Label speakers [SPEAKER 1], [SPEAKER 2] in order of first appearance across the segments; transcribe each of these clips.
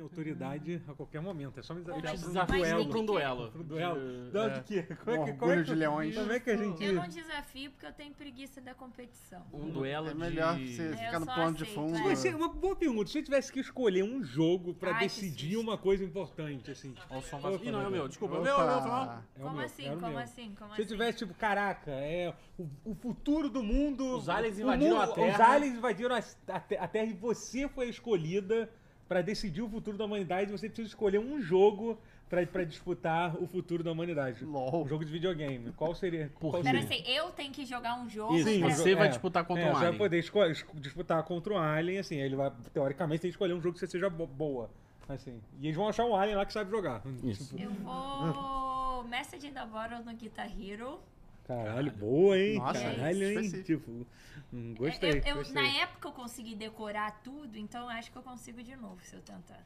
[SPEAKER 1] autoridade a qualquer momento. É só me
[SPEAKER 2] Eu
[SPEAKER 1] desafiar
[SPEAKER 2] te
[SPEAKER 3] Mas-
[SPEAKER 1] pro-
[SPEAKER 3] mas
[SPEAKER 2] desafio
[SPEAKER 3] tem
[SPEAKER 2] ela
[SPEAKER 3] que
[SPEAKER 2] pra um
[SPEAKER 3] ter.
[SPEAKER 2] duelo.
[SPEAKER 1] pro duelo. Não,
[SPEAKER 2] É.
[SPEAKER 1] de quê? Como é que,
[SPEAKER 4] Um
[SPEAKER 1] como é que,
[SPEAKER 4] orgulho de leões.
[SPEAKER 1] Como é que a gente...
[SPEAKER 3] Eu não desafio porque eu tenho preguiça da competição.
[SPEAKER 2] Um duelo
[SPEAKER 4] É melhor
[SPEAKER 2] de...
[SPEAKER 4] você
[SPEAKER 3] É,
[SPEAKER 4] ficar
[SPEAKER 3] eu
[SPEAKER 4] no
[SPEAKER 3] só
[SPEAKER 4] plano de
[SPEAKER 3] aceito,
[SPEAKER 4] fundo.
[SPEAKER 3] é.
[SPEAKER 1] Pô, isso é uma boa pergunta. Se eu tivesse que escolher um jogo pra
[SPEAKER 3] Ai, que
[SPEAKER 1] decidir
[SPEAKER 3] susto.
[SPEAKER 1] uma coisa importante, assim, tipo,
[SPEAKER 2] Olha o som
[SPEAKER 1] Opa.
[SPEAKER 2] vazando. Ih, não, é o meu. Desculpa, é o
[SPEAKER 4] Opa.
[SPEAKER 2] meu, é o meu. Tá mal.
[SPEAKER 1] é o
[SPEAKER 3] como,
[SPEAKER 1] meu,
[SPEAKER 3] assim,
[SPEAKER 1] era o
[SPEAKER 3] como
[SPEAKER 1] meu.
[SPEAKER 3] assim? Como
[SPEAKER 1] Se eu
[SPEAKER 3] assim?
[SPEAKER 1] tivesse, tipo, caraca, é o, o futuro do mundo.
[SPEAKER 2] Os aliens
[SPEAKER 1] o
[SPEAKER 2] invadiram
[SPEAKER 1] mundo-
[SPEAKER 2] a Terra.
[SPEAKER 1] Os aliens invadiram a, a Te- a Terra e você foi escolhida pra decidir o futuro da humanidade. Você precisa escolher um jogo pra, pra disputar o futuro da humanidade.
[SPEAKER 4] LOL.
[SPEAKER 1] Um jogo de videogame. Qual seria?
[SPEAKER 2] Por
[SPEAKER 1] qual
[SPEAKER 2] quê?
[SPEAKER 3] Pera
[SPEAKER 1] seria?
[SPEAKER 3] assim, eu tenho que jogar um jogo.
[SPEAKER 2] Isso,
[SPEAKER 3] pra-
[SPEAKER 2] você
[SPEAKER 1] um
[SPEAKER 2] vai
[SPEAKER 1] é.
[SPEAKER 2] disputar contra
[SPEAKER 1] É,
[SPEAKER 2] um
[SPEAKER 1] Você
[SPEAKER 2] alien.
[SPEAKER 1] vai poder esco- es- disputar contra um alien, assim. aí Ele vai, teoricamente, tem que escolher um jogo que você seja bo- boa. Assim. E eles vão achar um alien lá que sabe jogar.
[SPEAKER 2] Isso.
[SPEAKER 3] Eu vou. Message in the Bottle no Guitar Hero.
[SPEAKER 1] Caralho, boa, hein?
[SPEAKER 4] Nossa,
[SPEAKER 1] Caralho, hein?
[SPEAKER 4] específico.
[SPEAKER 1] Tipo, hum, gostei.
[SPEAKER 3] É, Eu- eu-
[SPEAKER 1] gostei.
[SPEAKER 3] na época eu consegui decorar tudo, então eu acho que eu consigo de novo se eu tentar.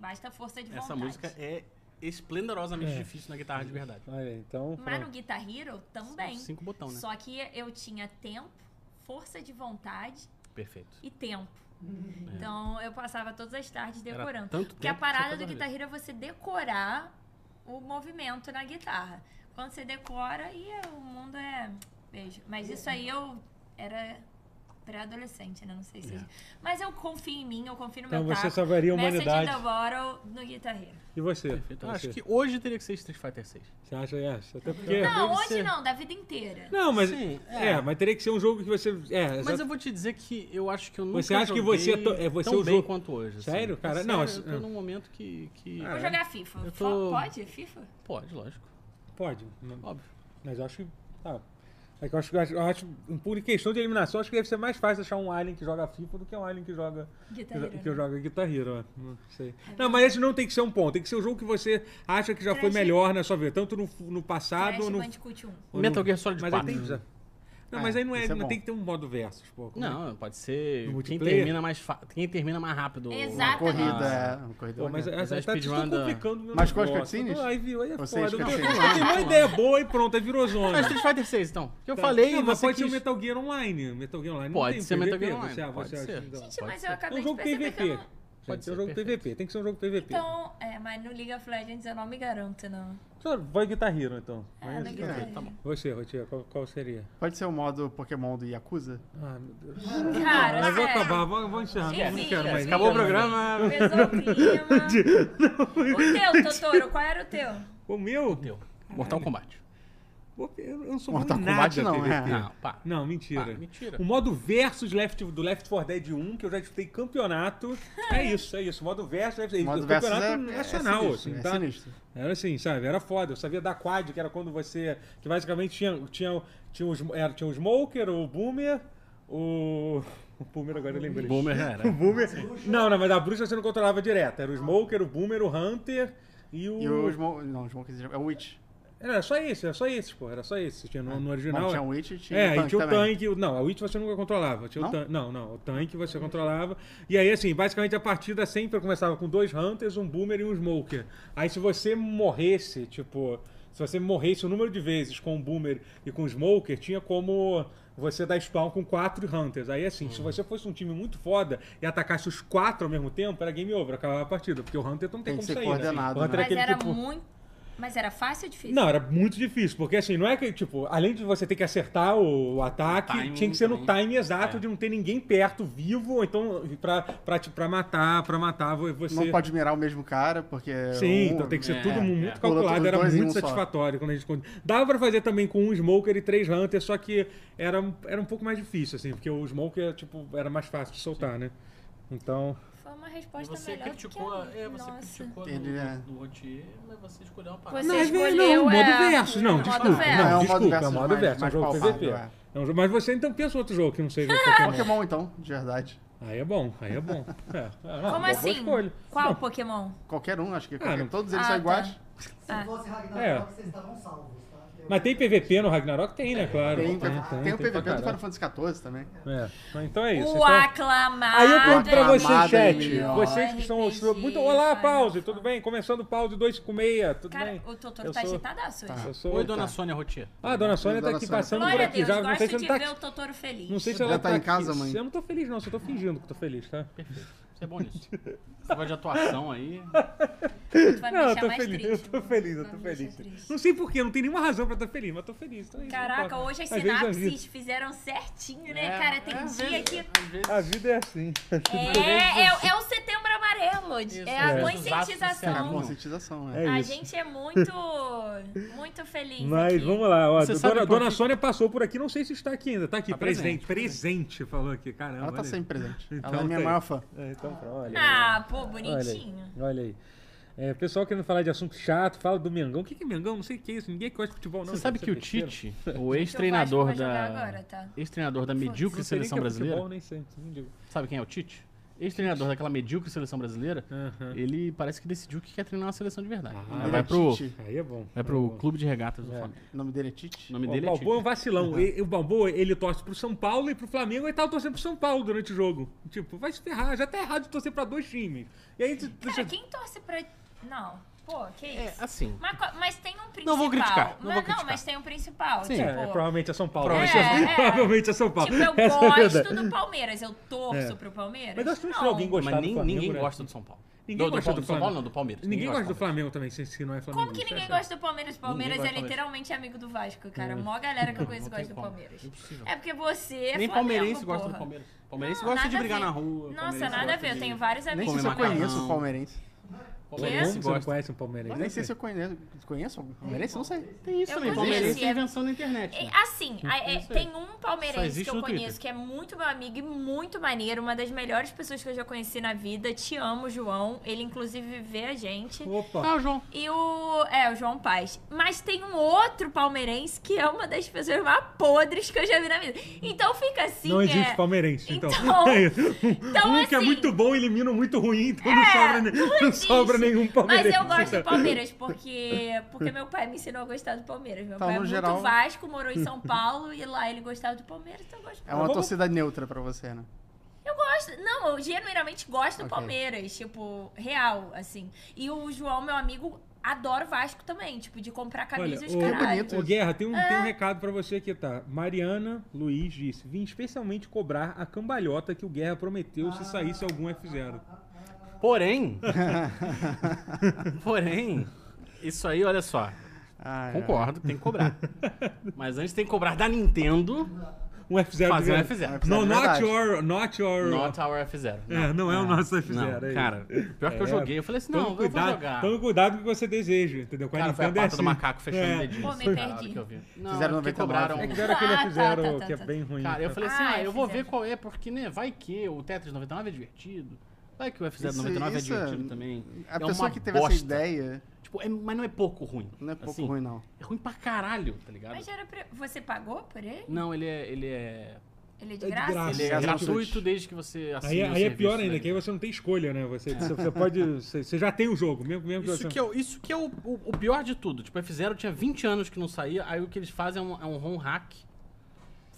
[SPEAKER 3] Basta força de
[SPEAKER 2] Essa
[SPEAKER 3] vontade.
[SPEAKER 2] música é esplendorosamente
[SPEAKER 1] É.
[SPEAKER 2] difícil na guitarra de verdade.
[SPEAKER 1] Olha, então.
[SPEAKER 3] Mas no
[SPEAKER 1] pronto.
[SPEAKER 3] Guitar Hero também.
[SPEAKER 2] Cinco botão, né?
[SPEAKER 3] Só que eu tinha tempo, força de vontade
[SPEAKER 2] Perfeito.
[SPEAKER 3] e tempo.
[SPEAKER 2] Uhum.
[SPEAKER 3] Então eu passava todas as tardes
[SPEAKER 2] Era
[SPEAKER 3] decorando.
[SPEAKER 2] tanto
[SPEAKER 3] Porque a
[SPEAKER 2] tempo que você
[SPEAKER 3] parada do
[SPEAKER 2] tava
[SPEAKER 3] Guitar Hero é você decorar o movimento na guitarra. Quando você decora, e é- o mundo é. Beijo. Mas isso aí eu era pré-adolescente, né? Não sei se. Mas eu confio em mim, eu confio no
[SPEAKER 1] É. Então
[SPEAKER 3] meu
[SPEAKER 1] você
[SPEAKER 3] taco.
[SPEAKER 1] salvaria a humanidade.
[SPEAKER 3] Message in the Bottle no Guitar Hero.
[SPEAKER 1] E você?
[SPEAKER 2] Perfeito. Eu
[SPEAKER 1] você?
[SPEAKER 2] acho que hoje teria que ser Street Fighter 6.
[SPEAKER 1] Você acha essa? Até porque. é
[SPEAKER 3] Não,
[SPEAKER 2] deve
[SPEAKER 3] hoje
[SPEAKER 2] ser.
[SPEAKER 3] não, da vida inteira.
[SPEAKER 1] Não, mas.
[SPEAKER 2] Sim,
[SPEAKER 1] é.
[SPEAKER 2] é.
[SPEAKER 1] mas teria que ser um jogo que você. É,
[SPEAKER 2] Mas
[SPEAKER 1] exato-
[SPEAKER 2] eu vou te dizer que eu acho que eu nunca
[SPEAKER 1] Você acha que
[SPEAKER 2] joguei
[SPEAKER 1] você é to- é você
[SPEAKER 2] tão
[SPEAKER 1] o
[SPEAKER 2] bem
[SPEAKER 1] jogo-
[SPEAKER 2] quanto hoje. assim.
[SPEAKER 1] Sério, cara?
[SPEAKER 2] É
[SPEAKER 1] Não,
[SPEAKER 2] sério,
[SPEAKER 1] assim,
[SPEAKER 2] eu tô num momento que... que-
[SPEAKER 1] Ah,
[SPEAKER 3] Vou
[SPEAKER 1] é?
[SPEAKER 3] jogar FIFA.
[SPEAKER 2] Eu
[SPEAKER 3] Fo-
[SPEAKER 2] tô-
[SPEAKER 3] Pode? FIFA?
[SPEAKER 2] Pode, lógico.
[SPEAKER 1] Pode. não-
[SPEAKER 2] Óbvio.
[SPEAKER 1] Mas eu acho que. Tá. É que eu acho que eu acho- eu acho, por questão de eliminação, acho que deve ser mais fácil achar um alien que joga FIFA do que um alien que joga
[SPEAKER 3] Guitar Hero,
[SPEAKER 1] que, que
[SPEAKER 3] né?
[SPEAKER 1] joga Guitar Hero, é. Não sei. Não, mas esse não tem que ser um ponto, tem que ser o jogo que você acha que já foi
[SPEAKER 3] Crash-
[SPEAKER 1] melhor na sua vida, tanto no, fu- no passado
[SPEAKER 3] Crash
[SPEAKER 1] ou no.
[SPEAKER 3] Bandicoot 1.
[SPEAKER 1] ou no-
[SPEAKER 2] Metal Gear Solid
[SPEAKER 1] mas aí
[SPEAKER 2] 4.
[SPEAKER 1] tem que- Não, mas aí não, é,
[SPEAKER 4] esse é
[SPEAKER 1] não
[SPEAKER 4] bom.
[SPEAKER 1] tem que ter um modo versus, pô. Como é que-
[SPEAKER 2] Não, pode ser
[SPEAKER 1] No
[SPEAKER 2] quem
[SPEAKER 1] multiplayer?
[SPEAKER 2] termina, mais fa- quem termina mais rápido.
[SPEAKER 3] Exato.
[SPEAKER 4] Corrida,
[SPEAKER 2] Ah.
[SPEAKER 4] é. Uma corrida
[SPEAKER 1] Pô, mas
[SPEAKER 4] olhada.
[SPEAKER 1] essa
[SPEAKER 2] a
[SPEAKER 1] tá
[SPEAKER 2] speedrun
[SPEAKER 1] tudo
[SPEAKER 2] da-
[SPEAKER 1] complicando o meu
[SPEAKER 4] Mas com as
[SPEAKER 1] negócio.
[SPEAKER 4] cutscenes?
[SPEAKER 1] Aí virou, aí é
[SPEAKER 4] Vocês
[SPEAKER 1] foda. Eu
[SPEAKER 4] cutscenes.
[SPEAKER 1] tenho uma ideia boa e pronto, aí virou zona.
[SPEAKER 2] Mas Street Fighter 6, então. Que eu
[SPEAKER 1] Tá.
[SPEAKER 2] falei,
[SPEAKER 1] não, mas
[SPEAKER 2] você
[SPEAKER 1] pode
[SPEAKER 2] quis...
[SPEAKER 1] ser o Metal Gear Online. Metal Gear Online
[SPEAKER 2] Pode
[SPEAKER 1] não tem
[SPEAKER 2] ser
[SPEAKER 1] PVP,
[SPEAKER 2] Metal Gear Online,
[SPEAKER 1] Você, ah, você
[SPEAKER 2] pode
[SPEAKER 1] acha
[SPEAKER 2] ser.
[SPEAKER 1] que não.
[SPEAKER 3] Gente,
[SPEAKER 2] Pode
[SPEAKER 3] mas
[SPEAKER 2] ser.
[SPEAKER 1] É
[SPEAKER 3] eu
[SPEAKER 1] um
[SPEAKER 3] acabei de
[SPEAKER 1] jogo
[SPEAKER 3] perceber que eu
[SPEAKER 1] PVP.
[SPEAKER 3] não...
[SPEAKER 1] Pode
[SPEAKER 2] Pode
[SPEAKER 1] ser um
[SPEAKER 2] ser,
[SPEAKER 1] jogo
[SPEAKER 2] perfeito.
[SPEAKER 1] PVP, tem que ser um jogo PVP.
[SPEAKER 3] Então, é, mas no League of Legends eu não me garanto, não.
[SPEAKER 1] Só Vai Guitar Hero, então.
[SPEAKER 3] É, no Guitar Hero.
[SPEAKER 2] Tá bom.
[SPEAKER 1] Você, Rotier, qual, qual seria?
[SPEAKER 4] Pode ser o modo Pokémon do Yakuza?
[SPEAKER 1] Ah, meu Deus.
[SPEAKER 3] Cara, é.
[SPEAKER 1] Mas vou
[SPEAKER 3] sério.
[SPEAKER 1] acabar, vou, vou encerrar.
[SPEAKER 3] Enfim,
[SPEAKER 1] não quero mais.
[SPEAKER 2] Acabou o
[SPEAKER 1] não quero mais.
[SPEAKER 2] programa.
[SPEAKER 3] Pesou o clima. O teu, Totoro, qual era o teu?
[SPEAKER 1] O meu?
[SPEAKER 2] Teu. Mortal Kombat.
[SPEAKER 1] Pô, Eu eu não sou
[SPEAKER 4] Mortal
[SPEAKER 1] bom em nada
[SPEAKER 4] Kombat não,
[SPEAKER 1] PVP.
[SPEAKER 4] é.
[SPEAKER 2] Não, pá.
[SPEAKER 1] Não, mentira.
[SPEAKER 2] Ah, mentira.
[SPEAKER 1] O modo versus Left, do Left 4 Dead 1, que eu já disputei campeonato. É isso, é isso. O modo versus Left 4 Dead
[SPEAKER 4] O modo versus
[SPEAKER 1] campeonato
[SPEAKER 4] é, é
[SPEAKER 1] nacional,
[SPEAKER 4] sinistro,
[SPEAKER 1] assim,
[SPEAKER 4] é
[SPEAKER 1] tá?
[SPEAKER 4] sinistro.
[SPEAKER 1] Era assim, sabe? Era foda. Eu sabia da quad, que era quando você. Que basicamente tinha, tinha, tinha, os, era, tinha o Smoker, o Boomer, o. O Boomer agora eu lembrei.
[SPEAKER 2] Boomer
[SPEAKER 1] O Boomer. Não, não, mas a bruxa você não controlava direto. Era o Smoker, o Boomer, o Hunter e o.
[SPEAKER 4] E o Smoke... Não, Smoke... É o Witch.
[SPEAKER 1] Era só esse, era só esse, pô. Era só esse. Tinha no, no original.
[SPEAKER 4] Bom, É, tinha
[SPEAKER 1] era-
[SPEAKER 4] o Witch e tinha
[SPEAKER 1] é,
[SPEAKER 4] o
[SPEAKER 1] e
[SPEAKER 4] Tank
[SPEAKER 1] tinha o
[SPEAKER 4] também.
[SPEAKER 1] tanque. o- Não, a Witch você nunca controlava. Tinha
[SPEAKER 4] Não?
[SPEAKER 1] O tan- não, não. O tanque você controlava. E aí, assim, basicamente a partida sempre começava com dois Hunters, um Boomer e um Smoker. Aí se você morresse, tipo... Se você morresse o número de vezes com o Boomer e com o Smoker, tinha como você dar spawn com quatro Hunters. Aí, assim,
[SPEAKER 4] Uhum.
[SPEAKER 1] se você fosse um time muito foda e atacasse os quatro ao mesmo tempo, era game over, acabava a partida. Porque o Hunter não tem,
[SPEAKER 4] Tem que
[SPEAKER 1] como
[SPEAKER 4] ser
[SPEAKER 1] sair,
[SPEAKER 4] coordenado,
[SPEAKER 1] né? O Hunter é
[SPEAKER 4] né?
[SPEAKER 3] Mas
[SPEAKER 1] aquele
[SPEAKER 3] era
[SPEAKER 1] que, pô,
[SPEAKER 3] muito... Mas era fácil ou difícil?
[SPEAKER 1] não, era muito difícil, porque assim, não é que, tipo, além de você ter que acertar o, o ataque,
[SPEAKER 2] O timing
[SPEAKER 1] tinha que ser no
[SPEAKER 2] também.
[SPEAKER 1] time exato
[SPEAKER 2] É.
[SPEAKER 1] de não ter ninguém perto, vivo, ou então pra, pra, te- pra matar, pra matar vo- você.
[SPEAKER 4] Não pode mirar o mesmo cara, porque...
[SPEAKER 1] Sim,
[SPEAKER 4] um-
[SPEAKER 1] então tem que ser
[SPEAKER 2] É,
[SPEAKER 1] tudo
[SPEAKER 2] é.
[SPEAKER 1] muito
[SPEAKER 2] Os
[SPEAKER 1] calculado,
[SPEAKER 4] dois
[SPEAKER 1] era
[SPEAKER 4] em
[SPEAKER 1] muito
[SPEAKER 4] um só.
[SPEAKER 1] satisfatório quando a gente... Dava pra fazer também com um Smoker e três Hunters, só que era, um- era um pouco mais difícil, assim, porque o Smoker, tipo, era mais fácil de soltar, né? Então...
[SPEAKER 3] Foi uma resposta
[SPEAKER 2] Você
[SPEAKER 3] melhor
[SPEAKER 2] criticou,
[SPEAKER 3] do
[SPEAKER 2] a,
[SPEAKER 3] que a
[SPEAKER 2] é,
[SPEAKER 3] minha.
[SPEAKER 2] você
[SPEAKER 3] Nossa.
[SPEAKER 2] criticou a
[SPEAKER 4] Ele é-
[SPEAKER 2] do, do Rotier, mas você escolheu uma
[SPEAKER 3] Você
[SPEAKER 2] parada.
[SPEAKER 1] Não, é ver-
[SPEAKER 3] escolheu,
[SPEAKER 1] não, o modo
[SPEAKER 3] é,
[SPEAKER 1] versus.
[SPEAKER 3] o
[SPEAKER 1] Não,
[SPEAKER 3] modo
[SPEAKER 1] desculpa.
[SPEAKER 3] versus.
[SPEAKER 1] Não,
[SPEAKER 4] É, o modo
[SPEAKER 1] desculpa, é o
[SPEAKER 4] versus
[SPEAKER 1] modo
[SPEAKER 4] mais-
[SPEAKER 1] versus. É um
[SPEAKER 4] mais
[SPEAKER 1] jogo
[SPEAKER 4] palpável,
[SPEAKER 1] PVP.
[SPEAKER 4] é.
[SPEAKER 1] É um jogo- Mas você então pensa outro jogo que não seja o
[SPEAKER 4] Pokémon, então, de verdade.
[SPEAKER 1] Aí é bom, aí é bom. É, é, não,
[SPEAKER 3] Como
[SPEAKER 1] boa
[SPEAKER 3] assim?
[SPEAKER 1] escolha.
[SPEAKER 3] Qual
[SPEAKER 1] Não,
[SPEAKER 3] Pokémon?
[SPEAKER 4] Qualquer um, acho que
[SPEAKER 1] Ah,
[SPEAKER 4] qualquer-
[SPEAKER 1] não-
[SPEAKER 4] todos eles
[SPEAKER 3] Ah,
[SPEAKER 4] são
[SPEAKER 3] tá.
[SPEAKER 4] iguais.
[SPEAKER 3] Ah.
[SPEAKER 5] Se fosse Ragnarok,
[SPEAKER 1] É.
[SPEAKER 5] vocês estavam salvos, tá? Eu-
[SPEAKER 1] mas tem PVP no Ragnarok? Tem, né? Claro.
[SPEAKER 4] Tem, tem, tem o
[SPEAKER 1] pra
[SPEAKER 4] PVP do Final
[SPEAKER 1] caralho.
[SPEAKER 4] Fantasy XIV também.
[SPEAKER 1] É, mas então é isso.
[SPEAKER 3] o
[SPEAKER 1] Então,
[SPEAKER 3] aclamado.
[SPEAKER 1] aí eu pergunto pra
[SPEAKER 4] Aclamado
[SPEAKER 1] vocês, chat.
[SPEAKER 4] MMO.
[SPEAKER 1] Vocês que são
[SPEAKER 3] RPG,
[SPEAKER 1] muito. Olá,
[SPEAKER 3] Final
[SPEAKER 1] pause,
[SPEAKER 3] Fantasy.
[SPEAKER 1] tudo bem? Começando o pause 256, tudo
[SPEAKER 3] Cara,
[SPEAKER 1] bem?
[SPEAKER 3] o Totoro
[SPEAKER 1] Eu
[SPEAKER 3] tá
[SPEAKER 1] sou-
[SPEAKER 3] agitadaço hoje.
[SPEAKER 1] Eu sou-
[SPEAKER 2] Oi, dona Sônia Rotier.
[SPEAKER 1] Ah, a dona Sônia tá
[SPEAKER 4] Dona
[SPEAKER 1] aqui
[SPEAKER 4] Sônia.
[SPEAKER 1] passando por
[SPEAKER 3] Glória a
[SPEAKER 1] aqui
[SPEAKER 3] Deus,
[SPEAKER 1] já. Não
[SPEAKER 3] gosto
[SPEAKER 1] sei se
[SPEAKER 3] de
[SPEAKER 1] ela
[SPEAKER 3] ver
[SPEAKER 1] tá.
[SPEAKER 3] o Totoro feliz.
[SPEAKER 1] Não sei se
[SPEAKER 4] Já
[SPEAKER 1] ela
[SPEAKER 4] tá em casa,
[SPEAKER 1] aqui.
[SPEAKER 4] mãe?
[SPEAKER 1] Eu não tô feliz, não, só tô fingindo que tô feliz, tá?
[SPEAKER 2] Perfeito. Você é bom nisso. Esse negócio de atuação aí.
[SPEAKER 3] Tu vai me
[SPEAKER 1] Não, eu
[SPEAKER 3] deixar
[SPEAKER 1] tô
[SPEAKER 3] mais
[SPEAKER 1] feliz,
[SPEAKER 3] triste.
[SPEAKER 1] eu tô feliz, eu
[SPEAKER 3] Vai
[SPEAKER 1] tô
[SPEAKER 3] me deixar
[SPEAKER 1] feliz.
[SPEAKER 3] triste.
[SPEAKER 1] Não sei porquê, não tem nenhuma razão pra estar feliz, mas tô feliz. então é isso, não
[SPEAKER 3] Caraca,
[SPEAKER 1] importa.
[SPEAKER 3] hoje as
[SPEAKER 1] Às vezes a
[SPEAKER 3] sinapses fizeram certinho, né,
[SPEAKER 2] É,
[SPEAKER 3] cara? Tem
[SPEAKER 2] é, às
[SPEAKER 3] dia
[SPEAKER 2] vezes-
[SPEAKER 3] que.
[SPEAKER 2] às vezes-
[SPEAKER 1] vida- A vida é assim.
[SPEAKER 3] É, é, é o setembro amarelo.
[SPEAKER 2] Isso,
[SPEAKER 3] é a
[SPEAKER 2] é.
[SPEAKER 4] É a
[SPEAKER 2] Não.
[SPEAKER 3] conscientização.
[SPEAKER 4] conscientização,
[SPEAKER 1] É
[SPEAKER 4] é.
[SPEAKER 3] a
[SPEAKER 1] isso.
[SPEAKER 3] gente é muito, muito feliz.
[SPEAKER 1] Mas
[SPEAKER 3] aqui.
[SPEAKER 1] vamos lá, ó,
[SPEAKER 2] Você sabe
[SPEAKER 1] dona,
[SPEAKER 2] por
[SPEAKER 1] dona
[SPEAKER 2] que-
[SPEAKER 1] Sônia passou por aqui, não sei se está aqui ainda. Tá aqui,
[SPEAKER 2] Tá
[SPEAKER 1] presente,
[SPEAKER 2] presente,
[SPEAKER 1] presente, falou aqui, caramba.
[SPEAKER 4] Ela tá
[SPEAKER 1] olha aí.
[SPEAKER 4] sempre presente.
[SPEAKER 1] Então
[SPEAKER 4] Ela é minha
[SPEAKER 1] tá aí.
[SPEAKER 4] maior fã.
[SPEAKER 1] É, então, pronto, olha.
[SPEAKER 3] Ah, pô,
[SPEAKER 1] Olha aí,
[SPEAKER 3] bonitinho.
[SPEAKER 1] Olha aí. É, pessoal querendo falar de assunto chato, fala do Mengão. O que que é Mengão? Não sei o que é isso. Ninguém gosta de futebol, não.
[SPEAKER 2] Você sabe
[SPEAKER 1] gente,
[SPEAKER 2] que o
[SPEAKER 1] isso é besteira.
[SPEAKER 2] Tite, o
[SPEAKER 3] Acho que eu acho que eu
[SPEAKER 2] ex-treinador
[SPEAKER 3] vou jogar
[SPEAKER 2] da.
[SPEAKER 3] Agora, tá?
[SPEAKER 2] Ex-treinador da medíocre
[SPEAKER 1] Não sei nem
[SPEAKER 2] seleção
[SPEAKER 1] que é
[SPEAKER 2] brasileira.
[SPEAKER 1] Futebol, nem sei, não digo.
[SPEAKER 2] Sabe quem é o Tite? Ex-treinador daquela medíocre seleção brasileira.
[SPEAKER 1] Aham.
[SPEAKER 2] Ele parece que decidiu que quer treinar uma seleção de verdade.
[SPEAKER 1] Ah,
[SPEAKER 2] Aí
[SPEAKER 4] Ele
[SPEAKER 2] vai
[SPEAKER 4] é
[SPEAKER 2] pro,
[SPEAKER 4] Tite.
[SPEAKER 1] Aí é bom.
[SPEAKER 2] vai pro clube de regatas do
[SPEAKER 1] É.
[SPEAKER 2] Flamengo.
[SPEAKER 4] O nome dele é
[SPEAKER 2] O
[SPEAKER 4] Tite.
[SPEAKER 2] nome
[SPEAKER 1] O
[SPEAKER 2] dele é Tite.
[SPEAKER 1] Balboa é um vacilão. E- e o Balboa, ele torce pro São Paulo e pro Flamengo e tava torcendo pro São Paulo durante o jogo. Tipo, vai se ferrar. Já tá errado de torcer pra dois times. E aí... tu- tu-
[SPEAKER 3] Cara, Ah, quem torce pra. Não, pô, que
[SPEAKER 2] É,
[SPEAKER 3] isso?
[SPEAKER 2] assim.
[SPEAKER 3] Mas, co- mas tem um principal.
[SPEAKER 2] Não vou criticar, não
[SPEAKER 3] mas,
[SPEAKER 2] vou
[SPEAKER 3] não,
[SPEAKER 2] criticar.
[SPEAKER 3] mas tem um principal.
[SPEAKER 2] Sim.
[SPEAKER 1] É,
[SPEAKER 3] tipo,
[SPEAKER 1] é, provavelmente é São Paulo.
[SPEAKER 2] Provavelmente
[SPEAKER 3] é- é.
[SPEAKER 1] provavelmente é São Paulo.
[SPEAKER 3] tipo, eu
[SPEAKER 1] Essa é a
[SPEAKER 3] gosto
[SPEAKER 1] verdade.
[SPEAKER 3] do Palmeiras, eu torço
[SPEAKER 1] É.
[SPEAKER 3] pro Palmeiras.
[SPEAKER 1] Mas eu acho que não
[SPEAKER 3] não.
[SPEAKER 1] tinha alguém gostar
[SPEAKER 2] Mas
[SPEAKER 1] do
[SPEAKER 2] nem-
[SPEAKER 1] Flamengo,
[SPEAKER 2] ninguém
[SPEAKER 1] né?
[SPEAKER 2] gosta do São Paulo.
[SPEAKER 1] Ninguém
[SPEAKER 2] do,
[SPEAKER 1] gosta do
[SPEAKER 2] São
[SPEAKER 1] Flamengo.
[SPEAKER 2] Paulo, não, do Palmeiras.
[SPEAKER 1] Ninguém gosta do Flamengo também, se, se não é Flamengo.
[SPEAKER 3] Como que ninguém
[SPEAKER 1] É,
[SPEAKER 3] gosta do Palmeiras? Palmeiras é
[SPEAKER 2] gosta do Palmeiras. É.
[SPEAKER 3] literalmente amigo do Vasco, cara. A maior galera que eu conheço gosta do Palmeiras.
[SPEAKER 2] Impossível.
[SPEAKER 3] É porque você é
[SPEAKER 2] Nem
[SPEAKER 3] Flamengo,
[SPEAKER 2] palmeirense
[SPEAKER 3] porra.
[SPEAKER 2] gosta do Palmeiras. Palmeirense
[SPEAKER 3] Não,
[SPEAKER 2] gosta
[SPEAKER 3] nada
[SPEAKER 2] de
[SPEAKER 3] a
[SPEAKER 2] brigar
[SPEAKER 3] ver.
[SPEAKER 2] na rua.
[SPEAKER 3] Nossa, nada a ver. Eu tenho várias
[SPEAKER 4] Nem
[SPEAKER 3] amigas.
[SPEAKER 4] sei se eu
[SPEAKER 2] Comer macarrão.
[SPEAKER 4] conheço o palmeirense.
[SPEAKER 1] Como
[SPEAKER 2] Palmeirense
[SPEAKER 1] que você não
[SPEAKER 2] gosta.
[SPEAKER 1] conhece um palmeirense?
[SPEAKER 4] Nem sei se eu conheço. Conheço algum
[SPEAKER 3] É,
[SPEAKER 4] palmeirense?
[SPEAKER 3] então,
[SPEAKER 4] Não sei.
[SPEAKER 2] Tem isso
[SPEAKER 3] Eu
[SPEAKER 2] também.
[SPEAKER 3] conheço,
[SPEAKER 2] Palmeirense é
[SPEAKER 3] é-
[SPEAKER 2] invenção da internet.
[SPEAKER 3] É,
[SPEAKER 2] né?
[SPEAKER 3] Assim, a- é,
[SPEAKER 2] Isso aí.
[SPEAKER 3] tem um
[SPEAKER 2] Só
[SPEAKER 3] palmeirense
[SPEAKER 2] existe
[SPEAKER 3] que eu
[SPEAKER 2] no Twitter.
[SPEAKER 3] conheço que é muito meu amigo e muito maneiro, uma das melhores pessoas que eu já conheci na vida. Te amo, João. Ele, inclusive, vê a gente.
[SPEAKER 1] Opa.
[SPEAKER 2] Ah, o João.
[SPEAKER 3] E o. É, o João Paz. Mas tem um outro palmeirense que é uma das pessoas mais podres que eu já vi na vida. Então fica assim.
[SPEAKER 1] não existe
[SPEAKER 3] é...
[SPEAKER 1] palmeirense, então.
[SPEAKER 3] Então-
[SPEAKER 1] É isso.
[SPEAKER 3] então,
[SPEAKER 1] um que é
[SPEAKER 3] assim-
[SPEAKER 1] muito bom elimina um muito ruim, então não sobra, ne- não
[SPEAKER 3] existe.
[SPEAKER 1] sobra nenhum
[SPEAKER 3] Mas
[SPEAKER 1] palmeirense.
[SPEAKER 3] eu gosto do Palmeiras, porque, porque meu pai me ensinou a gostar do Palmeiras. Meu
[SPEAKER 4] Então,
[SPEAKER 3] pai é
[SPEAKER 4] no
[SPEAKER 3] muito
[SPEAKER 4] geral-
[SPEAKER 3] Vasco, morou em São Paulo e lá ele gostava do Palmeiras, então eu gosto do
[SPEAKER 4] É uma
[SPEAKER 1] Vamos-
[SPEAKER 4] torcida neutra pra você, né?
[SPEAKER 3] Eu gosto. Não, eu genuinamente gosto do
[SPEAKER 4] Ok.
[SPEAKER 3] Palmeiras, tipo, real, assim. E o João, meu amigo, adora o Vasco também, tipo, de comprar
[SPEAKER 1] Olha,
[SPEAKER 3] camisa e os
[SPEAKER 1] o- é
[SPEAKER 3] caralho.
[SPEAKER 4] bonito.
[SPEAKER 1] Ô, Guerra, tem um, tem um recado pra você aqui, tá? Mariana Luiz disse: vim especialmente cobrar a cambalhota que o Guerra prometeu se saísse algum F0.
[SPEAKER 2] Porém. porém. Isso aí, olha só.
[SPEAKER 4] Ah, é.
[SPEAKER 2] Concordo, tem que cobrar. Mas antes tem que cobrar da Nintendo
[SPEAKER 1] Um F0
[SPEAKER 2] fazer um
[SPEAKER 1] de verdade.
[SPEAKER 2] F0.
[SPEAKER 4] F0.
[SPEAKER 1] Não,
[SPEAKER 4] É
[SPEAKER 1] not
[SPEAKER 4] verdade.
[SPEAKER 1] your. Not your.
[SPEAKER 2] Not our F0.
[SPEAKER 1] É, não é o nosso F0.
[SPEAKER 2] Não,
[SPEAKER 1] é
[SPEAKER 2] cara, pior que
[SPEAKER 1] É.
[SPEAKER 2] eu joguei, eu falei assim,
[SPEAKER 1] Tome
[SPEAKER 2] não, eu vou
[SPEAKER 1] cuidado,
[SPEAKER 2] jogar.
[SPEAKER 1] tome cuidado com o que você deseja, entendeu? Com a
[SPEAKER 2] Cara, foi a
[SPEAKER 1] Nintendo é
[SPEAKER 2] pata
[SPEAKER 1] assim.
[SPEAKER 2] do macaco fechando
[SPEAKER 1] É.
[SPEAKER 2] o dedinho.
[SPEAKER 3] Pô, me
[SPEAKER 2] assim, cara,
[SPEAKER 3] perdi.
[SPEAKER 2] que eu vi. Não,
[SPEAKER 4] Fizeram
[SPEAKER 2] porque
[SPEAKER 4] 99.
[SPEAKER 2] cobraram...
[SPEAKER 1] É que fizeram aquele
[SPEAKER 3] Ah, tá,
[SPEAKER 1] F0
[SPEAKER 3] tá, tá,
[SPEAKER 1] que é
[SPEAKER 3] tá.
[SPEAKER 1] bem ruim.
[SPEAKER 2] Cara, eu falei assim,
[SPEAKER 3] Ah,
[SPEAKER 2] ah, eu vou ver
[SPEAKER 3] fizeram.
[SPEAKER 2] qual é, porque, né, vai que o Tetris 99 é divertido. Vai que o F0
[SPEAKER 4] Isso-
[SPEAKER 2] 99
[SPEAKER 4] isso
[SPEAKER 2] é
[SPEAKER 4] é-
[SPEAKER 2] divertido também.
[SPEAKER 4] A
[SPEAKER 2] é
[SPEAKER 4] pessoa
[SPEAKER 2] uma
[SPEAKER 4] que teve
[SPEAKER 2] bosta.
[SPEAKER 4] essa ideia
[SPEAKER 2] Tipo, é- mas não é pouco ruim.
[SPEAKER 4] não é pouco
[SPEAKER 2] Assim,
[SPEAKER 4] ruim, não.
[SPEAKER 2] É ruim pra caralho, tá ligado?
[SPEAKER 3] Mas era pra... Você pagou por ele?
[SPEAKER 2] Não, ele é, ele é,
[SPEAKER 3] Ele é
[SPEAKER 1] É
[SPEAKER 3] de
[SPEAKER 1] de
[SPEAKER 3] graça?
[SPEAKER 1] graça.
[SPEAKER 2] ele é
[SPEAKER 4] Graças ao
[SPEAKER 2] gratuito
[SPEAKER 4] Switch.
[SPEAKER 2] desde que você
[SPEAKER 1] Aí,
[SPEAKER 2] assine o
[SPEAKER 1] aí é
[SPEAKER 2] serviço,
[SPEAKER 1] pior
[SPEAKER 2] né,
[SPEAKER 1] ainda, que aí
[SPEAKER 2] então.
[SPEAKER 1] você não tem escolha, né? Você, você- você pode. Você, você já tem o jogo, mesmo, mesmo
[SPEAKER 2] Isso
[SPEAKER 1] você.
[SPEAKER 2] que é, o- isso que é o, o- o pior de tudo. Tipo, F0 tinha 20 anos que não saía, aí o que eles fazem é um, é um ROM hack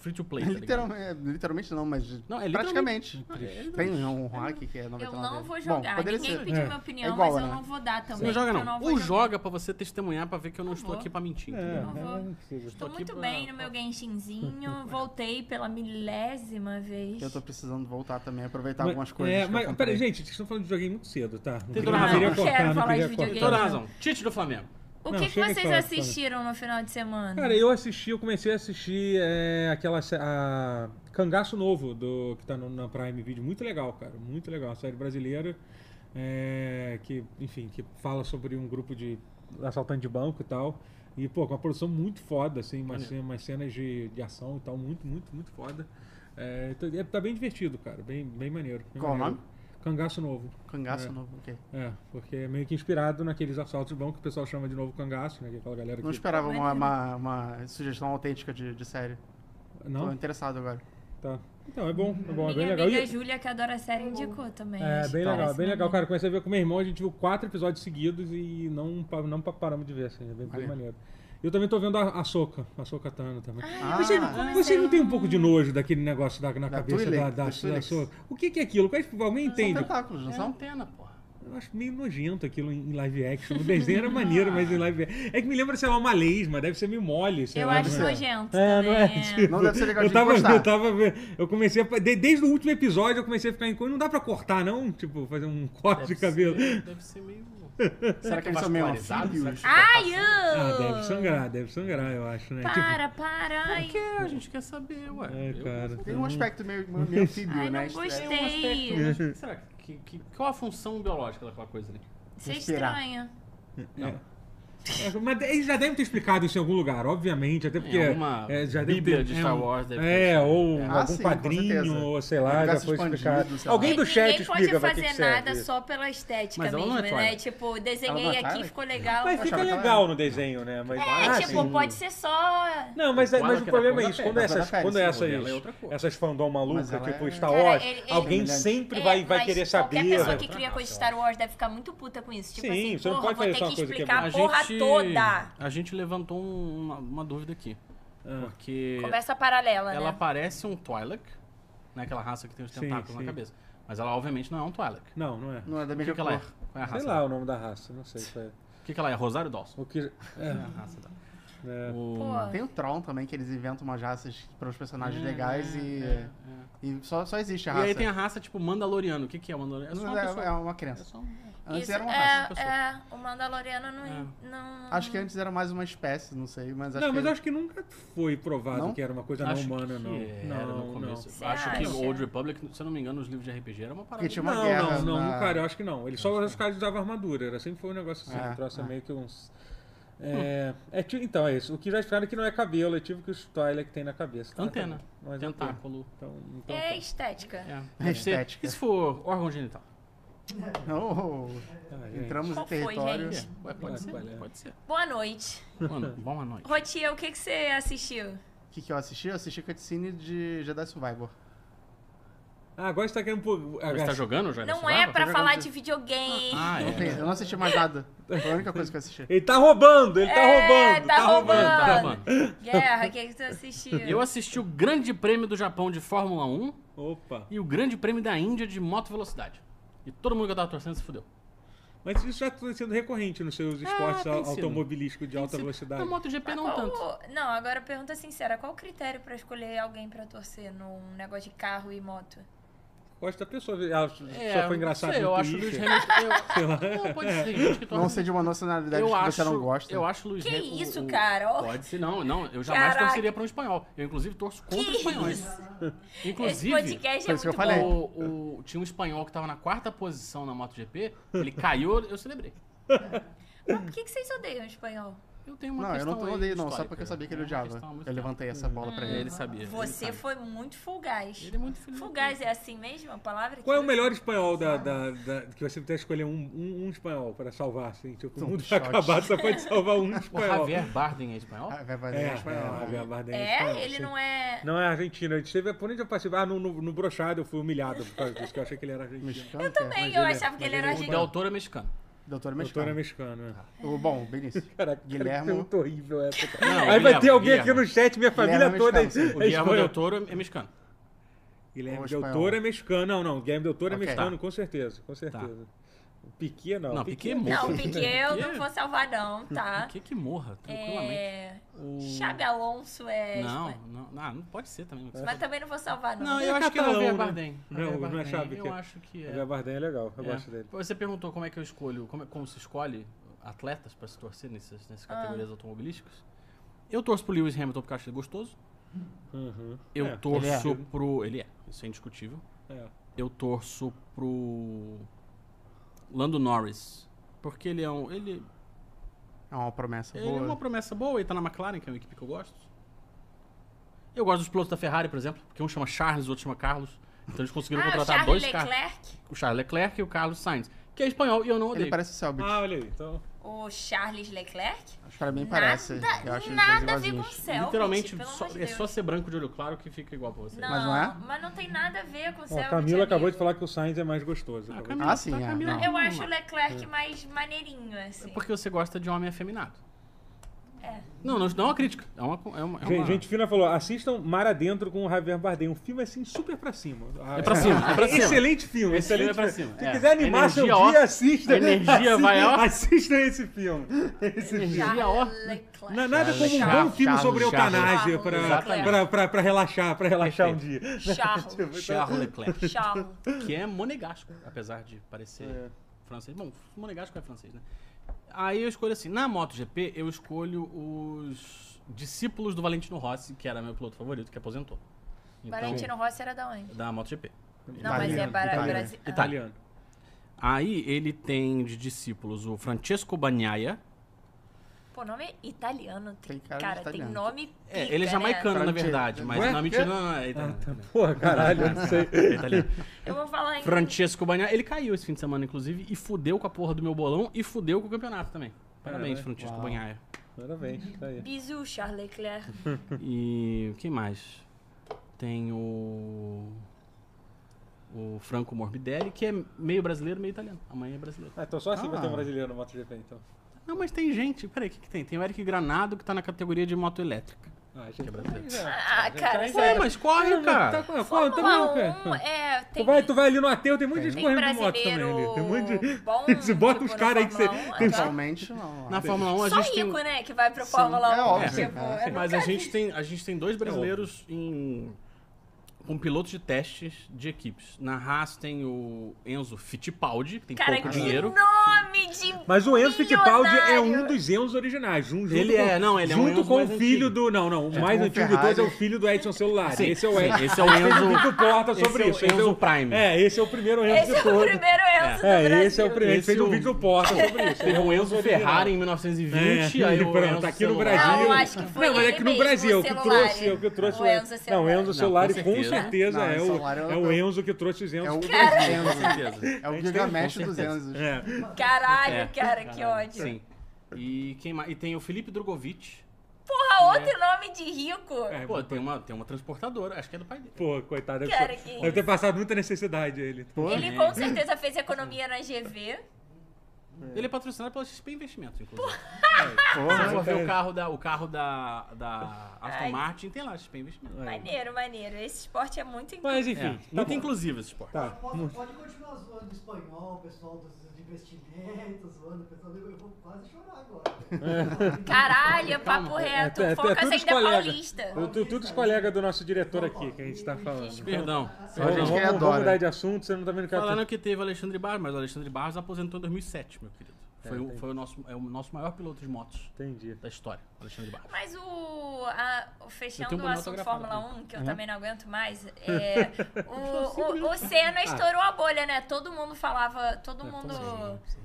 [SPEAKER 2] free to play. Tá ligado?
[SPEAKER 4] Literalmente, é, literalmente não, mas
[SPEAKER 2] Não, é
[SPEAKER 4] praticamente.
[SPEAKER 3] Ah,
[SPEAKER 2] literalmente.
[SPEAKER 4] Tem um hack que é 99.
[SPEAKER 3] é Eu não vou
[SPEAKER 4] Bom,
[SPEAKER 3] jogar.
[SPEAKER 4] poderia
[SPEAKER 3] Ninguém
[SPEAKER 4] ser.
[SPEAKER 3] pediu
[SPEAKER 1] É.
[SPEAKER 3] minha opinião,
[SPEAKER 4] É igual,
[SPEAKER 3] mas eu
[SPEAKER 4] né?
[SPEAKER 3] não vou dar também.
[SPEAKER 2] Não joga
[SPEAKER 3] porque eu
[SPEAKER 2] não.
[SPEAKER 3] vou
[SPEAKER 2] Ou
[SPEAKER 3] jogar.
[SPEAKER 2] joga pra você testemunhar, pra ver que eu não estou
[SPEAKER 3] vou.
[SPEAKER 2] aqui pra mentir.
[SPEAKER 1] É,
[SPEAKER 2] entendeu?
[SPEAKER 3] vou.
[SPEAKER 1] é, não precisa.
[SPEAKER 3] Estou
[SPEAKER 2] Tô
[SPEAKER 3] muito
[SPEAKER 2] aqui
[SPEAKER 3] bem
[SPEAKER 2] pra-
[SPEAKER 3] no meu Genshinzinho. Voltei pela milésima vez.
[SPEAKER 4] Eu tô precisando voltar também,
[SPEAKER 2] tá,
[SPEAKER 4] aproveitar
[SPEAKER 1] Mas-
[SPEAKER 4] algumas coisas.
[SPEAKER 1] É,
[SPEAKER 4] que eu
[SPEAKER 1] mas,
[SPEAKER 4] comprei.
[SPEAKER 1] peraí, gente, vocês estão falando de joguinho muito cedo, tá? Não
[SPEAKER 2] Tem
[SPEAKER 1] queria-
[SPEAKER 2] toda razão.
[SPEAKER 1] queria
[SPEAKER 2] Não
[SPEAKER 1] cortar,
[SPEAKER 3] quero
[SPEAKER 1] não
[SPEAKER 3] falar de
[SPEAKER 1] queria cortar.
[SPEAKER 2] Tem
[SPEAKER 3] videogame.
[SPEAKER 2] toda a razão. Tite do Flamengo.
[SPEAKER 3] O
[SPEAKER 1] Não,
[SPEAKER 3] que, que
[SPEAKER 1] chega de
[SPEAKER 3] vocês
[SPEAKER 1] falar, fala.
[SPEAKER 3] assistiram no final de semana?
[SPEAKER 1] Cara, é eu assisti, eu comecei a assistir é, aquela sé- a Cangaço Novo, do, que tá no- na Prime Video. Muito legal, cara. Muito legal. Uma série brasileira é, que, enfim, que fala sobre um grupo de assaltantes de banco e tal. E, pô, com uma produção muito foda, assim, umas, cenas- umas cenas de, de ação e tal, muito, muito, muito foda. É, tá, é, tá bem divertido, cara. Bem, bem maneiro. bem
[SPEAKER 4] Qual o
[SPEAKER 1] maneiro.
[SPEAKER 4] nome?
[SPEAKER 1] Cangaço Novo.
[SPEAKER 4] Cangaço
[SPEAKER 1] É.
[SPEAKER 4] novo, ok.
[SPEAKER 1] É, porque é meio que inspirado naqueles assaltos de banco que o pessoal chama de novo cangaço, né? Que é aquela galera
[SPEAKER 4] Não
[SPEAKER 1] que...
[SPEAKER 4] esperava uma,
[SPEAKER 3] Maneiro.
[SPEAKER 4] uma- uma sugestão autêntica de, de série. Tô
[SPEAKER 1] Não?
[SPEAKER 4] interessado agora.
[SPEAKER 1] Tá. Então, é bom, é bom, é bem
[SPEAKER 3] Minha
[SPEAKER 1] legal.
[SPEAKER 3] amiga
[SPEAKER 1] E-
[SPEAKER 3] Júlia, que adora a série, indicou também.
[SPEAKER 1] É,
[SPEAKER 3] Acho
[SPEAKER 1] bem
[SPEAKER 3] que
[SPEAKER 4] Tá.
[SPEAKER 1] legal,
[SPEAKER 3] parece
[SPEAKER 1] bem legal.
[SPEAKER 3] maneiro.
[SPEAKER 1] Cara, comecei a ver com meu irmão, a gente viu quatro episódios seguidos e não, pa- não pa- paramos de ver, assim, é bem, bem
[SPEAKER 4] Maneiro.
[SPEAKER 1] maneiro. E eu também tô vendo a, a Soca, a Soca Tano também.
[SPEAKER 4] Ah,
[SPEAKER 1] Você,
[SPEAKER 4] ah,
[SPEAKER 1] você não tem um pouco de nojo daquele negócio da, na
[SPEAKER 4] Da
[SPEAKER 1] cabeça
[SPEAKER 4] Twi'lek,
[SPEAKER 1] da, da,
[SPEAKER 4] do
[SPEAKER 1] da
[SPEAKER 4] Twi'lek.
[SPEAKER 1] Soca? O que, que é aquilo? Qual é- Alguém
[SPEAKER 4] São
[SPEAKER 1] entende?
[SPEAKER 4] tentáculos, não
[SPEAKER 2] É
[SPEAKER 4] são?
[SPEAKER 2] antena, porra.
[SPEAKER 1] Eu acho meio nojento aquilo em em live action. O desenho era maneiro, mas em live action. É que me lembra, sei lá, uma lesma, deve ser meio mole. Sei
[SPEAKER 3] Eu
[SPEAKER 1] lá,
[SPEAKER 3] acho
[SPEAKER 1] né?
[SPEAKER 3] nojento
[SPEAKER 1] É,
[SPEAKER 3] também.
[SPEAKER 1] não é? tipo,
[SPEAKER 4] Não deve ser legal de
[SPEAKER 1] eu tava,
[SPEAKER 4] encostar.
[SPEAKER 1] eu tava vendo- Eu comecei a. de- Desde o último episódio eu comecei a ficar em coisa. Não dá pra cortar, não? Tipo, fazer um corte de cabelo.
[SPEAKER 2] Ser, deve ser meio. é
[SPEAKER 4] Será que eles são meio
[SPEAKER 2] vascularizado? Será
[SPEAKER 4] filhos?
[SPEAKER 2] que
[SPEAKER 3] Ai,
[SPEAKER 2] tá passando?
[SPEAKER 1] Ah,
[SPEAKER 3] eu-
[SPEAKER 1] deve sangrar, deve sangrar, eu acho, né? Tipo,
[SPEAKER 3] Para, para. Ai,
[SPEAKER 2] Por que? A gente quer saber, ué.
[SPEAKER 1] Ai,
[SPEAKER 2] Eu-
[SPEAKER 1] É, cara.
[SPEAKER 4] Tem um aspecto meio, meio anfíbio,
[SPEAKER 3] Ai, não
[SPEAKER 4] né?
[SPEAKER 3] gostei.
[SPEAKER 4] Estranho.
[SPEAKER 2] Tem um aspecto, mas será que, que- Qual a função biológica daquela coisa ali?
[SPEAKER 3] isso é
[SPEAKER 4] Respirar.
[SPEAKER 3] estranho.
[SPEAKER 1] é, Mas eles já devem ter explicado isso em algum lugar, obviamente, até porque.
[SPEAKER 2] É, alguma
[SPEAKER 1] já deve
[SPEAKER 2] bíblia
[SPEAKER 1] ter-
[SPEAKER 2] de
[SPEAKER 1] é
[SPEAKER 2] Star
[SPEAKER 1] um-
[SPEAKER 2] Wars deve ter.
[SPEAKER 1] É, ou
[SPEAKER 4] Ah,
[SPEAKER 1] algum
[SPEAKER 4] sim, com
[SPEAKER 1] quadrinho,
[SPEAKER 4] certeza.
[SPEAKER 1] ou sei lá, já
[SPEAKER 4] Universo
[SPEAKER 1] foi explicado.
[SPEAKER 4] expandido, sei lá.
[SPEAKER 1] Alguém do chat
[SPEAKER 3] Ninguém pode
[SPEAKER 1] explica pra que
[SPEAKER 3] fazer
[SPEAKER 1] que
[SPEAKER 3] nada
[SPEAKER 1] serve.
[SPEAKER 3] só pela estética
[SPEAKER 2] Mas ela
[SPEAKER 3] mesmo,
[SPEAKER 2] não é
[SPEAKER 3] né?
[SPEAKER 2] Twilight.
[SPEAKER 3] Tipo,
[SPEAKER 4] Ela não
[SPEAKER 3] desenhei
[SPEAKER 4] é
[SPEAKER 3] aqui,
[SPEAKER 4] Twilight?
[SPEAKER 3] ficou legal.
[SPEAKER 1] Mas fica
[SPEAKER 4] achava que ela
[SPEAKER 1] legal
[SPEAKER 4] era.
[SPEAKER 1] no desenho, né? Mas,
[SPEAKER 3] É,
[SPEAKER 1] Ah,
[SPEAKER 3] tipo,
[SPEAKER 1] sim.
[SPEAKER 3] pode ser só.
[SPEAKER 1] Não, mas, é-
[SPEAKER 2] Ela
[SPEAKER 1] mas o
[SPEAKER 2] que era
[SPEAKER 1] problema é
[SPEAKER 2] cor da
[SPEAKER 1] isso.
[SPEAKER 2] pele,
[SPEAKER 1] Quando
[SPEAKER 2] mas
[SPEAKER 1] essas,
[SPEAKER 4] ela faz
[SPEAKER 1] quando
[SPEAKER 4] isso,
[SPEAKER 1] essas,
[SPEAKER 2] o modelo é outra cor.
[SPEAKER 1] essas fandom
[SPEAKER 4] Mas
[SPEAKER 1] maluca,
[SPEAKER 4] ela
[SPEAKER 1] tipo
[SPEAKER 4] é-
[SPEAKER 1] Star
[SPEAKER 3] Cara,
[SPEAKER 1] Wars,
[SPEAKER 3] ele- ele-
[SPEAKER 1] alguém
[SPEAKER 4] Semelhante.
[SPEAKER 1] sempre
[SPEAKER 3] É,
[SPEAKER 1] vai, vai
[SPEAKER 3] mas
[SPEAKER 1] querer
[SPEAKER 3] Qualquer
[SPEAKER 1] saber.
[SPEAKER 3] pessoa
[SPEAKER 1] vai-
[SPEAKER 3] que cria coisa de Star Wars deve ficar muito puta com isso. Tipo
[SPEAKER 1] Sim,
[SPEAKER 3] assim,
[SPEAKER 1] você não
[SPEAKER 3] porra,
[SPEAKER 1] pode
[SPEAKER 3] vou
[SPEAKER 1] fazer
[SPEAKER 3] ter
[SPEAKER 1] só
[SPEAKER 3] que
[SPEAKER 1] uma coisa que é
[SPEAKER 3] explicar
[SPEAKER 1] boa.
[SPEAKER 3] a porra toda.
[SPEAKER 2] A gente levantou um- uma, uma dúvida aqui.
[SPEAKER 1] Ah. é.
[SPEAKER 2] Porque
[SPEAKER 3] Conversa paralela,
[SPEAKER 2] ela
[SPEAKER 3] né?
[SPEAKER 2] parece um Twi'lek, né? Aquela raça que tem os
[SPEAKER 1] Sim,
[SPEAKER 2] tentáculos
[SPEAKER 1] sim.
[SPEAKER 2] na cabeça. Mas ela obviamente não é um Twi'lek.
[SPEAKER 1] Não, não é.
[SPEAKER 4] Não é da
[SPEAKER 2] O que,
[SPEAKER 4] mesma
[SPEAKER 2] que ela é?
[SPEAKER 4] cor.
[SPEAKER 2] Qual é a raça?
[SPEAKER 1] Sei lá o nome da raça, não sei. qual é.
[SPEAKER 2] O que, que ela é? Rosário Dawson.
[SPEAKER 1] O que...
[SPEAKER 2] É a raça dela.
[SPEAKER 1] É.
[SPEAKER 2] O-
[SPEAKER 3] Pô.
[SPEAKER 4] Tem o Tron também, que eles inventam umas raças para os personagens
[SPEAKER 2] É,
[SPEAKER 4] legais
[SPEAKER 2] é,
[SPEAKER 4] e,
[SPEAKER 2] é,
[SPEAKER 4] e só, só existe a
[SPEAKER 2] é.
[SPEAKER 4] raça.
[SPEAKER 2] E aí tem a raça tipo Mandaloriano. O que, que é Mandaloriano? É só
[SPEAKER 4] Não,
[SPEAKER 2] uma
[SPEAKER 4] é,
[SPEAKER 2] pessoa.
[SPEAKER 4] é uma crença.
[SPEAKER 2] É só um-
[SPEAKER 4] Antes
[SPEAKER 3] Isso,
[SPEAKER 4] era uma raça.
[SPEAKER 2] raça, uma
[SPEAKER 3] é, é, o Mandaloriano não, não.
[SPEAKER 4] Acho que antes era mais uma espécie, não sei, mas acho
[SPEAKER 1] Não,
[SPEAKER 4] que... é-
[SPEAKER 1] mas acho que nunca foi provado
[SPEAKER 4] Não?
[SPEAKER 1] que era uma coisa não
[SPEAKER 2] Acho
[SPEAKER 1] é humana,
[SPEAKER 2] que
[SPEAKER 1] não.
[SPEAKER 2] Era
[SPEAKER 1] Não,
[SPEAKER 2] no
[SPEAKER 1] não.
[SPEAKER 2] começo.
[SPEAKER 3] Você
[SPEAKER 2] Acho que
[SPEAKER 3] acha?
[SPEAKER 2] o Old Republic, se eu não me engano, os livros de RPG era uma parada.
[SPEAKER 4] Porque tinha uma
[SPEAKER 1] não,
[SPEAKER 4] guerra
[SPEAKER 1] Não, não,
[SPEAKER 4] na-
[SPEAKER 1] não, cara, eu acho que não. Ele só os caras usavam armadura, era sempre foi um negócio assim,
[SPEAKER 4] É,
[SPEAKER 1] um troço
[SPEAKER 4] é.
[SPEAKER 1] meio que uns. É,
[SPEAKER 2] Hum.
[SPEAKER 1] é ti- então, é isso. O que já explicaram é que não é cabelo, é tipo que os Twilight tem na cabeça. tá?
[SPEAKER 2] Antena.
[SPEAKER 1] Mas antena.
[SPEAKER 2] Tentáculo.
[SPEAKER 1] Então, então
[SPEAKER 3] É
[SPEAKER 1] tá.
[SPEAKER 3] estética.
[SPEAKER 2] É. Deve ser-
[SPEAKER 4] estética.
[SPEAKER 2] E se for órgão genital?
[SPEAKER 4] Oh,
[SPEAKER 1] Ah, gente.
[SPEAKER 4] entramos
[SPEAKER 3] Qual
[SPEAKER 4] em
[SPEAKER 3] foi,
[SPEAKER 4] território...
[SPEAKER 1] É.
[SPEAKER 3] gente?
[SPEAKER 2] Ué, pode
[SPEAKER 1] Pode
[SPEAKER 2] ser,
[SPEAKER 1] trabalhar.
[SPEAKER 2] pode ser.
[SPEAKER 3] Boa noite.
[SPEAKER 2] Mano, boa noite.
[SPEAKER 3] Rotia, o que, que você assistiu?
[SPEAKER 4] O que, que eu assisti? Eu assisti cutscene de Jedi Survivor.
[SPEAKER 1] Ah, agora você tá querendo. pôr-
[SPEAKER 2] Você tá
[SPEAKER 1] agora-
[SPEAKER 2] jogando já?
[SPEAKER 3] Não é pra
[SPEAKER 4] Tá
[SPEAKER 3] falar
[SPEAKER 4] jogando-
[SPEAKER 3] de videogame.
[SPEAKER 2] Ah,
[SPEAKER 4] Não tem-
[SPEAKER 2] é.
[SPEAKER 4] Eu não assisti mais nada. Foi a única coisa que eu assisti.
[SPEAKER 1] Ele tá roubando, ele tá
[SPEAKER 3] É,
[SPEAKER 1] roubando.
[SPEAKER 3] tá roubando.
[SPEAKER 2] Tá, mano.
[SPEAKER 3] Guerra, o que, que você assistiu?
[SPEAKER 2] Eu assisti o Grande Prêmio do Japão de Fórmula 1
[SPEAKER 1] Opa.
[SPEAKER 2] e o Grande Prêmio da Índia de moto velocidade. E todo mundo que eu tava torcendo se fudeu.
[SPEAKER 1] Mas isso já tá sendo recorrente nos seus esportes
[SPEAKER 2] Ah, tem
[SPEAKER 1] au-
[SPEAKER 2] sido.
[SPEAKER 1] automobilísticos de alta velocidade.
[SPEAKER 2] Na MotoGP não
[SPEAKER 3] Qual-
[SPEAKER 2] tanto.
[SPEAKER 3] Não, agora pergunta sincera, qual o critério pra escolher alguém pra torcer num negócio de carro e moto?
[SPEAKER 1] Gosto da pessoa. Ela
[SPEAKER 2] É,
[SPEAKER 1] só foi engraçado
[SPEAKER 2] não sei,
[SPEAKER 1] no
[SPEAKER 2] eu acho o Lewis
[SPEAKER 1] Twitter.
[SPEAKER 2] Hamilton... Eu, Não, pode ser, gente que torce-
[SPEAKER 4] Não sei de uma nacionalidade
[SPEAKER 2] eu
[SPEAKER 4] que
[SPEAKER 2] acho,
[SPEAKER 4] você não gosta.
[SPEAKER 2] Eu acho o Lewis
[SPEAKER 3] Que
[SPEAKER 2] Hamilton...
[SPEAKER 3] isso,
[SPEAKER 2] o-
[SPEAKER 3] cara? Ó.
[SPEAKER 2] Pode ser, não. Não, eu jamais
[SPEAKER 3] Caraca.
[SPEAKER 2] torceria pra um espanhol. Eu, inclusive, torço contra
[SPEAKER 3] Que
[SPEAKER 2] espanhóis. Inclusive...
[SPEAKER 3] Esse podcast
[SPEAKER 4] foi
[SPEAKER 3] é
[SPEAKER 4] isso que eu
[SPEAKER 3] muito
[SPEAKER 4] falei.
[SPEAKER 3] bom.
[SPEAKER 2] O, o- tinha um espanhol que tava na quarta posição na MotoGP, ele caiu, eu celebrei.
[SPEAKER 3] Mas por que, que vocês odeiam o espanhol?
[SPEAKER 2] Eu tenho uma
[SPEAKER 4] Não, eu
[SPEAKER 2] questão
[SPEAKER 4] não odeio não, só
[SPEAKER 2] histórica.
[SPEAKER 4] porque eu sabia que ele
[SPEAKER 2] É uma
[SPEAKER 4] odiava.
[SPEAKER 2] questão muito
[SPEAKER 4] Eu levantei essa bola pra
[SPEAKER 2] É,
[SPEAKER 4] ele.
[SPEAKER 2] ele sabia. ele
[SPEAKER 3] Você
[SPEAKER 2] sabe.
[SPEAKER 3] foi muito fulgaz.
[SPEAKER 2] Ele é muito filho da
[SPEAKER 3] Fulgaz é assim mesmo? A palavra que
[SPEAKER 1] Qual é o melhor espanhol da, da- da- que você tem que escolher um, um, um espanhol para salvar? Assim? Tipo, o
[SPEAKER 4] Um
[SPEAKER 1] mundo vai
[SPEAKER 4] shot.
[SPEAKER 1] acabar, só pode salvar um
[SPEAKER 2] O
[SPEAKER 1] espanhol.
[SPEAKER 2] Javier Bardem é espanhol?
[SPEAKER 4] Ah, vai
[SPEAKER 1] É,
[SPEAKER 4] fazer
[SPEAKER 1] é,
[SPEAKER 4] em espanhol.
[SPEAKER 1] a Javier Bardem é
[SPEAKER 3] É?
[SPEAKER 1] espanhol,
[SPEAKER 3] ele
[SPEAKER 1] sim.
[SPEAKER 3] não é...
[SPEAKER 1] Não é argentino. A gente teve, por onde eu participei? Ah, no, no, no brochado eu fui humilhado por causa disso, que eu achei que ele era argentino.
[SPEAKER 4] Mexicano, eu também.
[SPEAKER 3] Bem,
[SPEAKER 1] mas
[SPEAKER 3] eu
[SPEAKER 1] ele é-
[SPEAKER 3] achava
[SPEAKER 1] mas
[SPEAKER 3] que ele
[SPEAKER 1] ele
[SPEAKER 3] era
[SPEAKER 1] é
[SPEAKER 2] O
[SPEAKER 3] argentino.
[SPEAKER 2] autor é mexicano.
[SPEAKER 4] Doutor
[SPEAKER 1] Doutor é
[SPEAKER 4] mexicano.
[SPEAKER 1] mexicano, né?
[SPEAKER 4] O bom, Benício.
[SPEAKER 1] Caraca,
[SPEAKER 4] Guilherme-
[SPEAKER 1] Guilherme...
[SPEAKER 2] um
[SPEAKER 1] muito horrível essa. cara.
[SPEAKER 2] Não,
[SPEAKER 1] Aí vai
[SPEAKER 2] Guilherme,
[SPEAKER 1] ter alguém
[SPEAKER 2] Guilherme.
[SPEAKER 1] aqui no chat, minha
[SPEAKER 4] Guilherme
[SPEAKER 1] família
[SPEAKER 4] é
[SPEAKER 1] toda.
[SPEAKER 4] mexicano,
[SPEAKER 2] O
[SPEAKER 1] é
[SPEAKER 2] Guilherme
[SPEAKER 1] espanhol.
[SPEAKER 2] Del Toro é mexicano.
[SPEAKER 1] Guilherme
[SPEAKER 4] Ou
[SPEAKER 1] Del
[SPEAKER 4] espanhol.
[SPEAKER 1] Toro é mexicano. Não, não. Guilherme Del Toro é
[SPEAKER 4] Ok.
[SPEAKER 1] mexicano,
[SPEAKER 2] Tá.
[SPEAKER 1] com certeza. Com certeza. O Piquet não.
[SPEAKER 2] Não,
[SPEAKER 1] o
[SPEAKER 2] Piquet é
[SPEAKER 1] é
[SPEAKER 2] morto.
[SPEAKER 3] Não, o Piquet eu não
[SPEAKER 2] Piquet?
[SPEAKER 3] vou salvar não, tá?
[SPEAKER 2] Que que morra, tranquilamente.
[SPEAKER 3] É...
[SPEAKER 2] O-
[SPEAKER 3] Xabi Alonso é...
[SPEAKER 2] Não,
[SPEAKER 3] espanhol.
[SPEAKER 2] não, ah, não, não pode ser também.
[SPEAKER 3] Mas também não vou salvar não.
[SPEAKER 2] Não,
[SPEAKER 1] é
[SPEAKER 2] eu acho que é o
[SPEAKER 1] catalão,
[SPEAKER 2] Javier
[SPEAKER 1] né?
[SPEAKER 2] Bardem.
[SPEAKER 1] Não,
[SPEAKER 2] Javier
[SPEAKER 1] não é
[SPEAKER 2] Bardem,
[SPEAKER 1] Xabi, que é-
[SPEAKER 2] Eu acho que
[SPEAKER 1] O Javier
[SPEAKER 2] é.
[SPEAKER 1] Bardem é legal. Eu
[SPEAKER 2] É.
[SPEAKER 1] gosto dele.
[SPEAKER 2] Você perguntou como é que eu escolho, como, é- como se escolhe atletas para se torcer nessas, nessas
[SPEAKER 3] Ah.
[SPEAKER 2] categorias automobilísticas. Eu torço pro Lewis Hamilton porque eu acho ele gostoso.
[SPEAKER 1] Uhum.
[SPEAKER 2] Eu
[SPEAKER 1] É,
[SPEAKER 2] torço
[SPEAKER 1] ele
[SPEAKER 2] pro. Ele é, isso é indiscutível.
[SPEAKER 1] É.
[SPEAKER 2] Eu torço pro. Lando Norris. Porque ele é um. Ele,
[SPEAKER 4] É uma promessa
[SPEAKER 2] ele é uma
[SPEAKER 4] boa.
[SPEAKER 2] promessa boa, ele tá na McLaren, que é uma equipe que eu gosto. Eu gosto dos pilotos da Ferrari, por exemplo, porque um chama Charles, o outro chama Carlos. Então eles conseguiram
[SPEAKER 3] Ah, o
[SPEAKER 2] contratar
[SPEAKER 3] Charles
[SPEAKER 2] dois caras.
[SPEAKER 3] Leclerc?
[SPEAKER 2] O Charles Leclerc e o Carlos Sainz, que é espanhol e eu não
[SPEAKER 4] Ele
[SPEAKER 2] odeio.
[SPEAKER 4] parece o Selbit.
[SPEAKER 1] Ah, olha aí. Então,
[SPEAKER 3] O Charles Leclerc?
[SPEAKER 4] Pra mim é parece.
[SPEAKER 3] Nada,
[SPEAKER 4] Eu acho eles
[SPEAKER 3] nada a ver com o
[SPEAKER 4] iguaizinhos.
[SPEAKER 3] Celtic,
[SPEAKER 2] Literalmente,
[SPEAKER 3] É, pelo
[SPEAKER 2] só-
[SPEAKER 3] amor de
[SPEAKER 2] é
[SPEAKER 3] Deus.
[SPEAKER 2] só ser branco de olho claro que fica igual pra você.
[SPEAKER 3] Não,
[SPEAKER 4] Mas não é?
[SPEAKER 3] mas não tem nada a ver com o
[SPEAKER 1] Ó,
[SPEAKER 3] Celtic.
[SPEAKER 1] a Camila acabou
[SPEAKER 3] amigo.
[SPEAKER 1] de falar que o Sainz é mais gostoso. Acabou de-
[SPEAKER 4] Ah, sim, é, não.
[SPEAKER 2] é
[SPEAKER 3] Eu acho o Leclerc mais maneirinho, assim.
[SPEAKER 2] Porque você gosta de homem afeminado.
[SPEAKER 3] É, É.
[SPEAKER 2] Não, não, não é uma crítica. É uma. É uma, é
[SPEAKER 1] Gente,
[SPEAKER 2] uma-
[SPEAKER 1] gente fina falou, assistam Mar Adentro com o Javier Bardem. Um filme assim super pra cima.
[SPEAKER 2] É pra cima, é pra cima.
[SPEAKER 1] Excelente filme,
[SPEAKER 2] Esse
[SPEAKER 1] excelente
[SPEAKER 2] filme é pra
[SPEAKER 1] filme.
[SPEAKER 2] cima,
[SPEAKER 1] Se
[SPEAKER 2] é.
[SPEAKER 1] quiser animar
[SPEAKER 2] Energia,
[SPEAKER 1] seu
[SPEAKER 2] ó.
[SPEAKER 1] dia, assista.
[SPEAKER 2] A energia
[SPEAKER 1] assista,
[SPEAKER 2] vai, ó.
[SPEAKER 1] Assista esse filme. Esse filme.
[SPEAKER 2] Energia, é, ó.
[SPEAKER 1] Não é nada como um
[SPEAKER 3] Charles
[SPEAKER 1] bom filme
[SPEAKER 4] Charles,
[SPEAKER 1] sobre
[SPEAKER 4] Charles.
[SPEAKER 1] eutanásia pra,
[SPEAKER 2] Exatamente.
[SPEAKER 1] pra, pra, pra relaxar, pra relaxar um dia.
[SPEAKER 2] Perfeito.
[SPEAKER 3] Charles.
[SPEAKER 2] Charles Leclerc.
[SPEAKER 3] Charles.
[SPEAKER 2] que é monegasco, apesar de parecer francês. Bom, monegasco é francês, né? Aí eu escolho assim, na MotoGP eu escolho os discípulos do Valentino Rossi, que era meu piloto favorito, que aposentou. Então,
[SPEAKER 3] Valentino Rossi era da onde?
[SPEAKER 2] da MotoGP.
[SPEAKER 3] Não, mas é
[SPEAKER 4] Italiano,
[SPEAKER 3] para
[SPEAKER 4] italiano.
[SPEAKER 3] Brasil. Ah,
[SPEAKER 1] Italiano.
[SPEAKER 2] Aí ele tem de discípulos o Francesco Bagnaia.
[SPEAKER 3] Pô, nome é italiano. Tem,
[SPEAKER 4] Tem cara
[SPEAKER 3] cara,
[SPEAKER 4] de
[SPEAKER 3] tem
[SPEAKER 4] italiano.
[SPEAKER 3] nome
[SPEAKER 2] É,
[SPEAKER 3] pica,
[SPEAKER 2] ele é
[SPEAKER 3] né?
[SPEAKER 2] jamaicano, na verdade, mas
[SPEAKER 1] Ué?
[SPEAKER 2] não, mentira, não, não, é
[SPEAKER 1] Ah,
[SPEAKER 2] italiano.
[SPEAKER 1] tá. Porra, caralho, eu não sei.
[SPEAKER 2] É italiano.
[SPEAKER 3] Eu vou falar em...
[SPEAKER 2] Francesco Bagnaia, ele caiu esse fim de semana, inclusive, e fudeu com a porra do meu bolão e fudeu com o campeonato também. Parabéns,
[SPEAKER 1] Caralho.
[SPEAKER 2] Francesco
[SPEAKER 4] Uau.
[SPEAKER 2] Bagnaia.
[SPEAKER 1] Parabéns, tá aí.
[SPEAKER 3] Bisou, Charles Leclerc.
[SPEAKER 2] E quem mais? Tem o. O Franco Morbidelli, que é meio brasileiro, meio italiano. Amanhã é brasileiro.
[SPEAKER 1] Ah, então só assim vai
[SPEAKER 4] Ah.
[SPEAKER 1] ter um brasileiro no MotoGP, então.
[SPEAKER 2] Não, mas tem gente. Peraí, o que, que tem? Tem o Eric Granado, que tá na categoria de moto elétrica.
[SPEAKER 1] Ah, gente,
[SPEAKER 2] brasileiro.
[SPEAKER 1] já-
[SPEAKER 3] Ah,
[SPEAKER 1] já
[SPEAKER 3] cara,
[SPEAKER 1] tá-
[SPEAKER 3] isso
[SPEAKER 2] Ué,
[SPEAKER 3] é-
[SPEAKER 2] mas corre,
[SPEAKER 1] Tá
[SPEAKER 2] cara.
[SPEAKER 1] com- qual- tá
[SPEAKER 3] Fórmula
[SPEAKER 1] bom, cara.
[SPEAKER 3] 1 é... Tem,
[SPEAKER 1] Tu vai, tu vai ali no ateu, tem muita gente
[SPEAKER 3] tem
[SPEAKER 1] correndo de moto também
[SPEAKER 3] brasileiro
[SPEAKER 1] ali. Tem muito de...
[SPEAKER 3] bom,
[SPEAKER 1] Você bota
[SPEAKER 3] tipo,
[SPEAKER 1] uns caras aí
[SPEAKER 3] na
[SPEAKER 1] que você-
[SPEAKER 3] Fórmula 1,
[SPEAKER 1] tem- um,
[SPEAKER 3] tá?
[SPEAKER 4] Pessoalmente, não.
[SPEAKER 2] Na Fórmula 1 a
[SPEAKER 3] Só
[SPEAKER 2] gente tem.
[SPEAKER 3] rico, né, que vai pro
[SPEAKER 4] Sim,
[SPEAKER 3] Fórmula 1.
[SPEAKER 4] é óbvio,
[SPEAKER 3] Tipo,
[SPEAKER 4] é.
[SPEAKER 3] eu
[SPEAKER 2] Mas a
[SPEAKER 3] nunca
[SPEAKER 2] gente
[SPEAKER 3] vi.
[SPEAKER 2] tem, a gente
[SPEAKER 1] É
[SPEAKER 2] tem dois brasileiros em com pilotos de testes de equipes. Na Haas tem o Enzo Fittipaldi, que tem
[SPEAKER 3] Cara,
[SPEAKER 2] pouco
[SPEAKER 3] que
[SPEAKER 2] dinheiro.
[SPEAKER 3] nome de
[SPEAKER 1] Mas o Enzo Fittipaldi é um
[SPEAKER 3] milionário.
[SPEAKER 1] dos Enzos originais. jun- junto
[SPEAKER 2] Ele
[SPEAKER 1] com,
[SPEAKER 2] é, não, ele é um
[SPEAKER 1] Junto
[SPEAKER 2] Enzo
[SPEAKER 1] com
[SPEAKER 2] mais
[SPEAKER 1] o filho
[SPEAKER 2] antigo.
[SPEAKER 1] do... Não, não, o mais
[SPEAKER 4] com o
[SPEAKER 1] antigo dos dois é o
[SPEAKER 4] Ferrari.
[SPEAKER 1] filho do Edson Celular.
[SPEAKER 2] Sim,
[SPEAKER 1] esse é o
[SPEAKER 2] sim,
[SPEAKER 1] Enzo.
[SPEAKER 2] esse é o
[SPEAKER 1] Aí teve
[SPEAKER 2] Enzo-
[SPEAKER 1] Vitor Porta
[SPEAKER 2] esse é
[SPEAKER 1] sobre
[SPEAKER 2] o
[SPEAKER 1] isso. esse
[SPEAKER 2] Enzo Prime.
[SPEAKER 1] É, esse é o primeiro Enzo
[SPEAKER 3] Esse
[SPEAKER 1] de
[SPEAKER 3] é o
[SPEAKER 1] todos.
[SPEAKER 3] primeiro Enzo do
[SPEAKER 1] É,
[SPEAKER 3] Brasil.
[SPEAKER 1] esse é o primeiro. A gente fez
[SPEAKER 2] Esse
[SPEAKER 1] um
[SPEAKER 2] o-
[SPEAKER 1] vídeo Porta sobre isso.
[SPEAKER 2] Teve um Enzo
[SPEAKER 1] original.
[SPEAKER 2] Ferrari em 1920,
[SPEAKER 1] É,
[SPEAKER 2] aí
[SPEAKER 1] e
[SPEAKER 2] o
[SPEAKER 1] pronto,
[SPEAKER 2] Enzo
[SPEAKER 1] aqui no
[SPEAKER 2] celular.
[SPEAKER 1] Brasil.
[SPEAKER 3] Não, acho que foi
[SPEAKER 1] Não, mas é
[SPEAKER 3] ele
[SPEAKER 1] que no
[SPEAKER 3] mesmo,
[SPEAKER 1] Brasil,
[SPEAKER 3] o
[SPEAKER 1] o que
[SPEAKER 3] celular.
[SPEAKER 1] trouxe, o que trouxe
[SPEAKER 3] O Enzo
[SPEAKER 1] Não, o
[SPEAKER 3] celular.
[SPEAKER 1] Enzo
[SPEAKER 3] Não,
[SPEAKER 1] celular
[SPEAKER 2] com
[SPEAKER 1] com
[SPEAKER 2] certeza.
[SPEAKER 1] certeza
[SPEAKER 4] Não,
[SPEAKER 1] é
[SPEAKER 4] Enzo
[SPEAKER 1] o
[SPEAKER 4] celular é o
[SPEAKER 1] é o
[SPEAKER 4] meu.
[SPEAKER 1] Enzo que trouxe os
[SPEAKER 4] É
[SPEAKER 1] Enzos.
[SPEAKER 4] o dos
[SPEAKER 2] Com
[SPEAKER 4] Enzos.
[SPEAKER 2] certeza.
[SPEAKER 4] É
[SPEAKER 1] A
[SPEAKER 4] o
[SPEAKER 1] gente tem-
[SPEAKER 4] Gilgamesh
[SPEAKER 2] com
[SPEAKER 4] dos
[SPEAKER 2] certeza.
[SPEAKER 4] Enzos.
[SPEAKER 1] É.
[SPEAKER 3] Caralho,
[SPEAKER 2] É.
[SPEAKER 3] cara, que ódio.
[SPEAKER 2] Sim. E, quem mais? e tem o Felipe Drogovic.
[SPEAKER 3] Porra, Ah, outro nome de rico.
[SPEAKER 1] É,
[SPEAKER 2] Pô, tem uma, tem uma transportadora, acho que é do pai dele.
[SPEAKER 1] Pô, coitado. Deve,
[SPEAKER 3] Cara,
[SPEAKER 1] ser-
[SPEAKER 3] que
[SPEAKER 1] deve ter passado muita necessidade ele.
[SPEAKER 3] Ele com certeza fez economia na GV.
[SPEAKER 2] Ele é patrocinado pela XP Investimentos, inclusive. Se
[SPEAKER 4] Porra.
[SPEAKER 2] for
[SPEAKER 1] é.
[SPEAKER 2] ver o carro da, o carro da, da Aston
[SPEAKER 3] Ai.
[SPEAKER 2] Martin, tem lá XP Investimentos.
[SPEAKER 3] Maneiro, maneiro. Esse esporte é muito
[SPEAKER 1] Mas
[SPEAKER 3] incrível.
[SPEAKER 1] enfim,
[SPEAKER 2] É,
[SPEAKER 1] tá
[SPEAKER 2] muito
[SPEAKER 1] bom.
[SPEAKER 2] inclusivo esse esporte.
[SPEAKER 1] Tá.
[SPEAKER 5] Pode, pode continuar zoando o espanhol, o pessoal dos investimentos, zoando o pessoal. Eu vou quase chorar agora.
[SPEAKER 2] então,
[SPEAKER 3] Caralho, papo reto.
[SPEAKER 1] é- é
[SPEAKER 3] Foca
[SPEAKER 1] tudo
[SPEAKER 3] ainda
[SPEAKER 1] escolhega.
[SPEAKER 3] paulista.
[SPEAKER 1] Eu tô tudo os colegas do nosso diretor aqui que a gente tá falando.
[SPEAKER 2] Perdão.
[SPEAKER 4] Só gente
[SPEAKER 1] vamos,
[SPEAKER 4] que ele
[SPEAKER 1] vamos,
[SPEAKER 4] adora.
[SPEAKER 1] mudar de assunto, você não tá vendo que
[SPEAKER 2] Falaram que teve o Alexandre Barros, mas o Alexandre Barros aposentou em 2007, meu querido. Foi, o, foi o, nosso, é o nosso maior piloto de motos
[SPEAKER 1] Entendi.
[SPEAKER 2] da história, Alexandre Barros.
[SPEAKER 3] Mas o. a- o- fechando
[SPEAKER 2] Eu tenho
[SPEAKER 3] o
[SPEAKER 2] um
[SPEAKER 3] assunto
[SPEAKER 2] autografado
[SPEAKER 3] Fórmula
[SPEAKER 2] aqui.
[SPEAKER 3] 1, que eu também não aguento mais, é, o, o, o
[SPEAKER 2] Ah.
[SPEAKER 3] Senna estourou a bolha, né? Todo mundo falava. Todo
[SPEAKER 2] É,
[SPEAKER 3] mundo.
[SPEAKER 2] assim?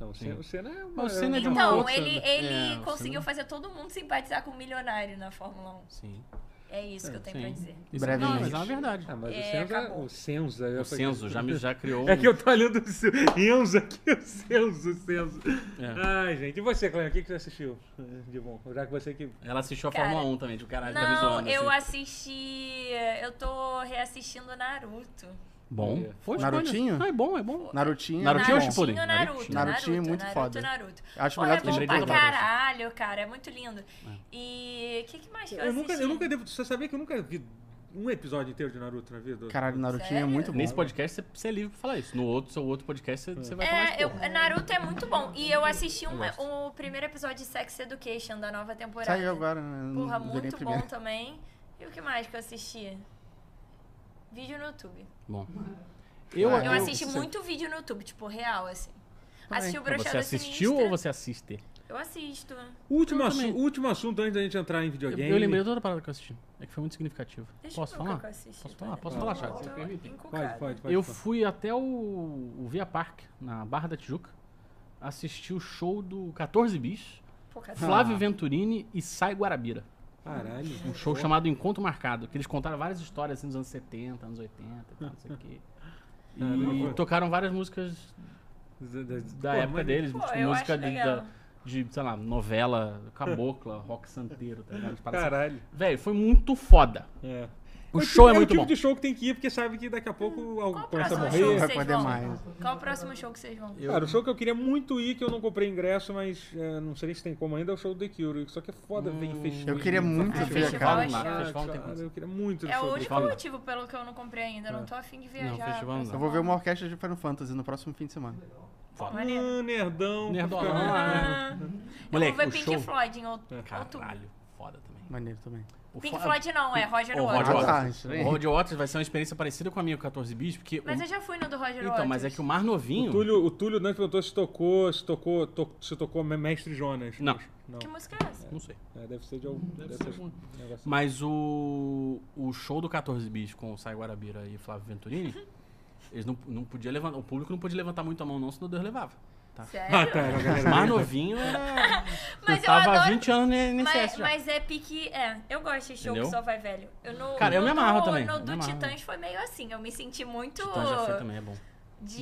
[SPEAKER 1] Não, o Senna, o Senna é uma...
[SPEAKER 2] O Senna é de uma
[SPEAKER 3] Então,
[SPEAKER 2] outra,
[SPEAKER 3] ele,
[SPEAKER 2] né?
[SPEAKER 3] ele
[SPEAKER 2] É, o
[SPEAKER 3] conseguiu
[SPEAKER 2] Senna-
[SPEAKER 3] fazer todo mundo simpatizar com o milionário na Fórmula 1.
[SPEAKER 2] Sim.
[SPEAKER 3] É isso que eu tenho pra dizer.
[SPEAKER 2] Isso-
[SPEAKER 4] Brevemente.
[SPEAKER 2] Não, mas é uma verdade.
[SPEAKER 1] Ah, mas
[SPEAKER 3] É,
[SPEAKER 1] o Senza...
[SPEAKER 3] acabou.
[SPEAKER 1] O Senza... eu
[SPEAKER 2] O
[SPEAKER 1] tô-
[SPEAKER 2] Senzo já, me- já criou um...
[SPEAKER 1] É que eu tô olhando o seu- Enzo aqui, o Senzo, o Senzo.
[SPEAKER 2] É.
[SPEAKER 1] Ai, gente. E você, Cleber, o que que você assistiu de bom? Já que você que...
[SPEAKER 2] Ela assistiu a
[SPEAKER 3] Cara,
[SPEAKER 2] Fórmula 1 também, de caralho, tá me
[SPEAKER 3] Não,
[SPEAKER 2] zoando,
[SPEAKER 3] eu
[SPEAKER 2] assim.
[SPEAKER 3] assisti. Eu tô reassistindo Naruto.
[SPEAKER 2] Bom. Foi escolha.
[SPEAKER 4] Narutinho?
[SPEAKER 2] Não, é bom, é bom.
[SPEAKER 4] Narutinho.
[SPEAKER 2] Narutinho
[SPEAKER 4] é
[SPEAKER 2] ou
[SPEAKER 4] bom.
[SPEAKER 2] Shippuden?
[SPEAKER 3] Narutinho, Naruto, Naruto,
[SPEAKER 2] Narutinho.
[SPEAKER 3] Naruto,
[SPEAKER 4] Narutinho é muito
[SPEAKER 3] Naruto,
[SPEAKER 4] foda.
[SPEAKER 3] Naruto.
[SPEAKER 4] Acho
[SPEAKER 3] Porra,
[SPEAKER 4] melhor
[SPEAKER 3] é
[SPEAKER 4] que Lembrei
[SPEAKER 3] bom
[SPEAKER 2] de
[SPEAKER 3] pra
[SPEAKER 2] Naruto.
[SPEAKER 3] caralho, cara, é muito lindo. E o que, que mais que eu,
[SPEAKER 1] Eu nunca,
[SPEAKER 3] assisti?
[SPEAKER 1] eu nunca devo... Você sabia que eu nunca vi um episódio inteiro de Naruto na vida?
[SPEAKER 4] Caralho, Narutinho
[SPEAKER 3] Sério?
[SPEAKER 4] é muito bom.
[SPEAKER 2] Nesse podcast você, você é livre pra falar isso. No outro, seu outro podcast você, você vai
[SPEAKER 1] tá
[SPEAKER 2] tomar
[SPEAKER 3] É, eu,
[SPEAKER 2] esporro.
[SPEAKER 3] Naruto é muito bom. E eu assisti um-
[SPEAKER 2] gosto.
[SPEAKER 3] o primeiro episódio de Sex Education da nova temporada.
[SPEAKER 4] Saiu agora, né? Não
[SPEAKER 3] Porra,
[SPEAKER 4] deu nem
[SPEAKER 3] muito bom
[SPEAKER 4] primeiro.
[SPEAKER 3] também. E o que mais que eu assisti? Vídeo no YouTube.
[SPEAKER 2] Bom.
[SPEAKER 4] Ah,
[SPEAKER 3] Eu
[SPEAKER 4] eu-
[SPEAKER 3] assisti
[SPEAKER 4] sim.
[SPEAKER 3] muito vídeo no YouTube, tipo, real, assim. Assisti o Brochado
[SPEAKER 2] então Você assistiu
[SPEAKER 3] Sinistra.
[SPEAKER 2] ou você assiste?
[SPEAKER 3] Eu assisto.
[SPEAKER 1] Último,
[SPEAKER 2] Eu
[SPEAKER 1] assu-
[SPEAKER 2] também.
[SPEAKER 1] último assunto antes da gente entrar em
[SPEAKER 2] Eu,
[SPEAKER 1] videogame.
[SPEAKER 2] eu lembrei toda a parada que eu assisti. É que foi muito significativo.
[SPEAKER 3] Deixa
[SPEAKER 2] Posso
[SPEAKER 3] eu ver o
[SPEAKER 2] falar?
[SPEAKER 3] que eu assisti. peraí.
[SPEAKER 2] Posso falar? Posso falar, Charles?
[SPEAKER 3] Eu tô encucada.
[SPEAKER 1] Pode, pode, pode.
[SPEAKER 2] Eu
[SPEAKER 1] pode.
[SPEAKER 2] fui até o, o Via Park, na Barra da Tijuca, assistir o show do 14 Bis,
[SPEAKER 3] Pô, cacete.
[SPEAKER 2] Flávio Venturini e Sai Guarabira.
[SPEAKER 1] Caralho.
[SPEAKER 2] Um show chamado Encontro Marcado, que eles contaram várias histórias assim, dos anos 70, anos 80 e tal, não sei o quê. E
[SPEAKER 1] Caramba.
[SPEAKER 2] tocaram várias músicas
[SPEAKER 1] Da, da-
[SPEAKER 2] da
[SPEAKER 1] pô,
[SPEAKER 2] época
[SPEAKER 1] mano,
[SPEAKER 2] deles,
[SPEAKER 3] Pô,
[SPEAKER 2] tipo,
[SPEAKER 3] eu
[SPEAKER 2] música
[SPEAKER 3] acho
[SPEAKER 2] de,
[SPEAKER 3] legal.
[SPEAKER 2] da- de, sei lá, novela, cabocla, rock santeiro, tá ligado? As paradas assim.
[SPEAKER 1] Caralho.
[SPEAKER 2] Velho, foi muito foda.
[SPEAKER 1] É.
[SPEAKER 2] O
[SPEAKER 1] É
[SPEAKER 2] show é
[SPEAKER 1] tipo-
[SPEAKER 2] muito
[SPEAKER 1] o tipo
[SPEAKER 2] bom. Hum.
[SPEAKER 1] de show que tem que ir, porque sabe que daqui a pouco algo
[SPEAKER 3] Qual o
[SPEAKER 1] começa a
[SPEAKER 3] próximo
[SPEAKER 1] morrer.
[SPEAKER 3] show que
[SPEAKER 4] Vai
[SPEAKER 3] vocês
[SPEAKER 4] poder
[SPEAKER 3] vão?
[SPEAKER 4] mais.
[SPEAKER 3] Qual o próximo show que vocês vão?
[SPEAKER 2] Eu-
[SPEAKER 1] Cara, o show que eu queria muito ir, que eu não comprei ingresso, mas é, não sei nem se tem como ainda, é o show do The Cure. Só que é foda ver
[SPEAKER 2] Hum.
[SPEAKER 1] em festival.
[SPEAKER 4] eu queria muito
[SPEAKER 3] Ah,
[SPEAKER 4] ver,
[SPEAKER 3] festival
[SPEAKER 4] cara.
[SPEAKER 3] é
[SPEAKER 2] Festival
[SPEAKER 3] chato.
[SPEAKER 2] não tem
[SPEAKER 1] Cara,
[SPEAKER 2] condição.
[SPEAKER 1] Eu queria muito ir no
[SPEAKER 3] É o
[SPEAKER 1] show do
[SPEAKER 3] único
[SPEAKER 2] fala.
[SPEAKER 3] motivo pelo que eu não comprei ainda. Não tô afim de viajar.
[SPEAKER 2] festival não.
[SPEAKER 3] pra
[SPEAKER 4] Eu vou ver uma orquestra de Final Fantasy no próximo fim de semana.
[SPEAKER 3] São
[SPEAKER 2] Foda.
[SPEAKER 3] Paulo. Maneiro.
[SPEAKER 1] Ah, nerdão.
[SPEAKER 2] Nerdola.
[SPEAKER 1] Cara,
[SPEAKER 3] Ah,
[SPEAKER 4] né?
[SPEAKER 3] eu
[SPEAKER 2] Moleque,
[SPEAKER 3] vou ver
[SPEAKER 2] o
[SPEAKER 3] Pink
[SPEAKER 2] show- É,
[SPEAKER 3] Floyd em out- outubro.
[SPEAKER 2] Caralho, foda também.
[SPEAKER 4] Maneiro também.
[SPEAKER 2] O
[SPEAKER 3] Pink
[SPEAKER 2] fo-
[SPEAKER 3] Floyd não, é Roger
[SPEAKER 2] O
[SPEAKER 3] Waters.
[SPEAKER 2] Roger
[SPEAKER 4] Ah, tá,
[SPEAKER 2] Waters.
[SPEAKER 4] isso aí.
[SPEAKER 2] O Roger Waters vai ser uma experiência parecida com a minha, com 14 bis, porque.
[SPEAKER 3] Mas
[SPEAKER 2] o...
[SPEAKER 3] eu já fui no do Roger Waters.
[SPEAKER 2] Então, mas é que o Mar Novinho.
[SPEAKER 1] O Túlio, o Túlio Nantes perguntou se tocou, se tocou, to- se tocou Mestre Jonas.
[SPEAKER 2] Não.
[SPEAKER 1] Não.
[SPEAKER 3] Que música é essa?
[SPEAKER 2] Não sei.
[SPEAKER 1] É, deve ser de algum. Deve,
[SPEAKER 2] ser
[SPEAKER 1] ser
[SPEAKER 2] algum.
[SPEAKER 1] um negócio.
[SPEAKER 2] Mas o, o show do 14 bis com o Sai Guarabira e Flávio Venturini, eles não, não podia levantar. O público não podia levantar muito a mão, não, senão Deus levava. Tá?
[SPEAKER 1] Ah,
[SPEAKER 3] Sério?
[SPEAKER 1] tá, era a galera.
[SPEAKER 2] Mar novinho era.
[SPEAKER 3] Mas eu
[SPEAKER 2] tava há
[SPEAKER 3] adoro-
[SPEAKER 2] 20 anos ne- nesse
[SPEAKER 3] Mas,
[SPEAKER 2] S já.
[SPEAKER 3] mas é pique. É, eu gosto de show
[SPEAKER 2] Entendeu?
[SPEAKER 3] que só vai velho. Eu no,
[SPEAKER 2] Cara, eu
[SPEAKER 3] no
[SPEAKER 2] me amarro
[SPEAKER 3] do,
[SPEAKER 2] também,
[SPEAKER 3] No
[SPEAKER 2] eu me
[SPEAKER 3] do
[SPEAKER 2] amarro.
[SPEAKER 3] Titãs foi meio assim. Eu me senti muito
[SPEAKER 2] Titã já foi também, é bom.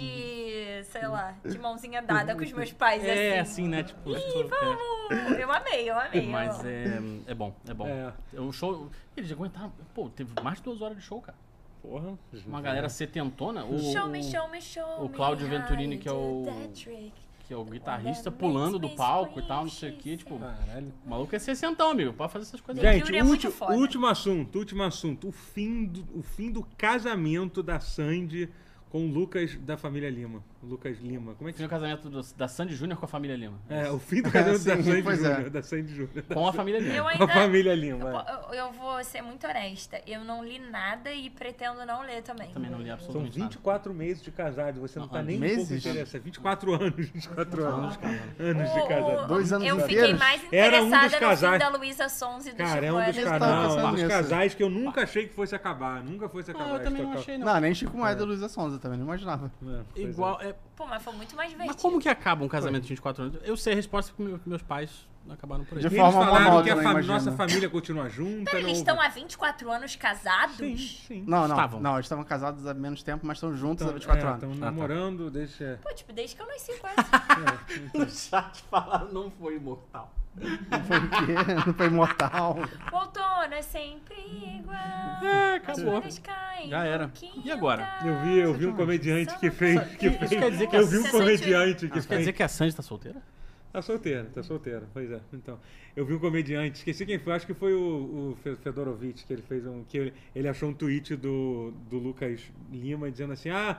[SPEAKER 3] de, sei lá, de mãozinha dada com os meus pais.
[SPEAKER 2] É,
[SPEAKER 3] assim.
[SPEAKER 2] assim, né? Tipo, as pessoas- é.
[SPEAKER 3] Vamos! Eu amei, eu amei. eu
[SPEAKER 2] Mas
[SPEAKER 3] amo.
[SPEAKER 2] é, é bom, é bom.
[SPEAKER 1] É.
[SPEAKER 2] O show. Eles aguentaram. Pô, teve mais de duas horas de show, cara.
[SPEAKER 1] Porra.
[SPEAKER 4] Uhum.
[SPEAKER 2] Uma galera setentona. O,
[SPEAKER 3] Show me,
[SPEAKER 2] o-
[SPEAKER 3] show me, show
[SPEAKER 2] o
[SPEAKER 3] me
[SPEAKER 2] Cláudio
[SPEAKER 3] how you
[SPEAKER 2] Venturini, que é
[SPEAKER 3] do
[SPEAKER 2] o-
[SPEAKER 3] that trick.
[SPEAKER 2] Que é o guitarrista
[SPEAKER 3] That
[SPEAKER 2] pulando
[SPEAKER 3] makes
[SPEAKER 2] do
[SPEAKER 3] me
[SPEAKER 2] palco e
[SPEAKER 3] scream,
[SPEAKER 2] tal, não sei o quê.
[SPEAKER 3] she
[SPEAKER 2] Tipo, o
[SPEAKER 1] Caralho.
[SPEAKER 2] maluco é sessentão, amigo. Pode fazer essas coisas.
[SPEAKER 3] Gente,
[SPEAKER 1] Gente,
[SPEAKER 3] Yuri é muito
[SPEAKER 1] último,
[SPEAKER 3] foda.
[SPEAKER 1] último assunto, último assunto. O fim, do, o fim do casamento da Sandy com o Lucas da família Lima. O Lucas Lima. Como é que
[SPEAKER 2] Fiz o casamento do- da Sandy Júnior com a família Lima.
[SPEAKER 1] É, o fim do casamento da
[SPEAKER 4] Sim,
[SPEAKER 1] Sandy
[SPEAKER 4] pois é.
[SPEAKER 1] Júnior. Da Sandy Júnior.
[SPEAKER 2] Com a família Lima.
[SPEAKER 3] Eu
[SPEAKER 1] Com a
[SPEAKER 3] ainda.
[SPEAKER 1] família Lima. é.
[SPEAKER 3] Eu, eu vou ser muito honesta. Eu não li nada e pretendo não ler também.
[SPEAKER 2] Também não li
[SPEAKER 1] São
[SPEAKER 2] absolutamente nada.
[SPEAKER 1] 24 meses de casado, você não
[SPEAKER 2] Não,
[SPEAKER 1] tá nem um pouco
[SPEAKER 4] meses?
[SPEAKER 1] interessado. 24 anos, 24 anos. Anos
[SPEAKER 3] O-
[SPEAKER 1] de
[SPEAKER 3] o-
[SPEAKER 1] casado.
[SPEAKER 4] Dois anos
[SPEAKER 3] Eu fiquei
[SPEAKER 4] inteiros?
[SPEAKER 3] mais
[SPEAKER 1] Era um dos
[SPEAKER 3] interessada no fim
[SPEAKER 1] casais.
[SPEAKER 3] da Luísa Sons e do
[SPEAKER 1] Cara, é
[SPEAKER 3] Chico
[SPEAKER 1] um dos,
[SPEAKER 3] Buarque.
[SPEAKER 4] tava
[SPEAKER 1] canal,
[SPEAKER 4] pensando
[SPEAKER 1] um dos
[SPEAKER 4] nisso.
[SPEAKER 1] casais que eu nunca achei que fosse acabar. Nunca fosse acabar.
[SPEAKER 2] Ah, eu também não
[SPEAKER 1] Esse
[SPEAKER 2] achei, não.
[SPEAKER 4] Não, nem Chico Moeda e Luísa Sonza também, não imaginava.
[SPEAKER 1] total- É, pois é.
[SPEAKER 2] Igual. é-
[SPEAKER 3] Pô, mas tipo- foi muito mais
[SPEAKER 2] Mas
[SPEAKER 3] divertido.
[SPEAKER 2] como que acaba um casamento de 24 anos? Eu sei a resposta porque meu- meus pais acabaram por aí.
[SPEAKER 1] E
[SPEAKER 4] De
[SPEAKER 1] eles
[SPEAKER 4] forma
[SPEAKER 1] falaram que
[SPEAKER 4] monótona,
[SPEAKER 1] a fam-
[SPEAKER 4] imagina.
[SPEAKER 1] nossa família continua junta.
[SPEAKER 3] Pera,
[SPEAKER 1] não houve-
[SPEAKER 3] eles estão há 24 anos casados?
[SPEAKER 1] Sim, sim.
[SPEAKER 4] Não, não.
[SPEAKER 2] Estavam.
[SPEAKER 4] Não, eles estavam casados há menos tempo, mas estão juntos
[SPEAKER 1] Então,
[SPEAKER 4] há 24
[SPEAKER 1] é,
[SPEAKER 4] anos. Ah,
[SPEAKER 1] Estão
[SPEAKER 2] tá.
[SPEAKER 1] namorando, deixa.
[SPEAKER 3] Pô, tipo, desde que eu nasci quase.
[SPEAKER 2] No chat falaram não foi imortal.
[SPEAKER 4] Não foi o quê? Não foi imortal.
[SPEAKER 3] O outono é sempre igual.
[SPEAKER 2] É,
[SPEAKER 3] As
[SPEAKER 2] acabou.
[SPEAKER 3] flores caem. um
[SPEAKER 2] Já
[SPEAKER 3] no
[SPEAKER 2] era.
[SPEAKER 3] quintal.
[SPEAKER 2] é E agora?
[SPEAKER 1] Eu vi, eu vi um comediante que fez.
[SPEAKER 2] é
[SPEAKER 1] Que
[SPEAKER 3] Isso
[SPEAKER 1] fez
[SPEAKER 2] quer dizer que
[SPEAKER 1] eu
[SPEAKER 2] a-
[SPEAKER 1] vi um
[SPEAKER 3] Você
[SPEAKER 1] comediante que
[SPEAKER 2] Isso Ah, quer dizer
[SPEAKER 1] fez.
[SPEAKER 2] que a Sandy tá solteira?
[SPEAKER 1] Tá solteira, tá solteira, pois é. Então, eu vi um comediante, esqueci quem foi, acho que foi o, o Fe- Fedorovitch, que ele fez um. que ele, ele achou um tweet do, do Lucas Lima dizendo assim: ah.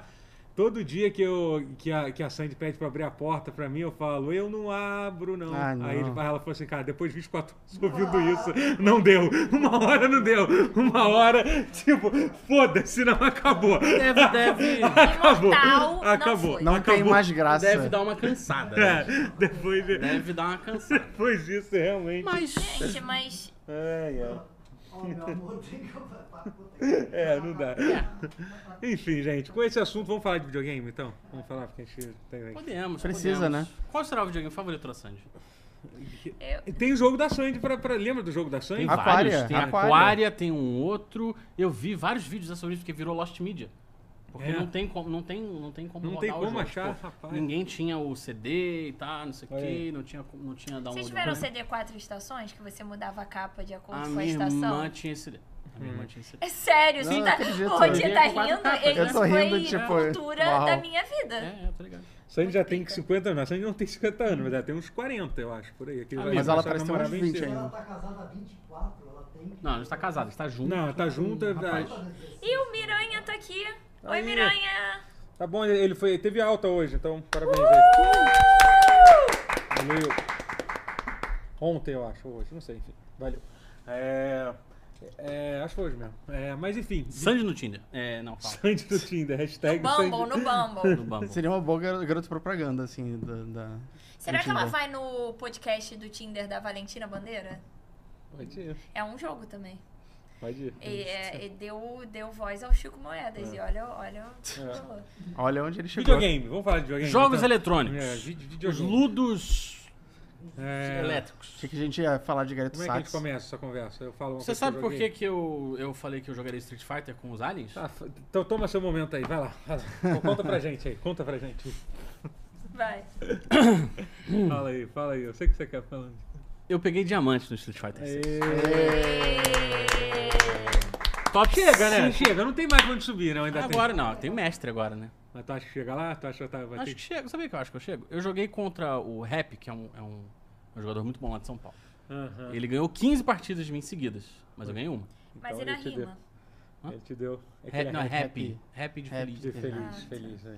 [SPEAKER 1] Todo dia que, eu, que, a, que a Sandy pede pra abrir a porta pra mim, eu falo, eu não abro, não.
[SPEAKER 4] Ah, não.
[SPEAKER 1] Aí ele, ela falou assim, cara, depois de 24 anos ouvindo isso, não deu. Uma hora não deu. Uma hora, tipo, foda-se, não acabou.
[SPEAKER 2] Deve, deve.
[SPEAKER 1] Acabou.
[SPEAKER 3] Imortal não
[SPEAKER 1] acabou.
[SPEAKER 3] foi.
[SPEAKER 4] Não
[SPEAKER 1] acabou.
[SPEAKER 4] tem mais graça.
[SPEAKER 2] Deve dar uma cansada.
[SPEAKER 1] É,
[SPEAKER 2] né?
[SPEAKER 1] depois, de-
[SPEAKER 2] Deve dar uma cansada.
[SPEAKER 1] depois disso, realmente.
[SPEAKER 2] Mas.
[SPEAKER 3] Gente, mas.
[SPEAKER 1] Ai, ai.
[SPEAKER 5] Ó, meu amor, tem que comprar.
[SPEAKER 1] É, não dá. Enfim, gente, com esse assunto, vamos falar de videogame então? Vamos falar, porque a gente tem.
[SPEAKER 2] Podemos.
[SPEAKER 4] Precisa,
[SPEAKER 2] podemos.
[SPEAKER 4] né?
[SPEAKER 2] Qual será o videogame favorito da Sandy?
[SPEAKER 3] Eu...
[SPEAKER 1] E Tem o jogo da Sandy pra. pra- Lembra do jogo da Sandy?
[SPEAKER 2] Tem
[SPEAKER 4] Aquária,
[SPEAKER 2] vários. Tem
[SPEAKER 4] Aquária.
[SPEAKER 2] Aquária. tem um outro. Eu vi vários vídeos sobre isso porque virou Lost Media. Porque
[SPEAKER 1] É.
[SPEAKER 2] não tem como, não tem, não tem como
[SPEAKER 1] Não
[SPEAKER 2] rodar
[SPEAKER 1] tem
[SPEAKER 2] o
[SPEAKER 1] como
[SPEAKER 2] jogo,
[SPEAKER 1] achar,
[SPEAKER 2] tipo,
[SPEAKER 1] rapaz.
[SPEAKER 2] Ninguém tinha o CD e tal, não sei o
[SPEAKER 1] Olha
[SPEAKER 2] quê,
[SPEAKER 1] aí.
[SPEAKER 2] não tinha, não tinha download.
[SPEAKER 3] Vocês tiveram o CD quatro estações que você mudava a capa de acordo
[SPEAKER 2] A
[SPEAKER 3] com a
[SPEAKER 2] né? Ah, minha
[SPEAKER 3] estação?
[SPEAKER 2] irmã tinha esse CD. A minha irmã
[SPEAKER 1] Hum.
[SPEAKER 2] tinha esse CD.
[SPEAKER 3] É sério,
[SPEAKER 4] Não,
[SPEAKER 3] você
[SPEAKER 4] eu
[SPEAKER 3] tá...
[SPEAKER 4] acredito.
[SPEAKER 3] o Rodinho tá
[SPEAKER 2] Eu tô
[SPEAKER 3] rindo,
[SPEAKER 2] rindo,
[SPEAKER 3] ele
[SPEAKER 4] tipo,
[SPEAKER 3] foi cultura da
[SPEAKER 4] uau.
[SPEAKER 3] minha vida.
[SPEAKER 2] É, é, tá ligado.
[SPEAKER 1] Sandy já tem 50 anos. A Sandy não tem 50 anos, mas ela tem uns 40, eu acho, por aí. Aquele
[SPEAKER 2] Ah,
[SPEAKER 1] vai
[SPEAKER 2] mas
[SPEAKER 1] começar
[SPEAKER 4] ela
[SPEAKER 1] a
[SPEAKER 4] parece ter
[SPEAKER 1] namorar
[SPEAKER 4] uns
[SPEAKER 1] bem
[SPEAKER 4] 20
[SPEAKER 1] cedo.
[SPEAKER 4] ainda.
[SPEAKER 5] Ela tá casada há 24, ela tem. que-
[SPEAKER 2] Não, a gente tá casado, a gente tá junto.
[SPEAKER 1] Não, tá junto, é verdade.
[SPEAKER 5] Ela tá dezesseis.
[SPEAKER 3] E o Miranha tá aqui. Oi,
[SPEAKER 1] Aí.
[SPEAKER 3] Miranha!
[SPEAKER 1] Tá bom, ele foi, teve alta hoje, então parabéns aí. Valeu. Ontem, eu acho, ou hoje, não sei, enfim. Valeu. É, é, acho que foi hoje mesmo. É, mas enfim,
[SPEAKER 2] Sandy no Tinder. É, não, fala.
[SPEAKER 1] Sandy do Tinder, hashtag
[SPEAKER 3] Bumble,
[SPEAKER 1] Sandy.
[SPEAKER 3] no Bumble.
[SPEAKER 2] No
[SPEAKER 1] um-
[SPEAKER 2] Bumble.
[SPEAKER 4] Seria uma boa gar- garota propaganda, assim, da... da-
[SPEAKER 3] Será
[SPEAKER 4] do
[SPEAKER 3] que ela
[SPEAKER 4] Tinder.
[SPEAKER 3] vai no podcast do Tinder da Valentina Bandeira?
[SPEAKER 1] Pode ir,
[SPEAKER 3] É um jogo também.
[SPEAKER 1] pode ir.
[SPEAKER 3] E, é, e deu, deu voz ao Chico Moedas. E olha, olha. o que rolou.
[SPEAKER 4] Olha onde ele chegou.
[SPEAKER 1] Videogame, vamos falar de videogame.
[SPEAKER 2] Jogos
[SPEAKER 1] então.
[SPEAKER 2] eletrônicos.
[SPEAKER 1] É, vide-
[SPEAKER 2] Os
[SPEAKER 1] videogame.
[SPEAKER 2] ludos
[SPEAKER 1] É,
[SPEAKER 2] elétricos.
[SPEAKER 4] Achei que a gente ia falar de Gareto
[SPEAKER 1] Como é que a gente
[SPEAKER 4] Sax.
[SPEAKER 1] começa essa conversa? Eu falo uma
[SPEAKER 2] Você
[SPEAKER 1] coisa
[SPEAKER 2] sabe
[SPEAKER 1] eu
[SPEAKER 2] por que,
[SPEAKER 1] joguei.
[SPEAKER 2] que eu, eu falei que eu jogaria Street Fighter com os aliens?
[SPEAKER 1] Tá, f- então toma seu momento aí, vai lá. vai lá. Conta pra gente aí, conta pra gente.
[SPEAKER 3] Vai.
[SPEAKER 2] Hum.
[SPEAKER 1] Fala aí, fala aí. Eu sei o que você quer falando. É.
[SPEAKER 2] Eu peguei diamante no Street Fighter 6.
[SPEAKER 1] Aê.
[SPEAKER 3] Ê,
[SPEAKER 2] top chega, né?
[SPEAKER 1] Sim, chega, né? não tem mais pra onde subir, não. Ainda
[SPEAKER 2] Agora
[SPEAKER 1] tem.
[SPEAKER 2] não, tem o mestre agora, né?
[SPEAKER 1] Mas tu acha que chega lá? Tu acha que tá, vai
[SPEAKER 2] Acho
[SPEAKER 1] ter...
[SPEAKER 2] que chego. Sabia que eu acho que eu chego? Eu joguei contra o Rap, que é um, é um, um jogador muito bom lá de São Paulo.
[SPEAKER 1] Aham.
[SPEAKER 2] Ele ganhou 15 partidas de mim seguidas, mas eu ganhei uma.
[SPEAKER 3] Mas
[SPEAKER 1] Então,
[SPEAKER 3] e na
[SPEAKER 1] ele te deu.
[SPEAKER 3] rima?
[SPEAKER 2] Hã?
[SPEAKER 1] Ele te deu. É que
[SPEAKER 2] Rap,
[SPEAKER 1] ele é
[SPEAKER 2] não, é
[SPEAKER 1] happy.
[SPEAKER 2] Rap. Rap de
[SPEAKER 4] Rap.
[SPEAKER 1] De
[SPEAKER 2] feliz.
[SPEAKER 1] Feliz,
[SPEAKER 3] Ah,
[SPEAKER 1] feliz.
[SPEAKER 2] tá.
[SPEAKER 1] é.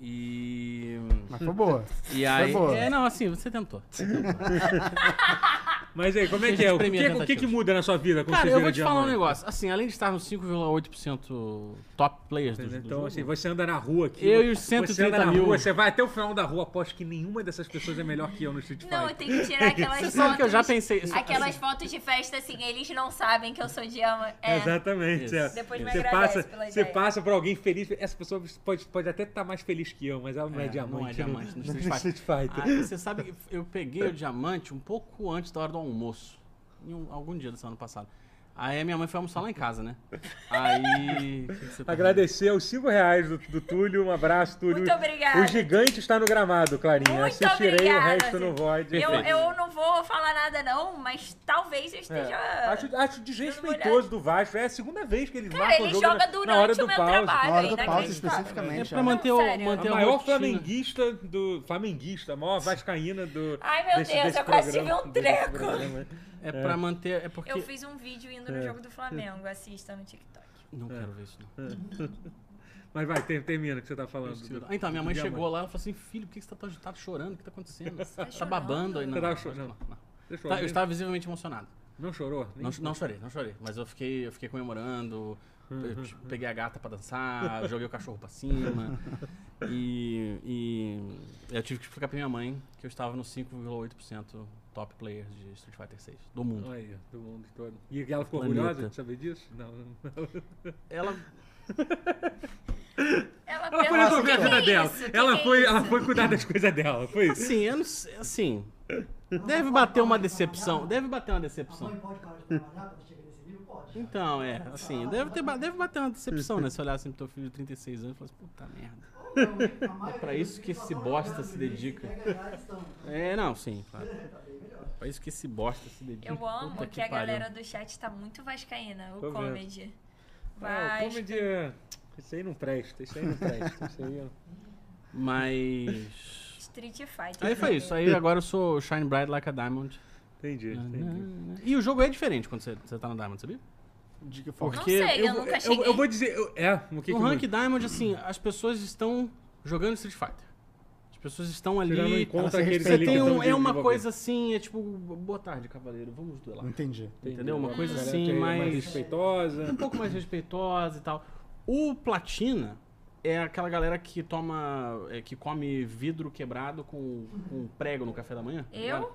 [SPEAKER 2] E.
[SPEAKER 4] Mas foi boa.
[SPEAKER 2] E aí.
[SPEAKER 4] boa.
[SPEAKER 2] É, não, assim, você tentou.
[SPEAKER 1] Mas aí, como é
[SPEAKER 2] A
[SPEAKER 1] que
[SPEAKER 2] gente
[SPEAKER 1] é? O que,
[SPEAKER 2] premia
[SPEAKER 1] o que que
[SPEAKER 2] tentativas.
[SPEAKER 1] muda na sua vida quando
[SPEAKER 2] Cara,
[SPEAKER 1] você
[SPEAKER 2] eu
[SPEAKER 1] vira
[SPEAKER 2] vou te falar um
[SPEAKER 1] diamante?
[SPEAKER 2] negócio. Assim, além de estar no 5,8% top players do, do
[SPEAKER 1] Então,
[SPEAKER 2] jogo,
[SPEAKER 1] assim, você anda na rua aqui.
[SPEAKER 2] Eu e os
[SPEAKER 1] Você
[SPEAKER 2] 130
[SPEAKER 1] anda na
[SPEAKER 2] mil.
[SPEAKER 1] rua, você vai até o final da rua, aposto que nenhuma dessas pessoas é melhor que eu no Street
[SPEAKER 3] Não, eu
[SPEAKER 1] Fighter.
[SPEAKER 3] tenho que tirar aquelas
[SPEAKER 2] Tipo,
[SPEAKER 3] fotos.
[SPEAKER 2] Você sabe que eu já pensei.
[SPEAKER 3] Aquelas
[SPEAKER 2] assim,
[SPEAKER 3] fotos de festa assim, eles não sabem que eu sou diamante. É.
[SPEAKER 1] Exatamente.
[SPEAKER 2] Isso.
[SPEAKER 1] é.
[SPEAKER 3] Depois me
[SPEAKER 1] Você
[SPEAKER 3] agradece
[SPEAKER 1] passa,
[SPEAKER 3] pela
[SPEAKER 1] você
[SPEAKER 3] ideia.
[SPEAKER 1] passa por alguém feliz. Essa pessoa pode, pode até estar mais feliz que eu, mas ela não é,
[SPEAKER 2] É,
[SPEAKER 1] diamante.
[SPEAKER 2] não é diamante no Street Fighter.
[SPEAKER 1] Street Fighter.
[SPEAKER 2] Ah, você sabe que eu peguei o diamante um pouco antes da hora do almoço. Em um- algum dia do ano passado. Aí a minha mãe foi almoçar lá em casa, né? Aí. o que que você tá
[SPEAKER 1] Agradecer aos 5 reais do, do Túlio. Um abraço, Túlio.
[SPEAKER 3] Ah. Muito obrigada.
[SPEAKER 1] O gigante está no gramado, Clarinha.
[SPEAKER 3] Muito
[SPEAKER 1] Assistirei
[SPEAKER 3] obrigada,
[SPEAKER 1] o resto no
[SPEAKER 3] gente.
[SPEAKER 1] Void.
[SPEAKER 3] Eu,
[SPEAKER 2] Perfeito.
[SPEAKER 3] eu não vou falar nada, não, mas talvez eu esteja.
[SPEAKER 1] É, acho, acho desrespeitoso do Vasco. É a segunda vez que eles
[SPEAKER 3] Cara,
[SPEAKER 1] marcam
[SPEAKER 3] ele
[SPEAKER 1] o jogo
[SPEAKER 3] joga
[SPEAKER 1] na-
[SPEAKER 3] durante
[SPEAKER 1] na hora do
[SPEAKER 3] o meu
[SPEAKER 1] pause.
[SPEAKER 3] trabalho.
[SPEAKER 4] Na hora do
[SPEAKER 3] Ainda acreditava.
[SPEAKER 4] pause,
[SPEAKER 2] fazendo? É
[SPEAKER 1] Tá.
[SPEAKER 4] especificamente.
[SPEAKER 2] pra
[SPEAKER 4] é.
[SPEAKER 2] manter, o,
[SPEAKER 3] sério.
[SPEAKER 1] A
[SPEAKER 2] manter
[SPEAKER 1] maior
[SPEAKER 2] rotina.
[SPEAKER 1] flamenguista do. Flamenguista, a maior vascaína do.
[SPEAKER 3] Ai, meu Deus, eu quase tive um
[SPEAKER 1] desse
[SPEAKER 3] treco.
[SPEAKER 1] programa.
[SPEAKER 2] É pra manter. É porque.
[SPEAKER 3] Eu fiz um vídeo indo
[SPEAKER 1] É.
[SPEAKER 3] no jogo do Flamengo, assista no TikTok.
[SPEAKER 2] Não quero ver isso, não.
[SPEAKER 1] Mas vai, ter- termina o que você tá falando.
[SPEAKER 2] Esquisito.
[SPEAKER 1] do-
[SPEAKER 2] Ah, então, minha mãe
[SPEAKER 1] do
[SPEAKER 2] chegou
[SPEAKER 1] diamante.
[SPEAKER 2] lá e falou assim: filho, por que que você tá tão agitado chorando? O que tá acontecendo? Você tá,
[SPEAKER 3] chorando?
[SPEAKER 2] babando aí
[SPEAKER 1] Você
[SPEAKER 2] não,
[SPEAKER 1] tava
[SPEAKER 2] não,
[SPEAKER 1] chorando.
[SPEAKER 2] não, não.
[SPEAKER 1] Deixa eu
[SPEAKER 2] Tá,
[SPEAKER 1] ver.
[SPEAKER 2] eu estava visivelmente emocionado.
[SPEAKER 1] Não chorou? Nem-
[SPEAKER 2] Não, não chorei, não chorei. Mas eu fiquei, eu fiquei comemorando. Eu te- peguei a gata pra dançar, joguei o cachorro pra cima. e, e eu tive que explicar pra minha mãe que eu estava no 5,8% top players de Street Fighter 6 do mundo.
[SPEAKER 1] Olha aí, do mundo todo. E ela ficou
[SPEAKER 2] Planeta.
[SPEAKER 1] orgulhosa de saber disso? Não. não.
[SPEAKER 2] Ela
[SPEAKER 3] Ela,
[SPEAKER 1] Ela
[SPEAKER 3] pensa,
[SPEAKER 1] foi resolver
[SPEAKER 3] "Que
[SPEAKER 1] a
[SPEAKER 3] que
[SPEAKER 1] vida
[SPEAKER 3] é
[SPEAKER 1] dela.
[SPEAKER 3] isso? Que
[SPEAKER 1] Ela
[SPEAKER 3] que é
[SPEAKER 1] foi,
[SPEAKER 3] isso?"
[SPEAKER 1] ela foi cuidar das coisas dela. Foi isso.
[SPEAKER 2] assim, eu não sei, assim, deve bater uma decepção, deve bater uma
[SPEAKER 5] A mãe
[SPEAKER 2] decepção.
[SPEAKER 5] pode parar de trabalhar quando chega nesse nível? Pode.
[SPEAKER 2] Então, é, assim, deve, ter, ba- deve bater uma decepção, né? Se olhar assim pro teu filho de 36 anos e falar assim, puta merda.
[SPEAKER 5] É
[SPEAKER 2] pra isso que esse bosta se dedica. É, não, sim, claro. É isso que esse bosta se dedica.
[SPEAKER 3] Eu amo
[SPEAKER 2] Puta
[SPEAKER 3] que, a
[SPEAKER 2] pariu.
[SPEAKER 3] galera do chat tá muito vascaína, o
[SPEAKER 1] Tô vendo.
[SPEAKER 3] comedy.
[SPEAKER 1] Ah, o
[SPEAKER 3] Vasco.
[SPEAKER 1] comedy é- Isso aí não presta, isso aí não presta. Isso aí é-
[SPEAKER 2] Mas.
[SPEAKER 3] Street Fighter.
[SPEAKER 2] Aí foi isso. Aí agora eu sou Shine Bright Like a Diamond.
[SPEAKER 1] Entendi, entendi.
[SPEAKER 2] E o jogo é diferente quando você, você tá no Diamond, sabia?
[SPEAKER 4] De que forma?
[SPEAKER 3] Não
[SPEAKER 2] Porque
[SPEAKER 3] sei, eu,
[SPEAKER 2] eu-
[SPEAKER 3] nunca
[SPEAKER 1] Eu,
[SPEAKER 3] cheguei.
[SPEAKER 1] eu vou dizer. eu- é, o que que
[SPEAKER 2] no rank
[SPEAKER 1] muda?
[SPEAKER 2] Diamond, assim, as pessoas estão jogando Street Fighter. As pessoas estão
[SPEAKER 1] Tirando em
[SPEAKER 2] ali.
[SPEAKER 1] conta
[SPEAKER 4] Você
[SPEAKER 1] aqueles
[SPEAKER 4] respeita-
[SPEAKER 2] Você
[SPEAKER 1] ali que
[SPEAKER 2] tem
[SPEAKER 1] tão
[SPEAKER 2] um, é uma
[SPEAKER 1] desenvolvendo.
[SPEAKER 2] coisa assim, é tipo, boa tarde, cavaleiro, vamos duelar.
[SPEAKER 4] Não entendi.
[SPEAKER 2] Entendeu? Uma coisa
[SPEAKER 1] galera
[SPEAKER 2] assim,
[SPEAKER 1] que é
[SPEAKER 2] mais- um
[SPEAKER 1] respeitosa.
[SPEAKER 2] pouco mais respeitosa e tal. O Platina é aquela galera que toma. é, que come vidro quebrado com, com prego no café da manhã.
[SPEAKER 3] Eu?
[SPEAKER 2] Agora.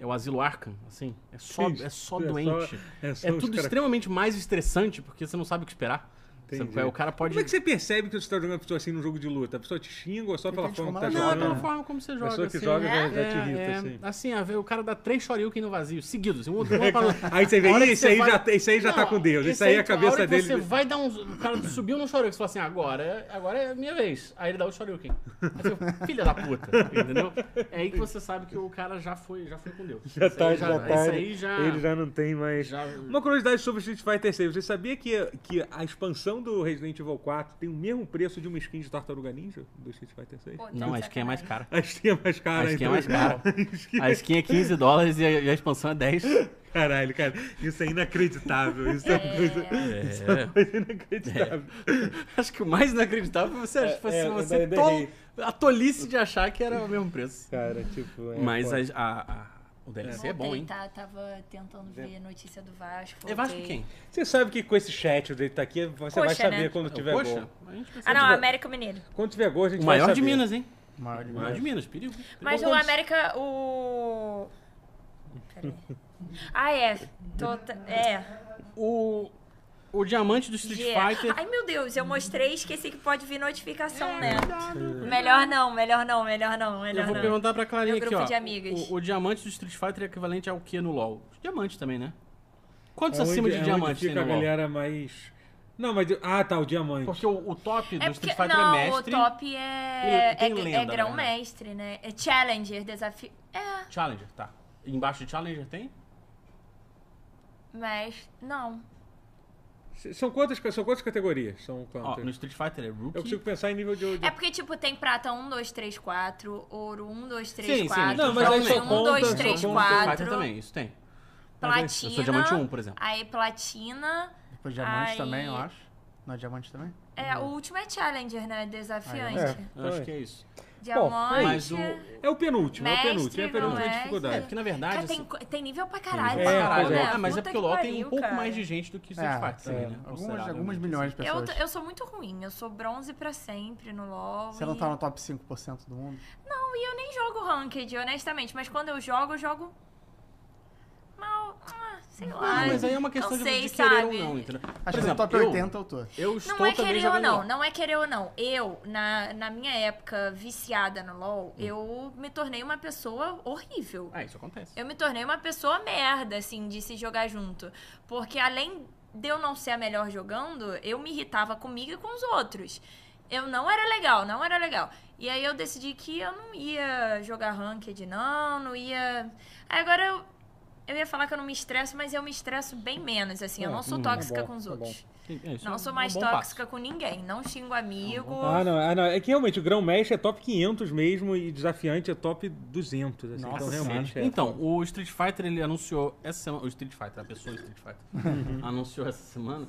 [SPEAKER 2] É o asilo Arkham, assim. É só,
[SPEAKER 1] Sim,
[SPEAKER 2] é
[SPEAKER 1] é só-
[SPEAKER 2] só doente.
[SPEAKER 1] é
[SPEAKER 2] É,
[SPEAKER 1] só os
[SPEAKER 2] tudo
[SPEAKER 1] cara-
[SPEAKER 2] extremamente mais estressante porque você não sabe o que esperar. Sabe
[SPEAKER 1] Entendi.
[SPEAKER 2] qual é? O cara pode.
[SPEAKER 1] Como é que você percebe que você tá jogando a pessoa assim num jogo de luta? A pessoa te xinga ou só pela
[SPEAKER 4] Depende
[SPEAKER 1] forma que
[SPEAKER 4] de
[SPEAKER 1] tá
[SPEAKER 4] como
[SPEAKER 2] Não, é
[SPEAKER 4] ela
[SPEAKER 1] jogando?
[SPEAKER 2] pela
[SPEAKER 4] né?
[SPEAKER 2] forma como você joga.
[SPEAKER 1] pessoa que
[SPEAKER 2] assim,
[SPEAKER 1] joga
[SPEAKER 3] né?
[SPEAKER 1] já, já te
[SPEAKER 2] É,
[SPEAKER 1] irrita,
[SPEAKER 2] é,
[SPEAKER 1] assim.
[SPEAKER 2] a ver, o cara dá três shoryuken no vazio, seguidos. Um, outro- um pra-
[SPEAKER 1] Aí você vê,
[SPEAKER 2] A hora
[SPEAKER 1] "Ih,
[SPEAKER 2] que
[SPEAKER 1] esse
[SPEAKER 2] você
[SPEAKER 1] aí,
[SPEAKER 2] vai-
[SPEAKER 1] já, tá- esse aí já tá
[SPEAKER 2] Não,
[SPEAKER 1] com Deus, esse
[SPEAKER 2] esse
[SPEAKER 1] aí é a
[SPEAKER 2] tu- hora
[SPEAKER 1] cabeça
[SPEAKER 2] que
[SPEAKER 1] dele.
[SPEAKER 2] Você vai dar uns. O cara subiu no Shoryuken, você fala assim, agora, é- agora é minha vez. Aí ele dá o Shoryuken. Aí você fala, filha da puta, entendeu? É aí que você sabe que o cara já foi, já foi com Deus.
[SPEAKER 1] Já
[SPEAKER 2] Esse
[SPEAKER 1] tá,
[SPEAKER 2] aí já,
[SPEAKER 1] já
[SPEAKER 2] esse
[SPEAKER 1] tá.
[SPEAKER 2] aí já.
[SPEAKER 1] Ele já não tem mais.
[SPEAKER 2] já-
[SPEAKER 1] Uma curiosidade sobre Street Fighter 6. Você sabia que, que a expansão do Resident Evil 4 tem o mesmo preço de uma skin de Tartaruga Ninja do Street Fighter 6?
[SPEAKER 3] Pô, tá
[SPEAKER 2] Não,
[SPEAKER 3] de
[SPEAKER 2] a skin é mais
[SPEAKER 3] sacanagem.
[SPEAKER 2] cara.
[SPEAKER 1] A skin é mais cara.
[SPEAKER 2] A skin é
[SPEAKER 1] então.
[SPEAKER 2] mais cara. A skin é 15 dólares e a, e a expansão é 10.
[SPEAKER 1] Caralho, cara. Isso é inacreditável. Isso é, uma coisa, isso é uma coisa inacreditável.
[SPEAKER 2] É. Acho que o mais inacreditável foi você, foi
[SPEAKER 1] é,
[SPEAKER 2] assim,
[SPEAKER 1] eu
[SPEAKER 2] você
[SPEAKER 1] ainda
[SPEAKER 2] tol-
[SPEAKER 1] errei.
[SPEAKER 2] a tolice de achar que era o mesmo preço.
[SPEAKER 1] Cara, tipo... é
[SPEAKER 2] Mas
[SPEAKER 1] foda.
[SPEAKER 2] a- a- a- o DLC é bom,
[SPEAKER 3] Voltei,
[SPEAKER 2] hein?
[SPEAKER 3] tá? Tava tentando ver notícia do Vasco.
[SPEAKER 2] É Vasco
[SPEAKER 3] voltei.
[SPEAKER 2] quem?
[SPEAKER 1] Você sabe que com esse chat dele tá aqui, você vai
[SPEAKER 3] Coxa,
[SPEAKER 1] saber
[SPEAKER 3] né?
[SPEAKER 1] quando
[SPEAKER 2] É o
[SPEAKER 1] tiver
[SPEAKER 2] Coxa?
[SPEAKER 1] gol.
[SPEAKER 2] A gente vai
[SPEAKER 3] Ah,
[SPEAKER 2] saber.
[SPEAKER 3] não, América Mineiro.
[SPEAKER 1] Quando tiver gol, a gente
[SPEAKER 2] O
[SPEAKER 1] vai
[SPEAKER 2] maior
[SPEAKER 1] saber.
[SPEAKER 2] de Minas, hein?
[SPEAKER 4] Maior
[SPEAKER 2] O
[SPEAKER 4] de
[SPEAKER 2] maior de Minas, perigo.
[SPEAKER 3] Mas o
[SPEAKER 1] Vamos-
[SPEAKER 3] América, o. Peraí. Ah, é. Tô... t- É.
[SPEAKER 2] O, o diamante do Street
[SPEAKER 3] G.
[SPEAKER 2] Fighter.
[SPEAKER 3] Ai, meu Deus, eu mostrei e esqueci que pode vir notificação, né?
[SPEAKER 2] Cuidado.
[SPEAKER 3] Melhor não, melhor não, melhor não,
[SPEAKER 2] Eu
[SPEAKER 3] melhor
[SPEAKER 2] vou
[SPEAKER 3] não.
[SPEAKER 2] perguntar pra Clarinha
[SPEAKER 3] Meu
[SPEAKER 2] aqui,
[SPEAKER 3] grupo
[SPEAKER 2] ó.
[SPEAKER 3] de amigas.
[SPEAKER 2] O, o diamante do Street Fighter é equivalente ao que no LoL? Diamante também, né? Quantos
[SPEAKER 1] Aonde-
[SPEAKER 2] acima de
[SPEAKER 1] aonde
[SPEAKER 2] diamante tem
[SPEAKER 1] um é fica
[SPEAKER 2] no
[SPEAKER 1] a
[SPEAKER 2] LoL?
[SPEAKER 1] galera mais... Não, mas... Ah, tá, o diamante.
[SPEAKER 2] Porque o, o top do
[SPEAKER 3] É porque,
[SPEAKER 2] Street Fighter
[SPEAKER 3] não,
[SPEAKER 2] é mestre.
[SPEAKER 3] o top é,
[SPEAKER 2] Tem
[SPEAKER 3] é,
[SPEAKER 2] lenda,
[SPEAKER 3] é
[SPEAKER 2] né?
[SPEAKER 3] grão-mestre, né? É challenger, desafio... É,
[SPEAKER 2] Challenger, tá. E Embaixo de Challenger tem?
[SPEAKER 3] mas... Não.
[SPEAKER 1] S- São quantas, são quantas categorias? São
[SPEAKER 2] Ó,
[SPEAKER 1] quantas?
[SPEAKER 2] no Street Fighter é Rookie.
[SPEAKER 1] Eu tipo consigo pensar em nível de. de-
[SPEAKER 3] É porque, tipo, tem prata 1, 2, 3, 4, ouro 1, 2,
[SPEAKER 2] Sim, sim,
[SPEAKER 3] 3, 4,
[SPEAKER 1] não, mas aí só conta-
[SPEAKER 3] um,
[SPEAKER 1] só
[SPEAKER 3] 2,
[SPEAKER 1] conta-
[SPEAKER 3] 3,
[SPEAKER 2] Street Fighter
[SPEAKER 3] 4,
[SPEAKER 2] também, isso tem.
[SPEAKER 3] platina.
[SPEAKER 2] Eu sou diamante 1, por exemplo.
[SPEAKER 3] Aí platina.
[SPEAKER 4] Depois diamante
[SPEAKER 3] Aí-
[SPEAKER 4] também, eu acho. Não é diamante também?
[SPEAKER 3] É, o último é Challenger, né? Desafiante.
[SPEAKER 1] É.
[SPEAKER 2] Eu acho que é isso.
[SPEAKER 3] Diamante.
[SPEAKER 2] Mas o.
[SPEAKER 1] É o penúltimo, é o penúltimo. É
[SPEAKER 3] Mestre,
[SPEAKER 1] o penúltimo de
[SPEAKER 3] não é?
[SPEAKER 2] É,
[SPEAKER 1] dificuldade.
[SPEAKER 2] porque na verdade.
[SPEAKER 3] Cara,
[SPEAKER 2] assim,
[SPEAKER 3] tem, co- tem nível pra
[SPEAKER 2] tem
[SPEAKER 3] caralho.
[SPEAKER 2] gente
[SPEAKER 1] É, pois
[SPEAKER 2] pra caralho,
[SPEAKER 1] é.
[SPEAKER 2] né?
[SPEAKER 3] né?
[SPEAKER 2] Ah, mas
[SPEAKER 3] Puta
[SPEAKER 2] é porque
[SPEAKER 3] que
[SPEAKER 2] o LoL tem
[SPEAKER 3] pariu,
[SPEAKER 2] um pouco
[SPEAKER 3] cara.
[SPEAKER 2] mais de gente do que o Street
[SPEAKER 4] É,
[SPEAKER 2] Fighter também, né?
[SPEAKER 4] Algumas,
[SPEAKER 2] Considerado,
[SPEAKER 4] algumas
[SPEAKER 2] né?
[SPEAKER 4] milhões de
[SPEAKER 3] Eu,
[SPEAKER 4] pessoas.
[SPEAKER 3] eu sou muito ruim, eu sou bronze pra sempre no LoL.
[SPEAKER 4] Você não
[SPEAKER 3] e-
[SPEAKER 4] tá no top 5% do mundo?
[SPEAKER 3] Não, e eu nem jogo ranked, honestamente, mas quando eu jogo, eu jogo mal, ah, sei
[SPEAKER 2] Não,
[SPEAKER 3] lá.
[SPEAKER 2] mas aí é uma questão
[SPEAKER 3] não
[SPEAKER 2] de,
[SPEAKER 3] sei,
[SPEAKER 2] de querer
[SPEAKER 3] sabe?
[SPEAKER 2] ou não, entendeu?
[SPEAKER 4] Acho
[SPEAKER 2] Por
[SPEAKER 4] que no
[SPEAKER 2] exemplo,
[SPEAKER 4] top
[SPEAKER 2] eu,
[SPEAKER 4] 80 eu tô.
[SPEAKER 2] eu estou
[SPEAKER 3] Não é
[SPEAKER 2] também
[SPEAKER 3] querer ou
[SPEAKER 2] jogando
[SPEAKER 3] não,
[SPEAKER 2] LoL.
[SPEAKER 3] não é querer ou não. Eu, na, na minha época viciada no LoL, eu me tornei uma pessoa horrível.
[SPEAKER 2] Hum. Ah, isso acontece.
[SPEAKER 3] Eu me tornei uma pessoa merda, assim, de se jogar junto. Porque além de eu não ser a melhor jogando, eu me irritava comigo e com os outros. Eu não era legal, não era legal. E aí eu decidi que eu não ia jogar ranked, não, não ia. Aí Agora eu, eu ia falar que eu não me estresso, mas eu me estresso bem menos, assim. Eu
[SPEAKER 1] Ah,
[SPEAKER 3] não sou
[SPEAKER 1] uhum,
[SPEAKER 3] tóxica
[SPEAKER 1] tá bom,
[SPEAKER 3] com os
[SPEAKER 1] tá
[SPEAKER 3] outros.
[SPEAKER 2] hum, É, isso é
[SPEAKER 3] Não
[SPEAKER 2] um-
[SPEAKER 3] sou
[SPEAKER 2] um
[SPEAKER 3] mais
[SPEAKER 2] bom
[SPEAKER 3] tóxica
[SPEAKER 2] passo.
[SPEAKER 3] com ninguém. Não xingo amigo.
[SPEAKER 1] Ah não, ah, não, é que realmente o Grão Mestre é top 500 mesmo e desafiante é top 200. Assim,
[SPEAKER 4] Nossa
[SPEAKER 1] então,
[SPEAKER 4] Senhora.
[SPEAKER 1] realmente. É.
[SPEAKER 2] Então, o Street Fighter, ele anunciou essa semana... O Street Fighter, a pessoa do Street Fighter, anunciou essa semana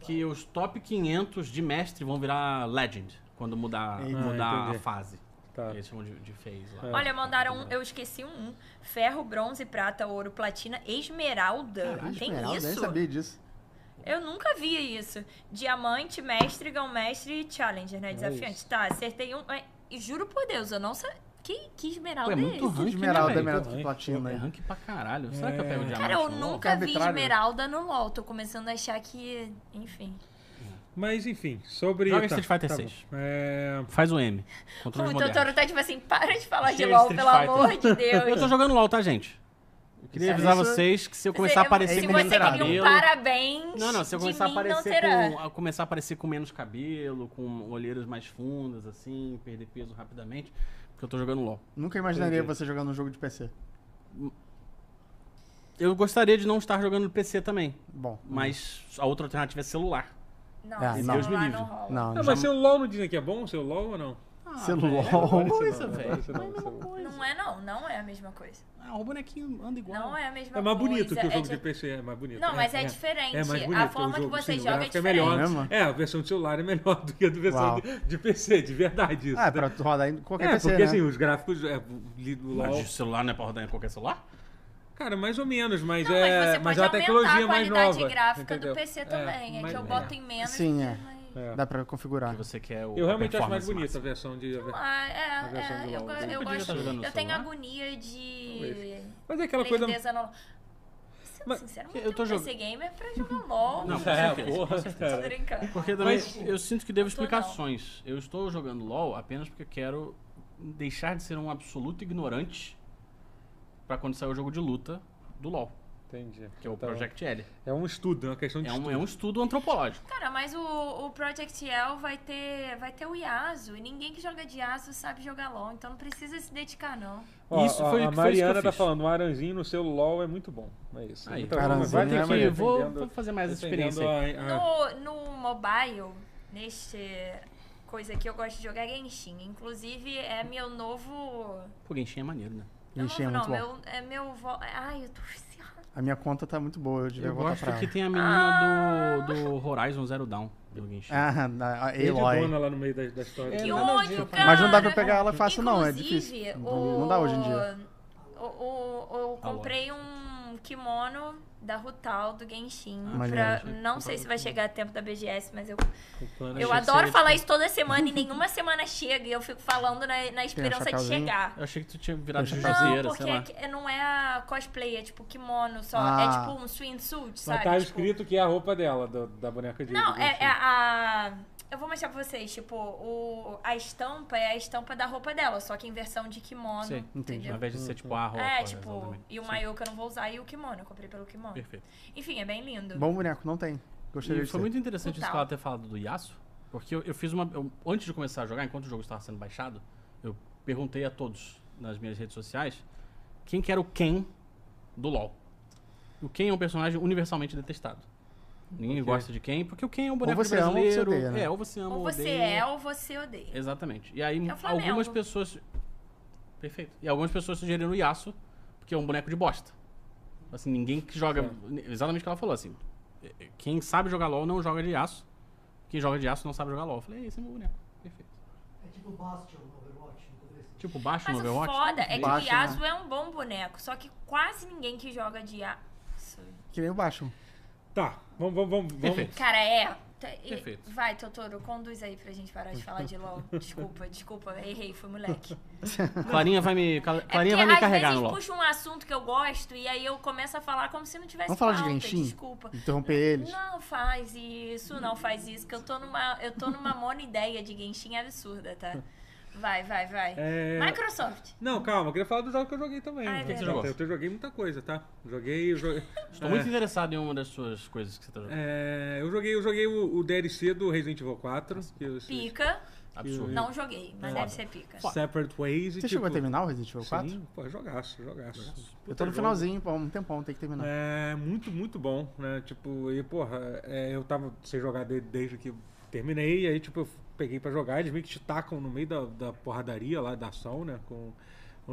[SPEAKER 2] que os top 500 de mestre vão virar Legend, quando mudar,
[SPEAKER 4] Ah,
[SPEAKER 2] mudar a
[SPEAKER 1] entendi.
[SPEAKER 2] fase.
[SPEAKER 1] Tá.
[SPEAKER 2] Eles chamam de, de phase lá.
[SPEAKER 1] É.
[SPEAKER 3] Olha, mandaram. um- Eu esqueci um. Ferro, bronze, prata, ouro, platina, esmeralda.
[SPEAKER 4] Caralho,
[SPEAKER 3] Tem
[SPEAKER 4] esmeralda, é nem
[SPEAKER 3] isso?
[SPEAKER 4] sabia disso.
[SPEAKER 3] Eu nunca via isso. Diamante, mestre, gão mestre e challenger,
[SPEAKER 2] É
[SPEAKER 3] né? Desafiante.
[SPEAKER 1] isso.
[SPEAKER 3] Tá, acertei um. é, e juro por Deus, eu não sabia. Que, que esmeralda
[SPEAKER 2] Pô, é
[SPEAKER 3] é,
[SPEAKER 2] muito
[SPEAKER 3] esse?
[SPEAKER 2] rank,
[SPEAKER 4] Esmeralda,
[SPEAKER 2] né,
[SPEAKER 4] melhor
[SPEAKER 2] velho?
[SPEAKER 4] do
[SPEAKER 1] Também.
[SPEAKER 4] que platina. É.
[SPEAKER 2] É
[SPEAKER 4] aí.
[SPEAKER 2] rank pra caralho. Será que eu pego diamante
[SPEAKER 3] Cara, eu
[SPEAKER 2] no LoL?
[SPEAKER 3] nunca vi
[SPEAKER 2] né?
[SPEAKER 4] arbitrário.
[SPEAKER 3] esmeralda no LOL. Tô começando a achar que. Enfim.
[SPEAKER 1] Mas enfim, sobre.
[SPEAKER 2] Joga
[SPEAKER 1] tá,
[SPEAKER 2] Street Fighter
[SPEAKER 1] tá
[SPEAKER 2] 6.
[SPEAKER 1] bom. É,
[SPEAKER 2] Faz o M. Contra os
[SPEAKER 3] O
[SPEAKER 2] modernos.
[SPEAKER 3] doutor tá tipo assim: para de falar de
[SPEAKER 2] Cheio de
[SPEAKER 3] LOL,
[SPEAKER 2] Street
[SPEAKER 3] pelo
[SPEAKER 2] Fighter.
[SPEAKER 3] amor de Deus.
[SPEAKER 2] Eu tô jogando LOL, tá, gente? Eu queria
[SPEAKER 4] Isso-
[SPEAKER 2] avisar vocês que se eu começar a
[SPEAKER 3] Se-
[SPEAKER 2] aparecer
[SPEAKER 3] se
[SPEAKER 2] com
[SPEAKER 3] é você
[SPEAKER 2] menos
[SPEAKER 3] queria um
[SPEAKER 2] cabelo...
[SPEAKER 3] parabéns.
[SPEAKER 2] Não, não, se eu
[SPEAKER 3] de
[SPEAKER 2] começar a,
[SPEAKER 3] mim, não
[SPEAKER 2] aparecer
[SPEAKER 3] terá.
[SPEAKER 2] com, a começar a aparecer com menos cabelo, com olheiras mais fundas, assim, perder peso rapidamente, porque eu tô jogando LOL.
[SPEAKER 4] Nunca imaginaria
[SPEAKER 1] Entendi.
[SPEAKER 4] você jogando um jogo de PC.
[SPEAKER 2] Eu gostaria de não estar jogando no PC também,
[SPEAKER 4] Bom,
[SPEAKER 2] mas a outra alternativa é celular.
[SPEAKER 3] Não,
[SPEAKER 4] Ah,
[SPEAKER 3] celular
[SPEAKER 4] não. Deus
[SPEAKER 2] me livre.
[SPEAKER 3] não rola.
[SPEAKER 4] não,
[SPEAKER 1] Ah, mas seu LOL não dizem que é bom, seu LOL ou não?
[SPEAKER 2] Ah,
[SPEAKER 4] celular.
[SPEAKER 2] coisa, velho.
[SPEAKER 1] Parece não, seu LOL.
[SPEAKER 3] Não é, não. Não é a mesma coisa.
[SPEAKER 2] Ah, o bonequinho anda igual.
[SPEAKER 3] Não é a mesma coisa.
[SPEAKER 1] É mais bonito que o
[SPEAKER 3] é
[SPEAKER 1] jogo
[SPEAKER 3] di-
[SPEAKER 1] de PC, é mais bonito.
[SPEAKER 3] Não, mas é diferente.
[SPEAKER 1] É mais
[SPEAKER 3] A
[SPEAKER 1] bonito.
[SPEAKER 3] forma
[SPEAKER 1] o
[SPEAKER 3] que
[SPEAKER 1] jogo, sim,
[SPEAKER 3] você
[SPEAKER 1] o
[SPEAKER 3] joga é
[SPEAKER 1] gráfico
[SPEAKER 3] diferente.
[SPEAKER 1] melhor.
[SPEAKER 4] É mesmo?
[SPEAKER 1] É, a versão de celular é melhor do que a do versão
[SPEAKER 4] Uau.
[SPEAKER 1] de, de PC, de verdade isso.
[SPEAKER 4] Ah, é
[SPEAKER 1] né?
[SPEAKER 4] pra tu rodar em qualquer
[SPEAKER 1] É,
[SPEAKER 4] PC,
[SPEAKER 1] porque
[SPEAKER 4] né?
[SPEAKER 1] assim, os gráficos é, li- do LOL.
[SPEAKER 2] Mas o celular não é pra rodar em qualquer celular?
[SPEAKER 1] Cara, mais ou menos, mas
[SPEAKER 3] Não, mas
[SPEAKER 1] é. Mas
[SPEAKER 3] você pode
[SPEAKER 1] é uma
[SPEAKER 3] aumentar
[SPEAKER 1] tecnologia
[SPEAKER 3] a
[SPEAKER 1] mais
[SPEAKER 3] qualidade
[SPEAKER 1] nova.
[SPEAKER 3] gráfica
[SPEAKER 1] entendeu?
[SPEAKER 3] do PC
[SPEAKER 1] É,
[SPEAKER 3] também. É,
[SPEAKER 1] mas-
[SPEAKER 3] que eu boto em menos.
[SPEAKER 4] Sim, é.
[SPEAKER 3] mas-
[SPEAKER 1] é.
[SPEAKER 4] Dá pra configurar.
[SPEAKER 2] Que você quer o
[SPEAKER 1] Eu realmente
[SPEAKER 2] a
[SPEAKER 1] acho mais
[SPEAKER 2] performance
[SPEAKER 1] bonita a
[SPEAKER 2] máxima.
[SPEAKER 1] versão de.
[SPEAKER 3] Ah, é,
[SPEAKER 1] versão
[SPEAKER 3] é,
[SPEAKER 1] do
[SPEAKER 3] eu,
[SPEAKER 1] LoL.
[SPEAKER 3] go-
[SPEAKER 1] Ele
[SPEAKER 3] eu
[SPEAKER 2] podia
[SPEAKER 3] gosto.
[SPEAKER 2] estar jogando no
[SPEAKER 3] Eu tenho
[SPEAKER 2] celular.
[SPEAKER 3] agonia de.
[SPEAKER 1] Mas é aquela coisa.
[SPEAKER 3] lerdeza no- Sendo
[SPEAKER 1] Mas-
[SPEAKER 3] sincero,
[SPEAKER 2] Eu
[SPEAKER 3] eu
[SPEAKER 2] tô
[SPEAKER 3] tô
[SPEAKER 2] jog-
[SPEAKER 3] PC Gamer pra jogar LOL.
[SPEAKER 2] Não,
[SPEAKER 1] É,
[SPEAKER 2] com
[SPEAKER 1] porra,
[SPEAKER 3] Tô
[SPEAKER 1] cara.
[SPEAKER 3] brincando.
[SPEAKER 2] Porque também
[SPEAKER 1] Mas-
[SPEAKER 2] eu sinto que devo
[SPEAKER 3] Não tô,
[SPEAKER 2] explicações. Eu estou jogando LoL apenas porque quero deixar de ser um absoluto ignorante pra quando sair o jogo de luta do LoL,
[SPEAKER 1] Entendi.
[SPEAKER 2] que é o
[SPEAKER 1] Então,
[SPEAKER 2] Project L.
[SPEAKER 1] É um estudo, é uma questão de
[SPEAKER 2] É um,
[SPEAKER 1] estudo.
[SPEAKER 2] é um estudo antropológico.
[SPEAKER 3] Cara, mas o, o Project L vai ter, vai ter o Yasuo. E ninguém que joga de Yasuo sabe jogar LOL. Então não precisa se dedicar, não.
[SPEAKER 1] Ó,
[SPEAKER 2] Isso
[SPEAKER 1] ó, a
[SPEAKER 2] foi- foi isso que eu
[SPEAKER 1] Mariana tá
[SPEAKER 2] fiz.
[SPEAKER 1] falando, um aranzinho no seu LOL é muito bom. É isso.
[SPEAKER 2] Aí,
[SPEAKER 1] Então,
[SPEAKER 4] Aranzinho,
[SPEAKER 1] vamos- vai ter
[SPEAKER 4] né,
[SPEAKER 1] que
[SPEAKER 4] Maria?
[SPEAKER 2] vou,
[SPEAKER 1] defendendo-
[SPEAKER 2] vou fazer mais essa
[SPEAKER 1] defendendo
[SPEAKER 2] experiência aí.
[SPEAKER 4] É.
[SPEAKER 1] a- a-
[SPEAKER 3] No, no mobile, neste coisa que eu gosto de jogar é Genshin. Inclusive, é meu novo.
[SPEAKER 2] Pô, Genshin é maneiro, né?
[SPEAKER 3] Meu
[SPEAKER 4] Genshin é
[SPEAKER 3] novo,
[SPEAKER 4] muito bom.
[SPEAKER 3] não, meu, é meu. Vo... Ai, eu tô viciada.
[SPEAKER 4] A minha conta tá muito boa, eu devia
[SPEAKER 2] Eu
[SPEAKER 4] voltar
[SPEAKER 2] gosto
[SPEAKER 4] pra ela.
[SPEAKER 2] que tem a menina do, do Horizon Zero Dawn do Genshin.
[SPEAKER 4] Ah, na- a
[SPEAKER 1] Tem é de dona
[SPEAKER 4] Eloy.
[SPEAKER 1] lá no meio da, da história.
[SPEAKER 2] É,
[SPEAKER 3] Que
[SPEAKER 2] não,
[SPEAKER 1] Né?
[SPEAKER 2] não,
[SPEAKER 3] ódio,
[SPEAKER 2] não,
[SPEAKER 3] cara.
[SPEAKER 4] Mas não dá pra pegar ela fácil, não, é
[SPEAKER 3] Inclusive,
[SPEAKER 4] difícil.
[SPEAKER 3] o-
[SPEAKER 4] Não, não dá hoje em dia.
[SPEAKER 3] o- o- o-
[SPEAKER 2] Tá
[SPEAKER 3] eu comprei um kimono da Rutal, do Genshin.
[SPEAKER 4] Maneiro.
[SPEAKER 3] pra- não sei se vai chegar a tempo da BGS, mas eu,
[SPEAKER 1] O
[SPEAKER 2] Então,
[SPEAKER 1] plano
[SPEAKER 3] eu
[SPEAKER 1] é-
[SPEAKER 3] adoro
[SPEAKER 2] né?
[SPEAKER 3] falar isso toda semana e nenhuma semana chega. E eu fico falando na, na esperança de
[SPEAKER 4] um chapéuzinho?
[SPEAKER 3] chegar.
[SPEAKER 2] Eu achei que tu tinha virado
[SPEAKER 4] Não,
[SPEAKER 3] Não,
[SPEAKER 2] chapeuzeira, sei
[SPEAKER 3] porque
[SPEAKER 2] lá.
[SPEAKER 3] é que- é- não é a cosplay, é tipo kimono só. É
[SPEAKER 4] Ah.
[SPEAKER 3] tipo um swimsuit, sabe?
[SPEAKER 1] Mas tá
[SPEAKER 3] Tipo,
[SPEAKER 1] escrito que é a roupa dela, do- da boneca de
[SPEAKER 3] Não,
[SPEAKER 1] do
[SPEAKER 3] é,
[SPEAKER 1] Genshin.
[SPEAKER 3] é a. Eu vou mostrar pra vocês, tipo, o, a estampa é a estampa da roupa dela, só que em versão de kimono.
[SPEAKER 2] Sei,
[SPEAKER 4] entendi.
[SPEAKER 2] Ao
[SPEAKER 3] entendeu?
[SPEAKER 2] invés de ser
[SPEAKER 4] Uhum.
[SPEAKER 2] tipo a roupa.
[SPEAKER 3] É, tipo,
[SPEAKER 2] exatamente.
[SPEAKER 3] e o
[SPEAKER 2] Sim,
[SPEAKER 3] maiô que eu não vou usar e o kimono, eu comprei pelo kimono.
[SPEAKER 2] Perfeito.
[SPEAKER 3] Enfim, é bem
[SPEAKER 1] né?
[SPEAKER 3] lindo.
[SPEAKER 4] Bom boneco, não tem. Gostaria
[SPEAKER 2] E
[SPEAKER 4] de
[SPEAKER 2] foi
[SPEAKER 4] ser.
[SPEAKER 2] muito interessante isso
[SPEAKER 3] Total.
[SPEAKER 2] que ela ter falado do Yasuo, porque eu, eu fiz uma. eu- antes de começar a jogar, enquanto o jogo estava sendo baixado, eu perguntei a todos nas minhas redes sociais quem que era o Ken do LoL. O Ken é um personagem universalmente detestado.
[SPEAKER 1] Ok.
[SPEAKER 2] Ninguém gosta de quem, porque o quem é um boneco
[SPEAKER 4] você
[SPEAKER 2] de
[SPEAKER 4] ama ou você
[SPEAKER 2] brasileiro.
[SPEAKER 4] odeia, né?
[SPEAKER 2] É, ou você ama
[SPEAKER 3] Ou
[SPEAKER 2] ou
[SPEAKER 3] você
[SPEAKER 2] odeia.
[SPEAKER 3] é ou você odeia.
[SPEAKER 2] Exatamente. E aí
[SPEAKER 3] É o Flamengo.
[SPEAKER 2] algumas pessoas. Perfeito. E algumas pessoas sugeriram o Yasuo, porque é um boneco de bosta. Assim, ninguém que joga. Exatamente o que ela falou, assim. Quem sabe jogar LOL não joga de Yasuo. Quem joga de Yasuo não sabe jogar LOL. Eu falei, esse é meu boneco. Perfeito.
[SPEAKER 5] É tipo Bastion no Overwatch, no começo.
[SPEAKER 2] Tipo, baixo
[SPEAKER 3] Mas
[SPEAKER 2] no
[SPEAKER 3] o
[SPEAKER 2] Overwatch.
[SPEAKER 3] foda é que o
[SPEAKER 4] Baixo, né?
[SPEAKER 3] Yasuo é um bom boneco, só que quase ninguém que joga de Yasuo.
[SPEAKER 4] Que nem o baixo.
[SPEAKER 1] Tá, vamos, vamos, vamos. vamos.
[SPEAKER 2] Perfeito.
[SPEAKER 3] Cara, é. Tá- e-
[SPEAKER 2] Perfeito.
[SPEAKER 3] Vai, Totoro, conduz aí pra gente parar de falar de LOL. Desculpa, desculpa, errei, fui moleque.
[SPEAKER 2] Clarinha vai me, Cla-
[SPEAKER 3] É
[SPEAKER 2] Clarinha
[SPEAKER 3] porque
[SPEAKER 2] vai me
[SPEAKER 3] às
[SPEAKER 2] carregar
[SPEAKER 3] vezes
[SPEAKER 2] no LOL.
[SPEAKER 3] puxa um assunto que eu gosto e aí eu começo a falar como se não tivesse
[SPEAKER 4] Vamos falar de
[SPEAKER 3] pauta,
[SPEAKER 4] Genshin?
[SPEAKER 3] Desculpa.
[SPEAKER 4] Interromper eles.
[SPEAKER 3] Não faz isso, não faz isso, que eu tô numa, eu tô numa monoideia de Genshin absurda, tá? Vai, vai, vai.
[SPEAKER 1] É,
[SPEAKER 3] Microsoft.
[SPEAKER 1] Não, calma, eu queria falar dos jogos que eu joguei também.
[SPEAKER 3] Ah, é
[SPEAKER 1] Eu-
[SPEAKER 2] verdade.
[SPEAKER 1] eu, eu joguei muita coisa, tá? Joguei, eu joguei.
[SPEAKER 2] Estou
[SPEAKER 1] É.
[SPEAKER 2] muito interessado em uma das suas coisas que você tá jogando.
[SPEAKER 1] É, eu joguei, eu joguei o, o DLC do Resident Evil 4, que eu, esse-
[SPEAKER 3] Pica.
[SPEAKER 2] Absurdo.
[SPEAKER 3] Não joguei, mas deve ser pica.
[SPEAKER 1] Separate Ways. e,
[SPEAKER 4] Você chegou a terminar o Resident Evil 4?
[SPEAKER 1] Tipo, Sim, pô, jogaço, jogaço.
[SPEAKER 4] Eu tô no finalzinho, pô, há um tempão, tem que terminar.
[SPEAKER 1] É muito, muito bom, né? Tipo, e porra, é, eu tava sem jogar de- desde que eu terminei, e aí tipo, eu peguei pra jogar, eles meio que te tacam no meio da, da porradaria lá, da ação, né? Com...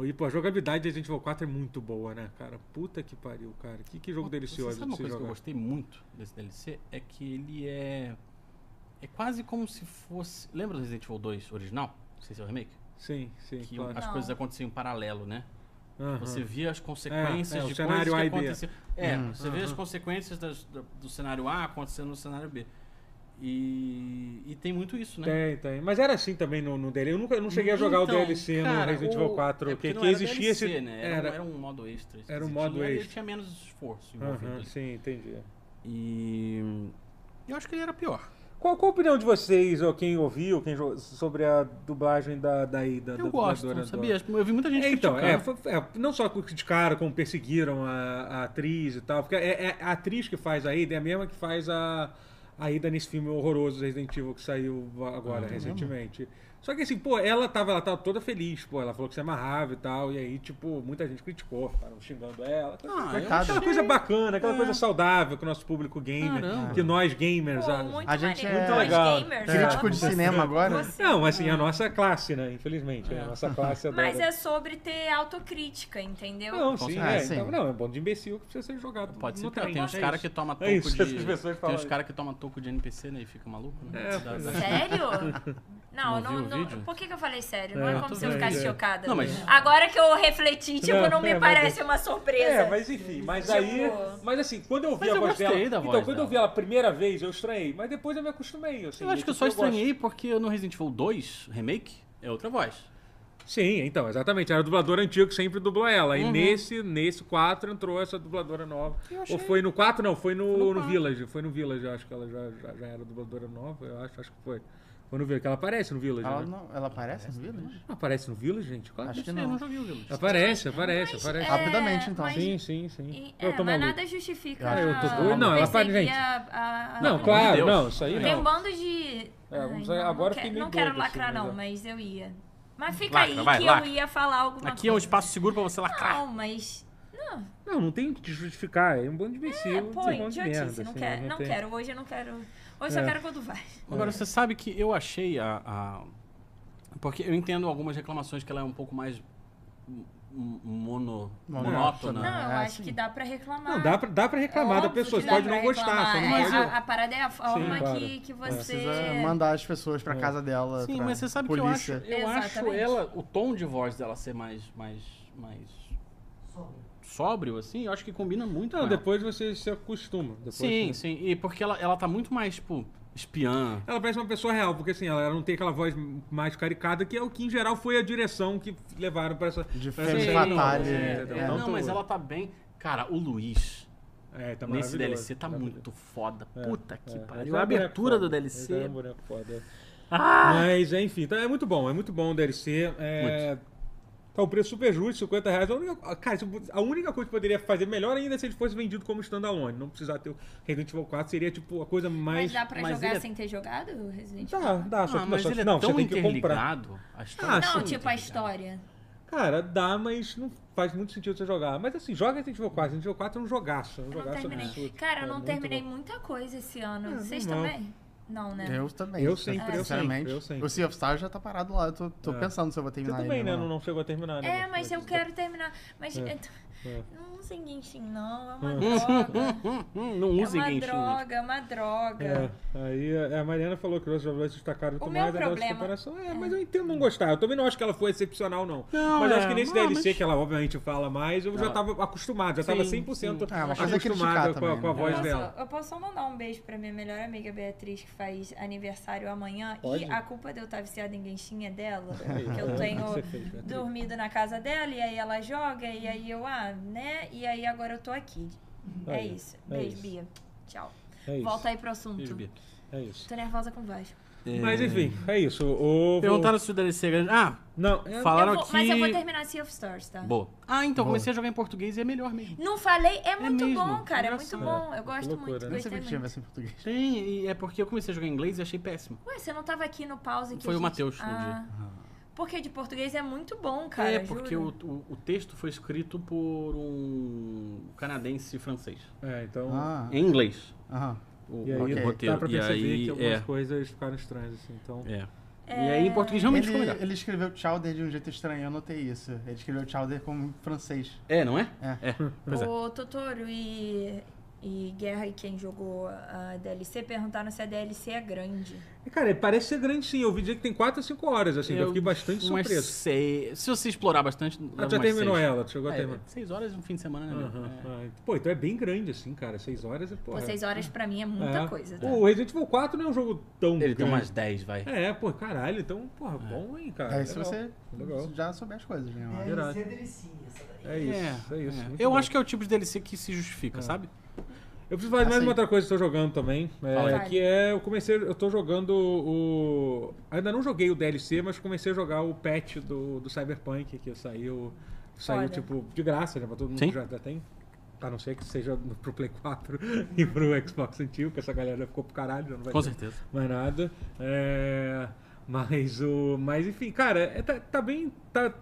[SPEAKER 1] E, pô, a jogabilidade de Resident Evil 4 é muito boa, né, cara? Puta que pariu, cara. Que, que jogo
[SPEAKER 2] Você
[SPEAKER 1] delicioso
[SPEAKER 2] sabe uma
[SPEAKER 1] de se
[SPEAKER 2] coisa que eu
[SPEAKER 1] jogar.
[SPEAKER 2] gostei muito desse DLC? É que ele é. É quase como se fosse. Lembra do Resident Evil 2 original? Sem seu é remake?
[SPEAKER 1] Sim, sim,
[SPEAKER 2] Que
[SPEAKER 1] claro.
[SPEAKER 2] as
[SPEAKER 3] Não.
[SPEAKER 2] coisas aconteciam em paralelo, né?
[SPEAKER 1] Aham.
[SPEAKER 2] Você via as consequências
[SPEAKER 1] É, é, o
[SPEAKER 2] de
[SPEAKER 1] cenário
[SPEAKER 2] coisas
[SPEAKER 1] A
[SPEAKER 2] que
[SPEAKER 1] e B.
[SPEAKER 2] aconteciam. É, você via as consequências das- da- do cenário A acontecendo no cenário B. E, e tem muito isso, né?
[SPEAKER 1] Tem, tem. Mas era assim também no, no DLC. Eu nunca eu não cheguei a jogar
[SPEAKER 2] Então,
[SPEAKER 1] o DLC no
[SPEAKER 2] cara,
[SPEAKER 1] Resident Evil
[SPEAKER 2] o-
[SPEAKER 1] 4,
[SPEAKER 2] é porque
[SPEAKER 1] que,
[SPEAKER 2] não
[SPEAKER 1] que
[SPEAKER 2] era
[SPEAKER 1] existia
[SPEAKER 2] DLC,
[SPEAKER 1] esse.
[SPEAKER 2] Né? Era, um- era um modo extra.
[SPEAKER 1] Era um
[SPEAKER 2] esquisitinho,
[SPEAKER 1] modo
[SPEAKER 2] e aí
[SPEAKER 1] extra.
[SPEAKER 2] Tinha menos esforço envolvido.
[SPEAKER 1] Aham,
[SPEAKER 2] ali.
[SPEAKER 1] sim, entendi.
[SPEAKER 2] E. Eu acho que ele era pior.
[SPEAKER 1] Qual, qual a opinião de vocês, ou quem ouviu, quem jo- sobre a dublagem da, da Ida? da
[SPEAKER 2] Eu gosto,
[SPEAKER 1] dubladora do-
[SPEAKER 2] sabia? Eu vi muita gente né?
[SPEAKER 1] É, então, é,
[SPEAKER 2] criticando.
[SPEAKER 1] foi- é, não só criticaram como perseguiram a, a atriz e tal, porque é, é- a atriz que faz a Ida é a mesma que faz a, a Ida nesse filme horroroso do Resident Evil que saiu agora, recentemente. Só que assim, pô, ela tava, ela tava toda feliz, pô, ela falou que se amarrava e tal, e aí, tipo, muita gente criticou, ficaram xingando ela.
[SPEAKER 2] Ah, eu
[SPEAKER 4] Coitado.
[SPEAKER 1] Aquela
[SPEAKER 2] achei-
[SPEAKER 1] coisa bacana, aquela
[SPEAKER 2] É.
[SPEAKER 1] coisa saudável que o nosso público gamer,
[SPEAKER 2] Caramba.
[SPEAKER 1] que nós gamers,
[SPEAKER 3] Pô,
[SPEAKER 1] a-
[SPEAKER 3] muito
[SPEAKER 4] A gente
[SPEAKER 3] maneiro.
[SPEAKER 4] é-
[SPEAKER 3] Nós
[SPEAKER 1] legal.
[SPEAKER 3] gamers,
[SPEAKER 1] É.
[SPEAKER 4] Crítico
[SPEAKER 3] falamos
[SPEAKER 4] de cinema agora.
[SPEAKER 3] você.
[SPEAKER 1] Não, assim,
[SPEAKER 2] Ah.
[SPEAKER 1] a nossa classe, né? Infelizmente, a nossa classe adora.
[SPEAKER 3] Mas é sobre ter autocrítica, entendeu?
[SPEAKER 1] Não,
[SPEAKER 2] Com
[SPEAKER 1] sim,
[SPEAKER 2] certeza.
[SPEAKER 1] é,
[SPEAKER 4] Ah, sim.
[SPEAKER 1] então, não, é um bando de imbecil que precisa ser jogado.
[SPEAKER 2] Pode ser
[SPEAKER 1] no
[SPEAKER 2] pior.
[SPEAKER 1] trem,
[SPEAKER 2] Tem uns
[SPEAKER 1] é
[SPEAKER 2] caras
[SPEAKER 1] isso.
[SPEAKER 2] que tomam toco
[SPEAKER 1] É isso que
[SPEAKER 2] de.
[SPEAKER 1] as pessoas
[SPEAKER 2] Tem
[SPEAKER 1] falam.
[SPEAKER 2] uns caras que tomam toco de NPC, né? E fica maluco, né?
[SPEAKER 1] É,
[SPEAKER 2] Da-
[SPEAKER 1] pois
[SPEAKER 2] da-
[SPEAKER 3] Sério? Não,
[SPEAKER 2] Não
[SPEAKER 3] não,
[SPEAKER 2] viu o
[SPEAKER 3] não-
[SPEAKER 2] vídeo?
[SPEAKER 3] Por que, que eu falei sério? Não
[SPEAKER 1] É,
[SPEAKER 3] é,
[SPEAKER 1] eu
[SPEAKER 3] como
[SPEAKER 1] tô
[SPEAKER 3] se eu
[SPEAKER 1] vendo,
[SPEAKER 3] ficasse
[SPEAKER 1] é.
[SPEAKER 3] chocada.
[SPEAKER 2] Não, mas-
[SPEAKER 3] Agora que eu refleti, tipo,
[SPEAKER 1] Não,
[SPEAKER 3] não, me
[SPEAKER 1] é, mas-
[SPEAKER 3] parece uma surpresa.
[SPEAKER 1] É, mas enfim, mas aí.
[SPEAKER 3] Tipo-
[SPEAKER 1] Mas assim, quando eu vi
[SPEAKER 2] Mas
[SPEAKER 1] a
[SPEAKER 2] eu
[SPEAKER 1] voz
[SPEAKER 2] gostei
[SPEAKER 1] dela.
[SPEAKER 2] da
[SPEAKER 1] então,
[SPEAKER 2] voz
[SPEAKER 1] quando
[SPEAKER 2] dela.
[SPEAKER 1] eu vi ela a primeira vez, eu estranhei, mas depois eu me acostumei. Assim,
[SPEAKER 2] Eu acho que
[SPEAKER 1] tipo,
[SPEAKER 2] eu só
[SPEAKER 1] gosto.
[SPEAKER 2] estranhei porque no Resident Evil 2 Remake é outra voz.
[SPEAKER 1] Sim, então, exatamente. Era o dublador antigo que sempre dublou ela. E
[SPEAKER 2] Uhum.
[SPEAKER 1] nesse, nesse 4 entrou essa dubladora nova.
[SPEAKER 2] Eu achei-
[SPEAKER 1] Ou foi no 4? Não, foi no,
[SPEAKER 2] no
[SPEAKER 1] no,
[SPEAKER 2] quatro.
[SPEAKER 1] Village. Foi no Village, eu acho que ela já, já, já era dubladora nova, eu acho, acho que foi. Foi no Village, que ela aparece no Village.
[SPEAKER 4] Ela,
[SPEAKER 1] né?
[SPEAKER 4] não, ela aparece no vídeo?
[SPEAKER 1] Não Aparece no Village, gente? Claro
[SPEAKER 4] Acho
[SPEAKER 1] que É
[SPEAKER 4] que
[SPEAKER 2] Eu não
[SPEAKER 4] não.
[SPEAKER 2] joguei o Village.
[SPEAKER 1] Aparece, aparece, aparece.
[SPEAKER 4] é- Rapidamente, então.
[SPEAKER 3] Mas,
[SPEAKER 1] Sim, sim, sim.
[SPEAKER 3] e-
[SPEAKER 1] eu
[SPEAKER 3] é,
[SPEAKER 1] tô
[SPEAKER 3] mas
[SPEAKER 1] maluco.
[SPEAKER 3] nada justifica.
[SPEAKER 4] Ah,
[SPEAKER 1] eu tô
[SPEAKER 3] a-
[SPEAKER 1] doido. Não, ela para-
[SPEAKER 3] perseguir
[SPEAKER 1] gente.
[SPEAKER 3] a- a-
[SPEAKER 1] Não,
[SPEAKER 2] de
[SPEAKER 1] claro,
[SPEAKER 2] Deus.
[SPEAKER 1] não, isso aí
[SPEAKER 3] Tem um
[SPEAKER 1] não.
[SPEAKER 3] bando de.
[SPEAKER 1] É,
[SPEAKER 3] Ai,
[SPEAKER 1] vamos-
[SPEAKER 3] não,
[SPEAKER 1] agora
[SPEAKER 3] não
[SPEAKER 1] fiquei
[SPEAKER 3] quero,
[SPEAKER 1] meio
[SPEAKER 3] não quero
[SPEAKER 1] doido,
[SPEAKER 3] lacrar,
[SPEAKER 1] assim, mas
[SPEAKER 3] não,
[SPEAKER 1] é.
[SPEAKER 3] mas eu ia. Mas fica
[SPEAKER 2] Lacra,
[SPEAKER 3] aí
[SPEAKER 2] vai,
[SPEAKER 3] que
[SPEAKER 2] lacra.
[SPEAKER 3] eu ia falar alguma
[SPEAKER 2] Aqui é um
[SPEAKER 3] coisa.
[SPEAKER 2] espaço seguro pra você lacrar.
[SPEAKER 1] Ah!
[SPEAKER 3] Não, mas. Não,
[SPEAKER 1] Não, não tem o que justificar. É um bando de imbecil.
[SPEAKER 3] é,
[SPEAKER 1] um
[SPEAKER 3] pô,
[SPEAKER 1] bando de merda,
[SPEAKER 3] idiotice. Não,
[SPEAKER 1] assim,
[SPEAKER 3] quero,
[SPEAKER 1] não
[SPEAKER 3] não
[SPEAKER 1] tem-
[SPEAKER 3] quero, hoje eu não quero. Hoje eu
[SPEAKER 1] É.
[SPEAKER 3] só quero quando vai.
[SPEAKER 2] Agora, você sabe que eu achei a, a- Porque eu entendo algumas reclamações que ela é um pouco mais m- m- mono...
[SPEAKER 4] Monótona.
[SPEAKER 2] monótona.
[SPEAKER 3] Não, eu
[SPEAKER 4] é
[SPEAKER 3] acho
[SPEAKER 4] assim.
[SPEAKER 3] que dá pra reclamar.
[SPEAKER 1] Ah, Não, dá pra, dá pra reclamar da
[SPEAKER 3] Óbvio
[SPEAKER 1] pessoa.
[SPEAKER 3] que
[SPEAKER 1] Você
[SPEAKER 3] dá
[SPEAKER 1] pode
[SPEAKER 3] pra
[SPEAKER 1] não gostar. Você não
[SPEAKER 3] reclamar.
[SPEAKER 1] pode...
[SPEAKER 3] É, A, a parada é a forma
[SPEAKER 1] claro. É,
[SPEAKER 3] que, que você. é-
[SPEAKER 4] Precisa mandar as pessoas pra casa dela.
[SPEAKER 2] Sim,
[SPEAKER 4] pra
[SPEAKER 2] mas você sabe
[SPEAKER 4] polícia.
[SPEAKER 2] que eu acho... Eu acho
[SPEAKER 3] Exatamente.
[SPEAKER 2] ela... O tom de voz dela ser mais... mais, mais
[SPEAKER 5] Sobre.
[SPEAKER 2] sóbrio, assim, eu acho que combina muito
[SPEAKER 1] Não,
[SPEAKER 2] com ela.
[SPEAKER 1] depois você se acostuma. Depois assim.
[SPEAKER 2] Sim,
[SPEAKER 1] você-
[SPEAKER 2] sim. E porque ela, ela tá muito mais, tipo, espiã.
[SPEAKER 1] Ela parece uma pessoa real, porque assim, ela não tem aquela voz mais caricada, que é o que em geral foi a direção que levaram pra essa.
[SPEAKER 4] De
[SPEAKER 1] pra
[SPEAKER 4] Femme
[SPEAKER 1] essa-
[SPEAKER 2] Sim,
[SPEAKER 4] Fatale.
[SPEAKER 2] é,
[SPEAKER 1] entendeu?
[SPEAKER 2] é, não,
[SPEAKER 1] Tanto-
[SPEAKER 2] mas ela tá bem. Cara, o Luiz
[SPEAKER 1] É, tá
[SPEAKER 2] nesse
[SPEAKER 1] maravilhoso,
[SPEAKER 2] DLC tá
[SPEAKER 1] maravilhoso.
[SPEAKER 2] muito foda. Puta que
[SPEAKER 1] É, esse é
[SPEAKER 2] pariu. A
[SPEAKER 1] um boneco
[SPEAKER 2] abertura
[SPEAKER 1] foda,
[SPEAKER 2] do DLC.
[SPEAKER 1] esse é um boneco foda.
[SPEAKER 2] Ah!
[SPEAKER 1] Mas, enfim, tá, é muito bom, é muito bom o DLC. É, tá um preço super justo, 50 reais. A única, cara, se eu- a única coisa que poderia fazer melhor ainda é se ele fosse vendido como standalone. Não precisar ter o Resident Evil 4, seria tipo a coisa
[SPEAKER 3] Mas
[SPEAKER 1] mais.
[SPEAKER 3] dá pra
[SPEAKER 2] mas
[SPEAKER 3] jogar
[SPEAKER 2] ele é-
[SPEAKER 3] sem ter jogado o Resident Evil?
[SPEAKER 1] Dá, dá, só
[SPEAKER 2] Ah,
[SPEAKER 1] que
[SPEAKER 2] mas
[SPEAKER 1] só-
[SPEAKER 2] ele é
[SPEAKER 1] não,
[SPEAKER 2] tão
[SPEAKER 1] você tem que comprar.
[SPEAKER 2] interligado. A história
[SPEAKER 1] Ah,
[SPEAKER 2] é tão
[SPEAKER 1] sim.
[SPEAKER 3] Não, tipo a
[SPEAKER 2] interligada.
[SPEAKER 3] história.
[SPEAKER 1] Cara, dá, mas não faz muito sentido você jogar. Mas assim, joga Resident Evil 4. Resident Evil 4 é um jogaço. É um
[SPEAKER 3] Eu não
[SPEAKER 1] jogaço
[SPEAKER 3] terminei.
[SPEAKER 1] absurdo.
[SPEAKER 3] Cara, eu
[SPEAKER 1] É
[SPEAKER 3] não
[SPEAKER 1] muito
[SPEAKER 3] terminei
[SPEAKER 1] bom.
[SPEAKER 3] muita coisa esse ano.
[SPEAKER 1] É,
[SPEAKER 3] Vocês
[SPEAKER 1] normal.
[SPEAKER 3] também? Não, né?
[SPEAKER 4] É. Eu também.
[SPEAKER 1] Eu sempre, eu
[SPEAKER 4] sinceramente.
[SPEAKER 1] sempre, eu sempre.
[SPEAKER 4] O Sea of Stars já tá parado lá. Eu tô, tô
[SPEAKER 1] É.
[SPEAKER 4] pensando se eu vou
[SPEAKER 1] Você
[SPEAKER 4] terminar
[SPEAKER 1] também,
[SPEAKER 4] ele
[SPEAKER 1] né?
[SPEAKER 4] ou
[SPEAKER 1] Não, não chegou a terminar, né?
[SPEAKER 3] É, mas eu quero terminar. Mas
[SPEAKER 1] É.
[SPEAKER 3] é.
[SPEAKER 1] É.
[SPEAKER 3] não sei enfim, não. É uma droga.
[SPEAKER 2] Hum, hum, não
[SPEAKER 3] É
[SPEAKER 2] use
[SPEAKER 3] uma
[SPEAKER 2] Genshin. gente.
[SPEAKER 3] droga, é uma
[SPEAKER 1] É,
[SPEAKER 3] droga.
[SPEAKER 1] aí é, a Mariana falou que os jogadores destacaram
[SPEAKER 3] O
[SPEAKER 1] mais
[SPEAKER 3] meu
[SPEAKER 1] a de
[SPEAKER 3] problema-
[SPEAKER 1] comparação. É, mas eu entendo não gostar. Eu também não acho que ela foi excepcional, não.
[SPEAKER 2] Não,
[SPEAKER 1] mas eu
[SPEAKER 2] é,
[SPEAKER 1] acho que nesse
[SPEAKER 2] não,
[SPEAKER 1] DLC,
[SPEAKER 2] mas-
[SPEAKER 1] que ela obviamente fala mais, eu já
[SPEAKER 2] Ela-
[SPEAKER 1] tava acostumado, já tava
[SPEAKER 2] Sim,
[SPEAKER 1] 100%
[SPEAKER 4] sim. Ah, uma coisa é criticar
[SPEAKER 1] acostumada com, a-
[SPEAKER 4] também,
[SPEAKER 1] com a
[SPEAKER 4] né?
[SPEAKER 1] voz
[SPEAKER 3] eu, posso,
[SPEAKER 1] dela.
[SPEAKER 3] eu posso só mandar um beijo pra minha melhor amiga Beatriz, que faz aniversário amanhã.
[SPEAKER 1] Pode.
[SPEAKER 3] E a culpa de eu estar viciada em Genshin é dela.
[SPEAKER 1] Aí,
[SPEAKER 3] que eu
[SPEAKER 1] é,
[SPEAKER 3] tenho
[SPEAKER 1] você fez, Beatriz.
[SPEAKER 3] dormido na casa dela, e aí ela joga, e aí eu, ah, né? E aí agora eu tô aqui. É
[SPEAKER 1] Aí,
[SPEAKER 3] isso.
[SPEAKER 1] é
[SPEAKER 3] Beijo,
[SPEAKER 1] isso.
[SPEAKER 3] Bia. Tchau.
[SPEAKER 1] É isso.
[SPEAKER 3] Volta aí pro assunto.
[SPEAKER 2] Beijo, Bia.
[SPEAKER 1] É isso.
[SPEAKER 3] Tô nervosa com o Vasco.
[SPEAKER 1] Mas enfim, é isso. O,
[SPEAKER 2] Perguntaram se o DLC é grande. Ah,
[SPEAKER 1] Não, é-
[SPEAKER 2] falaram
[SPEAKER 3] Eu vou-
[SPEAKER 2] que.
[SPEAKER 3] Mas eu vou terminar Sea of Stars, tá?
[SPEAKER 2] Boa. Ah, então comecei a jogar em português e é melhor mesmo.
[SPEAKER 3] Não falei, é muito
[SPEAKER 2] mesmo,
[SPEAKER 3] bom, cara. É muito
[SPEAKER 2] engraçado.
[SPEAKER 3] bom.
[SPEAKER 1] É,
[SPEAKER 3] Eu gosto
[SPEAKER 1] que loucura,
[SPEAKER 3] muito,
[SPEAKER 1] né?
[SPEAKER 4] não. Eu
[SPEAKER 3] gostei
[SPEAKER 4] sempre tinha
[SPEAKER 3] muito.
[SPEAKER 4] versão em português.
[SPEAKER 2] Tem, e é porque eu comecei a jogar em inglês e achei péssimo.
[SPEAKER 3] Ué, você não tava aqui no pause que
[SPEAKER 2] Foi
[SPEAKER 3] a
[SPEAKER 2] o
[SPEAKER 3] gente-
[SPEAKER 2] Matheus no
[SPEAKER 3] Ah,
[SPEAKER 2] dia.
[SPEAKER 3] Porque de português é muito bom, cara.
[SPEAKER 2] é, porque o,
[SPEAKER 3] juro.
[SPEAKER 2] o, o texto foi escrito por um canadense francês.
[SPEAKER 1] É, então.
[SPEAKER 4] Ah,
[SPEAKER 2] Em inglês.
[SPEAKER 4] aham.
[SPEAKER 2] O,
[SPEAKER 1] E aí
[SPEAKER 4] Ok.
[SPEAKER 2] o roteiro.
[SPEAKER 1] dá pra
[SPEAKER 2] e
[SPEAKER 1] perceber
[SPEAKER 2] aí,
[SPEAKER 1] que algumas
[SPEAKER 2] é,
[SPEAKER 1] coisas ficaram estranhas, assim. Então.
[SPEAKER 2] é. E aí em português realmente ficou
[SPEAKER 4] Ele,
[SPEAKER 2] melhor.
[SPEAKER 4] ele escreveu Chowder de um jeito estranho, eu notei isso. Ele escreveu Chowder como francês.
[SPEAKER 2] É, não é?
[SPEAKER 4] É.
[SPEAKER 2] Pois é.
[SPEAKER 3] O Totoro e, e Guerra e quem jogou a DLC perguntaram se a DLC é grande.
[SPEAKER 1] E, Cara, parece ser grande sim. Eu vi dizer que tem 4 a 5 horas, assim. Eu, fiquei bastante
[SPEAKER 2] umas
[SPEAKER 1] surpreso.
[SPEAKER 2] seis- Se você explorar bastante.
[SPEAKER 1] Ah,
[SPEAKER 2] leva
[SPEAKER 1] já
[SPEAKER 2] umas
[SPEAKER 1] terminou
[SPEAKER 2] seis.
[SPEAKER 1] ela, chegou a
[SPEAKER 2] É,
[SPEAKER 1] terminar.
[SPEAKER 2] seis horas no fim de semana, né?
[SPEAKER 1] Aham,
[SPEAKER 2] É.
[SPEAKER 1] ah, Pô, então é bem grande assim, cara. Seis horas é
[SPEAKER 3] Pô,
[SPEAKER 1] porra.
[SPEAKER 3] seis horas pra mim é muita coisa. tá?
[SPEAKER 1] Pô, o Resident Evil 4 não é um jogo tão
[SPEAKER 2] Ele
[SPEAKER 1] grande.
[SPEAKER 2] tem É. umas 10, vai.
[SPEAKER 1] É, pô, caralho. Então, porra, bom, hein, cara.
[SPEAKER 4] Aí É, se
[SPEAKER 1] Ah, é Legal.
[SPEAKER 4] você
[SPEAKER 1] Legal.
[SPEAKER 4] já souber as coisas, né? eu acho.
[SPEAKER 1] Irado.
[SPEAKER 5] DLC é delicinha essa daí.
[SPEAKER 1] É isso, é, isso. É.
[SPEAKER 2] é.
[SPEAKER 1] muito
[SPEAKER 2] Eu
[SPEAKER 1] bom.
[SPEAKER 2] acho que é o tipo de DLC que se justifica, sabe?
[SPEAKER 1] Eu preciso falar de mais
[SPEAKER 4] Assim.
[SPEAKER 1] uma outra coisa que eu tô jogando também. é,
[SPEAKER 3] Fala aí.
[SPEAKER 1] que é. Eu comecei. Eu tô jogando o. Ainda não joguei o DLC, mas comecei a jogar o patch do, do Cyberpunk, que saiu. Saiu,
[SPEAKER 3] Olha.
[SPEAKER 1] tipo, de graça, né? Pra todo mundo
[SPEAKER 2] Sim.
[SPEAKER 1] que já, já tem. A não ser que seja no- pro Play 4 e pro Xbox antigo, que essa galera ficou pro caralho, já não vai
[SPEAKER 2] Com
[SPEAKER 1] ter
[SPEAKER 2] certeza.
[SPEAKER 1] mais nada. É, mas o. Mas enfim, cara, é, tá, tá bem. Tá,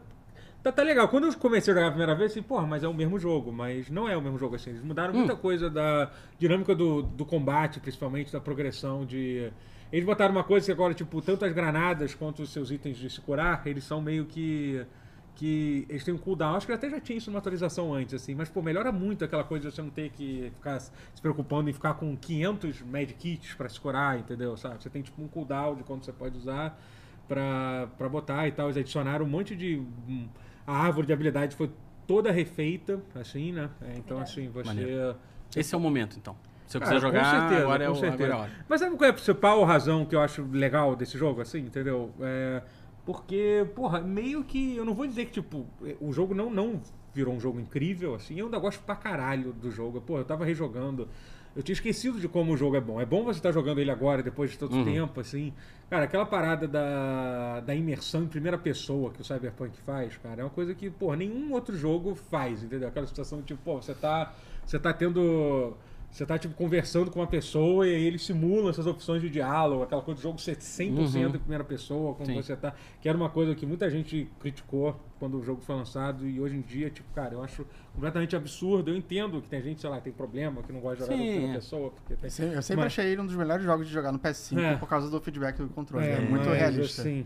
[SPEAKER 1] tá, tá legal. Quando eu comecei a jogar a primeira vez, assim, porra, mas é o mesmo jogo. Mas não é o mesmo jogo assim. Eles mudaram muita coisa da dinâmica do, do combate, principalmente, da progressão de. Eles botaram uma coisa que agora, tipo, tanto as granadas quanto os seus itens de se curar, eles são meio que. Que eles têm um cooldown. Acho que até já tinha isso numa atualização antes, assim. Mas, pô, melhora muito aquela coisa de você não ter que ficar se preocupando em ficar com 500 medkits pra se curar, entendeu? Sabe? Você tem, tipo, um cooldown de quando você pode usar pra, pra botar e tal. Eles adicionaram um monte de. hum, A árvore de habilidade foi toda refeita, assim, né? É, então, assim, você.
[SPEAKER 2] Maneiro. Esse é o momento, então. Se eu
[SPEAKER 1] Cara,
[SPEAKER 2] quiser jogar,
[SPEAKER 1] com certeza,
[SPEAKER 2] agora, é
[SPEAKER 1] com
[SPEAKER 2] o,
[SPEAKER 1] certeza.
[SPEAKER 2] agora é a hora.
[SPEAKER 1] Mas sabe qual é a principal razão que eu acho legal desse jogo, assim, entendeu? É porque, porra, meio que. Eu não vou dizer que, tipo, o jogo não, não virou um jogo incrível, assim. Eu ainda gosto pra caralho do jogo. Porra, eu tava rejogando. Eu tinha esquecido de como o jogo é bom. É bom você estar jogando ele agora, depois de tanto
[SPEAKER 2] Uhum.
[SPEAKER 1] tempo, assim. Cara, aquela parada da, da imersão em primeira pessoa que o Cyberpunk faz, cara, é uma coisa que, porra, nenhum outro jogo faz, entendeu? Aquela situação de, tipo, pô, você tá, você tá tendo. Você tá, tipo, conversando com uma pessoa e aí ele simula essas opções de diálogo, aquela coisa do jogo ser 100% em primeira pessoa, como
[SPEAKER 2] Uhum. Sim.
[SPEAKER 1] você tá... Que era uma coisa que muita gente criticou quando o jogo foi lançado e hoje em dia, tipo, cara, eu acho completamente absurdo. Eu entendo que tem gente, sei lá, que tem problema, que não gosta de jogar
[SPEAKER 2] Sim,
[SPEAKER 1] jogo em primeira
[SPEAKER 2] é.
[SPEAKER 1] pessoa, porque tem...
[SPEAKER 4] Eu sempre- Eu sempre
[SPEAKER 1] Mas-
[SPEAKER 4] achei ele um dos melhores jogos de jogar no PS5
[SPEAKER 1] É.
[SPEAKER 4] por causa do feedback do controle. É, muito
[SPEAKER 1] mas,
[SPEAKER 4] realista.
[SPEAKER 1] assim,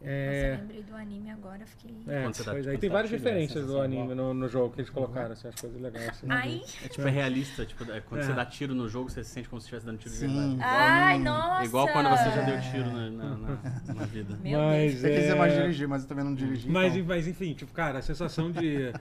[SPEAKER 3] Nossa, eu
[SPEAKER 1] é...
[SPEAKER 3] lembrei do anime agora, fiquei.
[SPEAKER 1] É,
[SPEAKER 2] Quando você tá-
[SPEAKER 1] pois é. E
[SPEAKER 3] tipo
[SPEAKER 2] quando
[SPEAKER 1] tem
[SPEAKER 2] tá
[SPEAKER 1] várias
[SPEAKER 2] chegando,
[SPEAKER 1] referências do
[SPEAKER 2] sensação
[SPEAKER 1] anime
[SPEAKER 2] boa.
[SPEAKER 1] no, no jogo que eles colocaram, assim, as coisas legais. Assim,
[SPEAKER 3] Uhum. Ai,
[SPEAKER 2] É tipo, é realista. Tipo, é quando
[SPEAKER 1] É.
[SPEAKER 2] você dá tiro no jogo, você se sente como se estivesse dando tiro de
[SPEAKER 4] Sim.
[SPEAKER 2] verdade. Igual-
[SPEAKER 3] ai, nossa!
[SPEAKER 2] Igual quando você já deu tiro na, na- na- na vida.
[SPEAKER 3] Meu
[SPEAKER 1] Mas-
[SPEAKER 3] Deus.
[SPEAKER 4] Eu quis
[SPEAKER 1] É.
[SPEAKER 4] dizer mais dirigir, mas eu também não dirigi.
[SPEAKER 1] Mas,
[SPEAKER 4] então.
[SPEAKER 1] mas enfim, tipo, cara, a sensação de.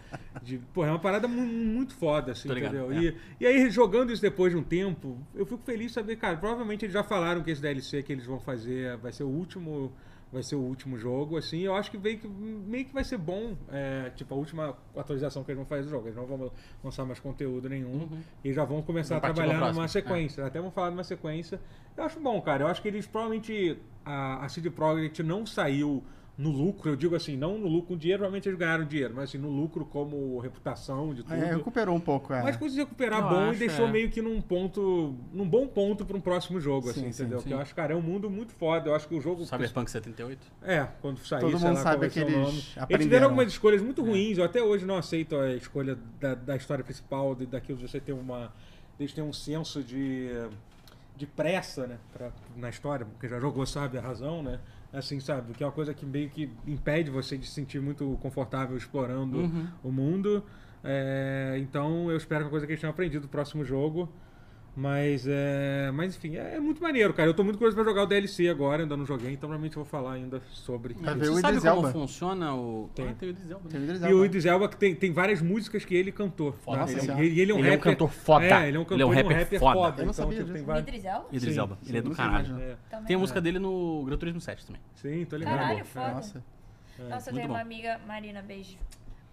[SPEAKER 1] de porra, é uma parada mu- muito foda, assim,
[SPEAKER 2] Tô ligado, É.
[SPEAKER 1] entendeu? E, e aí, jogando isso depois de um tempo, eu fico feliz de saber, cara, provavelmente eles já falaram que esse DLC que eles vão fazer vai ser o último. Vai ser o último jogo, assim. Eu acho que meio que, meio que vai ser bom, é, tipo, a última atualização que eles vão fazer do jogo. Eles não vão lançar mais conteúdo nenhum. E já vão começar
[SPEAKER 2] Uhum.
[SPEAKER 1] a
[SPEAKER 2] Vão partir pra
[SPEAKER 1] trabalhar numa
[SPEAKER 2] próxima.
[SPEAKER 1] sequência. né? Até vão falar numa sequência. Eu acho bom, cara. Eu acho que eles provavelmente. A, a CD Projekt não saiu No lucro, eu digo assim, não no lucro com dinheiro, realmente eles ganharam dinheiro, mas assim, no lucro como reputação de tudo.
[SPEAKER 4] É, recuperou um pouco, é.
[SPEAKER 1] Mas conseguiu recuperar
[SPEAKER 2] Eu
[SPEAKER 1] bom
[SPEAKER 2] acho,
[SPEAKER 1] e deixou
[SPEAKER 2] é.
[SPEAKER 1] meio que num ponto. num bom ponto pra um próximo jogo,
[SPEAKER 4] Sim,
[SPEAKER 1] assim,
[SPEAKER 4] sim,
[SPEAKER 1] entendeu?
[SPEAKER 2] sim.
[SPEAKER 1] Que eu acho, cara, é um mundo muito foda. Eu acho que o jogo.
[SPEAKER 2] Cyberpunk 78?
[SPEAKER 1] É, quando sair,
[SPEAKER 4] Todo
[SPEAKER 1] sei
[SPEAKER 4] mundo
[SPEAKER 1] lá,
[SPEAKER 4] sabe É.
[SPEAKER 1] qual vai ser
[SPEAKER 4] que
[SPEAKER 1] o
[SPEAKER 4] eles
[SPEAKER 1] nome. Eles tiveram
[SPEAKER 4] aprenderam.
[SPEAKER 1] algumas escolhas muito ruins, eu até hoje não aceito a escolha da, da história principal, de, daquilo de você ter uma. Eles têm um senso de, de pressa, né? pra- na história, porque já jogou, sabe a razão, né? Assim, sabe? Que é uma coisa que meio que impede você de se sentir muito confortável explorando o mundo. É, então eu espero que é uma coisa que eles tenham aprendido do próximo jogo. Mas, é, mas enfim, é, é muito maneiro, cara. Eu tô muito curioso pra jogar o DLC agora, ainda não joguei, então provavelmente eu vou falar ainda sobre.
[SPEAKER 4] Vai
[SPEAKER 1] isso.
[SPEAKER 4] ver o
[SPEAKER 2] Você sabe
[SPEAKER 4] Idris
[SPEAKER 2] como
[SPEAKER 4] Elba.
[SPEAKER 2] funciona o.
[SPEAKER 1] Tem.
[SPEAKER 2] Ah, tem o Idris Elba.
[SPEAKER 4] Tem
[SPEAKER 2] né?
[SPEAKER 4] o Idris
[SPEAKER 1] E o
[SPEAKER 4] Elba.
[SPEAKER 1] Idris Elba que tem, tem várias músicas que ele cantou.
[SPEAKER 2] Foda.
[SPEAKER 1] né?
[SPEAKER 4] Nossa
[SPEAKER 1] Ele-
[SPEAKER 4] senhora.
[SPEAKER 1] ele, ele é um
[SPEAKER 2] Ele é um
[SPEAKER 1] rapper.
[SPEAKER 2] cantor foda.
[SPEAKER 1] É, ele é um cantor,
[SPEAKER 2] Ele é um
[SPEAKER 1] e
[SPEAKER 2] rapper foda.
[SPEAKER 1] foda.
[SPEAKER 4] Eu não
[SPEAKER 1] então,
[SPEAKER 4] sabia
[SPEAKER 1] tipo, tem
[SPEAKER 4] disso.
[SPEAKER 1] vários.
[SPEAKER 3] Idris Elba?
[SPEAKER 2] Idris
[SPEAKER 1] Sim,
[SPEAKER 2] Elba.
[SPEAKER 1] sim,
[SPEAKER 2] Ele é do
[SPEAKER 4] não sei
[SPEAKER 2] caralho.
[SPEAKER 4] imaginar.
[SPEAKER 1] É,
[SPEAKER 3] Também.
[SPEAKER 2] Tem a música dele no Gran Turismo 7 também.
[SPEAKER 1] sim, tô ligado.
[SPEAKER 3] Caralho,
[SPEAKER 1] É.
[SPEAKER 3] foda.
[SPEAKER 4] Nossa.
[SPEAKER 3] Nossa, eu
[SPEAKER 2] muito
[SPEAKER 3] tenho
[SPEAKER 2] bom.
[SPEAKER 3] uma amiga, Marina, beijo.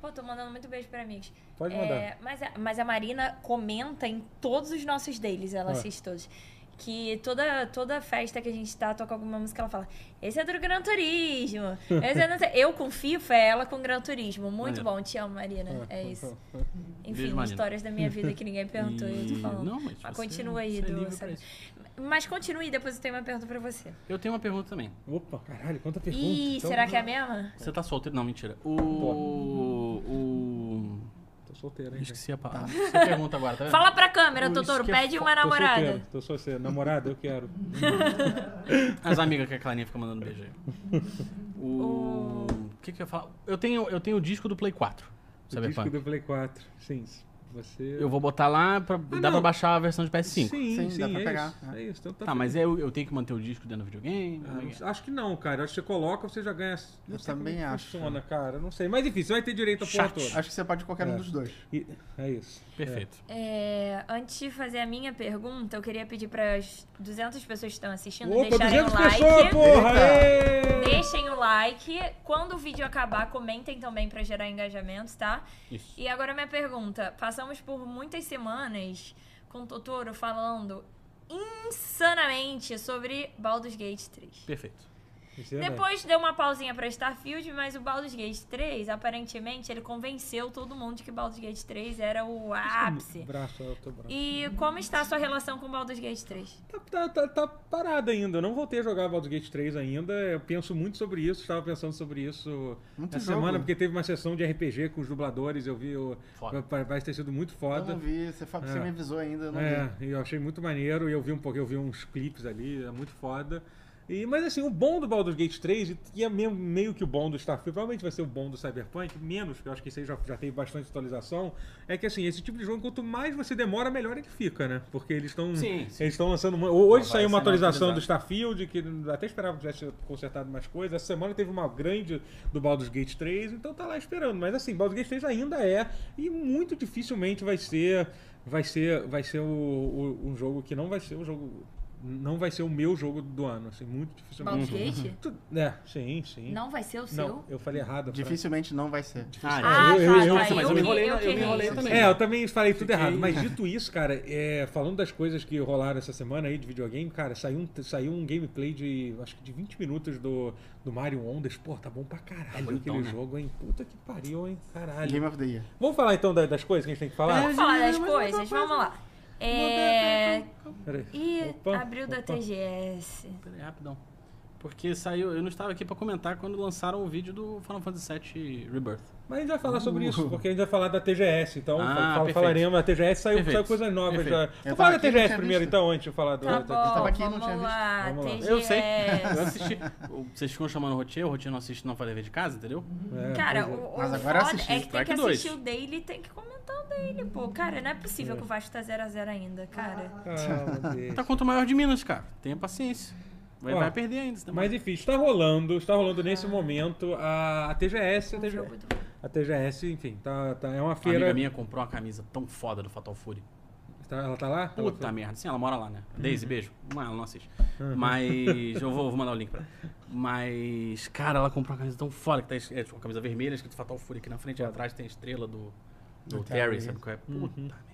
[SPEAKER 3] Pô, tô mandando muito beijo pra amigos.
[SPEAKER 1] Pode
[SPEAKER 3] É,
[SPEAKER 1] mandar.
[SPEAKER 3] mas, a, mas a Marina comenta em todos os nossos deles, ela
[SPEAKER 1] Ah.
[SPEAKER 3] assiste todos. Que toda, toda festa que a gente tá, toca alguma música, ela fala: Esse é do Gran Turismo. Esse é do... não sei." Eu com FIFA, é ela com Gran Turismo. Muito
[SPEAKER 2] Maneiro.
[SPEAKER 3] bom, te amo,
[SPEAKER 1] Ah,
[SPEAKER 3] Marina. É isso. Enfim,
[SPEAKER 2] Beijo, Marina.
[SPEAKER 3] histórias da minha vida que ninguém perguntou. Eu tô
[SPEAKER 2] E-
[SPEAKER 3] falando.
[SPEAKER 2] Não, mas
[SPEAKER 3] Mas
[SPEAKER 2] você-
[SPEAKER 3] continua aí,
[SPEAKER 2] você é
[SPEAKER 3] Edu,
[SPEAKER 2] livre pra
[SPEAKER 3] sabe?
[SPEAKER 2] isso.
[SPEAKER 3] Mas continue, depois eu tenho uma pergunta pra você.
[SPEAKER 2] Eu tenho uma pergunta também.
[SPEAKER 1] Opa, caralho, quanta pergunta.
[SPEAKER 3] Ih,
[SPEAKER 1] então,
[SPEAKER 3] será que é a mesma?
[SPEAKER 2] Você tá solteiro? Não, mentira. O. O.
[SPEAKER 1] Tô solteiro, hein? cara.
[SPEAKER 2] Esqueci a palavra. Você pergunta agora, tá vendo?
[SPEAKER 3] Fala pra câmera,
[SPEAKER 2] Isso
[SPEAKER 3] Totoro.
[SPEAKER 2] que é
[SPEAKER 3] Pede
[SPEAKER 2] fo-
[SPEAKER 3] uma
[SPEAKER 1] Tô
[SPEAKER 3] namorada.
[SPEAKER 1] solteiro, tô solteiro. Namorada, eu quero. Um
[SPEAKER 2] As amigas que a Clarinha fica mandando beijo aí. O. O que que eu ia falar? Eu tenho, eu tenho o disco do Play 4.
[SPEAKER 1] O disco
[SPEAKER 2] Cyberpunk.
[SPEAKER 1] do Play 4. Sim. Você.
[SPEAKER 2] Eu vou botar lá pra. dá
[SPEAKER 1] não.
[SPEAKER 2] pra baixar a versão de PS5.
[SPEAKER 1] Sim, sim,
[SPEAKER 4] Sim, dá pra
[SPEAKER 1] é
[SPEAKER 4] pegar,
[SPEAKER 1] Isso.
[SPEAKER 4] né?
[SPEAKER 1] É isso, então tá
[SPEAKER 2] Tá, mas eu, eu tenho que manter o disco dentro do videogame?
[SPEAKER 1] Ah,
[SPEAKER 2] Como é
[SPEAKER 1] não
[SPEAKER 2] que é?
[SPEAKER 1] sei. acho que não, cara. Acho que você coloca, você já ganha. Não
[SPEAKER 4] Eu
[SPEAKER 1] sei como é
[SPEAKER 4] também
[SPEAKER 1] que
[SPEAKER 4] acho.
[SPEAKER 1] Funciona, cara. Não sei. Mas enfim, você vai ter direito a porra
[SPEAKER 2] Chat.
[SPEAKER 1] toda.
[SPEAKER 4] Acho que você pode qualquer
[SPEAKER 1] É.
[SPEAKER 4] um dos dois.
[SPEAKER 1] E- É isso.
[SPEAKER 2] Perfeito.
[SPEAKER 3] É, antes de fazer a minha pergunta, eu queria pedir para as 200 pessoas que estão assistindo
[SPEAKER 1] É. Opa,
[SPEAKER 3] deixarem
[SPEAKER 1] 200
[SPEAKER 3] o like.
[SPEAKER 1] pessoas, porra!
[SPEAKER 4] Eita.
[SPEAKER 1] ê!
[SPEAKER 3] Deixem o like. Quando o vídeo acabar, comentem também para gerar engajamentos, tá?
[SPEAKER 1] É.
[SPEAKER 2] Isso.
[SPEAKER 3] E agora minha pergunta. Passamos por muitas semanas com o Totoro falando insanamente sobre Baldur's Gate 3.
[SPEAKER 2] Perfeito.
[SPEAKER 1] Isso é verdade.
[SPEAKER 3] Depois deu uma pausinha pra Starfield, mas o Baldur's Gate 3, aparentemente, ele convenceu todo mundo de que Baldur's Gate 3 era
[SPEAKER 1] é
[SPEAKER 3] o ápice.
[SPEAKER 1] Braço, eu tô bravo.
[SPEAKER 3] E como está a sua relação com Baldur's Gate 3?
[SPEAKER 1] Tá, tá, tá, tá parado ainda. Eu não voltei a jogar Baldur's Gate 3 ainda. Eu penso muito sobre isso. Estava pensando sobre isso
[SPEAKER 4] Muito
[SPEAKER 1] essa
[SPEAKER 4] jogo.
[SPEAKER 1] semana, porque teve uma sessão de RPG com os dubladores. Eu vi. o-
[SPEAKER 2] Foda.
[SPEAKER 1] pa- Parece ter sido muito
[SPEAKER 4] Eu
[SPEAKER 1] foda.
[SPEAKER 4] não vi, você, fa- você
[SPEAKER 1] É.
[SPEAKER 4] me avisou ainda, eu não vi.
[SPEAKER 1] É, e eu achei muito maneiro, e eu vi um pouco, eu vi uns clipes ali, é muito foda. E, mas assim, o bom do Baldur's Gate 3, e- e é meio, meio que o bom do Starfield, provavelmente vai ser o bom do Cyberpunk, menos, porque eu acho que isso aí já, já teve bastante atualização, é que assim, esse tipo de jogo, quanto mais você demora, melhor ele fica, né? Porque eles estão
[SPEAKER 2] Sim,
[SPEAKER 1] eles
[SPEAKER 2] sim.
[SPEAKER 1] estão lançando... uma- Hoje
[SPEAKER 2] Vai
[SPEAKER 1] saiu uma
[SPEAKER 2] sendo
[SPEAKER 1] atualização
[SPEAKER 2] atualizado.
[SPEAKER 1] do Starfield, que eu até esperava que tivesse consertado mais coisas. Essa semana teve uma grande do Baldur's Gate 3, então tá lá esperando. Mas assim, Baldur's Gate 3 ainda é, e muito dificilmente vai ser vai ser vai ser o, o- um jogo que não vai ser um jogo não vai ser o meu jogo do ano, assim, muito
[SPEAKER 3] Baldur's
[SPEAKER 1] dificilmente.
[SPEAKER 3] Gate?
[SPEAKER 1] Tu- É, sim, sim.
[SPEAKER 3] Não vai ser o
[SPEAKER 1] Não,
[SPEAKER 3] seu?
[SPEAKER 1] eu falei errado.
[SPEAKER 4] Dificilmente não vai ser.
[SPEAKER 2] Ah,
[SPEAKER 3] Ah,
[SPEAKER 1] eu- eu-
[SPEAKER 3] tá,
[SPEAKER 1] eu-
[SPEAKER 3] tá,
[SPEAKER 1] mas eu
[SPEAKER 3] que-
[SPEAKER 1] me
[SPEAKER 2] enrolei, eu me
[SPEAKER 3] errei.
[SPEAKER 2] enrolei também.
[SPEAKER 1] É, eu também falei tudo
[SPEAKER 2] Fiquei-
[SPEAKER 1] errado. Mas dito isso, cara, é, falando das coisas que rolaram essa semana aí de videogame, cara, saiu um, saiu um gameplay de acho que de 20 minutos do, do Mario Ondas. Pô, tá bom pra caralho
[SPEAKER 2] bonitão,
[SPEAKER 1] aquele
[SPEAKER 2] né?
[SPEAKER 1] jogo, hein? Puta que pariu, hein? Caralho.
[SPEAKER 4] Game of the Year.
[SPEAKER 1] Vamos falar então da- das coisas que a gente tem que falar?
[SPEAKER 3] Vamos falar das coisas, vamos lá. É...
[SPEAKER 1] Peraí.
[SPEAKER 3] Ih,
[SPEAKER 1] Opa,
[SPEAKER 3] abriu da
[SPEAKER 1] opa.
[SPEAKER 3] 3GS.
[SPEAKER 2] Peraí, rapidão. Porque saiu. Eu não estava aqui pra comentar quando lançaram o vídeo do Final Fantasy VII Rebirth.
[SPEAKER 1] Mas a gente vai falar sobre isso, porque a gente vai falar da TGS, então
[SPEAKER 2] Uh. Ah,
[SPEAKER 1] fala-
[SPEAKER 2] perfeito.
[SPEAKER 1] falaremos da TGS, saiu,
[SPEAKER 2] Perfeito.
[SPEAKER 1] saiu coisas novas
[SPEAKER 2] Perfeito.
[SPEAKER 1] já.
[SPEAKER 2] Eu
[SPEAKER 1] Vamos
[SPEAKER 4] tava
[SPEAKER 1] falar da
[SPEAKER 4] aqui e não
[SPEAKER 1] TGS
[SPEAKER 4] tinha
[SPEAKER 1] primeiro
[SPEAKER 4] visto.
[SPEAKER 1] então, antes de falar do
[SPEAKER 3] Tá
[SPEAKER 1] da- da-
[SPEAKER 4] tava
[SPEAKER 3] bom,
[SPEAKER 4] aqui e não tinha
[SPEAKER 3] vamos
[SPEAKER 4] visto.
[SPEAKER 3] lá,
[SPEAKER 1] Vamos lá.
[SPEAKER 3] TGS.
[SPEAKER 2] Eu sei. Eu assisti. O- Vocês ficam chamando o Rotier, o Rotier não assiste, não faz dever de casa, entendeu?
[SPEAKER 1] É,
[SPEAKER 3] Cara,
[SPEAKER 1] pois é.
[SPEAKER 3] o, o
[SPEAKER 4] Mas agora
[SPEAKER 3] foda
[SPEAKER 4] assisti.
[SPEAKER 3] é que tem que
[SPEAKER 2] Track
[SPEAKER 3] assistir
[SPEAKER 2] dois.
[SPEAKER 3] o daily e tem que comentar o daily, pô. Cara, não é possível que o Vasco tá 0x0 ainda, cara.
[SPEAKER 1] Ah, Calma, deixa.
[SPEAKER 2] Tá contra o maior de Minas, cara. Tenha paciência. Vai,
[SPEAKER 1] Ó,
[SPEAKER 2] vai perder ainda. senão-
[SPEAKER 1] Mas enfim, está rolando, está rolando
[SPEAKER 2] Ah.
[SPEAKER 1] nesse momento a, a TGS, a
[SPEAKER 3] Um jogo
[SPEAKER 1] TGS,
[SPEAKER 3] do...
[SPEAKER 1] a TGS, enfim, tá, tá- é uma
[SPEAKER 2] Uma amiga
[SPEAKER 1] feira.
[SPEAKER 2] minha comprou uma camisa tão foda do Fatal Fury.
[SPEAKER 1] Tá- ela tá lá? Ela
[SPEAKER 2] Puta merda. Sim, ela mora lá, né? Daisy, beijo. Não, ela não assiste. Mas. Eu vou, vou mandar o link pra ela. Mas, cara, ela comprou uma camisa tão foda que tá es- é, tipo, uma camisa vermelha, escrito Fatal Fury aqui na frente e atrás tem a estrela do. Do
[SPEAKER 4] Do
[SPEAKER 2] Terry, Uhum. É.
[SPEAKER 4] Terry.
[SPEAKER 2] sabe qual é? Puta merda.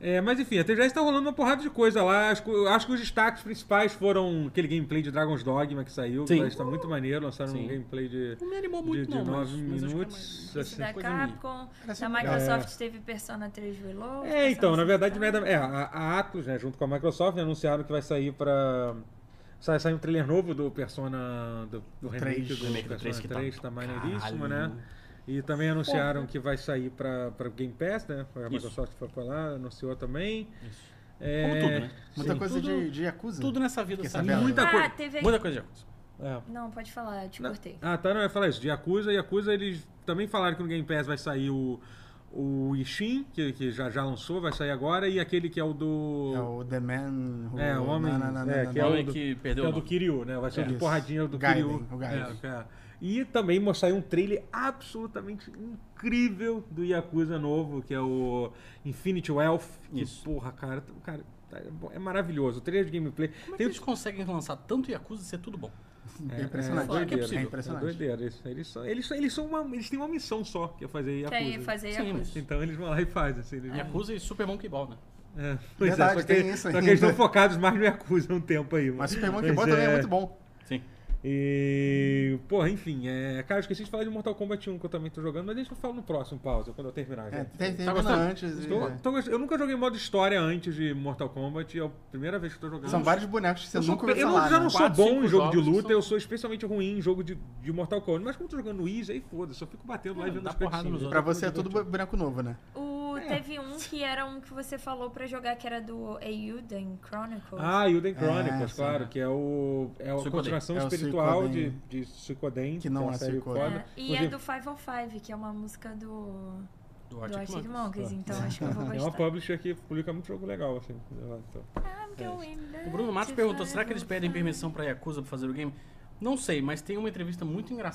[SPEAKER 1] É, mas enfim, a TGS tá rolando uma porrada de coisa lá. Acho, que- eu acho que os destaques principais foram aquele gameplay de Dragon's Dogma que saiu,
[SPEAKER 2] Sim.
[SPEAKER 1] que está muito maneiro, lançaram um
[SPEAKER 2] Sim.
[SPEAKER 1] gameplay de,
[SPEAKER 2] Não me animou
[SPEAKER 1] de,
[SPEAKER 2] muito,
[SPEAKER 1] de
[SPEAKER 2] não. mas-
[SPEAKER 1] 9
[SPEAKER 2] mas acho que é
[SPEAKER 1] minutos.
[SPEAKER 2] mais-
[SPEAKER 1] assim.
[SPEAKER 3] da
[SPEAKER 2] coisa mínima.
[SPEAKER 3] Capcom,
[SPEAKER 4] Parece
[SPEAKER 3] da
[SPEAKER 4] muito legal.
[SPEAKER 3] Microsoft teve Persona 3 Reload.
[SPEAKER 1] É, então,
[SPEAKER 3] Persona
[SPEAKER 1] na verdade,
[SPEAKER 3] 5
[SPEAKER 1] merda. É, a, a Atlus, né, junto com a Microsoft, né, anunciaram que vai sair pra. Sai, sai um trailer novo do Persona. do, do remake
[SPEAKER 4] Três.
[SPEAKER 1] do,
[SPEAKER 2] Remake do três
[SPEAKER 1] Persona
[SPEAKER 2] que tá
[SPEAKER 1] 3, tá maneiríssimo, né?
[SPEAKER 2] caralho.
[SPEAKER 1] E também anunciaram que vai sair pra, pra Game Pass, né? A
[SPEAKER 2] Isso.
[SPEAKER 1] Microsoft foi pra lá, anunciou também.
[SPEAKER 2] Isso.
[SPEAKER 1] É,
[SPEAKER 2] Como tudo, né?
[SPEAKER 4] Muita
[SPEAKER 1] sim.
[SPEAKER 4] coisa
[SPEAKER 2] Tudo-
[SPEAKER 4] de, de Yakuza.
[SPEAKER 2] Tudo nessa vida
[SPEAKER 4] Fiquei
[SPEAKER 2] sabe?
[SPEAKER 4] sabendo.
[SPEAKER 2] Muita
[SPEAKER 3] Ah,
[SPEAKER 2] coisa.
[SPEAKER 3] teve-
[SPEAKER 2] Muita coisa de Yakuza.
[SPEAKER 1] É.
[SPEAKER 3] Não, pode falar, eu te cortei.
[SPEAKER 1] Ah, tá, não, eu ia falar isso. De Yakuza, Yakuza, eles também falaram que no Game Pass vai sair o, o Ishin, que, que já, já lançou, vai sair agora, e aquele que é o do...
[SPEAKER 4] É o The Man. Who...
[SPEAKER 1] É, o homem-
[SPEAKER 4] Não, não, não,
[SPEAKER 1] é,
[SPEAKER 4] não,
[SPEAKER 1] que
[SPEAKER 2] O
[SPEAKER 1] é
[SPEAKER 4] não.
[SPEAKER 1] o
[SPEAKER 2] homem
[SPEAKER 1] do-
[SPEAKER 2] que
[SPEAKER 1] que
[SPEAKER 2] perdeu
[SPEAKER 1] é
[SPEAKER 2] o
[SPEAKER 1] o do
[SPEAKER 2] nome.
[SPEAKER 1] Kiryu, né? Vai ser o de
[SPEAKER 4] Isso.
[SPEAKER 1] porradinha do
[SPEAKER 4] Gaiden,
[SPEAKER 1] Kiryu.
[SPEAKER 4] o Gaiden.
[SPEAKER 1] É, que é. E também mo- saiu um trailer absolutamente incrível do Yakuza novo, que é o Infinity Wealth. Que,
[SPEAKER 2] Isso.
[SPEAKER 1] Porra, cara, t- cara, tá- é bom- é maravilhoso. O trailer de gameplay.
[SPEAKER 2] Como é que
[SPEAKER 1] Tem- um
[SPEAKER 2] eles conseguem lançar tanto Yakuza e ser tudo bom?
[SPEAKER 4] É impressionante.
[SPEAKER 2] Fala que é
[SPEAKER 1] doideira,
[SPEAKER 2] possível.
[SPEAKER 4] impressionante.
[SPEAKER 1] doideira. Eles, eles, são, eles, são- eles são uma, eles têm uma missão só, que é fazer Yakuza.
[SPEAKER 3] Quer fazer
[SPEAKER 2] Sim,
[SPEAKER 3] Yakuza.
[SPEAKER 2] mas-
[SPEAKER 1] Então eles vão lá e fazem. Assim, eles não-
[SPEAKER 2] Yakuza e Super Monkey Ball, né?
[SPEAKER 1] É, pois é,
[SPEAKER 4] Verdade,
[SPEAKER 1] só que,
[SPEAKER 4] tem isso
[SPEAKER 1] só que
[SPEAKER 4] ainda.
[SPEAKER 1] eles estão focados mais no Yakuza há um tempo aí.
[SPEAKER 4] Mas Super Monkey Ball também é muito bom.
[SPEAKER 2] Sim.
[SPEAKER 1] E, porra, enfim, é, cara, eu esqueci de falar de Mortal Kombat 1 que eu também tô jogando, mas deixa eu falar no próximo pausa, quando eu terminar.
[SPEAKER 4] É,
[SPEAKER 1] gente.
[SPEAKER 4] tem, tem
[SPEAKER 2] gostando?
[SPEAKER 4] antes. é. e-
[SPEAKER 1] Tô- tô gost- eu nunca joguei modo história antes de Mortal Kombat, é a primeira vez que eu tô jogando.
[SPEAKER 4] São vários bonecos que você
[SPEAKER 2] Eu sou
[SPEAKER 4] nunca ouviu
[SPEAKER 2] pe-
[SPEAKER 1] eu não-
[SPEAKER 4] falar.
[SPEAKER 1] já
[SPEAKER 4] né?
[SPEAKER 1] não sou
[SPEAKER 2] Quatro,
[SPEAKER 1] bom
[SPEAKER 2] cinco
[SPEAKER 1] em jogo de
[SPEAKER 2] jogos
[SPEAKER 1] luta,
[SPEAKER 2] são-
[SPEAKER 1] eu sou especialmente ruim em jogo de, de Mortal Kombat. Mas como eu tô jogando easy, aí foda-se, eu fico batendo lá e
[SPEAKER 2] Não,
[SPEAKER 1] vendo
[SPEAKER 2] dá
[SPEAKER 1] as
[SPEAKER 2] porrada
[SPEAKER 1] cutscenes.
[SPEAKER 2] nos outros.
[SPEAKER 4] Pra você é tudo bu- boneco novo, né?
[SPEAKER 3] O,
[SPEAKER 1] É.
[SPEAKER 3] Teve um que era um que você falou pra jogar, que era do Euden Chronicles. né?
[SPEAKER 1] Ah, Elden Chronicles,
[SPEAKER 4] sim,
[SPEAKER 1] claro,
[SPEAKER 2] é.
[SPEAKER 1] que é, o, é a
[SPEAKER 2] Suicoden.
[SPEAKER 1] continuação
[SPEAKER 4] É o
[SPEAKER 1] espiritual de,
[SPEAKER 4] Suicoden.
[SPEAKER 1] de Suicoden,
[SPEAKER 4] Que não
[SPEAKER 1] uma
[SPEAKER 4] é
[SPEAKER 1] série
[SPEAKER 4] Suicoden.
[SPEAKER 1] foda.
[SPEAKER 3] É, e é
[SPEAKER 1] Inclusive,
[SPEAKER 3] do 505, que é uma música do,
[SPEAKER 2] Do
[SPEAKER 3] do
[SPEAKER 2] Arctic
[SPEAKER 3] Arctic
[SPEAKER 2] Monkeys.
[SPEAKER 3] Monkeys, então acho que eu vou
[SPEAKER 1] É uma
[SPEAKER 3] gostar.
[SPEAKER 1] publisher que publica muito jogo legal, assim. Então,
[SPEAKER 3] I'm going
[SPEAKER 2] é. O
[SPEAKER 3] back
[SPEAKER 2] Bruno Matos
[SPEAKER 3] to
[SPEAKER 2] perguntou, será que eles pedem
[SPEAKER 3] 505?
[SPEAKER 2] permissão pra Yakuza pra fazer o game? Não sei, mas tem uma entrevista muito engraçada,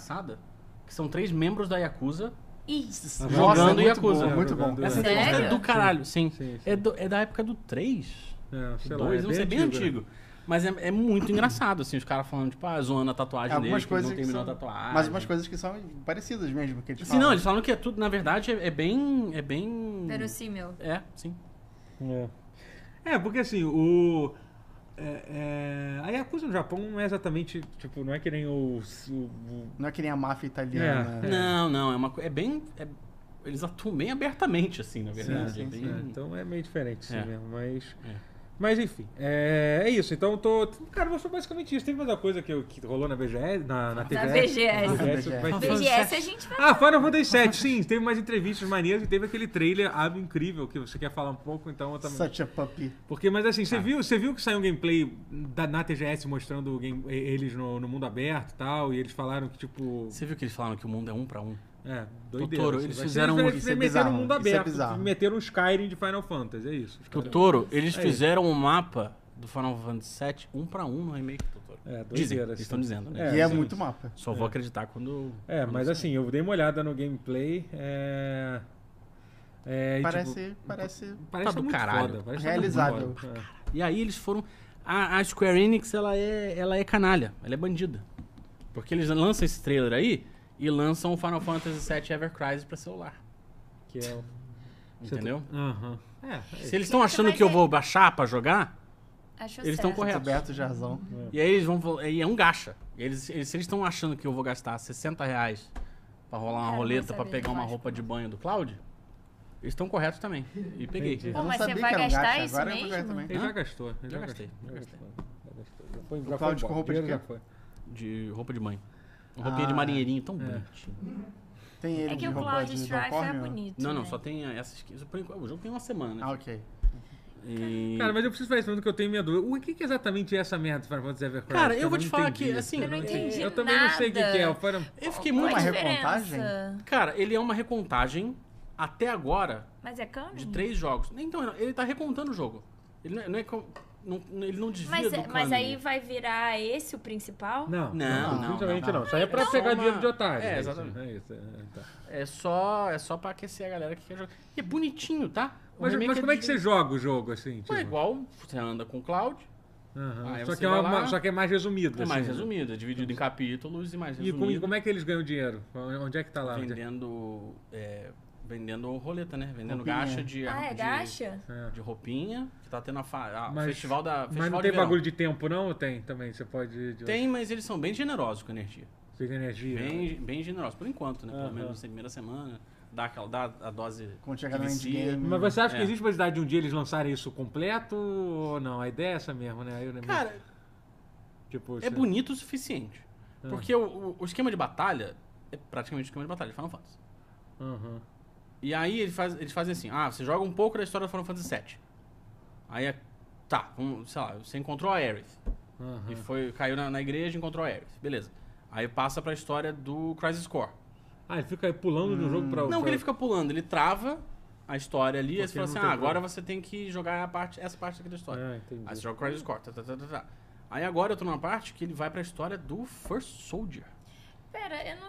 [SPEAKER 2] que são três membros da Yakuza
[SPEAKER 3] Isso.
[SPEAKER 2] jogando
[SPEAKER 4] muito
[SPEAKER 2] Yakuza.
[SPEAKER 4] bom, muito bom.
[SPEAKER 1] Jogando,
[SPEAKER 2] Essa
[SPEAKER 3] Sério?
[SPEAKER 2] entrevista é do caralho, sim.
[SPEAKER 1] Sim, sim.
[SPEAKER 2] É, do- é da época do 3,
[SPEAKER 1] É, sei lá, é
[SPEAKER 2] 2, não sei, bem
[SPEAKER 1] né?
[SPEAKER 2] antigo. Mas é, é muito engraçado, assim, os caras falando, tipo, ah, zoando a tatuagem
[SPEAKER 4] Algumas
[SPEAKER 2] dele, que
[SPEAKER 4] coisas
[SPEAKER 2] não
[SPEAKER 4] que
[SPEAKER 2] terminou
[SPEAKER 4] são-
[SPEAKER 2] a tatuagem.
[SPEAKER 4] Mas umas coisas que são parecidas mesmo. Que eles
[SPEAKER 2] Ah, é. Sim, não,
[SPEAKER 4] falam.
[SPEAKER 2] eles falam que é tudo, na verdade, é, é bem... É bem...
[SPEAKER 3] Verossímil.
[SPEAKER 2] É, sim.
[SPEAKER 1] É. É, porque assim, o. É, é, a Yakuza no Japão não é exatamente. Tipo, não é que nem o. o-
[SPEAKER 4] Não é que nem a máfia italiana.
[SPEAKER 1] É.
[SPEAKER 4] né?
[SPEAKER 2] Não, não, é uma co- É bem. é- eles atuam bem abertamente, assim, na verdade.
[SPEAKER 4] sim,
[SPEAKER 2] é
[SPEAKER 4] sim.
[SPEAKER 2] bem-
[SPEAKER 1] é, então é meio diferente, sim,
[SPEAKER 2] É.
[SPEAKER 1] mesmo, mas.
[SPEAKER 2] É.
[SPEAKER 1] Mas enfim, é, é isso. Então eu tô. Cara, mas foi basicamente isso. Tem mais uma coisa que, eu- que rolou na BGS, na, na TVS.
[SPEAKER 3] BGS.
[SPEAKER 1] vai ter-
[SPEAKER 3] BGS a gente vai.
[SPEAKER 1] Ah, Final Fantasy VII, sim. Teve mais entrevistas maneiras e teve aquele trailer ab incrível que você quer falar um pouco, então eu também.
[SPEAKER 4] Such a puppy. é
[SPEAKER 1] Porque, mas assim, você,
[SPEAKER 2] Ah.
[SPEAKER 1] viu, você viu que saiu um gameplay da, na TGS mostrando o game- eles no, no mundo aberto e tal, e eles falaram que, tipo.
[SPEAKER 2] Você viu que eles falaram que o mundo é um pra um?
[SPEAKER 1] É, doideira.
[SPEAKER 2] Totoro,
[SPEAKER 1] assim,
[SPEAKER 2] eles
[SPEAKER 1] vai ser-
[SPEAKER 2] fizeram- um-
[SPEAKER 1] Eles,
[SPEAKER 4] isso é
[SPEAKER 1] eles meteram o
[SPEAKER 4] bizarro,
[SPEAKER 1] mundo
[SPEAKER 4] isso é
[SPEAKER 1] aberto.
[SPEAKER 4] bizarro.
[SPEAKER 1] meteram o Skyrim de Final Fantasy, é isso. Os caras-
[SPEAKER 2] Totoro, eles
[SPEAKER 1] Aí.
[SPEAKER 2] fizeram um mapa do Final Fantasy VII um pra um no remake do Totoro.
[SPEAKER 1] É, doideira,
[SPEAKER 2] Dizem,
[SPEAKER 1] assim.
[SPEAKER 2] eles estão dizendo, né?
[SPEAKER 1] É,
[SPEAKER 4] e é
[SPEAKER 1] sim.
[SPEAKER 4] muito mapa.
[SPEAKER 2] Só vou acreditar quando.
[SPEAKER 1] É,
[SPEAKER 2] quando
[SPEAKER 1] mas
[SPEAKER 2] sair.
[SPEAKER 1] assim, eu dei uma olhada no gameplay. É. é, e, tipo,
[SPEAKER 4] Parece, parece
[SPEAKER 1] parece
[SPEAKER 2] tá do
[SPEAKER 1] muito
[SPEAKER 2] caralho.
[SPEAKER 1] foda, parece tá muito
[SPEAKER 4] realizável.
[SPEAKER 1] foda, é.
[SPEAKER 2] E aí eles foram. A, a Square Enix, ela é, ela é canalha, ela é bandida. Porque eles lançam esse trailer aí e lançam o Final Fantasy VII Ever Crisis pra celular.
[SPEAKER 1] Que é o-
[SPEAKER 2] Entendeu?
[SPEAKER 1] Aham. É, é
[SPEAKER 2] Se eles estão achando
[SPEAKER 3] Mas
[SPEAKER 2] que eu
[SPEAKER 3] é-
[SPEAKER 2] vou baixar pra jogar,
[SPEAKER 3] Achou
[SPEAKER 2] Eles estão
[SPEAKER 3] certo.
[SPEAKER 2] corretos.
[SPEAKER 4] Roberto Jarzão.
[SPEAKER 2] E aí eles vão. fal- E é um gacha. E Eles, eles, se eles estão achando que eu vou gastar 60 reais pra rolar uma
[SPEAKER 3] Cara, é
[SPEAKER 2] roleta
[SPEAKER 3] não
[SPEAKER 2] pra
[SPEAKER 3] sabia,
[SPEAKER 2] pegar
[SPEAKER 3] eu
[SPEAKER 2] uma
[SPEAKER 3] acho
[SPEAKER 2] roupa
[SPEAKER 3] que
[SPEAKER 2] de banho do Cloud, eles estão corretos também. E peguei.
[SPEAKER 1] Entendi.
[SPEAKER 3] Pô,
[SPEAKER 4] Eu não
[SPEAKER 3] mas você
[SPEAKER 4] sabia
[SPEAKER 3] vai
[SPEAKER 4] que era um
[SPEAKER 3] gastar
[SPEAKER 4] gacha,
[SPEAKER 3] isso
[SPEAKER 4] agora eu vou ganhar
[SPEAKER 3] mesmo?
[SPEAKER 4] também.
[SPEAKER 1] Ele já
[SPEAKER 2] Hã?
[SPEAKER 1] gastou. ele
[SPEAKER 2] Já
[SPEAKER 1] já
[SPEAKER 2] gastei,
[SPEAKER 1] gastou,
[SPEAKER 2] já
[SPEAKER 1] já
[SPEAKER 2] gastei.
[SPEAKER 1] gastou, já gastou. Já foi- já foi
[SPEAKER 4] Claudio
[SPEAKER 1] embora,
[SPEAKER 4] com roupa de
[SPEAKER 1] dinheiro já
[SPEAKER 4] quê?
[SPEAKER 1] foi.
[SPEAKER 2] De roupa de banho. Uma roupinha
[SPEAKER 4] Ah,
[SPEAKER 2] de marinheirinho
[SPEAKER 1] é.
[SPEAKER 2] tão bonitinho.
[SPEAKER 4] Tem ele
[SPEAKER 3] É que
[SPEAKER 4] de
[SPEAKER 3] o
[SPEAKER 4] roupa
[SPEAKER 3] Cloud
[SPEAKER 4] de
[SPEAKER 3] Strife é
[SPEAKER 4] unicórnio?
[SPEAKER 3] bonito.
[SPEAKER 2] Não, não,
[SPEAKER 3] né?
[SPEAKER 2] só tem essa skin. Por enquanto, O jogo tem uma semana, né?
[SPEAKER 4] Ah, ok.
[SPEAKER 2] E-
[SPEAKER 1] Cara, mas eu preciso falar isso mesmo que eu tenho minha dúvida. O que, que exatamente é essa merda do Final Fantasy Evercraft?
[SPEAKER 2] Cara, eu vou te falar
[SPEAKER 1] entendi.
[SPEAKER 2] que, assim,
[SPEAKER 3] Eu não
[SPEAKER 2] é-
[SPEAKER 3] entendi
[SPEAKER 1] Eu também não sei o que, que é. Eu falei,
[SPEAKER 2] eu fiquei
[SPEAKER 3] Qual
[SPEAKER 2] muito.
[SPEAKER 3] a
[SPEAKER 4] Uma
[SPEAKER 3] diferença?
[SPEAKER 4] recontagem?
[SPEAKER 2] Cara, ele é uma recontagem até agora
[SPEAKER 3] Mas é canon?
[SPEAKER 2] de três jogos. Então, Renan, ele tá recontando o jogo. Ele não é, não é com- não- ele não desvia
[SPEAKER 3] Mas,
[SPEAKER 2] do
[SPEAKER 3] é- mas
[SPEAKER 2] cânone.
[SPEAKER 3] aí vai virar esse o principal?
[SPEAKER 1] não,
[SPEAKER 2] Não, não,
[SPEAKER 1] definitivamente
[SPEAKER 2] não,
[SPEAKER 1] não.
[SPEAKER 2] não.
[SPEAKER 1] Isso aí é pra
[SPEAKER 2] Não,
[SPEAKER 1] pegar
[SPEAKER 2] uma-
[SPEAKER 1] dinheiro de otário.
[SPEAKER 2] É,
[SPEAKER 1] isso,
[SPEAKER 2] exatamente.
[SPEAKER 1] É isso, é, tá.
[SPEAKER 2] É só, é só pra aquecer a galera que quer jogar. E é bonitinho, tá? O
[SPEAKER 1] Mas,
[SPEAKER 2] remake
[SPEAKER 1] mas como é que
[SPEAKER 2] de-
[SPEAKER 1] você joga o jogo, assim? Tipo?
[SPEAKER 2] Não, é igual, você anda com o Cloud,
[SPEAKER 1] Aham.
[SPEAKER 2] Aí
[SPEAKER 1] só,
[SPEAKER 2] você
[SPEAKER 1] que é uma-
[SPEAKER 2] vai lá-
[SPEAKER 1] só que é mais resumido.
[SPEAKER 2] é mais
[SPEAKER 1] assim, né?
[SPEAKER 2] resumido, é dividido em capítulos e
[SPEAKER 1] E
[SPEAKER 2] mais
[SPEAKER 1] como, é
[SPEAKER 2] resumido.
[SPEAKER 1] e como é que eles ganham dinheiro? Onde é que tá lá? Onde é que-
[SPEAKER 2] Vendendo é, vendendo roleta, né? Vendendo
[SPEAKER 4] Roupinha.
[SPEAKER 2] gacha de...
[SPEAKER 3] Ah, é
[SPEAKER 2] de-
[SPEAKER 3] gacha?
[SPEAKER 1] É.
[SPEAKER 2] De roupinha, que tá tendo a, fa- a
[SPEAKER 1] Mas-
[SPEAKER 2] festival da festival
[SPEAKER 1] Mas não
[SPEAKER 2] Ah, de
[SPEAKER 1] tem
[SPEAKER 2] verão.
[SPEAKER 1] bagulho de tempo, não? Ou Tem também. Você pode. De
[SPEAKER 2] Tem, mas eles são bem generosos com a energia.
[SPEAKER 1] de energia.
[SPEAKER 2] Bem, bem generosos, por enquanto, né? Pelo
[SPEAKER 1] É. Aham.
[SPEAKER 2] menos na primeira semana, dá, aquela, dá a dose
[SPEAKER 4] Quando chegar
[SPEAKER 2] que
[SPEAKER 4] no
[SPEAKER 2] vicia.
[SPEAKER 4] endgame.
[SPEAKER 1] Mas você acha que
[SPEAKER 2] É.
[SPEAKER 1] existe possibilidade de um dia eles lançarem isso completo ou não? A ideia é essa mesmo, né? Eu,
[SPEAKER 2] Cara,
[SPEAKER 1] tipo,
[SPEAKER 2] é
[SPEAKER 1] você-
[SPEAKER 2] bonito o suficiente.
[SPEAKER 1] É.
[SPEAKER 2] Porque o, o- o esquema de batalha é praticamente o esquema de batalha de Final Fantasy.
[SPEAKER 1] Aham.
[SPEAKER 2] E aí ele faz- eles fazem assim, ah, você joga um pouco da história do Final Fantasy VII. Aí, é- tá, vamos, sei lá, você encontrou a Aerith.
[SPEAKER 1] Aham.
[SPEAKER 2] E foi, caiu na, na igreja e encontrou a Aerith. Beleza. Aí passa pra história do Crisis Core.
[SPEAKER 1] Ah, ele fica pulando de um jogo pra outro.
[SPEAKER 2] Hum. Não que ele fica pulando, ele trava a história ali, aí
[SPEAKER 1] Porque
[SPEAKER 2] você fala
[SPEAKER 1] não
[SPEAKER 2] assim,
[SPEAKER 1] tem
[SPEAKER 2] ah, agora
[SPEAKER 1] como.
[SPEAKER 2] você tem que jogar a parte, essa parte aqui da história.
[SPEAKER 1] Ah, entendi.
[SPEAKER 2] Aí você joga o Crisis Core, tá, tá, tá, tá, tá. Aí agora eu tô numa parte que ele vai pra história do First Soldier.
[SPEAKER 3] Pera, eu não.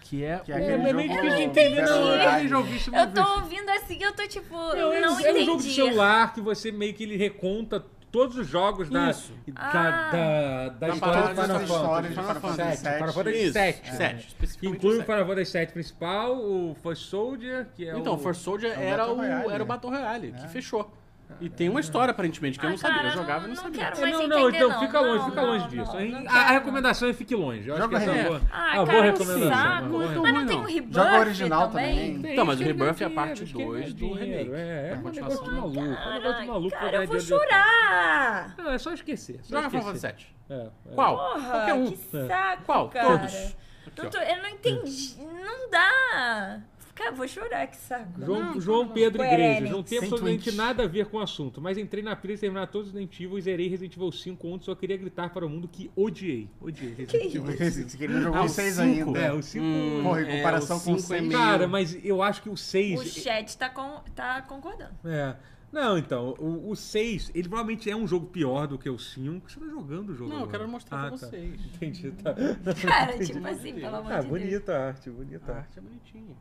[SPEAKER 2] Que é,
[SPEAKER 4] Que é
[SPEAKER 2] o-
[SPEAKER 1] É,
[SPEAKER 4] aquele
[SPEAKER 1] mas é meio
[SPEAKER 4] jogo
[SPEAKER 1] difícil de entender,
[SPEAKER 4] Battle
[SPEAKER 1] não. Eu
[SPEAKER 4] Royale.
[SPEAKER 1] também já ouvi isso
[SPEAKER 3] Eu
[SPEAKER 1] mil
[SPEAKER 3] tô
[SPEAKER 1] vezes.
[SPEAKER 3] ouvindo assim, eu tô tipo.
[SPEAKER 1] Não,
[SPEAKER 3] Não,
[SPEAKER 1] é, um- é um
[SPEAKER 3] entendi.
[SPEAKER 1] jogo de celular que você meio que ele reconta todos os jogos da,
[SPEAKER 2] Isso.
[SPEAKER 1] da,
[SPEAKER 3] Ah.
[SPEAKER 1] da, da
[SPEAKER 2] Da
[SPEAKER 1] história do
[SPEAKER 2] parada
[SPEAKER 1] Final
[SPEAKER 4] Todas as histórias
[SPEAKER 1] Fantasy.
[SPEAKER 4] de
[SPEAKER 2] Final
[SPEAKER 4] Final Fantasy
[SPEAKER 2] Fantasy
[SPEAKER 1] VII. Final Fantasy
[SPEAKER 4] VII.
[SPEAKER 1] Isso,
[SPEAKER 2] Sete.
[SPEAKER 1] é.
[SPEAKER 2] Sete,
[SPEAKER 1] Que
[SPEAKER 2] especificamente
[SPEAKER 1] inclui o
[SPEAKER 2] sete.
[SPEAKER 1] Final Fantasy VII principal, o First Soldier, que é
[SPEAKER 2] Então,
[SPEAKER 1] o...
[SPEAKER 2] First Soldier
[SPEAKER 4] é o
[SPEAKER 2] era,
[SPEAKER 4] Battle
[SPEAKER 2] o,
[SPEAKER 4] Royale,
[SPEAKER 2] era o
[SPEAKER 4] né?
[SPEAKER 2] Battle Royale, que
[SPEAKER 4] É.
[SPEAKER 2] fechou. E tem uma história, aparentemente, que eu
[SPEAKER 3] Ah,
[SPEAKER 2] não sabia.
[SPEAKER 3] cara,
[SPEAKER 2] eu jogava e não
[SPEAKER 3] não
[SPEAKER 2] sabia.
[SPEAKER 3] quero
[SPEAKER 1] É,
[SPEAKER 3] mais
[SPEAKER 1] não,
[SPEAKER 3] entender,
[SPEAKER 1] não, então fica longe,
[SPEAKER 3] Não,
[SPEAKER 1] fica
[SPEAKER 3] não,
[SPEAKER 1] longe
[SPEAKER 3] não,
[SPEAKER 1] disso.
[SPEAKER 3] não
[SPEAKER 1] Hein?
[SPEAKER 3] quero,
[SPEAKER 1] a, a
[SPEAKER 3] não.
[SPEAKER 1] recomendação é fique longe. Eu acho que
[SPEAKER 4] Joga
[SPEAKER 1] essa é
[SPEAKER 2] Renan.
[SPEAKER 1] uma boa,
[SPEAKER 3] Ah,
[SPEAKER 1] uma boa
[SPEAKER 3] cara, um
[SPEAKER 1] recomendação. uma
[SPEAKER 3] saco.
[SPEAKER 1] boa
[SPEAKER 2] Muito
[SPEAKER 1] recomendação.
[SPEAKER 3] Mas não
[SPEAKER 2] ruim,
[SPEAKER 3] tem um o
[SPEAKER 2] não.
[SPEAKER 3] rebirth
[SPEAKER 4] Joga o original também.
[SPEAKER 1] Tem,
[SPEAKER 2] Então, mas o
[SPEAKER 1] esquema
[SPEAKER 2] Rebirth é a
[SPEAKER 1] dinheiro,
[SPEAKER 2] parte
[SPEAKER 1] esquema
[SPEAKER 2] dois do
[SPEAKER 1] dinheiro,
[SPEAKER 2] remake.
[SPEAKER 1] É, é um negócio
[SPEAKER 2] continuação.
[SPEAKER 1] de maluco. É um negócio de maluco. pra
[SPEAKER 3] Cara,
[SPEAKER 1] ganhar
[SPEAKER 3] eu vou
[SPEAKER 1] dinheiro de-
[SPEAKER 3] chorar.
[SPEAKER 1] Não, é só esquecer. Só
[SPEAKER 2] Joga Final
[SPEAKER 1] esquecer.
[SPEAKER 2] Fantasy VII.
[SPEAKER 1] É, é.
[SPEAKER 2] Qual? Qualquer
[SPEAKER 3] Porra,
[SPEAKER 2] um.
[SPEAKER 3] que saco,
[SPEAKER 2] Qual?
[SPEAKER 3] cara.
[SPEAKER 2] Todos. Aqui,
[SPEAKER 3] É. Não
[SPEAKER 2] ó.
[SPEAKER 3] tô- eu não entendi. Não dá. Cara, vou chorar, que saco.
[SPEAKER 1] João, João Pedro
[SPEAKER 3] Square
[SPEAKER 1] Igreja.
[SPEAKER 3] Enix.
[SPEAKER 1] Não tem
[SPEAKER 4] Sem
[SPEAKER 1] absolutamente
[SPEAKER 4] tweets.
[SPEAKER 1] nada a ver com o assunto, mas entrei na pilha de terminar todos os Resident Evil e zerei Resident Evil 5 ontem. Só queria gritar para o mundo que odiei. Odiei Resident Evil.
[SPEAKER 4] Você queria
[SPEAKER 2] Ah,
[SPEAKER 4] jogar
[SPEAKER 2] o
[SPEAKER 4] o 6
[SPEAKER 2] cinco.
[SPEAKER 1] É,
[SPEAKER 4] ainda.
[SPEAKER 1] o 5.
[SPEAKER 4] Porra, em
[SPEAKER 2] é,
[SPEAKER 4] comparação
[SPEAKER 2] o
[SPEAKER 4] com o
[SPEAKER 2] cinco é
[SPEAKER 4] 6.
[SPEAKER 2] meio-
[SPEAKER 1] Cara, mas eu acho que o
[SPEAKER 3] O
[SPEAKER 1] 6.
[SPEAKER 3] chat tá, com, tá concordando.
[SPEAKER 1] É. Não, então, o, o 6, ele provavelmente é um jogo pior do que o 5. Você tá jogando o jogo.
[SPEAKER 2] Não, eu
[SPEAKER 1] agora.
[SPEAKER 2] quero mostrar
[SPEAKER 1] Ah,
[SPEAKER 2] pra
[SPEAKER 1] tá.
[SPEAKER 2] vocês.
[SPEAKER 1] Entendi, tá.
[SPEAKER 3] Cara, tipo assim,
[SPEAKER 2] Entendi.
[SPEAKER 3] pelo amor
[SPEAKER 1] Ah,
[SPEAKER 3] de Deus.
[SPEAKER 1] bonita a arte,
[SPEAKER 2] A
[SPEAKER 1] bonita. a arte.
[SPEAKER 2] arte é bonitinha.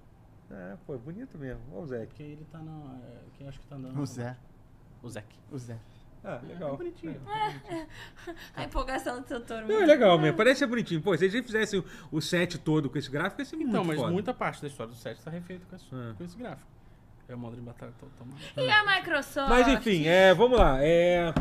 [SPEAKER 1] É, pô, é bonito mesmo. Olha o Zé.
[SPEAKER 2] Porque ele tá na... é, Quem acho que tá dando...
[SPEAKER 4] O Zé.
[SPEAKER 2] O Zeke.
[SPEAKER 4] O Zé.
[SPEAKER 1] Ah,
[SPEAKER 2] É
[SPEAKER 1] legal.
[SPEAKER 2] bonitinho.
[SPEAKER 3] A empolgação do Santoro.
[SPEAKER 1] Não, é legal mesmo. Parece ser bonitinho. Pô, se eles fizessem o set todo com esse gráfico, ia ser muito
[SPEAKER 2] Então, mas
[SPEAKER 1] foda.
[SPEAKER 2] muita parte da história do 7 tá refeita com, esse-
[SPEAKER 1] É.
[SPEAKER 2] com esse gráfico. É o modo de batalha todo tão maluco.
[SPEAKER 3] E a Microsoft?
[SPEAKER 1] Mas enfim, é, vamos lá. É,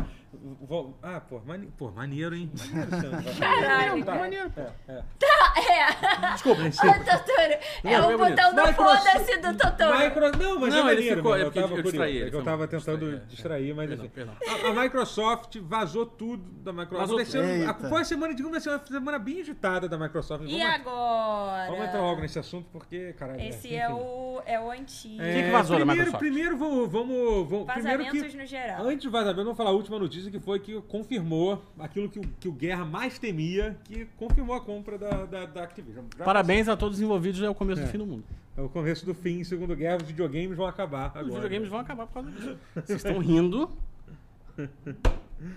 [SPEAKER 1] vo- ah, pô, mane, pô, maneiro, hein? Maneiro, É, Sandra.
[SPEAKER 3] Caralho,
[SPEAKER 2] Tá
[SPEAKER 3] cara.
[SPEAKER 2] maneiro, pô.
[SPEAKER 1] Então, Desculpa, gente.
[SPEAKER 3] Ah, Totoro. É
[SPEAKER 2] Não, é
[SPEAKER 3] o
[SPEAKER 2] bonito.
[SPEAKER 3] botão do
[SPEAKER 1] Microsoft-
[SPEAKER 3] foda-se do Totoro.
[SPEAKER 1] Micro... Não, mas
[SPEAKER 2] Então, Não,
[SPEAKER 1] é
[SPEAKER 2] ele
[SPEAKER 1] maneiro.
[SPEAKER 2] ficou-
[SPEAKER 1] mesmo,
[SPEAKER 2] é porque eu
[SPEAKER 1] tava
[SPEAKER 2] distraí
[SPEAKER 1] curioso,
[SPEAKER 2] ele,
[SPEAKER 1] é que eu
[SPEAKER 2] foi
[SPEAKER 1] tava
[SPEAKER 2] mal.
[SPEAKER 1] tentando
[SPEAKER 2] Distraí, é.
[SPEAKER 1] distrair, mas
[SPEAKER 2] Perdão,
[SPEAKER 1] enfim.
[SPEAKER 2] perdão.
[SPEAKER 1] A, a Microsoft vazou tudo da Microsoft.
[SPEAKER 2] Vazou
[SPEAKER 1] Vai ser um- a-
[SPEAKER 4] tudo.
[SPEAKER 1] Foi a semana, digamos, vai ser uma semana bem agitada da Microsoft. Vamos,
[SPEAKER 3] E agora?
[SPEAKER 1] vamos entrar logo nesse assunto, porque, caralho.
[SPEAKER 3] Esse
[SPEAKER 1] enfim.
[SPEAKER 3] é o, é o antigo.
[SPEAKER 1] É,
[SPEAKER 2] que que vazou da
[SPEAKER 1] primeiro,
[SPEAKER 2] Microsoft?
[SPEAKER 1] Primeiro, vamos. vamos, vamos primeiro
[SPEAKER 3] Vazamentos
[SPEAKER 1] que,
[SPEAKER 3] no geral.
[SPEAKER 1] Antes de vazamento, vamos falar a última notícia que foi que confirmou aquilo que o, que o Guerra mais temia, que confirmou a compra da, da, da Activision. Já-
[SPEAKER 2] Parabéns a todos os envolvidos, é o começo
[SPEAKER 1] É.
[SPEAKER 2] do fim do mundo.
[SPEAKER 1] É o começo do fim, segundo a Guerra, os videogames vão acabar agora.
[SPEAKER 2] Os videogames vão acabar por causa disso. Vocês estão rindo,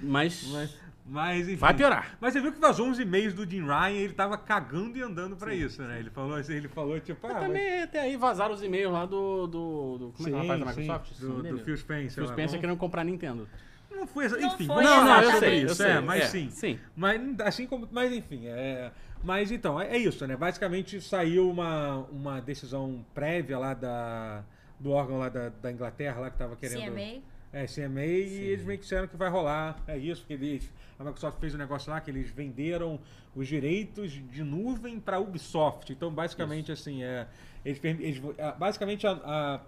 [SPEAKER 2] mas,
[SPEAKER 1] Mas, enfim.
[SPEAKER 2] vai piorar.
[SPEAKER 1] Mas você viu que vazou uns e-mails do Jim Ryan ele tava cagando e andando pra isso, né? Ele falou assim, ele falou tipo... Ah, mas-
[SPEAKER 2] Também até aí vazaram os e-mails lá do, do, do- Como é que é o rapaz da
[SPEAKER 1] Sim,
[SPEAKER 2] Microsoft?
[SPEAKER 1] sim, do, do Phil Spencer. né?
[SPEAKER 2] Phil
[SPEAKER 1] lá.
[SPEAKER 2] Spencer
[SPEAKER 1] Vamos-
[SPEAKER 2] querendo comprar a Nintendo.
[SPEAKER 1] Não foi exa-
[SPEAKER 3] Não
[SPEAKER 1] Enfim,
[SPEAKER 3] foi
[SPEAKER 1] vamos
[SPEAKER 3] Não,
[SPEAKER 1] falar
[SPEAKER 3] não, eu
[SPEAKER 1] sobre
[SPEAKER 3] sei, eu
[SPEAKER 1] isso,
[SPEAKER 2] sei,
[SPEAKER 1] é, mas
[SPEAKER 2] é,
[SPEAKER 1] sim.
[SPEAKER 2] sim.
[SPEAKER 1] Mas assim como. Mas enfim, é. Mas então, é, é isso, né? Basicamente saiu uma, uma decisão prévia lá da. Do órgão lá da, da Inglaterra, lá que tava querendo.
[SPEAKER 3] CMA.
[SPEAKER 1] É, CMA, e eles meio que disseram que vai rolar. É isso, porque eles, a Microsoft fez um negócio lá que eles venderam os direitos de nuvem para Ubisoft. Então, basicamente, assim, é, eles, permi- eles vo- ah, basicamente a, a-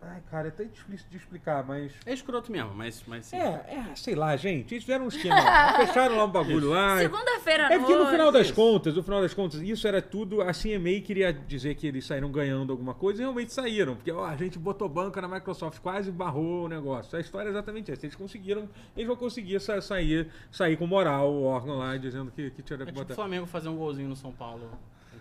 [SPEAKER 1] Ai, cara, é até difícil de explicar, mas.
[SPEAKER 2] É escroto mesmo, mas, mas sim.
[SPEAKER 1] É, é, sei lá, gente. Eles fizeram um esquema. fecharam lá um bagulho lá.
[SPEAKER 3] Segunda-feira à
[SPEAKER 1] É porque no
[SPEAKER 3] noite.
[SPEAKER 1] final das
[SPEAKER 2] isso.
[SPEAKER 1] contas, no final das contas, isso era tudo. A CMA queria dizer que eles saíram ganhando alguma coisa e realmente saíram. Porque ó, a gente botou banca na Microsoft, quase barrou o negócio. A história é exatamente essa. Eles conseguiram, eles vão conseguir sa- sair, sair com moral o órgão lá dizendo que, que tinha
[SPEAKER 2] É
[SPEAKER 1] que
[SPEAKER 2] tipo o
[SPEAKER 1] botar.
[SPEAKER 2] Flamengo fazer um golzinho no São Paulo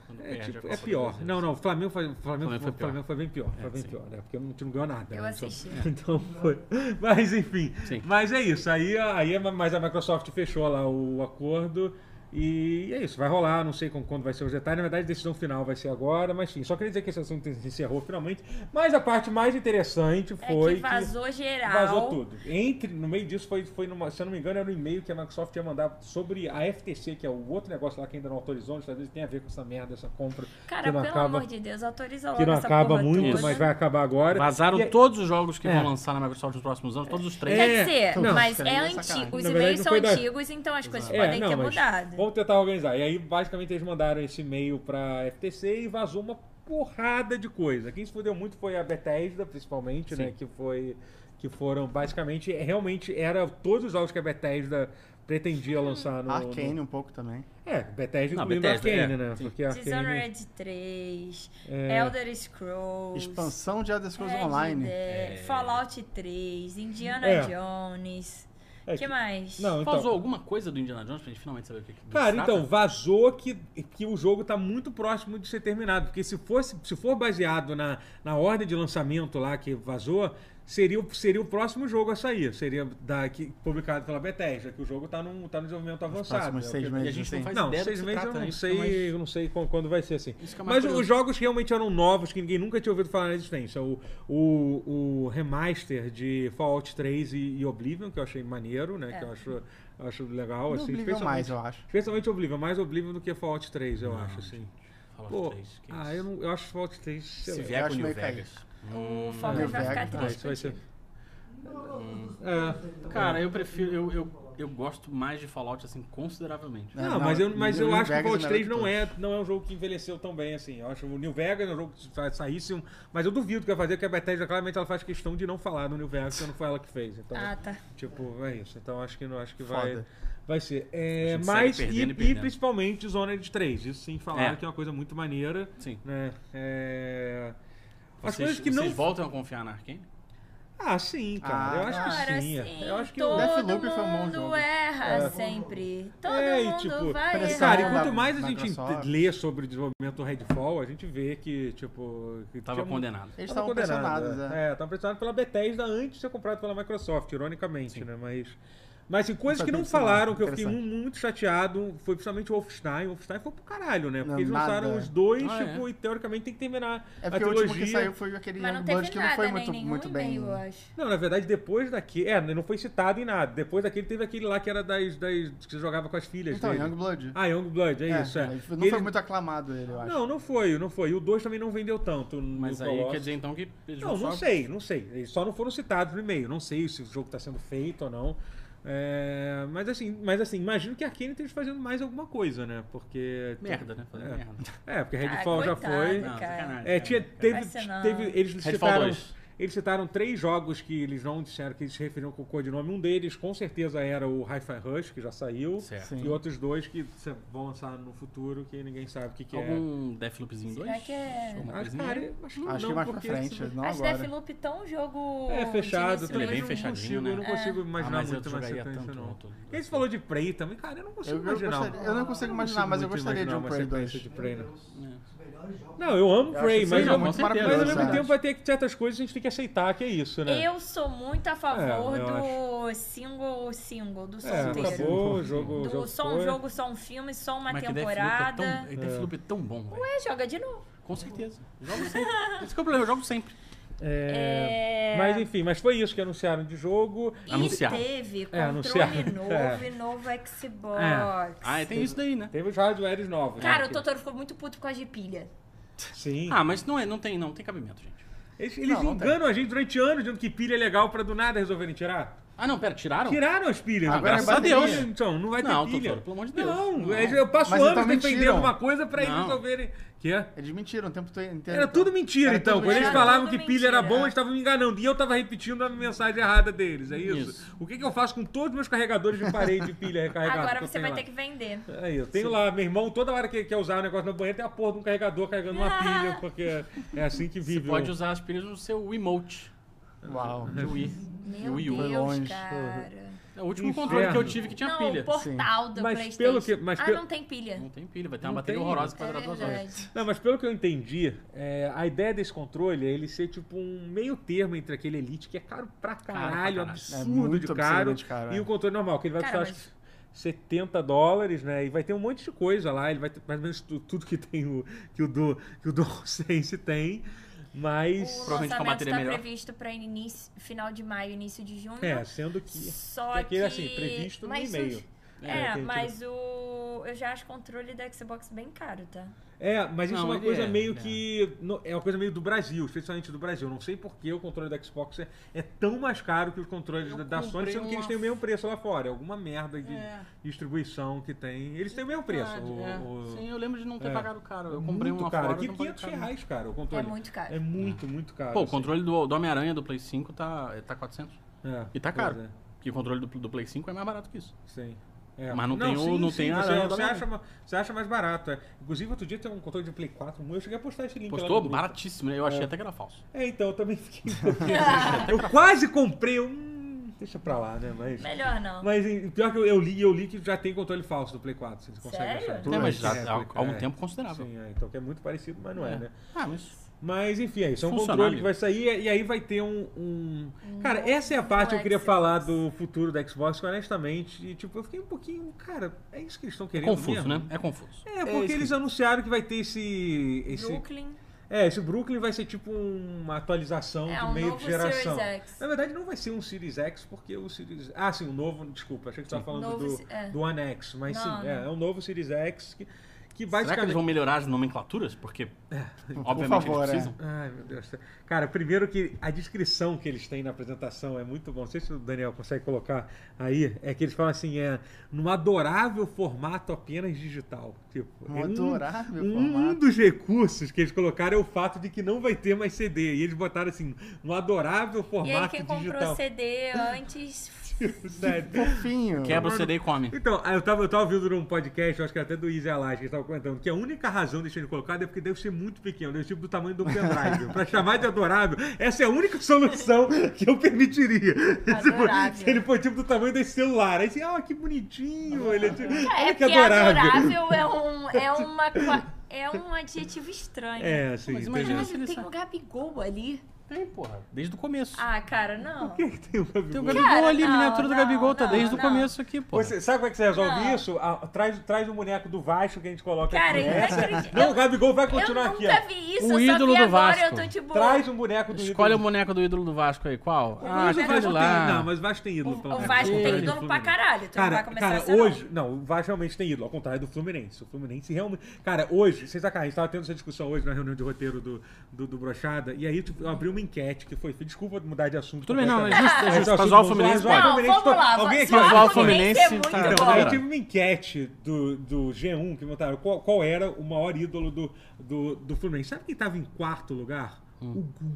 [SPEAKER 2] quando
[SPEAKER 1] É,
[SPEAKER 2] perde a
[SPEAKER 1] tipo,
[SPEAKER 2] Copa
[SPEAKER 1] é
[SPEAKER 2] do
[SPEAKER 1] pior.
[SPEAKER 2] Brasil.
[SPEAKER 1] Não, não, o Flamengo, foi- o Flamengo,
[SPEAKER 2] Flamengo
[SPEAKER 1] foi,
[SPEAKER 2] foi
[SPEAKER 1] o
[SPEAKER 2] pior. É,
[SPEAKER 1] Flamengo foi bem pior. foi bem pior, né? Porque não não ganhou nada.
[SPEAKER 3] Eu
[SPEAKER 1] né?
[SPEAKER 3] assisti. é.
[SPEAKER 1] Então, então foi. Mas enfim.
[SPEAKER 2] Sim.
[SPEAKER 1] é Mas é isso. Aí, aí, mas a Microsoft fechou lá o acordo. E é isso, vai rolar, não sei com- quando vai ser os detalhes. Na verdade, a decisão final vai ser agora, mas enfim, só queria dizer que esse assunto se encerrou finalmente. Mas a parte mais interessante
[SPEAKER 3] É
[SPEAKER 1] foi.
[SPEAKER 3] que vazou geral.
[SPEAKER 1] Vazou tudo. Entre, no meio disso, foi, foi numa, se eu não me engano, era um e-mail que a Microsoft ia mandar sobre a FTC, que é o outro negócio lá que ainda não autorizou, às vezes tem a ver com essa merda, essa compra.
[SPEAKER 3] Cara,
[SPEAKER 1] que não
[SPEAKER 3] pelo
[SPEAKER 1] acaba,
[SPEAKER 3] amor de Deus, autoriza logo
[SPEAKER 1] que não
[SPEAKER 3] essa
[SPEAKER 1] acaba
[SPEAKER 3] porra
[SPEAKER 1] muito,
[SPEAKER 3] toda.
[SPEAKER 1] mas vai acabar agora.
[SPEAKER 2] Vazaram
[SPEAKER 1] E aí-
[SPEAKER 2] todos os jogos que
[SPEAKER 1] É.
[SPEAKER 2] vão lançar na Microsoft nos próximos anos, todos os três.
[SPEAKER 1] É,
[SPEAKER 3] Quer dizer,
[SPEAKER 1] não.
[SPEAKER 3] mas é
[SPEAKER 4] Isso aí é
[SPEAKER 3] antigo.
[SPEAKER 4] sacanagem.
[SPEAKER 3] Os
[SPEAKER 1] Na verdade,
[SPEAKER 3] e-mails
[SPEAKER 1] não
[SPEAKER 3] são
[SPEAKER 1] foi da- É,
[SPEAKER 3] antigos, então as coisas
[SPEAKER 2] Exato.
[SPEAKER 3] podem ter
[SPEAKER 1] mas
[SPEAKER 3] mudado.
[SPEAKER 1] Vamos tentar organizar. E aí, basicamente, eles mandaram esse e-mail pra FTC e vazou uma porrada de coisa. Quem se fudeu muito foi a Bethesda, principalmente, né? Que foi. Que foram basicamente. é, Realmente era todos os jogos que a Bethesda
[SPEAKER 3] Hum.
[SPEAKER 1] pretendia lançar no.
[SPEAKER 4] Arcane um pouco também.
[SPEAKER 1] no- É, Bethesda
[SPEAKER 2] Não,
[SPEAKER 1] incluindo
[SPEAKER 2] Bethesda,
[SPEAKER 1] Arcane,
[SPEAKER 2] é.
[SPEAKER 1] né?
[SPEAKER 2] Sim.
[SPEAKER 1] Porque Arcane.
[SPEAKER 3] Dishonored 3,
[SPEAKER 1] É.
[SPEAKER 3] Elder Scrolls,
[SPEAKER 4] Expansão de Elder Scrolls
[SPEAKER 3] Red
[SPEAKER 4] Online.
[SPEAKER 3] Dead, Fallout 3, Indiana
[SPEAKER 1] É.
[SPEAKER 3] Jones.
[SPEAKER 1] É
[SPEAKER 3] que,
[SPEAKER 1] que-
[SPEAKER 3] mais?
[SPEAKER 1] Não, então.
[SPEAKER 2] Vazou alguma coisa do Indiana Jones pra gente finalmente saber o que que
[SPEAKER 1] Cara,
[SPEAKER 2] se
[SPEAKER 1] então,
[SPEAKER 2] trata?
[SPEAKER 1] vazou que, que o jogo tá muito próximo de ser terminado. Porque se, fosse, se for baseado na, na ordem de lançamento lá que vazou, seria, o- seria o próximo jogo a sair. Seria da, que- publicado pela Bethesda, que o jogo tá, num, tá no desenvolvimento avançado.
[SPEAKER 4] próximos seis
[SPEAKER 1] o que-
[SPEAKER 4] meses.
[SPEAKER 2] E a gente não
[SPEAKER 4] Sim.
[SPEAKER 2] faz
[SPEAKER 1] não,
[SPEAKER 2] ideia do que
[SPEAKER 1] seis
[SPEAKER 2] se
[SPEAKER 1] meses eu
[SPEAKER 2] trata, né?
[SPEAKER 1] não
[SPEAKER 2] Isso
[SPEAKER 1] sei,
[SPEAKER 2] mais-
[SPEAKER 1] eu não sei quando, quando vai ser assim.
[SPEAKER 2] Isso que é mais
[SPEAKER 1] Mas
[SPEAKER 2] curioso.
[SPEAKER 1] os jogos realmente eram novos, que ninguém nunca tinha ouvido falar na existência. O, o, o remaster de Fallout 3 e, e Oblivion, que eu achei maneiro, né? Que
[SPEAKER 2] É.
[SPEAKER 1] eu acho, eu acho legal.
[SPEAKER 4] No
[SPEAKER 1] assim,
[SPEAKER 4] Oblivion
[SPEAKER 1] especialmente-
[SPEAKER 4] mais, eu acho.
[SPEAKER 1] Especialmente Oblivion, mais Oblivion do que Fallout 3, eu acho, assim.
[SPEAKER 2] Fallout
[SPEAKER 1] Pô,
[SPEAKER 2] 3, que
[SPEAKER 1] ah,
[SPEAKER 2] isso.
[SPEAKER 1] eu, não, eu acho Fallout 3. sei
[SPEAKER 2] Se
[SPEAKER 1] lá.
[SPEAKER 2] vier
[SPEAKER 4] Eu
[SPEAKER 2] com
[SPEAKER 4] acho
[SPEAKER 2] New
[SPEAKER 4] meio caído.
[SPEAKER 2] Vegas. Hum.
[SPEAKER 3] O Falcon vai
[SPEAKER 4] Vier-
[SPEAKER 3] ficar
[SPEAKER 1] Ah,
[SPEAKER 3] triste.
[SPEAKER 1] isso vai ser.
[SPEAKER 5] Então, É.
[SPEAKER 2] Cara, eu prefiro. Eu, eu, eu gosto mais de Fallout, assim, consideravelmente.
[SPEAKER 4] É,
[SPEAKER 1] Não,
[SPEAKER 4] não,
[SPEAKER 1] mas eu, mas eu
[SPEAKER 4] New
[SPEAKER 1] acho que o
[SPEAKER 4] Vegas
[SPEAKER 1] Fallout
[SPEAKER 4] é melhor
[SPEAKER 1] 3
[SPEAKER 4] que
[SPEAKER 1] não é, não é um jogo que envelheceu tão bem assim. Eu acho o New Vegas é um jogo que sa- saísse um. Mas eu duvido que vai fazer, porque a Bethesda claramente ela faz questão de não falar do New Vegas, porque não foi ela que fez. Então,
[SPEAKER 3] Ah, tá.
[SPEAKER 1] tipo, é isso. Então acho que, não- acho que vai,
[SPEAKER 4] Foda.
[SPEAKER 1] vai ser. É,
[SPEAKER 2] A gente segue
[SPEAKER 1] mas, e,
[SPEAKER 2] perdendo e
[SPEAKER 1] e
[SPEAKER 2] perdendo.
[SPEAKER 1] principalmente Zona de 3. Isso sim, falaram
[SPEAKER 2] É.
[SPEAKER 1] que é uma coisa muito maneira.
[SPEAKER 2] Sim.
[SPEAKER 1] Né? É, As
[SPEAKER 2] Vocês,
[SPEAKER 1] coisas que
[SPEAKER 2] vocês
[SPEAKER 1] não
[SPEAKER 2] voltam a confiar na Arkane?
[SPEAKER 1] Ah, sim, cara.
[SPEAKER 4] Ah,
[SPEAKER 1] eu acho
[SPEAKER 3] Cara,
[SPEAKER 1] que sim. é.
[SPEAKER 3] sim,
[SPEAKER 1] Eu acho que
[SPEAKER 3] todo
[SPEAKER 1] o...
[SPEAKER 4] Deathloop foi um bom
[SPEAKER 3] mundo
[SPEAKER 4] jogo.
[SPEAKER 3] erra sempre. Todo
[SPEAKER 1] É, e,
[SPEAKER 3] mundo
[SPEAKER 1] tipo,
[SPEAKER 3] vai
[SPEAKER 4] parece-
[SPEAKER 3] errar.
[SPEAKER 1] Cara, e quanto
[SPEAKER 4] da
[SPEAKER 1] mais a gente
[SPEAKER 4] Microsoft.
[SPEAKER 1] lê sobre o desenvolvimento do Redfall, a gente vê que, tipo... Que
[SPEAKER 2] Tava
[SPEAKER 1] tinha um-
[SPEAKER 2] condenado.
[SPEAKER 4] Eles
[SPEAKER 1] tava
[SPEAKER 4] estavam
[SPEAKER 1] condenado,
[SPEAKER 4] pressionados, é.
[SPEAKER 1] É, estavam pressionados pela Bethesda antes de ser comprado pela Microsoft, ironicamente, né? Mas... Mas assim, coisas que
[SPEAKER 4] sabia
[SPEAKER 1] não
[SPEAKER 4] disso não,
[SPEAKER 1] falaram, que eu fiquei mu-
[SPEAKER 4] interessante.
[SPEAKER 1] muito chateado, foi principalmente o Wolfenstein. O Wolfenstein foi pro caralho, né? Porque
[SPEAKER 4] Não,
[SPEAKER 1] eles
[SPEAKER 4] nada.
[SPEAKER 1] lançaram os dois,
[SPEAKER 2] Ah, é.
[SPEAKER 1] tipo, e teoricamente tem que terminar
[SPEAKER 4] É
[SPEAKER 1] a
[SPEAKER 4] porque o
[SPEAKER 1] trilogia.
[SPEAKER 4] último que saiu foi aquele
[SPEAKER 3] Mas não
[SPEAKER 4] Young
[SPEAKER 3] teve
[SPEAKER 4] Blood que não foi
[SPEAKER 3] nada,
[SPEAKER 4] muito,
[SPEAKER 3] nem nenhum
[SPEAKER 4] muito bem.
[SPEAKER 3] e-mail, eu acho.
[SPEAKER 1] Não, na verdade, depois daquele. É, não foi citado em nada. Depois daquele teve aquele lá que era das. das que você jogava com as filhas.
[SPEAKER 4] Então,
[SPEAKER 1] dele.
[SPEAKER 4] Young Blood.
[SPEAKER 1] Ah, Youngblood, é, isso. É.
[SPEAKER 4] Não foi
[SPEAKER 1] Ele-
[SPEAKER 4] muito aclamado ele, eu acho.
[SPEAKER 1] Não, não foi, não foi. E o 2 também não vendeu tanto. no
[SPEAKER 2] Mas aí
[SPEAKER 1] Colossus.
[SPEAKER 2] quer dizer então que eles
[SPEAKER 1] Não,
[SPEAKER 2] vão
[SPEAKER 1] não
[SPEAKER 2] só-
[SPEAKER 1] sei, não sei. Eles só não foram citados no e-mail. Não sei se o jogo está sendo feito ou não. É, mas assim, mas assim, imagino que a Arkane esteja fazendo mais alguma coisa, né? Porque.
[SPEAKER 2] Merda, né? Fazer
[SPEAKER 1] É.
[SPEAKER 2] merda.
[SPEAKER 1] É,
[SPEAKER 3] Ah,
[SPEAKER 1] porque Redfall já
[SPEAKER 3] coitado,
[SPEAKER 1] foi.
[SPEAKER 3] cara.
[SPEAKER 1] É, tinha, teve,
[SPEAKER 3] Essa não.
[SPEAKER 1] teve, eles
[SPEAKER 2] Redfall
[SPEAKER 1] citaram,
[SPEAKER 2] 2.
[SPEAKER 1] eles citaram três jogos que eles não disseram que eles se referiam com o codinome. Um deles, com certeza, era o Hi-Fi Rush, que já saiu.
[SPEAKER 2] Certo.
[SPEAKER 4] Sim.
[SPEAKER 1] E outros dois que cê- vão lançar no futuro, que ninguém sabe o que, que é.
[SPEAKER 2] Algum Deathloopzinho 2?
[SPEAKER 3] Será que é-
[SPEAKER 2] Alguma
[SPEAKER 1] Acho,
[SPEAKER 2] coisinha?
[SPEAKER 1] cara, acho que
[SPEAKER 4] acho
[SPEAKER 1] não,
[SPEAKER 4] que mais pra
[SPEAKER 1] porque
[SPEAKER 4] frente, né?
[SPEAKER 1] isso-
[SPEAKER 4] não
[SPEAKER 3] Acho
[SPEAKER 4] agora.
[SPEAKER 3] Deathloop um tão jogo.
[SPEAKER 1] tá É fechado,
[SPEAKER 3] de
[SPEAKER 1] também
[SPEAKER 2] Ele é bem
[SPEAKER 1] não
[SPEAKER 2] fechadinho,
[SPEAKER 1] consigo,
[SPEAKER 2] né?
[SPEAKER 1] Eu não consigo
[SPEAKER 2] Ah,
[SPEAKER 1] imaginar
[SPEAKER 2] mas eu
[SPEAKER 1] muito mais
[SPEAKER 2] jogaria
[SPEAKER 1] sequência,
[SPEAKER 2] tanto.
[SPEAKER 1] não.
[SPEAKER 2] quanto-
[SPEAKER 1] Eles falou de Prey também, cara, eu não consigo
[SPEAKER 4] Eu- eu
[SPEAKER 1] imaginar.
[SPEAKER 4] gostaria- eu não consigo imaginar,
[SPEAKER 1] consigo
[SPEAKER 4] mas eu
[SPEAKER 1] muito
[SPEAKER 4] gostaria de um
[SPEAKER 1] imaginar uma
[SPEAKER 4] Prey dois.
[SPEAKER 1] sequência de Prey, não.
[SPEAKER 5] Os melhores jogos.
[SPEAKER 1] Não, eu amo
[SPEAKER 4] Eu acho
[SPEAKER 1] Prey,
[SPEAKER 4] que
[SPEAKER 1] mas,
[SPEAKER 4] seja
[SPEAKER 1] eu-
[SPEAKER 4] muito
[SPEAKER 2] mas
[SPEAKER 1] mas ao
[SPEAKER 4] maravilhoso.
[SPEAKER 1] mesmo
[SPEAKER 4] sabe?
[SPEAKER 1] tempo vai ter que certas coisas a gente tem que aceitar que é isso, né?
[SPEAKER 3] Eu sou muito a favor
[SPEAKER 1] É, eu
[SPEAKER 3] do single, single, do som
[SPEAKER 1] É,
[SPEAKER 3] inteiro.
[SPEAKER 1] acabou, o jogo. o
[SPEAKER 3] um Do
[SPEAKER 1] jogo
[SPEAKER 3] só um
[SPEAKER 1] foi.
[SPEAKER 3] jogo, só um filme, só uma
[SPEAKER 2] Mas que
[SPEAKER 3] temporada.
[SPEAKER 2] Deathloop é tão, Deathloop é tão bom, velho.
[SPEAKER 3] É, joga de novo.
[SPEAKER 2] Com certeza. Jogo sempre. Esse que é o problema, eu jogo sempre.
[SPEAKER 1] É,
[SPEAKER 3] É...
[SPEAKER 1] Mas enfim, mas foi isso que anunciaram de jogo.
[SPEAKER 3] E
[SPEAKER 2] Anunciar.
[SPEAKER 3] teve
[SPEAKER 1] É, anunciar.
[SPEAKER 3] controle novo
[SPEAKER 1] É.
[SPEAKER 3] e novo Xbox.
[SPEAKER 2] Ah, e tem isso daí, né?
[SPEAKER 1] Teve os hardwares novos. né?
[SPEAKER 3] Cara, o
[SPEAKER 1] Que-
[SPEAKER 3] Totoro ficou muito puto com a de pilha.
[SPEAKER 1] Sim.
[SPEAKER 2] Ah, mas não é, não tem, não tem cabimento, gente.
[SPEAKER 1] eles eles
[SPEAKER 4] Não, não
[SPEAKER 1] enganam a gente durante anos dizendo que pilha é legal pra do nada resolverem tirar.
[SPEAKER 2] Ah, não, Ah, pera, tiraram?
[SPEAKER 1] Tiraram as pilhas.
[SPEAKER 4] Agora
[SPEAKER 1] não
[SPEAKER 4] é
[SPEAKER 1] vai ter
[SPEAKER 4] bateria.
[SPEAKER 1] pilha, Então, não vai ter
[SPEAKER 2] Não,
[SPEAKER 1] pilha.
[SPEAKER 2] Totoro, pelo amor de Deus.
[SPEAKER 1] Não,
[SPEAKER 2] Não.
[SPEAKER 1] é- eu passo
[SPEAKER 4] Mas
[SPEAKER 1] anos
[SPEAKER 4] então
[SPEAKER 1] defendendo
[SPEAKER 4] mentiram.
[SPEAKER 1] uma coisa pra eles
[SPEAKER 2] Não.
[SPEAKER 1] resolverem. Que é?
[SPEAKER 4] Eles mentiram o tempo to- inteiro.
[SPEAKER 1] Era tudo mentira,
[SPEAKER 4] Era
[SPEAKER 1] então.
[SPEAKER 4] tudo
[SPEAKER 1] Quando eles
[SPEAKER 4] mentira.
[SPEAKER 1] falavam
[SPEAKER 3] Era
[SPEAKER 1] que
[SPEAKER 3] tudo
[SPEAKER 1] pilha era
[SPEAKER 3] mentira.
[SPEAKER 1] bom, eles estavam me enganando. E eu tava repetindo a mensagem errada deles, é isso?
[SPEAKER 2] Isso.
[SPEAKER 1] O que, que eu faço com todos os meus carregadores de parede de pilha recarregada?
[SPEAKER 3] Agora
[SPEAKER 1] que eu
[SPEAKER 3] você
[SPEAKER 1] tenho
[SPEAKER 3] vai
[SPEAKER 1] lá?
[SPEAKER 3] ter que vender.
[SPEAKER 1] É, eu tenho lá, meu irmão, toda hora que ele quer usar o negócio no banheiro, tem a porra de um carregador carregando uma pilha, porque é assim que
[SPEAKER 2] Você
[SPEAKER 1] vive.
[SPEAKER 2] pode
[SPEAKER 1] o-
[SPEAKER 2] usar as pilhas no seu emote.
[SPEAKER 4] Uau.
[SPEAKER 1] Hum.
[SPEAKER 2] Do Wii.
[SPEAKER 3] Meu
[SPEAKER 2] Wii U.
[SPEAKER 3] Deus,
[SPEAKER 4] Longe.
[SPEAKER 3] cara.
[SPEAKER 2] É o último
[SPEAKER 1] Inferno.
[SPEAKER 2] controle que eu tive que tinha
[SPEAKER 3] não,
[SPEAKER 2] pilha.
[SPEAKER 3] o portal do
[SPEAKER 1] Mas
[SPEAKER 3] Playstation.
[SPEAKER 1] pelo que- mas Um
[SPEAKER 3] ah,
[SPEAKER 1] pelo-
[SPEAKER 3] não tem pilha.
[SPEAKER 2] Não tem pilha, vai ter uma
[SPEAKER 1] Não
[SPEAKER 2] bateria
[SPEAKER 1] tem.
[SPEAKER 2] horrorosa pra
[SPEAKER 3] É
[SPEAKER 2] durar duas horas.
[SPEAKER 3] verdade.
[SPEAKER 1] Não, mas pelo que eu entendi, é, a ideia desse controle é ele ser tipo um meio termo entre aquele Elite, que é caro pra
[SPEAKER 2] pra
[SPEAKER 1] caralho,
[SPEAKER 2] caralho.
[SPEAKER 1] absurdo
[SPEAKER 4] É muito
[SPEAKER 1] de caro,
[SPEAKER 4] absurdamente caro,
[SPEAKER 1] e
[SPEAKER 4] é.
[SPEAKER 1] o controle normal, que ele vai
[SPEAKER 3] Cara,
[SPEAKER 1] custar acho que 70 dólares, né? E vai ter um monte de coisa lá. Ele vai ter mais ou menos tu- tudo que tem o que o do que o DualSense tem,
[SPEAKER 3] O
[SPEAKER 1] mas
[SPEAKER 2] Provavelmente com a
[SPEAKER 3] lançamento
[SPEAKER 2] bateria
[SPEAKER 3] está
[SPEAKER 2] melhor.
[SPEAKER 3] previsto para início, final de maio, início de junho.
[SPEAKER 1] é, sendo que
[SPEAKER 3] Só
[SPEAKER 1] que aquele
[SPEAKER 3] que...
[SPEAKER 1] assim, previsto no
[SPEAKER 3] mas os-
[SPEAKER 1] e-mail.
[SPEAKER 3] É,
[SPEAKER 1] É, tem-
[SPEAKER 3] mas o... Eu já acho controle da Xbox bem caro, tá?
[SPEAKER 1] É, mas isso
[SPEAKER 2] Não,
[SPEAKER 1] é uma
[SPEAKER 2] ele
[SPEAKER 1] coisa
[SPEAKER 2] é,
[SPEAKER 1] meio
[SPEAKER 2] ele é.
[SPEAKER 1] que. no- É uma coisa meio do Brasil, especialmente do Brasil. Não sei por que o controle da Xbox é, é tão mais caro que os controles
[SPEAKER 2] Eu
[SPEAKER 1] da, da Sony,
[SPEAKER 2] comprei
[SPEAKER 1] sendo que eles
[SPEAKER 2] uma-
[SPEAKER 1] têm o mesmo preço lá fora. É alguma merda de
[SPEAKER 2] É.
[SPEAKER 1] distribuição que tem. Eles têm o mesmo preço.
[SPEAKER 2] Verdade,
[SPEAKER 1] o-
[SPEAKER 2] é.
[SPEAKER 1] o-
[SPEAKER 2] Sim, eu lembro de não ter
[SPEAKER 1] É.
[SPEAKER 2] pagado caro. Eu comprei
[SPEAKER 1] muito
[SPEAKER 2] uma
[SPEAKER 1] caro.
[SPEAKER 2] fora,
[SPEAKER 1] Aqui
[SPEAKER 2] não paguei
[SPEAKER 1] 500
[SPEAKER 2] caro, não.
[SPEAKER 1] reais, cara, o
[SPEAKER 3] É
[SPEAKER 1] controle.
[SPEAKER 3] muito caro.
[SPEAKER 1] É muito, muito caro.
[SPEAKER 2] Pô, o
[SPEAKER 1] assim.
[SPEAKER 2] controle do, do Homem-Aranha do Play 5 tá, tá 400.
[SPEAKER 1] É,
[SPEAKER 2] E tá
[SPEAKER 1] pois
[SPEAKER 2] caro.
[SPEAKER 1] é,
[SPEAKER 2] E o controle do, do Play 5 é mais barato que isso.
[SPEAKER 1] sim. É.
[SPEAKER 2] Mas não tem o- não tem a
[SPEAKER 1] você,
[SPEAKER 2] aranha do
[SPEAKER 1] você,
[SPEAKER 2] Homem-Aranha.
[SPEAKER 1] acha, ma- você acha mais barato. é. Inclusive, outro dia tem um controle de Play 4. Eu cheguei a postar esse link lá. no
[SPEAKER 2] Postou
[SPEAKER 1] grupo.
[SPEAKER 2] baratíssimo, né? Eu achei até que era falso.
[SPEAKER 1] É, então, eu também fiquei um pouquinho. eu quase comprei. Eu, hum, deixa pra lá, né? Mas.
[SPEAKER 3] Melhor não.
[SPEAKER 1] Mas e, pior que eu, eu li, eu li que já tem controle falso do Play 4. Vocês conseguem
[SPEAKER 3] Sério?
[SPEAKER 1] achar.
[SPEAKER 2] É, mas já
[SPEAKER 1] É,
[SPEAKER 2] há há algum
[SPEAKER 1] é.
[SPEAKER 2] tempo considerável.
[SPEAKER 1] Sim, é, então que é muito parecido, mas não é,
[SPEAKER 2] É.
[SPEAKER 1] né?
[SPEAKER 2] Ah, mas.
[SPEAKER 1] Mas enfim, é isso. É um
[SPEAKER 2] Funcionário.
[SPEAKER 1] controle que vai sair e aí vai ter um. um- Cara, essa é a parte que eu queria
[SPEAKER 3] Hum, Xbox.
[SPEAKER 1] falar do futuro da Xbox, que honestamente. E, tipo, eu fiquei um pouquinho. Cara, é isso que eles estão
[SPEAKER 2] É
[SPEAKER 1] querendo.
[SPEAKER 2] confuso,
[SPEAKER 1] mesmo?
[SPEAKER 2] né? É confuso.
[SPEAKER 1] É, porque eles anunciaram que vai ter esse. esse
[SPEAKER 3] Brooklyn.
[SPEAKER 1] é, esse Brooklyn vai ser tipo uma atualização
[SPEAKER 3] É,
[SPEAKER 1] de
[SPEAKER 3] um
[SPEAKER 1] meio
[SPEAKER 3] novo
[SPEAKER 1] de geração.
[SPEAKER 3] Series X.
[SPEAKER 1] Na verdade, não vai ser um Series X, porque o Series. Ah, sim, o novo. Desculpa, achei que você estava falando
[SPEAKER 3] Novo
[SPEAKER 1] do,
[SPEAKER 3] se- é.
[SPEAKER 1] do One X. Mas
[SPEAKER 3] Não,
[SPEAKER 1] sim,
[SPEAKER 3] não.
[SPEAKER 1] É, é um novo Series X que, que
[SPEAKER 2] Será que eles
[SPEAKER 1] basicamente.
[SPEAKER 2] vão melhorar as nomenclaturas? Porque, obviamente,
[SPEAKER 4] favor,
[SPEAKER 2] eles
[SPEAKER 4] é.
[SPEAKER 2] precisam.
[SPEAKER 1] Ai, meu Deus. Cara, primeiro que a descrição que eles têm na apresentação é muito bom. Não sei se o Daniel consegue colocar aí. É que eles falam assim, é num adorável formato apenas digital. Tipo,
[SPEAKER 4] Um
[SPEAKER 1] é
[SPEAKER 4] adorável
[SPEAKER 1] um
[SPEAKER 4] formato.
[SPEAKER 1] dos recursos que eles colocaram é o fato de que não vai ter mais CD. E eles botaram assim, um adorável
[SPEAKER 3] E aí
[SPEAKER 1] formato
[SPEAKER 3] quem comprou
[SPEAKER 1] digital.
[SPEAKER 3] CD antes...
[SPEAKER 1] Tipo, sério.
[SPEAKER 4] Fofinho.
[SPEAKER 1] é-
[SPEAKER 2] Quebra o CD e come.
[SPEAKER 1] Então, aí eu tava, eu tava ouvindo num podcast, eu acho que era até do Easy Alive, que eles estavam comentando, que a única razão de terem colocado é porque deve ser muito pequeno, deve ser tipo do tamanho do pendrive. pra chamar de adorável, essa é a única solução que eu permitiria.
[SPEAKER 3] Adorável.
[SPEAKER 1] Se ele for tipo do tamanho desse celular. Aí assim, ah, que bonitinho, ele é tipo,
[SPEAKER 3] É
[SPEAKER 1] olha que
[SPEAKER 3] porque
[SPEAKER 1] adorável. tipo
[SPEAKER 3] adorável é um, é, uma, qua- é um adjetivo estranho.
[SPEAKER 1] É, assim,
[SPEAKER 2] Mas
[SPEAKER 1] entendeu?
[SPEAKER 2] imagina-
[SPEAKER 3] Caralho, tem um Gabigol ali.
[SPEAKER 2] Tem, porra. Desde o começo.
[SPEAKER 3] Ah, cara, não.
[SPEAKER 1] Tem
[SPEAKER 3] um
[SPEAKER 1] uma
[SPEAKER 2] Tem o
[SPEAKER 1] figura.
[SPEAKER 2] Gabigol
[SPEAKER 3] Cara,
[SPEAKER 2] ali, a
[SPEAKER 3] não,
[SPEAKER 2] miniatura do
[SPEAKER 3] não,
[SPEAKER 2] Gabigol tá
[SPEAKER 3] não,
[SPEAKER 2] desde o
[SPEAKER 3] não.
[SPEAKER 2] começo aqui, pô.
[SPEAKER 1] Você- sabe como é que você resolve
[SPEAKER 3] Não.
[SPEAKER 1] isso? Ah, traz, traz um boneco do Vasco que a gente coloca
[SPEAKER 3] Cara,
[SPEAKER 1] aqui.
[SPEAKER 3] eu não
[SPEAKER 1] Essa-
[SPEAKER 3] acredito.
[SPEAKER 1] Não,
[SPEAKER 3] Eu-
[SPEAKER 1] o Gabigol vai
[SPEAKER 3] Eu
[SPEAKER 1] tá continuar aqui,
[SPEAKER 3] nunca
[SPEAKER 1] ó.
[SPEAKER 3] vi isso,
[SPEAKER 2] O
[SPEAKER 3] eu só
[SPEAKER 2] Um ídolo
[SPEAKER 3] vi
[SPEAKER 2] do
[SPEAKER 3] agora
[SPEAKER 2] Vasco.
[SPEAKER 3] eu tô tipo, de boa.
[SPEAKER 1] Traz um boneco do
[SPEAKER 2] Escolhe o
[SPEAKER 1] ídolo.
[SPEAKER 2] boneco do ídolo do Vasco aí. Qual? Ah,
[SPEAKER 1] Mas o Vasco
[SPEAKER 2] aquele
[SPEAKER 1] tem,
[SPEAKER 2] lá.
[SPEAKER 1] não, mas o Vasco tem ídolo. pelo
[SPEAKER 3] O
[SPEAKER 1] menos.
[SPEAKER 3] Vasco
[SPEAKER 1] Ao
[SPEAKER 3] tem
[SPEAKER 1] contrário do
[SPEAKER 3] dono pra
[SPEAKER 1] Fluminense.
[SPEAKER 3] caralho, tu não vai
[SPEAKER 1] Cara,
[SPEAKER 3] começar
[SPEAKER 1] cara
[SPEAKER 3] essa não.
[SPEAKER 1] hoje. Não. o Vasco realmente tem ídolo, ao contrário do Fluminense. O Fluminense realmente. Cara, hoje, vocês sacaram, a gente tava tendo essa discussão hoje na reunião de roteiro do, do, do Brochada, e aí tipo, eu abri uma enquete que foi. Desculpa mudar de assunto.
[SPEAKER 2] Tudo bem, não, é
[SPEAKER 1] completamente.
[SPEAKER 2] justo, é
[SPEAKER 1] Mas
[SPEAKER 2] justo, pra
[SPEAKER 1] assunto
[SPEAKER 2] zoar o
[SPEAKER 1] bom,
[SPEAKER 2] Fluminense,
[SPEAKER 1] zoar o
[SPEAKER 3] Não,
[SPEAKER 1] Fluminense,
[SPEAKER 3] vamos
[SPEAKER 1] tô-
[SPEAKER 3] lá.
[SPEAKER 1] Alguém aqui.
[SPEAKER 3] zoar
[SPEAKER 2] zoar o
[SPEAKER 3] o Fluminense é
[SPEAKER 2] Fluminense,
[SPEAKER 3] muito
[SPEAKER 2] tá,
[SPEAKER 1] Então,
[SPEAKER 2] bom.
[SPEAKER 1] aí
[SPEAKER 2] Cara.
[SPEAKER 1] teve uma enquete do, do G1 que botaram qual, qual era o maior ídolo do, do, do Fluminense. Sabe quem tava em quarto lugar? O
[SPEAKER 2] Hum.
[SPEAKER 1] Gum.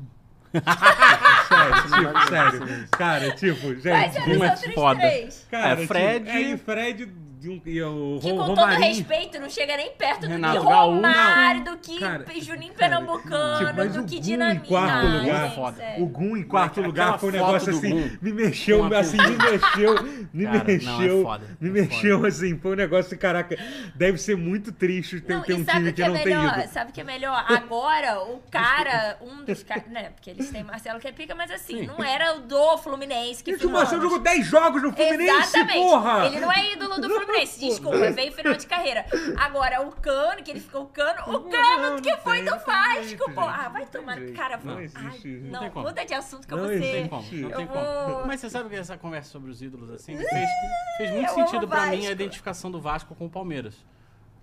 [SPEAKER 1] sério, tipo, sério. Cara, tipo, gente.
[SPEAKER 3] Quais eram os
[SPEAKER 2] Gum né? é
[SPEAKER 3] outros
[SPEAKER 2] foda.
[SPEAKER 3] três?
[SPEAKER 2] É,
[SPEAKER 1] tipo,
[SPEAKER 2] Fred-
[SPEAKER 1] é, e Fred de um- e o
[SPEAKER 3] Que
[SPEAKER 1] Ro-
[SPEAKER 3] com todo
[SPEAKER 1] Romarinho.
[SPEAKER 3] respeito não chega nem perto
[SPEAKER 2] Renato
[SPEAKER 3] do que
[SPEAKER 2] Gaúcho.
[SPEAKER 3] Romário, do que
[SPEAKER 1] Cara,
[SPEAKER 3] Juninho
[SPEAKER 1] cara,
[SPEAKER 3] Pernambucano,
[SPEAKER 1] tipo, mas o
[SPEAKER 3] do que
[SPEAKER 1] Gum em
[SPEAKER 3] Dinamite.
[SPEAKER 1] quarto
[SPEAKER 3] Ah,
[SPEAKER 1] lugar,
[SPEAKER 3] gente,
[SPEAKER 2] foda.
[SPEAKER 3] sério.
[SPEAKER 1] O Gum em quarto
[SPEAKER 2] Aquela
[SPEAKER 1] lugar foi um
[SPEAKER 2] foto
[SPEAKER 1] negócio
[SPEAKER 2] do
[SPEAKER 1] assim,
[SPEAKER 2] Gum.
[SPEAKER 1] me mexeu,
[SPEAKER 2] Uma
[SPEAKER 1] assim, me mexeu, me
[SPEAKER 2] Cara, não, é
[SPEAKER 1] mexeu,
[SPEAKER 2] foda,
[SPEAKER 1] me
[SPEAKER 2] é
[SPEAKER 1] mexeu, assim, foi um negócio, assim, caraca, deve ser muito triste ter,
[SPEAKER 3] Não,
[SPEAKER 1] ter um
[SPEAKER 3] e sabe
[SPEAKER 1] time
[SPEAKER 3] o
[SPEAKER 1] que,
[SPEAKER 3] que é
[SPEAKER 1] não tem
[SPEAKER 3] melhor?
[SPEAKER 1] ido.
[SPEAKER 3] Sabe o que é melhor? Agora, o cara, um dos caras. Né, porque eles têm Marcelo que é pica, mas assim,
[SPEAKER 2] Sim.
[SPEAKER 3] não era o do Fluminense que
[SPEAKER 1] Gente, o
[SPEAKER 3] ficou.
[SPEAKER 1] Marcelo jogou 10 jogos no Fluminense,
[SPEAKER 3] Exatamente.
[SPEAKER 1] porra!
[SPEAKER 3] Ele não é ídolo do Fluminense, desculpa, veio final de carreira. Agora, o cano, que ele ficou o cano, o
[SPEAKER 1] Não,
[SPEAKER 3] cano
[SPEAKER 1] não
[SPEAKER 3] que foi
[SPEAKER 1] tem,
[SPEAKER 3] do
[SPEAKER 1] não tem jeito,
[SPEAKER 3] Vasco,
[SPEAKER 1] gente,
[SPEAKER 3] pô. Ah,
[SPEAKER 1] não
[SPEAKER 3] vai
[SPEAKER 1] tem
[SPEAKER 3] tomar.
[SPEAKER 1] jeito,
[SPEAKER 3] Cara,
[SPEAKER 1] não
[SPEAKER 3] ai,
[SPEAKER 1] existe isso. Não
[SPEAKER 2] tem
[SPEAKER 3] não,
[SPEAKER 2] como.
[SPEAKER 3] muda de assunto que eu
[SPEAKER 1] Não
[SPEAKER 3] vou
[SPEAKER 1] existe.
[SPEAKER 2] Não tem
[SPEAKER 3] ser.
[SPEAKER 2] como,
[SPEAKER 1] Eu
[SPEAKER 2] não tem
[SPEAKER 3] vou-
[SPEAKER 2] como. Mas você sabe que essa conversa sobre os ídolos, assim, fez, fez muito
[SPEAKER 3] Eu amo
[SPEAKER 2] sentido
[SPEAKER 3] o
[SPEAKER 2] pra mim a
[SPEAKER 3] Vasco.
[SPEAKER 2] identificação do Vasco com o Palmeiras.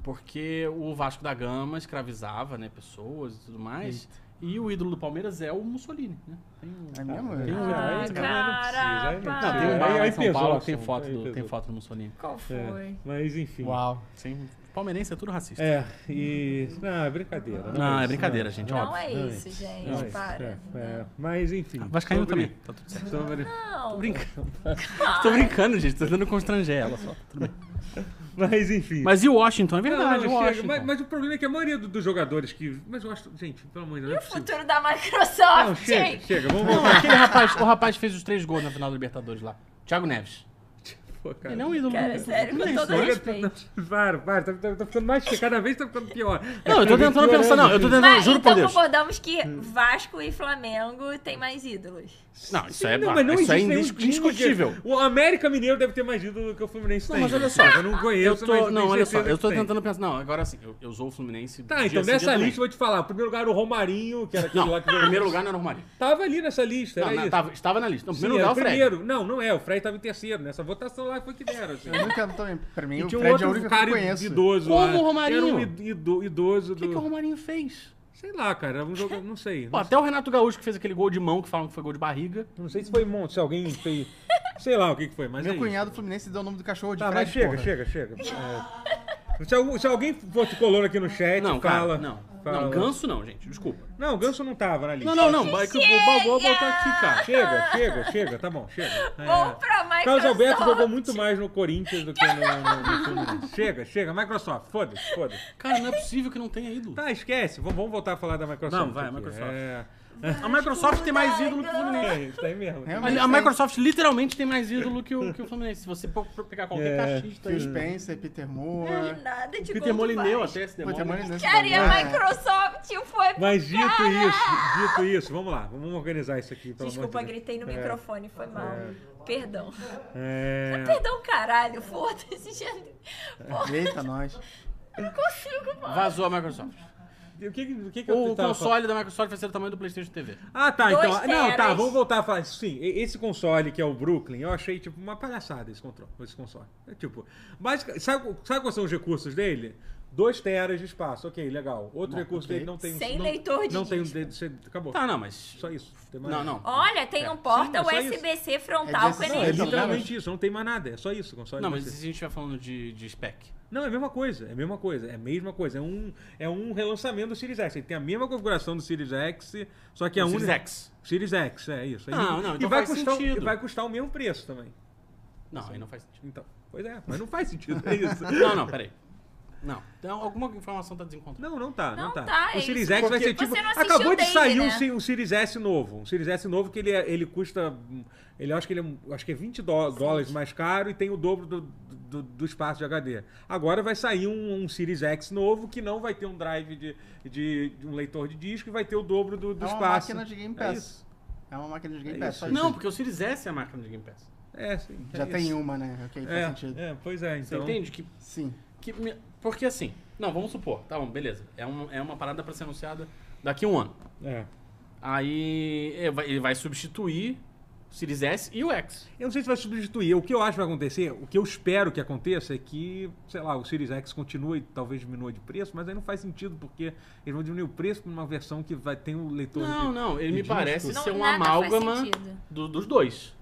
[SPEAKER 2] Porque o Vasco da Gama escravizava, né, pessoas e tudo mais. E o ídolo do Palmeiras é o Mussolini, né? Tem um-
[SPEAKER 4] É mesmo?
[SPEAKER 2] Tem um
[SPEAKER 3] Ah,
[SPEAKER 2] ídolo
[SPEAKER 1] Aí,
[SPEAKER 2] desse
[SPEAKER 3] cara.
[SPEAKER 2] cara.
[SPEAKER 1] aí não é precisa, aí
[SPEAKER 3] Não,
[SPEAKER 1] não
[SPEAKER 2] Não,
[SPEAKER 1] precisa.
[SPEAKER 2] tem um
[SPEAKER 1] Aí-
[SPEAKER 2] bar lá
[SPEAKER 1] aí
[SPEAKER 2] em São
[SPEAKER 1] pesou o
[SPEAKER 2] Paulo que tem
[SPEAKER 1] assunto,
[SPEAKER 2] foto,
[SPEAKER 1] aí
[SPEAKER 2] do, tem
[SPEAKER 1] pesou.
[SPEAKER 2] foto do Mussolini.
[SPEAKER 3] Qual foi?
[SPEAKER 1] É, mas enfim.
[SPEAKER 4] Uau.
[SPEAKER 2] Sim, palmeirense é tudo racista.
[SPEAKER 1] É, e. Não, é brincadeira.
[SPEAKER 2] Não, é
[SPEAKER 1] isso,
[SPEAKER 2] brincadeira, gente,
[SPEAKER 3] Não
[SPEAKER 2] óbvio.
[SPEAKER 3] é
[SPEAKER 1] Não é
[SPEAKER 3] isso, gente.
[SPEAKER 1] Não é isso,
[SPEAKER 3] para.
[SPEAKER 1] é, é, Mas enfim.
[SPEAKER 2] Ah, Vascaíno
[SPEAKER 1] sobre-
[SPEAKER 2] também, tá tudo certo.
[SPEAKER 1] Sobre...
[SPEAKER 3] Não.
[SPEAKER 2] Tô brincando. Tô brincando, gente, tô tentando constranger ela só. Tudo bem.
[SPEAKER 1] Mas enfim.
[SPEAKER 2] Mas e o Washington? É
[SPEAKER 1] Não,
[SPEAKER 2] verdade,
[SPEAKER 1] não,
[SPEAKER 2] o
[SPEAKER 1] chega.
[SPEAKER 2] Washington.
[SPEAKER 1] Mas, mas o problema é que a maioria do- dos jogadores que. Mas eu acho. Gente, pelo amor de Deus. não é
[SPEAKER 3] O
[SPEAKER 1] possível.
[SPEAKER 3] futuro da Microsoft.
[SPEAKER 1] Não, chega,
[SPEAKER 3] gente.
[SPEAKER 1] chega, vamos
[SPEAKER 2] Não,
[SPEAKER 1] voltar.
[SPEAKER 2] aquele rapaz, o rapaz fez os três gols na final da Libertadores lá. Thiago Neves.
[SPEAKER 1] Pô, cara.
[SPEAKER 2] Ele é um ídolo.
[SPEAKER 3] Cara,
[SPEAKER 2] do-
[SPEAKER 3] sério, com todo
[SPEAKER 1] Olha,
[SPEAKER 3] respeito.
[SPEAKER 1] Vário, vário. Tá, tá- tá ficando mais. Cada vez tá ficando pior.
[SPEAKER 2] Não, eu tô tentando pensar, não. Eu tô tentando,
[SPEAKER 3] Mas,
[SPEAKER 2] juro
[SPEAKER 3] então
[SPEAKER 2] por Deus.
[SPEAKER 3] concordamos que
[SPEAKER 1] Hum.
[SPEAKER 3] Vasco e Flamengo tem mais ídolos.
[SPEAKER 2] Não, isso é,
[SPEAKER 1] Não, mas não
[SPEAKER 2] isso é
[SPEAKER 1] existe nenhum
[SPEAKER 2] indis-
[SPEAKER 1] time
[SPEAKER 2] indiscutível.
[SPEAKER 1] que- O América Mineiro deve ter mais ídolo do que o Fluminense
[SPEAKER 2] Não,
[SPEAKER 1] tem.
[SPEAKER 2] mas olha
[SPEAKER 1] né?
[SPEAKER 2] só.
[SPEAKER 1] Eu não conheço,
[SPEAKER 2] Eu
[SPEAKER 1] mas
[SPEAKER 2] tô, não,
[SPEAKER 1] tenho
[SPEAKER 2] olha só,
[SPEAKER 1] certeza
[SPEAKER 2] eu tô
[SPEAKER 1] que tem.
[SPEAKER 2] tentando pensar. Não, agora assim, eu, eu sou o Fluminense.
[SPEAKER 1] Tá,
[SPEAKER 2] dia
[SPEAKER 1] então
[SPEAKER 2] sim,
[SPEAKER 1] nessa
[SPEAKER 2] dia
[SPEAKER 1] lista, eu
[SPEAKER 2] também.
[SPEAKER 1] vou te falar. O primeiro lugar, o Romarinho, que era aquele
[SPEAKER 2] Não,
[SPEAKER 1] lá que...
[SPEAKER 2] primeiro lugar não era o Romário.
[SPEAKER 1] Tava ali nessa lista,
[SPEAKER 2] Não,
[SPEAKER 1] era
[SPEAKER 2] não,
[SPEAKER 1] isso.
[SPEAKER 2] tava- estava na lista. Não,
[SPEAKER 1] Sim,
[SPEAKER 2] primeiro
[SPEAKER 1] era
[SPEAKER 2] lugar
[SPEAKER 1] o
[SPEAKER 2] o Fred.
[SPEAKER 1] primeiro. Não, não é. O Fred tava em terceiro. Nessa votação lá foi que deram, assim.
[SPEAKER 4] Eu nunca também. Pra mim,
[SPEAKER 1] E
[SPEAKER 4] o
[SPEAKER 1] tinha um
[SPEAKER 4] Fred é o
[SPEAKER 1] outro
[SPEAKER 4] único que eu
[SPEAKER 1] cara
[SPEAKER 4] conheço.
[SPEAKER 1] idoso
[SPEAKER 2] Como
[SPEAKER 1] lá.
[SPEAKER 2] o Romarinho?
[SPEAKER 1] Era um ido- ido- idoso
[SPEAKER 2] O
[SPEAKER 1] do...
[SPEAKER 2] que, que o Romarinho fez?
[SPEAKER 1] Sei lá, cara. era Um jogo... Não sei.
[SPEAKER 2] Pô,
[SPEAKER 1] Não,
[SPEAKER 2] até o Renato Gaúcho que fez aquele gol de mão, que falam que foi gol de barriga.
[SPEAKER 1] não sei se foi... mon- Se alguém fez... Sei lá o que que foi, mas é
[SPEAKER 4] Meu
[SPEAKER 1] isso.
[SPEAKER 4] cunhado fluminense deu o nome do cachorro de
[SPEAKER 1] Tá,
[SPEAKER 4] Fred,
[SPEAKER 1] mas chega,
[SPEAKER 4] porra.
[SPEAKER 1] chega, chega. É. Se, algum- se alguém for te colando aqui no chat,
[SPEAKER 2] Não,
[SPEAKER 1] fala.
[SPEAKER 2] cara, não.
[SPEAKER 1] fala.
[SPEAKER 2] Não, ganso não, gente, desculpa.
[SPEAKER 1] Não, o Ganso não tava na lista.
[SPEAKER 2] Não, não, não, é que o Balboa botou aqui, cara.
[SPEAKER 1] Chega, chega, chega, tá bom, chega. É.
[SPEAKER 3] Ou pra Microsoft.
[SPEAKER 1] Carlos Alberto jogou muito mais no Corinthians do que no, no, no Fluminense. Chega, chega, Microsoft, foda-se, foda-se.
[SPEAKER 2] Cara, não é possível que não tenha ídolo.
[SPEAKER 1] Tá, esquece, vamos, vamos voltar a falar da Microsoft.
[SPEAKER 2] Não, vai,
[SPEAKER 1] aqui.
[SPEAKER 2] Microsoft.
[SPEAKER 1] É,
[SPEAKER 2] A Microsoft tem mais ídolo que o Fluminense.
[SPEAKER 1] é isso aí mesmo.
[SPEAKER 4] Realmente.
[SPEAKER 2] A, a Microsoft literalmente tem mais ídolo que o, que o Fluminense. Se você for pegar qualquer
[SPEAKER 1] É.
[SPEAKER 2] cachista
[SPEAKER 4] Phil
[SPEAKER 2] aí.
[SPEAKER 4] Spencer, é Peter
[SPEAKER 1] né?
[SPEAKER 3] Não,
[SPEAKER 4] Moore.
[SPEAKER 3] nada de
[SPEAKER 2] Peter
[SPEAKER 3] gol do
[SPEAKER 2] Molineu
[SPEAKER 3] Vasco.
[SPEAKER 2] até né? esse
[SPEAKER 4] Peter Moore
[SPEAKER 2] demônio.
[SPEAKER 4] nesse
[SPEAKER 3] Cara, e É. a
[SPEAKER 4] também.
[SPEAKER 3] Microsoft foi...
[SPEAKER 1] É. Mas dito isso, dito isso, vamos lá, vamos organizar isso É. aqui. Pelo
[SPEAKER 3] Desculpa,
[SPEAKER 1] amor de Deus.
[SPEAKER 3] gritei no microfone, foi mal. Perdão.
[SPEAKER 1] É,
[SPEAKER 3] Perdão, caralho, foda-se, gente. Porra,
[SPEAKER 4] Eita, nós. É
[SPEAKER 3] não consigo, mano.
[SPEAKER 2] Vazou a Microsoft.
[SPEAKER 1] O que, o que que eu
[SPEAKER 2] O
[SPEAKER 1] tava falando?
[SPEAKER 2] console da Microsoft vai ser do tamanho do PlayStation TV.
[SPEAKER 1] Ah, tá,
[SPEAKER 3] Dois
[SPEAKER 1] então. Não, tá,
[SPEAKER 3] teras.
[SPEAKER 1] vamos voltar a falar. Sim, e- esse console que é o Brooklyn, eu achei, tipo, uma palhaçada esse, controle, esse console. É tipo. Basic, sabe, sabe quais são os recursos dele? 2 teras de espaço, ok, legal. Outro
[SPEAKER 4] Bom,
[SPEAKER 1] recurso
[SPEAKER 4] ok.
[SPEAKER 1] dele não tem um.
[SPEAKER 3] Sem
[SPEAKER 1] não,
[SPEAKER 3] leitor de
[SPEAKER 1] Não tem um
[SPEAKER 3] disco.
[SPEAKER 1] dedo. você- Acabou.
[SPEAKER 2] Tá, não, mas.
[SPEAKER 1] Só isso. Tem mais
[SPEAKER 2] Não,
[SPEAKER 1] nada.
[SPEAKER 2] não.
[SPEAKER 3] Olha, tem um porta
[SPEAKER 1] Sim, é só isso.
[SPEAKER 3] USB-C frontal
[SPEAKER 4] É
[SPEAKER 3] com
[SPEAKER 1] Não,
[SPEAKER 4] desse-
[SPEAKER 1] é
[SPEAKER 3] energia.
[SPEAKER 4] Então,
[SPEAKER 1] literalmente isso, não tem mais nada. É só isso, o console.
[SPEAKER 2] Não,
[SPEAKER 1] vai
[SPEAKER 2] mas
[SPEAKER 1] ser.
[SPEAKER 2] se a gente estiver falando de, de spec.
[SPEAKER 1] Não, é a mesma coisa, é a mesma coisa, é a mesma coisa. É um, é um relançamento do Series X. Ele tem a mesma configuração do Series X, só que é a
[SPEAKER 2] O Series
[SPEAKER 1] única.
[SPEAKER 2] X.
[SPEAKER 1] Series X, é isso.
[SPEAKER 2] Não, não,
[SPEAKER 1] e
[SPEAKER 2] então
[SPEAKER 1] vai
[SPEAKER 2] faz
[SPEAKER 1] custar,
[SPEAKER 2] sentido.
[SPEAKER 1] E vai custar o mesmo preço também.
[SPEAKER 2] Não, aí não faz sentido.
[SPEAKER 1] Então, pois é, mas não faz sentido é isso.
[SPEAKER 2] Não, não, peraí. Não. Então, alguma informação tá desencontrada.
[SPEAKER 1] Não, não tá, não,
[SPEAKER 3] Não
[SPEAKER 1] tá.
[SPEAKER 3] tá, é
[SPEAKER 1] O Series
[SPEAKER 3] isso.
[SPEAKER 1] X vai
[SPEAKER 3] Porque
[SPEAKER 1] ser tipo.
[SPEAKER 3] você não assistiu
[SPEAKER 1] Acabou de
[SPEAKER 3] Dave,
[SPEAKER 1] sair um,
[SPEAKER 3] né?
[SPEAKER 1] Se- um Series S novo. Um Series S novo que ele, é- ele custa. hum, Ele acho que ele é, um- acho que é 20 dó- dólares mais caro e tem o dobro do, do, do espaço de HD. Agora vai sair um, um Series X novo que não vai ter um drive de, de, de um leitor de disco e vai ter o dobro do, do
[SPEAKER 4] É uma
[SPEAKER 1] espaço.
[SPEAKER 4] máquina de Game
[SPEAKER 1] É
[SPEAKER 4] Pass.
[SPEAKER 1] isso.
[SPEAKER 4] É uma máquina de Game
[SPEAKER 1] É
[SPEAKER 4] Pass.
[SPEAKER 1] isso.
[SPEAKER 4] só isso.
[SPEAKER 2] Não, porque o Series S é a máquina de Game Pass.
[SPEAKER 1] É, sim. é
[SPEAKER 4] Já
[SPEAKER 1] isso.
[SPEAKER 4] tem uma, né? Ok, faz sentido.
[SPEAKER 1] É, é, pois é,
[SPEAKER 2] Você
[SPEAKER 1] então.
[SPEAKER 2] entende que
[SPEAKER 4] Sim.
[SPEAKER 2] Que me- Porque assim, não, vamos supor, tá bom, beleza. É, um, é uma parada pra ser anunciada daqui a um ano.
[SPEAKER 1] É.
[SPEAKER 2] Aí é, vai- ele vai substituir o Series S e o X.
[SPEAKER 1] Eu não sei se vai substituir. O que eu acho que vai acontecer, o que eu espero que aconteça é que, sei lá, o Series X continue e talvez diminua de preço, mas aí não faz sentido, porque eles vão diminuir o preço pra uma versão que vai ter um leitor
[SPEAKER 2] Não,
[SPEAKER 1] de...
[SPEAKER 2] não, ele
[SPEAKER 1] de
[SPEAKER 2] me
[SPEAKER 1] disco.
[SPEAKER 2] parece
[SPEAKER 3] Não,
[SPEAKER 2] ser uma
[SPEAKER 3] nada faz
[SPEAKER 2] amálgama
[SPEAKER 3] sentido.
[SPEAKER 2] do- dos dois.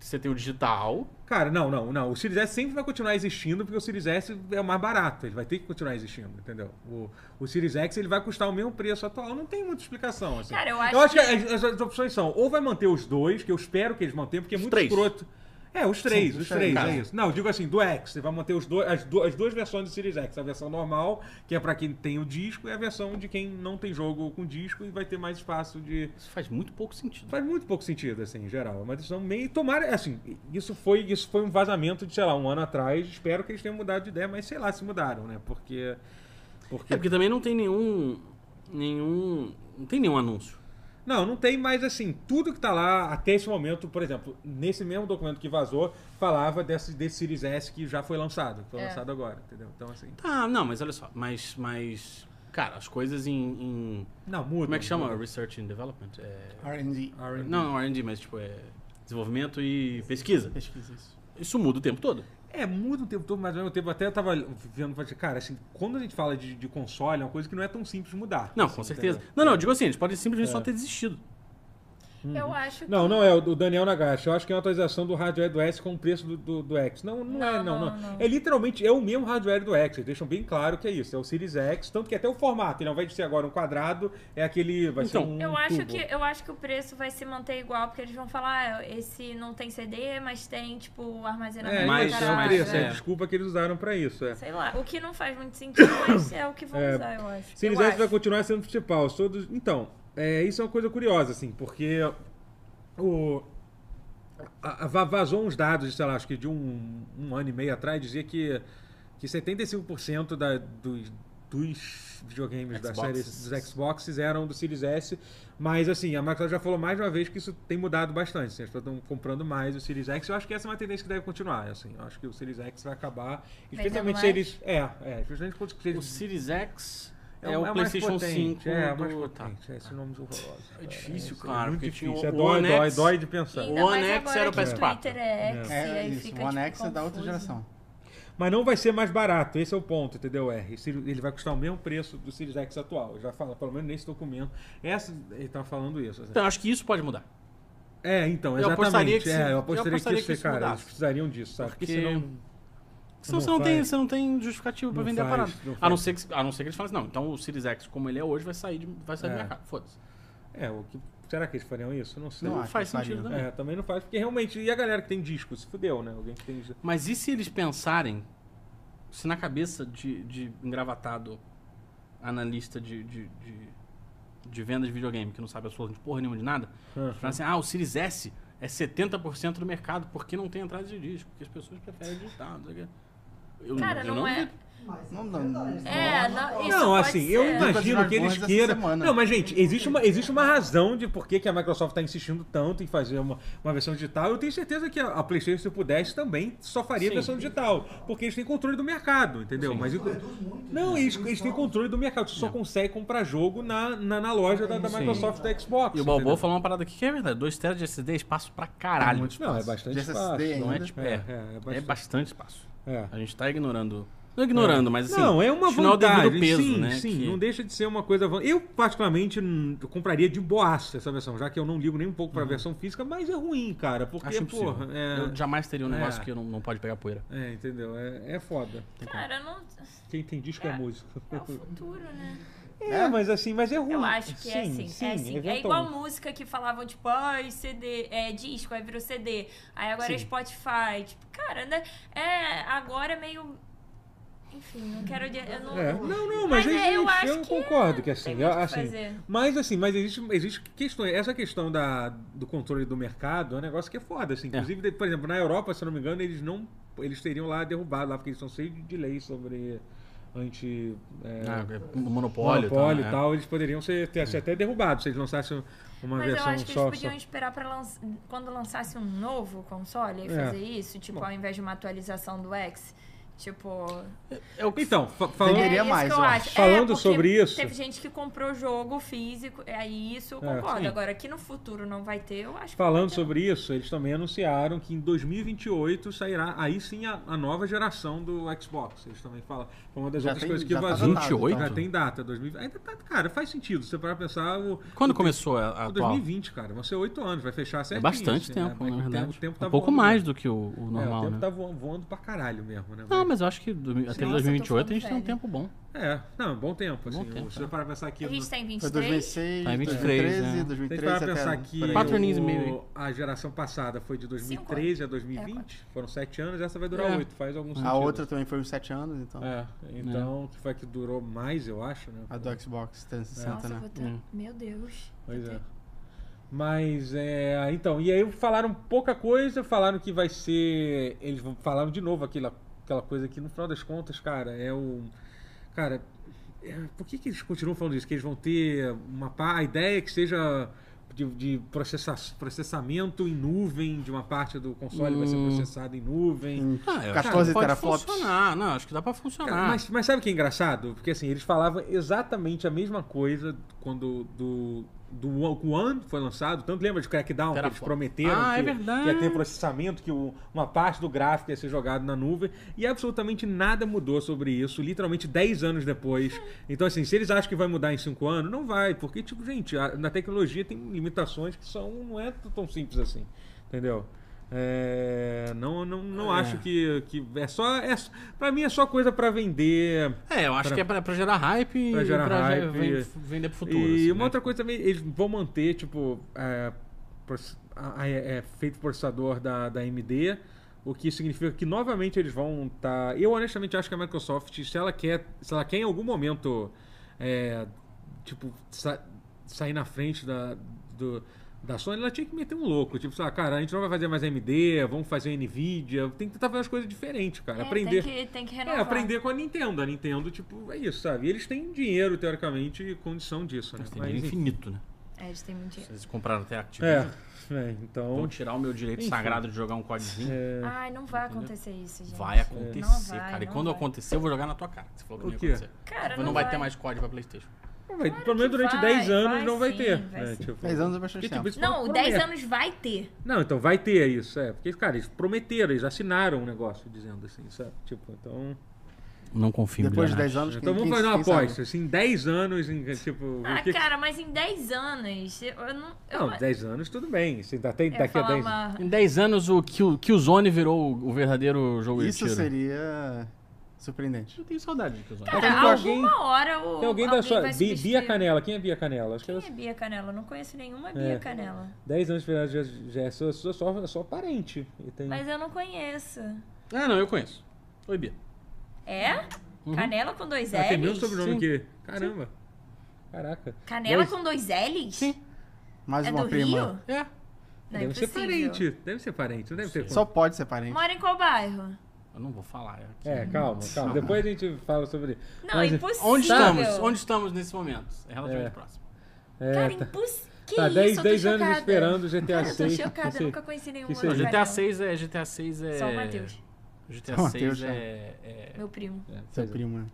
[SPEAKER 2] Você tem o digital.
[SPEAKER 1] Cara, não, não, não. O Series S sempre vai continuar existindo, porque o Series S é o mais barato. Ele vai ter que continuar existindo, entendeu? O, o Series X ele vai custar o mesmo preço atual. Não tem muita explicação, assim.
[SPEAKER 3] Cara, eu acho
[SPEAKER 1] que,
[SPEAKER 3] que-
[SPEAKER 1] as, as opções são, ou vai manter os dois, que eu espero que eles mantenham, porque é
[SPEAKER 2] Os
[SPEAKER 1] muito
[SPEAKER 2] três.
[SPEAKER 1] escroto. É, os três,
[SPEAKER 4] Sim,
[SPEAKER 1] os
[SPEAKER 4] os
[SPEAKER 1] três,
[SPEAKER 4] três.
[SPEAKER 1] é
[SPEAKER 4] Cara.
[SPEAKER 1] isso. Não, eu digo assim, do X, você vai manter os dois, as, do- as duas versões do Series X. A versão normal, que é pra quem tem o disco, e a versão de quem não tem jogo com disco e vai ter mais espaço de,
[SPEAKER 2] Isso faz muito pouco sentido.
[SPEAKER 1] Faz muito pouco sentido, assim, em geral. É uma decisão meio. Tomara, assim, isso foi, isso foi um vazamento de, sei lá, um ano atrás. Espero que eles tenham mudado de ideia, mas sei lá se mudaram, né? Porque. Porque.
[SPEAKER 2] É porque também não tem nenhum. nenhum. Não tem nenhum anúncio.
[SPEAKER 1] Não, não tem mais, assim, tudo que tá lá até esse momento, por exemplo, nesse mesmo documento que vazou, falava desse, desse Series S que já foi lançado, que foi
[SPEAKER 3] É.
[SPEAKER 1] lançado agora, entendeu? Então, assim.
[SPEAKER 2] Tá, não, mas olha só. Mas. mas cara, as coisas em. em-
[SPEAKER 1] Não, muda.
[SPEAKER 2] como é que chama?
[SPEAKER 1] muda.
[SPEAKER 2] Research and Development? É.
[SPEAKER 4] R&D.
[SPEAKER 1] R&D.
[SPEAKER 2] Não, não R&D, mas tipo, é desenvolvimento e pesquisa.
[SPEAKER 4] Pesquisa isso.
[SPEAKER 2] Isso muda o tempo todo.
[SPEAKER 1] É, muda o tempo todo, mas ao mesmo tempo até eu tava vendo, falei, cara, assim, quando a gente fala de, de console, é uma coisa que não é tão simples mudar.
[SPEAKER 2] Não,
[SPEAKER 1] assim,
[SPEAKER 2] com
[SPEAKER 1] entendeu?
[SPEAKER 2] certeza. Não, não, eu digo assim, a gente pode simplesmente só ter desistido.
[SPEAKER 3] Eu acho que...
[SPEAKER 1] Não, não é o do Daniel Nagashi. Eu acho que é uma atualização do hardware do S com o preço do, do, do X. Não, não, é, não, não, É literalmente é o mesmo hardware do X. Eles deixam bem claro que é isso. É o Series X. Tanto que até o formato, ele não vai ser agora um quadrado, é aquele. Vai ser
[SPEAKER 2] Então,
[SPEAKER 1] um
[SPEAKER 3] Eu acho,
[SPEAKER 1] tubo.
[SPEAKER 3] que, eu acho que o preço vai se manter igual, porque eles vão falar, ah, esse não tem CD, mas tem, tipo, armazenamento.
[SPEAKER 1] É,
[SPEAKER 2] Mas-
[SPEAKER 1] mas,
[SPEAKER 3] pra
[SPEAKER 1] é o
[SPEAKER 3] caralho,
[SPEAKER 1] preço, é.
[SPEAKER 2] é.
[SPEAKER 1] a desculpa que eles usaram pra isso. É.
[SPEAKER 3] Sei lá, o que não faz muito sentido, mas é o que vão usar, eu acho.
[SPEAKER 1] Se eles
[SPEAKER 3] eu
[SPEAKER 1] acham que vai
[SPEAKER 3] acho.
[SPEAKER 1] continuar sendo principal. Todos... Então, é, isso é uma coisa curiosa, assim, porque o... a- a- va- vazou uns dados, sei lá, acho que de um, um ano e meio atrás, dizia que, que 75% da, dos, dos videogames da série
[SPEAKER 2] Xboxes.
[SPEAKER 1] dos Xboxes eram do Series S, mas assim, a Microsoft já falou mais de uma vez que isso tem mudado bastante, assim, as pessoas estão comprando mais o Series X, eu acho que essa é uma tendência que deve continuar, assim, eu acho que o Series X vai acabar, especialmente se
[SPEAKER 3] mais?
[SPEAKER 1] eles... É, é, especialmente quando se
[SPEAKER 2] O
[SPEAKER 1] eles...
[SPEAKER 2] Series X é,
[SPEAKER 1] é
[SPEAKER 2] o
[SPEAKER 1] mais
[SPEAKER 2] PlayStation
[SPEAKER 1] potente,
[SPEAKER 2] 5.
[SPEAKER 1] É, é o
[SPEAKER 2] do-
[SPEAKER 1] mais
[SPEAKER 2] tá.
[SPEAKER 1] potente. É, esses nomes horrorosos.
[SPEAKER 2] É difícil,
[SPEAKER 1] isso
[SPEAKER 2] cara,
[SPEAKER 1] muito
[SPEAKER 2] porque tinha
[SPEAKER 1] difícil.
[SPEAKER 2] o
[SPEAKER 1] É dói,
[SPEAKER 2] One
[SPEAKER 1] dói,
[SPEAKER 2] X.
[SPEAKER 1] dói de pensar.
[SPEAKER 3] Ainda
[SPEAKER 2] One
[SPEAKER 3] mais
[SPEAKER 2] X
[SPEAKER 3] agora
[SPEAKER 2] era o
[SPEAKER 3] que
[SPEAKER 2] PS4.
[SPEAKER 3] Twitter é X, e
[SPEAKER 4] É
[SPEAKER 3] aí
[SPEAKER 4] isso,
[SPEAKER 3] fica
[SPEAKER 4] o One
[SPEAKER 3] tipo,
[SPEAKER 4] X é da outra
[SPEAKER 3] confuso.
[SPEAKER 4] geração.
[SPEAKER 1] Mas não vai ser mais barato, esse é o ponto, entendeu? É, esse- ele vai custar o mesmo preço do Series X atual. Eu já falo, pelo menos nesse documento. Essa, ele tá falando isso. assim.
[SPEAKER 2] Então, acho que isso pode mudar.
[SPEAKER 1] É, então,
[SPEAKER 2] Eu apostaria
[SPEAKER 1] exatamente.
[SPEAKER 2] que
[SPEAKER 1] é,
[SPEAKER 2] se-
[SPEAKER 1] eu
[SPEAKER 2] eu
[SPEAKER 1] apostaria que
[SPEAKER 2] apostaria
[SPEAKER 1] isso,
[SPEAKER 2] que isso
[SPEAKER 1] cara, eles
[SPEAKER 2] mudasse.
[SPEAKER 1] precisariam disso, sabe?
[SPEAKER 2] Porque
[SPEAKER 1] senão
[SPEAKER 2] Senão
[SPEAKER 1] Não
[SPEAKER 2] você não, tem,
[SPEAKER 1] faz.
[SPEAKER 2] você não tem justificativo pra
[SPEAKER 1] Não
[SPEAKER 2] vender a parada.
[SPEAKER 1] faz, não
[SPEAKER 2] a, não
[SPEAKER 1] faz.
[SPEAKER 2] ser que, a não ser que eles falem assim, não, então o Series X, como ele é hoje, vai sair, de, vai sair
[SPEAKER 1] É.
[SPEAKER 2] do mercado. Foda-se.
[SPEAKER 1] É, o que será que eles fariam isso? Eu Não sei.
[SPEAKER 2] Não,
[SPEAKER 4] acho que
[SPEAKER 2] faz
[SPEAKER 4] faria.
[SPEAKER 2] sentido né? também.
[SPEAKER 1] é, também não faz, porque realmente e a galera que tem disco, se fudeu, né? Alguém que tem
[SPEAKER 2] Mas e se eles pensarem, se na cabeça de, de engravatado analista de, de, de, de venda de videogame, que não sabe a solução de porra nenhuma de nada,
[SPEAKER 1] Uhum.
[SPEAKER 2] falar assim, ah, o Series S é 70% do mercado porque não tem entrada de disco, porque as pessoas preferem digital, não sei o quê. Eu,
[SPEAKER 3] Cara,
[SPEAKER 2] eu
[SPEAKER 3] não, é.
[SPEAKER 5] Mas
[SPEAKER 4] Não,
[SPEAKER 5] é
[SPEAKER 4] não,
[SPEAKER 5] verdade.
[SPEAKER 4] não.
[SPEAKER 3] É, não, isso
[SPEAKER 1] Não,
[SPEAKER 3] pode
[SPEAKER 1] assim,
[SPEAKER 3] ser.
[SPEAKER 1] eu
[SPEAKER 4] Lucas de
[SPEAKER 1] imagino
[SPEAKER 4] Narbonne
[SPEAKER 1] que eles
[SPEAKER 4] essa
[SPEAKER 1] queiram.
[SPEAKER 4] semana.
[SPEAKER 1] Não, mas, gente, existe uma, existe uma razão de por que que a Microsoft está insistindo tanto em fazer uma, uma versão digital. Eu tenho certeza que a, a PlayStation, se pudesse, também só faria
[SPEAKER 2] Sim.
[SPEAKER 1] versão digital. Porque eles têm controle do mercado, entendeu? Mas
[SPEAKER 5] Isso
[SPEAKER 1] enqu-
[SPEAKER 5] reduz muito.
[SPEAKER 1] Não,
[SPEAKER 5] né?
[SPEAKER 1] eles, eles têm controle do mercado. Você só consegue comprar jogo na, na, na loja da, da
[SPEAKER 2] Sim.
[SPEAKER 1] Microsoft e da Xbox.
[SPEAKER 2] E o Balboa
[SPEAKER 1] entendeu?
[SPEAKER 2] falou uma parada aqui que é verdade. 2 TB de SSD é espaço pra caralho.
[SPEAKER 1] Não, é bastante
[SPEAKER 4] De SSD
[SPEAKER 1] fácil.
[SPEAKER 2] Não é
[SPEAKER 4] ainda.
[SPEAKER 2] tipo.
[SPEAKER 1] É,
[SPEAKER 2] É,
[SPEAKER 1] é, é
[SPEAKER 2] é,
[SPEAKER 1] bastante.
[SPEAKER 2] bastante. espaço.
[SPEAKER 1] É.
[SPEAKER 2] A gente tá ignorando. Não ignorando, mas assim.
[SPEAKER 1] não, é uma
[SPEAKER 2] afinal, devido ao
[SPEAKER 1] vantagem.
[SPEAKER 2] peso,
[SPEAKER 1] sim,
[SPEAKER 2] né?
[SPEAKER 1] sim.
[SPEAKER 2] que-
[SPEAKER 1] Não deixa de ser uma coisa. van- Eu, particularmente, n- eu compraria de boaço essa versão, já que eu não ligo nem um pouco pra versão física, mas é ruim, cara. Porque,
[SPEAKER 2] Uhum. Acho impossível.
[SPEAKER 1] porra. É,
[SPEAKER 2] Eu jamais teria um negócio
[SPEAKER 1] É.
[SPEAKER 2] que não, não pode pegar poeira.
[SPEAKER 1] é, entendeu? É, é foda.
[SPEAKER 3] Cara, não.
[SPEAKER 1] Quem tem disco é, músico.
[SPEAKER 3] É o futuro, né?
[SPEAKER 1] É, mas assim, mas é ruim.
[SPEAKER 3] Eu acho que é
[SPEAKER 1] Sim,
[SPEAKER 3] assim.
[SPEAKER 1] sim, um.
[SPEAKER 3] é, assim. é
[SPEAKER 1] eventualmente.
[SPEAKER 3] igual música que falavam, tipo, ai, CD, é disco, aí virou CD. Aí agora é
[SPEAKER 2] Sim.
[SPEAKER 3] Spotify. Tipo, cara, né? É, agora é meio. Enfim, não quero. odiar- Eu não.
[SPEAKER 1] É. Não, não, mas,
[SPEAKER 3] Mas
[SPEAKER 1] é,
[SPEAKER 3] é, eu
[SPEAKER 1] eu,
[SPEAKER 3] acho
[SPEAKER 1] eu
[SPEAKER 3] que
[SPEAKER 1] concordo
[SPEAKER 3] é,
[SPEAKER 1] que assim,
[SPEAKER 3] tem muito o que
[SPEAKER 1] assim,
[SPEAKER 3] fazer.
[SPEAKER 1] mas assim, mas existe, existe questões, essa questão da, do controle do mercado é um negócio que é foda, assim, inclusive, de- por exemplo, na Europa, se eu não me engano, eles não, eles teriam lá derrubado lá, porque eles são cheios de leis sobre anti... é,
[SPEAKER 2] Ah, é monopólio.
[SPEAKER 1] monopólio
[SPEAKER 2] tá,
[SPEAKER 1] e
[SPEAKER 2] é.
[SPEAKER 1] tal, eles poderiam ser, ter, ser até derrubados se eles lançassem uma
[SPEAKER 3] Mas eu
[SPEAKER 1] versão
[SPEAKER 3] acho que
[SPEAKER 1] só.
[SPEAKER 3] eles podiam esperar para quando lançasse um novo console e
[SPEAKER 1] É.
[SPEAKER 3] fazer isso, tipo, ao invés de uma atualização do X. Tipo.
[SPEAKER 1] É o que... Então, fa- falando...
[SPEAKER 4] Teria
[SPEAKER 3] é isso que
[SPEAKER 4] mais,
[SPEAKER 3] eu
[SPEAKER 4] eu
[SPEAKER 3] acho.
[SPEAKER 1] Falando
[SPEAKER 3] porque
[SPEAKER 1] sobre isso-
[SPEAKER 3] Teve gente que comprou jogo físico, é isso, eu
[SPEAKER 1] É,
[SPEAKER 3] concordo.
[SPEAKER 2] sim.
[SPEAKER 3] Agora, que no futuro não vai ter, eu acho que.
[SPEAKER 1] Falando sobre isso, eles também anunciaram que em 2028 sairá aí sim a, a nova geração do Xbox. Eles também falam. Foi uma das
[SPEAKER 4] Já
[SPEAKER 1] outras
[SPEAKER 4] tem-
[SPEAKER 1] coisas que
[SPEAKER 4] já tá
[SPEAKER 1] vazou.
[SPEAKER 4] datado,
[SPEAKER 2] 28?
[SPEAKER 1] Já tem data, 2020. Ainda tá, cara, faz sentido. Se você parar pra pensar, o,
[SPEAKER 2] Quando começou a, a
[SPEAKER 1] o
[SPEAKER 2] atual?
[SPEAKER 1] 2020, cara, vão ser oito anos, vai fechar certinho.
[SPEAKER 2] Tá É bastante
[SPEAKER 1] assim, né?
[SPEAKER 2] tempo,
[SPEAKER 1] Mas
[SPEAKER 2] na
[SPEAKER 1] o
[SPEAKER 2] verdade.
[SPEAKER 1] tempo- o tempo tá
[SPEAKER 2] um pouco
[SPEAKER 1] voando,
[SPEAKER 2] mais
[SPEAKER 1] né?
[SPEAKER 2] do que o, o
[SPEAKER 1] É,
[SPEAKER 2] normal,
[SPEAKER 1] o tempo
[SPEAKER 2] né?
[SPEAKER 1] tá voando, voando pra caralho mesmo, né?
[SPEAKER 2] Não, mas eu acho que do- até
[SPEAKER 3] eu tô
[SPEAKER 2] 2028 a gente tem
[SPEAKER 3] ficando
[SPEAKER 2] um tempo bom.
[SPEAKER 1] É, não, bom tempo, assim.
[SPEAKER 2] Bom tempo,
[SPEAKER 1] se você
[SPEAKER 2] é.
[SPEAKER 1] parar pra pensar aqui.
[SPEAKER 3] A gente tá tem
[SPEAKER 4] Foi
[SPEAKER 3] 23.
[SPEAKER 4] 2006,
[SPEAKER 2] Tá, 23,
[SPEAKER 4] 2013,
[SPEAKER 2] né?
[SPEAKER 4] 2013
[SPEAKER 1] parar pra
[SPEAKER 4] até um,
[SPEAKER 1] pensar
[SPEAKER 4] por
[SPEAKER 1] que
[SPEAKER 4] aí.
[SPEAKER 2] Quatro aninhos e
[SPEAKER 1] o-
[SPEAKER 2] meio aí.
[SPEAKER 1] a geração passada foi de 2013 a
[SPEAKER 3] É,
[SPEAKER 1] 2020, foram sete anos, essa vai
[SPEAKER 2] É.
[SPEAKER 1] durar oito, faz algum sentido.
[SPEAKER 4] A outra também foi uns 7 anos, então.
[SPEAKER 1] É, então, que foi a que durou mais, eu acho, né?
[SPEAKER 4] A do Xbox 360,
[SPEAKER 3] Nossa, eu
[SPEAKER 4] né?
[SPEAKER 3] vou ter...
[SPEAKER 2] Hum.
[SPEAKER 3] Meu Deus.
[SPEAKER 1] Pois
[SPEAKER 3] Vou
[SPEAKER 1] é.
[SPEAKER 3] ter-
[SPEAKER 1] Mas, é, então, e aí falaram pouca coisa, falaram que vai ser. Eles vão- falaram de novo aquela, aquela coisa que, no final das contas, cara, é o. Cara, é, por que, que eles continuam falando isso? Que eles vão ter uma. pa- A ideia é que seja. De, de processa- processamento em nuvem de uma parte do console vai ser
[SPEAKER 2] Hum.
[SPEAKER 1] processado em nuvem.
[SPEAKER 2] Ah, eu
[SPEAKER 4] 14
[SPEAKER 2] acho que pode
[SPEAKER 4] teraflops.
[SPEAKER 2] funcionar. Não, acho que dá pra funcionar.
[SPEAKER 1] Cara, mas, mas sabe o que é engraçado? Porque assim, eles falavam exatamente a mesma coisa quando do, do One- o One foi lançado. Tanto lembra de Crackdown, que eles
[SPEAKER 2] Terraform.
[SPEAKER 1] prometeram
[SPEAKER 2] Ah,
[SPEAKER 1] que,
[SPEAKER 2] é verdade.
[SPEAKER 1] que ia ter um processamento, que o- uma parte do gráfico ia ser jogado na nuvem. E absolutamente nada mudou sobre isso, literalmente 10 anos depois. Então assim, se eles acham que vai mudar em 5 anos, não vai. Porque, tipo, gente, a- na tecnologia tem limitações que são não é t- tão simples assim. Entendeu? É, não não, não
[SPEAKER 2] É.
[SPEAKER 1] acho que, que é só é, só- pra mim é só coisa pra vender
[SPEAKER 2] É, eu acho
[SPEAKER 1] Pra-
[SPEAKER 2] que é pra, pra gerar hype
[SPEAKER 1] Pra
[SPEAKER 2] e
[SPEAKER 1] gerar
[SPEAKER 2] pra
[SPEAKER 1] hype.
[SPEAKER 2] ven- vender pro futuro.
[SPEAKER 1] e
[SPEAKER 2] assim,
[SPEAKER 1] uma
[SPEAKER 2] né?
[SPEAKER 1] outra coisa também, eles vão manter, tipo, é, proce- a- a- é, é, feito processador da, da AMD, o que significa que novamente eles vão estar. Eu honestamente acho que a Microsoft, se ela quer, se ela quer em algum momento, é, tipo, sa- sair na frente da, do, da Sony, ela tinha que meter um louco. Tipo, ah, cara, a gente não vai fazer mais AMD, vamos fazer NVIDIA. Tem que tentar fazer as coisas diferentes, cara.
[SPEAKER 3] É,
[SPEAKER 1] aprender.
[SPEAKER 3] Tem que, tem que
[SPEAKER 1] É,
[SPEAKER 3] renovar.
[SPEAKER 1] aprender com a Nintendo. A Nintendo, tipo, é isso, sabe? E eles têm dinheiro, teoricamente, e condição disso, né?
[SPEAKER 2] Mas tem
[SPEAKER 1] Mas,
[SPEAKER 2] dinheiro
[SPEAKER 1] enfim.
[SPEAKER 2] infinito, né?
[SPEAKER 3] É, eles têm muito dinheiro.
[SPEAKER 2] Vocês compraram até a
[SPEAKER 1] É,
[SPEAKER 2] Activision.
[SPEAKER 1] é,
[SPEAKER 2] Vão
[SPEAKER 1] então.
[SPEAKER 2] tirar o meu direito
[SPEAKER 1] Enfim. É.
[SPEAKER 2] sagrado de jogar um codezinho.
[SPEAKER 3] Ai, não vai acontecer isso, gente.
[SPEAKER 2] Vai
[SPEAKER 3] Não
[SPEAKER 2] acontecer,
[SPEAKER 3] vai,
[SPEAKER 2] cara. E
[SPEAKER 3] não
[SPEAKER 2] quando
[SPEAKER 3] vai.
[SPEAKER 2] acontecer, eu vou jogar na tua cara. Você falou que
[SPEAKER 1] O
[SPEAKER 2] não ia
[SPEAKER 1] quê?
[SPEAKER 2] acontecer.
[SPEAKER 3] Cara,
[SPEAKER 2] Não,
[SPEAKER 3] não,
[SPEAKER 2] vai ter mais código pra Playstation.
[SPEAKER 1] Não vai- pelo menos durante
[SPEAKER 3] vai,
[SPEAKER 1] 10 anos
[SPEAKER 3] vai
[SPEAKER 1] não vai
[SPEAKER 3] sim,
[SPEAKER 1] ter.
[SPEAKER 3] vai
[SPEAKER 1] né?
[SPEAKER 3] sim.
[SPEAKER 1] Tipo,
[SPEAKER 4] 10 anos é bastante
[SPEAKER 1] porque, tipo,
[SPEAKER 4] tempo.
[SPEAKER 1] isso foi
[SPEAKER 3] Não,
[SPEAKER 1] uma
[SPEAKER 3] 10
[SPEAKER 1] promessa.
[SPEAKER 3] anos vai ter.
[SPEAKER 1] Não, então vai ter isso, é. Porque, cara, eles prometeram, eles assinaram um negócio dizendo assim, sabe? Tipo, então.
[SPEAKER 2] Não confio em
[SPEAKER 4] Depois de
[SPEAKER 2] bilionários.
[SPEAKER 4] 10 anos,
[SPEAKER 1] Então vamos fazer uma aposta, assim, 10 anos, em, tipo.
[SPEAKER 3] Ah,
[SPEAKER 1] o que que-
[SPEAKER 3] cara, mas em 10 anos, eu eu não. Eu
[SPEAKER 1] Não, 10 anos tudo bem. Assim, até,
[SPEAKER 3] eu ia
[SPEAKER 1] daqui a
[SPEAKER 3] falar
[SPEAKER 1] 10 anos.
[SPEAKER 3] uma-
[SPEAKER 2] Em 10 anos, o Kill, Killzone virou o verdadeiro jogo de
[SPEAKER 4] Isso
[SPEAKER 2] tiro.
[SPEAKER 4] seria surpreendente.
[SPEAKER 2] Eu tenho saudade de Killzone.
[SPEAKER 1] Tá.
[SPEAKER 3] Cara,
[SPEAKER 1] Tem
[SPEAKER 3] alguma
[SPEAKER 1] alguém-
[SPEAKER 3] hora o.
[SPEAKER 1] Tem alguém da sua.
[SPEAKER 3] vai
[SPEAKER 1] Bi-
[SPEAKER 3] substituir.
[SPEAKER 1] Bia Canela, quem é Bia Canela? Acho que
[SPEAKER 3] Quem
[SPEAKER 1] ela.
[SPEAKER 3] é Bia Canela? Eu não conheço nenhuma
[SPEAKER 1] É.
[SPEAKER 3] Bia Canela.
[SPEAKER 1] 10 anos de verdade já, já é sua, sua, sua, sua parente. E tem...
[SPEAKER 3] Mas eu não conheço.
[SPEAKER 2] Ah, não, eu conheço. Oi, Bia.
[SPEAKER 3] É?
[SPEAKER 1] Uhum.
[SPEAKER 3] Canela com dois
[SPEAKER 1] Ah, tem mesmo
[SPEAKER 3] L's?
[SPEAKER 1] sobrenome
[SPEAKER 2] Sim.
[SPEAKER 1] aqui. Caramba. Caraca.
[SPEAKER 3] Canela
[SPEAKER 1] Dois-
[SPEAKER 3] com dois L's?
[SPEAKER 2] Sim.
[SPEAKER 4] Mais
[SPEAKER 3] É
[SPEAKER 4] uma
[SPEAKER 3] do
[SPEAKER 4] prima.
[SPEAKER 3] Rio?
[SPEAKER 2] É.
[SPEAKER 3] Não, é
[SPEAKER 1] deve ser
[SPEAKER 3] impossível.
[SPEAKER 1] parente. Deve ser parente. Não deve ser
[SPEAKER 4] Só pode ser parente.
[SPEAKER 3] Mora em qual bairro?
[SPEAKER 2] Eu não vou falar. é aqui.
[SPEAKER 1] É, calma, calma. Depois a gente fala sobre.
[SPEAKER 3] Não,
[SPEAKER 1] Mas-
[SPEAKER 3] é impossível.
[SPEAKER 2] Onde estamos? Onde estamos nesse momento? É relativamente
[SPEAKER 1] É.
[SPEAKER 2] próximo.
[SPEAKER 3] Cara,
[SPEAKER 1] É, tá,
[SPEAKER 3] impossível. Que
[SPEAKER 1] tá
[SPEAKER 3] isso?
[SPEAKER 1] 10,
[SPEAKER 3] eu tô
[SPEAKER 1] 10 anos
[SPEAKER 3] chocada.
[SPEAKER 1] esperando o GTA
[SPEAKER 3] Cara, eu tô
[SPEAKER 1] 6.
[SPEAKER 3] chocada, eu nunca conheci nenhum.
[SPEAKER 1] que seja.
[SPEAKER 2] Não,
[SPEAKER 1] Sim.
[SPEAKER 2] GTA 6 é... GTA 6 é...
[SPEAKER 3] Só o Matheus,
[SPEAKER 2] GTA
[SPEAKER 4] Só o
[SPEAKER 2] 6
[SPEAKER 4] Matheus,
[SPEAKER 2] é...
[SPEAKER 4] né?
[SPEAKER 2] é-
[SPEAKER 3] meu primo.
[SPEAKER 4] Seu primo.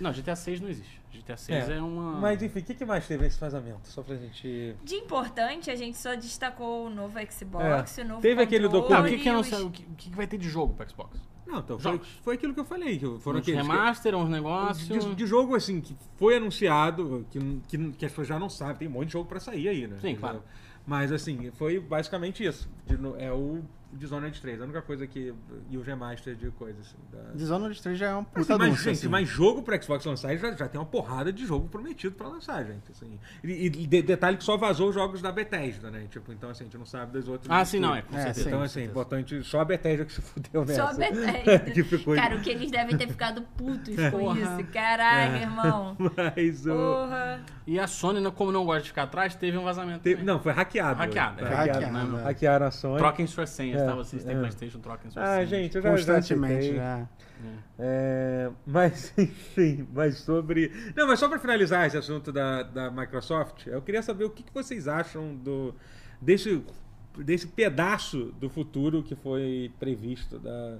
[SPEAKER 2] Não, GTA 6 não existe. GTA 6 é, uma...
[SPEAKER 1] Mas enfim, o que, que mais teve esse vazamento? Só pra gente.
[SPEAKER 3] De importante, a gente só destacou o novo Xbox,
[SPEAKER 1] É.
[SPEAKER 3] o novo
[SPEAKER 1] Teve aquele
[SPEAKER 3] controle,
[SPEAKER 2] Tá, o que que,
[SPEAKER 1] é
[SPEAKER 3] os-
[SPEAKER 2] anunciaram? o que, o que que vai ter de jogo pro Xbox?
[SPEAKER 1] Não, então foi,
[SPEAKER 2] Jogos.
[SPEAKER 1] foi aquilo que eu falei. Que foram
[SPEAKER 2] Uns
[SPEAKER 1] aqueles. que-
[SPEAKER 2] remaster, uns
[SPEAKER 1] De,
[SPEAKER 2] negócios...
[SPEAKER 1] de jogo, assim, que foi anunciado, que, que, que as pessoas já não sabem, tem um monte de jogo pra sair aí, né?
[SPEAKER 2] Sim, claro.
[SPEAKER 1] Mas, assim, foi basicamente isso. De no- é o Dishonored 3, a única coisa que. E o remaster de coisa, assim. Da...
[SPEAKER 4] Dishonored 3 já é um
[SPEAKER 1] Mas,
[SPEAKER 4] puta
[SPEAKER 1] assim, mas,
[SPEAKER 4] anúncio.
[SPEAKER 1] gente,
[SPEAKER 4] assim.
[SPEAKER 1] mas jogo pra Xbox lançar, já, já tem uma porrada de jogo prometido pra lançar, gente. Assim. E, e de- detalhe que só vazou os jogos da Bethesda, né? Tipo, então, assim, a gente não sabe dos outros.
[SPEAKER 2] Ah, sim, não, é,
[SPEAKER 1] estúdios.
[SPEAKER 2] com
[SPEAKER 4] É,
[SPEAKER 2] certeza.
[SPEAKER 4] sim.
[SPEAKER 1] Então,
[SPEAKER 2] com
[SPEAKER 1] assim,
[SPEAKER 2] certeza.
[SPEAKER 1] importante, só a Bethesda que se fudeu nessa.
[SPEAKER 3] Só a Bethesda.
[SPEAKER 1] que ficou...
[SPEAKER 3] Cara, o que eles devem ter ficado putos com
[SPEAKER 2] Porra.
[SPEAKER 3] isso. Caralho, irmão.
[SPEAKER 1] É. Mas o...
[SPEAKER 3] Porra.
[SPEAKER 2] E a Sony, não- como não gosta de ficar atrás, teve um vazamento
[SPEAKER 1] Teve-
[SPEAKER 2] também.
[SPEAKER 1] não, foi hackeado.
[SPEAKER 2] Hackeado, é.
[SPEAKER 1] Foi
[SPEAKER 4] Hackeado,
[SPEAKER 2] hackeado,
[SPEAKER 4] né?
[SPEAKER 1] Hackearam a Sony.
[SPEAKER 2] Troquem suas senhas,
[SPEAKER 1] É,
[SPEAKER 2] tá? Vocês têm
[SPEAKER 1] é.
[SPEAKER 2] Playstation, troquem suas
[SPEAKER 1] Ah,
[SPEAKER 2] senhas.
[SPEAKER 1] gente, eu já
[SPEAKER 4] Constantemente, né?
[SPEAKER 1] já aceitei.
[SPEAKER 4] já.
[SPEAKER 1] É, mas, enfim, mas sobre. Não, mas só para finalizar esse assunto da, da Microsoft, eu queria saber o que, que vocês acham do, desse, desse pedaço do futuro que foi previsto da,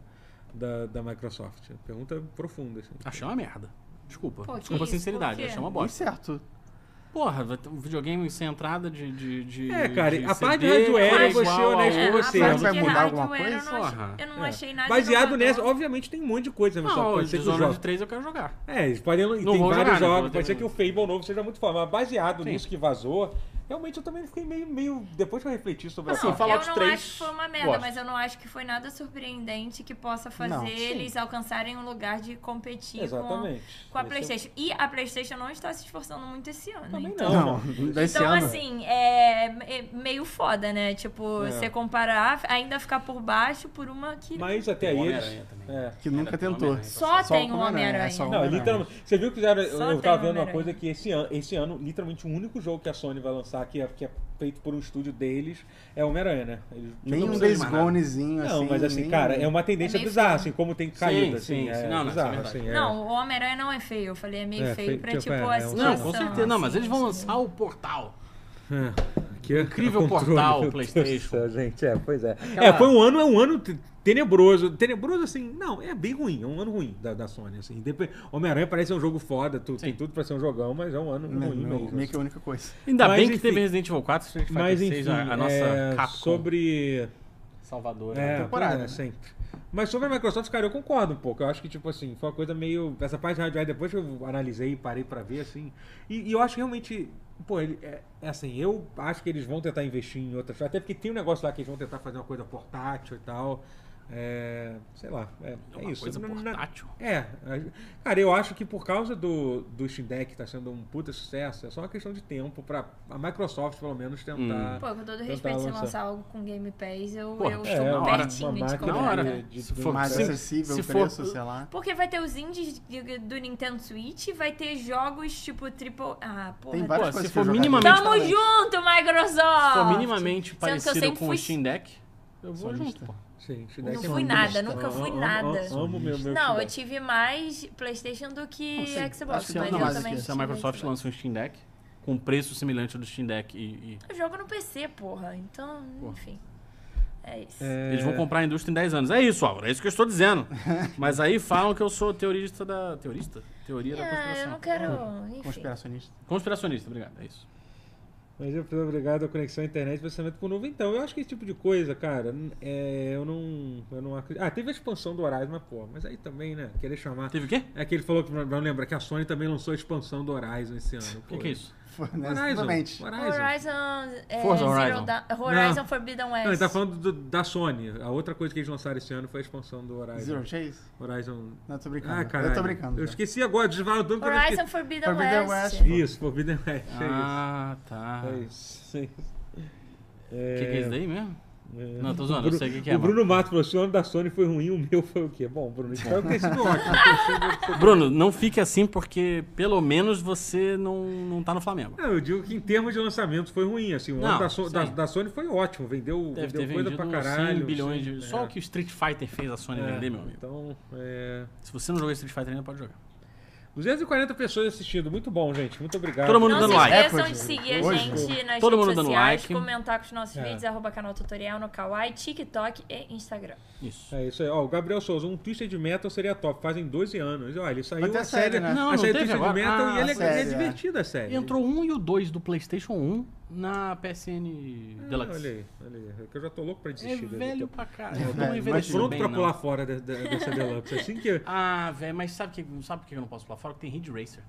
[SPEAKER 1] da, da Microsoft. Pergunta profunda, assim.
[SPEAKER 2] Achei uma merda. Desculpa.
[SPEAKER 3] Pô, que
[SPEAKER 2] Desculpa a
[SPEAKER 3] isso?
[SPEAKER 2] sinceridade,
[SPEAKER 3] Por quê?
[SPEAKER 2] achei uma
[SPEAKER 4] E
[SPEAKER 2] bosta.
[SPEAKER 4] certo.
[SPEAKER 2] Porra, vai ter um videogame sem entrada de. de, de
[SPEAKER 1] É, cara,
[SPEAKER 2] de
[SPEAKER 1] a parte
[SPEAKER 2] CD,
[SPEAKER 1] hardware,
[SPEAKER 2] que é
[SPEAKER 1] eu vou ser
[SPEAKER 2] igual
[SPEAKER 1] honesto
[SPEAKER 2] ao-
[SPEAKER 1] com você.
[SPEAKER 3] a
[SPEAKER 1] Será
[SPEAKER 3] parte
[SPEAKER 1] que
[SPEAKER 4] vai
[SPEAKER 3] de
[SPEAKER 4] mudar alguma
[SPEAKER 3] hardware, Eu não,
[SPEAKER 2] coisa?
[SPEAKER 3] ach-
[SPEAKER 2] Porra.
[SPEAKER 3] eu não
[SPEAKER 1] É.
[SPEAKER 3] achei nada.
[SPEAKER 1] Baseado
[SPEAKER 3] inovador.
[SPEAKER 1] nessa, obviamente tem um monte de coisa, mas só
[SPEAKER 2] Não, o
[SPEAKER 1] pode ser que os jogos.
[SPEAKER 2] Dishonored 3 eu quero jogar.
[SPEAKER 1] É, eles podem, tem
[SPEAKER 2] Não vou
[SPEAKER 1] vários
[SPEAKER 2] jogar, né?
[SPEAKER 1] jogos,
[SPEAKER 2] Vou
[SPEAKER 1] pode ser que
[SPEAKER 2] terminar.
[SPEAKER 1] o Fable novo seja muito famoso, mas baseado
[SPEAKER 2] Sim.
[SPEAKER 1] nisso que vazou, realmente eu também fiquei meio, meio depois que eu refleti sobre
[SPEAKER 2] Assim,
[SPEAKER 1] a
[SPEAKER 2] fala- Fallout
[SPEAKER 3] eu não
[SPEAKER 2] 3,
[SPEAKER 3] acho que foi uma merda,
[SPEAKER 2] gosto.
[SPEAKER 3] mas eu não acho que foi nada surpreendente que possa fazer
[SPEAKER 4] Não, sim.
[SPEAKER 3] eles alcançarem um lugar de competir com,
[SPEAKER 1] Exatamente.
[SPEAKER 3] com a
[SPEAKER 1] Esse- é
[SPEAKER 3] PlayStation. E a PlayStation não está se esforçando muito esse ano.
[SPEAKER 1] Também
[SPEAKER 3] então-
[SPEAKER 1] não.
[SPEAKER 4] Não, desse
[SPEAKER 3] Então,
[SPEAKER 4] ano.
[SPEAKER 3] assim, é é meio foda, né? Tipo,
[SPEAKER 1] É.
[SPEAKER 3] você comparar, ainda ficar por baixo por uma que
[SPEAKER 1] Mas até
[SPEAKER 2] O
[SPEAKER 1] aí eles.
[SPEAKER 2] Homem-Aranha também.
[SPEAKER 1] É.
[SPEAKER 4] Que nunca
[SPEAKER 2] Cara, tem
[SPEAKER 4] tentou.
[SPEAKER 2] Homem-Aranha, tá
[SPEAKER 3] só,
[SPEAKER 4] Só
[SPEAKER 3] tem
[SPEAKER 4] o
[SPEAKER 3] o
[SPEAKER 4] Homem-Aranha,
[SPEAKER 3] Homem-Aranha.
[SPEAKER 4] é só o
[SPEAKER 1] Não, tá
[SPEAKER 4] Homem-Aranha.
[SPEAKER 1] literalmente. Você viu que fizeram. Eu,
[SPEAKER 3] Só
[SPEAKER 1] eu
[SPEAKER 3] tem
[SPEAKER 1] tava vendo uma
[SPEAKER 3] Homem-Aranha.
[SPEAKER 1] coisa que esse ano, esse ano, literalmente, o único jogo que a Sony vai lançar, que é, que é feito por um estúdio deles, é Homem-Aranha, né? Eles-
[SPEAKER 4] Nem
[SPEAKER 1] não
[SPEAKER 4] um
[SPEAKER 1] precisa de
[SPEAKER 4] Days
[SPEAKER 1] mais nada.
[SPEAKER 4] Gonezinho, assim.
[SPEAKER 1] Não, mas assim,
[SPEAKER 4] nem-
[SPEAKER 1] cara, é uma tendência
[SPEAKER 3] É meio
[SPEAKER 1] bizarra,
[SPEAKER 3] feio.
[SPEAKER 1] assim, como tem caído, assim.
[SPEAKER 2] sim,
[SPEAKER 1] é
[SPEAKER 2] sim. Não, não,
[SPEAKER 1] bizarro,
[SPEAKER 2] isso é
[SPEAKER 1] assim,
[SPEAKER 2] verdade.
[SPEAKER 1] é.
[SPEAKER 3] Não, o Homem-Aranha não é feio. Eu falei, é meio
[SPEAKER 1] É,
[SPEAKER 3] feio
[SPEAKER 1] feio,
[SPEAKER 3] pra,
[SPEAKER 1] tipo,
[SPEAKER 3] tipo,
[SPEAKER 1] é,
[SPEAKER 3] a
[SPEAKER 1] é um-
[SPEAKER 2] Não, com
[SPEAKER 3] situação,
[SPEAKER 2] certeza. Não, mas
[SPEAKER 3] assim,
[SPEAKER 2] eles vão
[SPEAKER 3] assim.
[SPEAKER 2] lançar o portal.
[SPEAKER 1] É, que
[SPEAKER 2] Incrível
[SPEAKER 1] controle,
[SPEAKER 2] portal,
[SPEAKER 1] meu Deus
[SPEAKER 2] PlayStation.
[SPEAKER 1] do céu, gente, é, pois é.
[SPEAKER 2] Aquela-
[SPEAKER 1] É, foi um ano, é um ano te- tenebroso. Tenebroso, assim, não, é bem ruim. É um ano ruim da, da Sony, assim. Depe- Homem-Aranha parece um jogo foda, tu, tem tudo pra ser um jogão, mas é um ano
[SPEAKER 4] Não,
[SPEAKER 1] ruim
[SPEAKER 4] não,
[SPEAKER 1] mesmo.
[SPEAKER 4] meio que a única coisa.
[SPEAKER 2] Ainda
[SPEAKER 1] Mas,
[SPEAKER 2] bem que
[SPEAKER 1] enfim.
[SPEAKER 2] teve Resident Evil 4, Street Fighter
[SPEAKER 1] Mas
[SPEAKER 2] 6,
[SPEAKER 1] enfim,
[SPEAKER 2] a, a nossa
[SPEAKER 1] é,
[SPEAKER 2] Capcom
[SPEAKER 1] sobre...
[SPEAKER 2] salvadora.
[SPEAKER 1] É,
[SPEAKER 4] temporada,
[SPEAKER 1] pois é,
[SPEAKER 4] né?
[SPEAKER 1] sempre. Mas sobre a Microsoft, cara, eu concordo um pouco. Eu acho que, tipo assim, foi uma coisa meio. Essa parte de hardware, depois que eu analisei e parei pra ver, assim. E, e eu acho que realmente. Pô, ele, é, é assim, eu acho que eles vão tentar investir em outras. Até porque tem um negócio lá que eles vão tentar fazer uma coisa portátil e tal. É, sei lá, é, é
[SPEAKER 2] Uma
[SPEAKER 1] isso.
[SPEAKER 2] coisa
[SPEAKER 1] Não- não-
[SPEAKER 2] portátil.
[SPEAKER 1] É, a- cara, eu acho que por causa do, do Steam Deck tá sendo um puta sucesso, é só uma questão de tempo pra a Microsoft, pelo menos, tentar.
[SPEAKER 2] Hum.
[SPEAKER 3] Pô, com todo
[SPEAKER 1] tentar
[SPEAKER 3] respeito, se
[SPEAKER 1] lançar.
[SPEAKER 3] lançar algo com Game Pass, eu,
[SPEAKER 2] Porra,
[SPEAKER 3] eu
[SPEAKER 2] é,
[SPEAKER 3] estou
[SPEAKER 2] na hora.
[SPEAKER 3] pertinho
[SPEAKER 1] Uma
[SPEAKER 3] de
[SPEAKER 1] máquina
[SPEAKER 3] comprar.
[SPEAKER 2] Na
[SPEAKER 1] de-
[SPEAKER 2] hora.
[SPEAKER 1] de-
[SPEAKER 2] Se
[SPEAKER 1] de-
[SPEAKER 2] for-
[SPEAKER 4] Mais
[SPEAKER 2] se-
[SPEAKER 4] acessível
[SPEAKER 2] se
[SPEAKER 4] o
[SPEAKER 2] for-
[SPEAKER 4] preço, sei lá.
[SPEAKER 3] Porque vai ter os indies de- do Nintendo Switch, vai ter jogos tipo triple... Ah, porra.
[SPEAKER 4] Tem
[SPEAKER 3] tá-
[SPEAKER 4] várias
[SPEAKER 2] Pô,
[SPEAKER 4] coisas
[SPEAKER 2] se
[SPEAKER 4] que
[SPEAKER 2] for
[SPEAKER 4] eu jogaria.
[SPEAKER 2] minimamente-
[SPEAKER 3] Tamo
[SPEAKER 2] Talvez.
[SPEAKER 3] junto, Microsoft!
[SPEAKER 2] Se for minimamente
[SPEAKER 3] Sendo que eu
[SPEAKER 2] parecido
[SPEAKER 3] sempre
[SPEAKER 2] com
[SPEAKER 3] fui-
[SPEAKER 2] o Steam Deck, eu vou
[SPEAKER 4] Solista.
[SPEAKER 2] junto, pô.
[SPEAKER 1] Sim, Steam
[SPEAKER 3] Não
[SPEAKER 1] Deck é
[SPEAKER 3] fui
[SPEAKER 1] muito
[SPEAKER 3] nada,
[SPEAKER 1] gostoso.
[SPEAKER 3] nunca fui
[SPEAKER 1] Amo-
[SPEAKER 3] nada.
[SPEAKER 1] Amo, amo meu, meu Steam
[SPEAKER 3] Não, eu
[SPEAKER 1] Deck.
[SPEAKER 3] tive mais PlayStation do que
[SPEAKER 2] Assim,
[SPEAKER 3] Xbox.
[SPEAKER 4] acho que
[SPEAKER 2] Se, a-
[SPEAKER 3] mas
[SPEAKER 4] não,
[SPEAKER 3] eu
[SPEAKER 4] mas
[SPEAKER 3] também
[SPEAKER 2] se a
[SPEAKER 3] tive
[SPEAKER 2] Microsoft
[SPEAKER 3] Xbox.
[SPEAKER 2] lança um Steam Deck com um preço semelhante ao do Steam Deck e, e-
[SPEAKER 3] Eu jogo no PC, porra. Então, enfim. É isso.
[SPEAKER 1] É,
[SPEAKER 2] eles vão comprar a indústria em 10 anos. É isso, Álvaro, é isso que eu estou dizendo. Mas aí falam que eu sou teorista da... Teorista? Teoria da
[SPEAKER 3] Ah, eu
[SPEAKER 2] conspiração.
[SPEAKER 3] não quero. Enfim.
[SPEAKER 4] Conspiracionista.
[SPEAKER 2] Conspiracionista, obrigado, é isso.
[SPEAKER 1] Mas eu preciso obrigado à conexão à internet e processamento por nuvem. Então, eu acho que esse tipo de coisa, cara, n- é, eu não. Eu não acredito. Ah, teve a expansão do Horizon, mas pô, mas aí também, né? Querer chamar.
[SPEAKER 2] Teve o quê?
[SPEAKER 1] É que ele falou que vamos lembrar que a Sony também lançou a expansão do Horizon esse ano.
[SPEAKER 2] O que, que é isso?
[SPEAKER 4] Foi, né?
[SPEAKER 1] Horizon.
[SPEAKER 4] Exatamente.
[SPEAKER 1] Horizon.
[SPEAKER 3] Horizon. é,
[SPEAKER 2] Forza
[SPEAKER 3] Zero
[SPEAKER 2] Horizon.
[SPEAKER 3] Dawn- Horizon
[SPEAKER 1] Não.
[SPEAKER 3] Forbidden West.
[SPEAKER 1] Não, ele tá falando do- da Sony. A outra coisa que eles lançaram esse ano foi a expansão do Horizon.
[SPEAKER 4] Zero Chase?
[SPEAKER 1] Horizon.
[SPEAKER 4] Não, tô brincando.
[SPEAKER 1] é Ah, cara.
[SPEAKER 4] eu tô brincando. tá.
[SPEAKER 1] Eu
[SPEAKER 4] já.
[SPEAKER 1] esqueci agora, desvalo tudo que eu
[SPEAKER 3] Horizon
[SPEAKER 1] esqueci.
[SPEAKER 3] Forbidden,
[SPEAKER 4] Forbidden
[SPEAKER 3] West.
[SPEAKER 4] West.
[SPEAKER 1] Isso, Forbidden West.
[SPEAKER 2] Ah, tá.
[SPEAKER 1] É isso. É isso.
[SPEAKER 2] O que, que é isso daí mesmo?
[SPEAKER 1] É.
[SPEAKER 2] Não, tô zoando, eu
[SPEAKER 1] Bru-
[SPEAKER 2] sei o que, que é.
[SPEAKER 1] O
[SPEAKER 2] mano.
[SPEAKER 1] Bruno Mato falou: se o ano da Sony foi ruim, o meu foi o quê? Bom, Bruno, espero que tenha sido ótimo.
[SPEAKER 2] Bruno, não fique assim porque pelo menos você não, não tá no Flamengo.
[SPEAKER 1] Não, eu digo que em termas de lançamento foi ruim. Assim, o ano
[SPEAKER 2] Não,
[SPEAKER 1] da, So-
[SPEAKER 2] sim.
[SPEAKER 1] da- da Sony foi ótimo. Vendeu,
[SPEAKER 2] Deve
[SPEAKER 1] vendeu
[SPEAKER 2] ter
[SPEAKER 1] coisa
[SPEAKER 2] vendido
[SPEAKER 1] pra caralho.
[SPEAKER 2] 100 bilhões
[SPEAKER 1] sim,
[SPEAKER 2] de...
[SPEAKER 1] é.
[SPEAKER 2] Só o que o Street Fighter fez a Sony
[SPEAKER 1] É,
[SPEAKER 2] vender, meu amigo.
[SPEAKER 1] Então, é...
[SPEAKER 2] Se você não jogou Street Fighter ainda, pode jogar.
[SPEAKER 1] 240 pessoas assistindo. Muito bom, gente. Muito obrigado.
[SPEAKER 2] Todo mundo
[SPEAKER 3] Não
[SPEAKER 2] dando
[SPEAKER 3] se
[SPEAKER 2] like.
[SPEAKER 3] esqueçam
[SPEAKER 4] Recorde.
[SPEAKER 3] de seguir a
[SPEAKER 4] Hoje.
[SPEAKER 3] gente nas
[SPEAKER 2] Todo
[SPEAKER 3] redes
[SPEAKER 2] mundo dando
[SPEAKER 3] sociais,
[SPEAKER 2] like.
[SPEAKER 3] comentar com os nossos
[SPEAKER 1] É.
[SPEAKER 3] vídeos, arroba canal tutorial no Kawaii, TikTok e Instagram.
[SPEAKER 2] Isso.
[SPEAKER 1] É isso aí. Ó, o Gabriel Souza, um Twisted Metal seria top. Fazem 12 anos. Ó, ele saiu
[SPEAKER 4] Mas tem
[SPEAKER 1] a
[SPEAKER 4] a série,
[SPEAKER 1] série,
[SPEAKER 4] né?
[SPEAKER 2] Não,
[SPEAKER 1] a
[SPEAKER 2] não
[SPEAKER 1] série
[SPEAKER 2] teve
[SPEAKER 1] Twisted
[SPEAKER 2] agora?
[SPEAKER 1] Metal
[SPEAKER 2] Ah,
[SPEAKER 1] e ele é,
[SPEAKER 2] a
[SPEAKER 1] é
[SPEAKER 4] série, é.
[SPEAKER 1] divertida a série.
[SPEAKER 2] Entrou um e o dois do PlayStation 1 na PSN
[SPEAKER 1] Ah,
[SPEAKER 2] Deluxe.
[SPEAKER 1] Olha aí, olha aí. É que eu já tô louco pra
[SPEAKER 2] É
[SPEAKER 1] desistir. dele.
[SPEAKER 2] velho pra caralho.
[SPEAKER 4] É
[SPEAKER 2] Eu
[SPEAKER 4] velho,
[SPEAKER 2] não
[SPEAKER 4] mas
[SPEAKER 1] Mas
[SPEAKER 2] envelheci
[SPEAKER 1] pronto
[SPEAKER 2] bem,
[SPEAKER 1] pra
[SPEAKER 2] não.
[SPEAKER 1] pular fora de- de- dessa Deluxe. Assim que...
[SPEAKER 2] Ah, velho, mas sabe, que, sabe por que eu não posso pular fora? Porque tem Ridge Racer.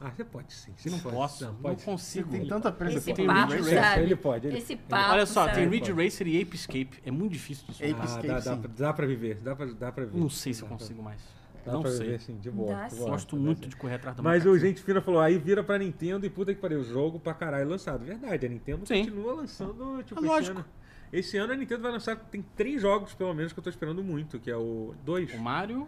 [SPEAKER 1] Ah, você pode sim. Você
[SPEAKER 2] Não
[SPEAKER 1] pode.
[SPEAKER 2] posso, não,
[SPEAKER 1] pode.
[SPEAKER 4] Você
[SPEAKER 2] consigo.
[SPEAKER 4] tem tanta presa
[SPEAKER 3] Esse
[SPEAKER 2] tem
[SPEAKER 3] papo,
[SPEAKER 2] Ridge
[SPEAKER 1] Racer,
[SPEAKER 3] sabe?
[SPEAKER 1] ele pode, ele- Ah,
[SPEAKER 3] Esse papo,
[SPEAKER 2] Olha só, tem
[SPEAKER 3] sabe?
[SPEAKER 2] Ridge Racer e Ape Escape. É muito difícil disso.
[SPEAKER 1] Ah,
[SPEAKER 4] Ape-
[SPEAKER 1] dá, dá,
[SPEAKER 4] Escape,
[SPEAKER 1] pra-
[SPEAKER 4] sim.
[SPEAKER 1] dá pra viver, dá pra, dá pra ver.
[SPEAKER 2] Não sei se
[SPEAKER 1] Dá
[SPEAKER 2] eu
[SPEAKER 1] pra-
[SPEAKER 2] consigo mais.
[SPEAKER 1] Dá
[SPEAKER 2] não
[SPEAKER 1] pra
[SPEAKER 2] sei.
[SPEAKER 1] viver sim, de boa.
[SPEAKER 3] Dá
[SPEAKER 1] de
[SPEAKER 3] sim.
[SPEAKER 1] boa,
[SPEAKER 2] Gosto
[SPEAKER 1] dá
[SPEAKER 2] muito
[SPEAKER 1] sim.
[SPEAKER 2] de correr atrás da
[SPEAKER 1] Mas
[SPEAKER 2] macaca.
[SPEAKER 1] o Gente Fina falou, aí vira pra Nintendo e puta que pariu, o jogo pra caralho lançado. Verdade, a Nintendo
[SPEAKER 2] Sim.
[SPEAKER 1] continua lançando, tipo,
[SPEAKER 2] É lógico.
[SPEAKER 1] esse ano. Esse ano a Nintendo vai lançar, tem três jogos pelo menos que eu tô esperando muito, que é o dois
[SPEAKER 2] O Mario,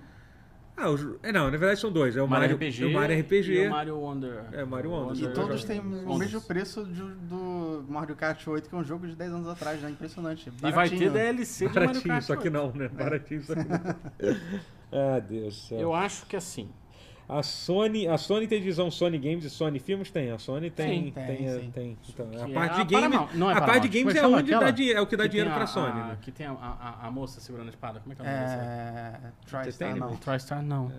[SPEAKER 1] Ah, o ju- é, não, na verdade são dois, é o
[SPEAKER 2] Mario
[SPEAKER 1] Mario,
[SPEAKER 2] RPG,
[SPEAKER 1] é o Mario RPG.
[SPEAKER 2] e o Mario Wonder.
[SPEAKER 1] É, Mario Wonder.
[SPEAKER 4] E
[SPEAKER 1] Eu
[SPEAKER 4] todos
[SPEAKER 1] jogo.
[SPEAKER 4] têm o
[SPEAKER 2] Ondas.
[SPEAKER 4] mesmo preço do, do Mario Kart 8, que é um jogo de 10 anos atrás, né? Impressionante.
[SPEAKER 2] E vai ter
[SPEAKER 4] Baratinho.
[SPEAKER 2] DLC de Mario
[SPEAKER 1] Baratinho,
[SPEAKER 2] Kart.
[SPEAKER 1] só que
[SPEAKER 2] 8.
[SPEAKER 1] não, né? Baratinho, só que não. ah, Deus do céu.
[SPEAKER 2] Eu acho que assim.
[SPEAKER 1] A Sony, a Sony tem divisão Sony Games e Sony Filmes tem. A Sony tem,
[SPEAKER 2] Sim,
[SPEAKER 1] tem,
[SPEAKER 4] tem,
[SPEAKER 1] é,
[SPEAKER 4] sim.
[SPEAKER 1] tem. Então, a
[SPEAKER 2] Que
[SPEAKER 1] parte
[SPEAKER 2] é
[SPEAKER 1] de
[SPEAKER 2] a
[SPEAKER 1] games,
[SPEAKER 2] Paramount, não é
[SPEAKER 1] a parte
[SPEAKER 2] Paramount.
[SPEAKER 1] de games
[SPEAKER 4] Como é
[SPEAKER 1] é
[SPEAKER 4] que chama
[SPEAKER 1] onde dá
[SPEAKER 4] aquela?
[SPEAKER 1] dinhe- é o que dá
[SPEAKER 2] que
[SPEAKER 1] dinheiro
[SPEAKER 2] tem a-
[SPEAKER 1] pra Sony,
[SPEAKER 2] a-
[SPEAKER 1] né?
[SPEAKER 2] Que tem a, a- a moça segurando a espada. Como é que é o nome dessa?
[SPEAKER 4] É. TriStar,
[SPEAKER 1] Entertainment.
[SPEAKER 4] não.
[SPEAKER 2] TriStar não.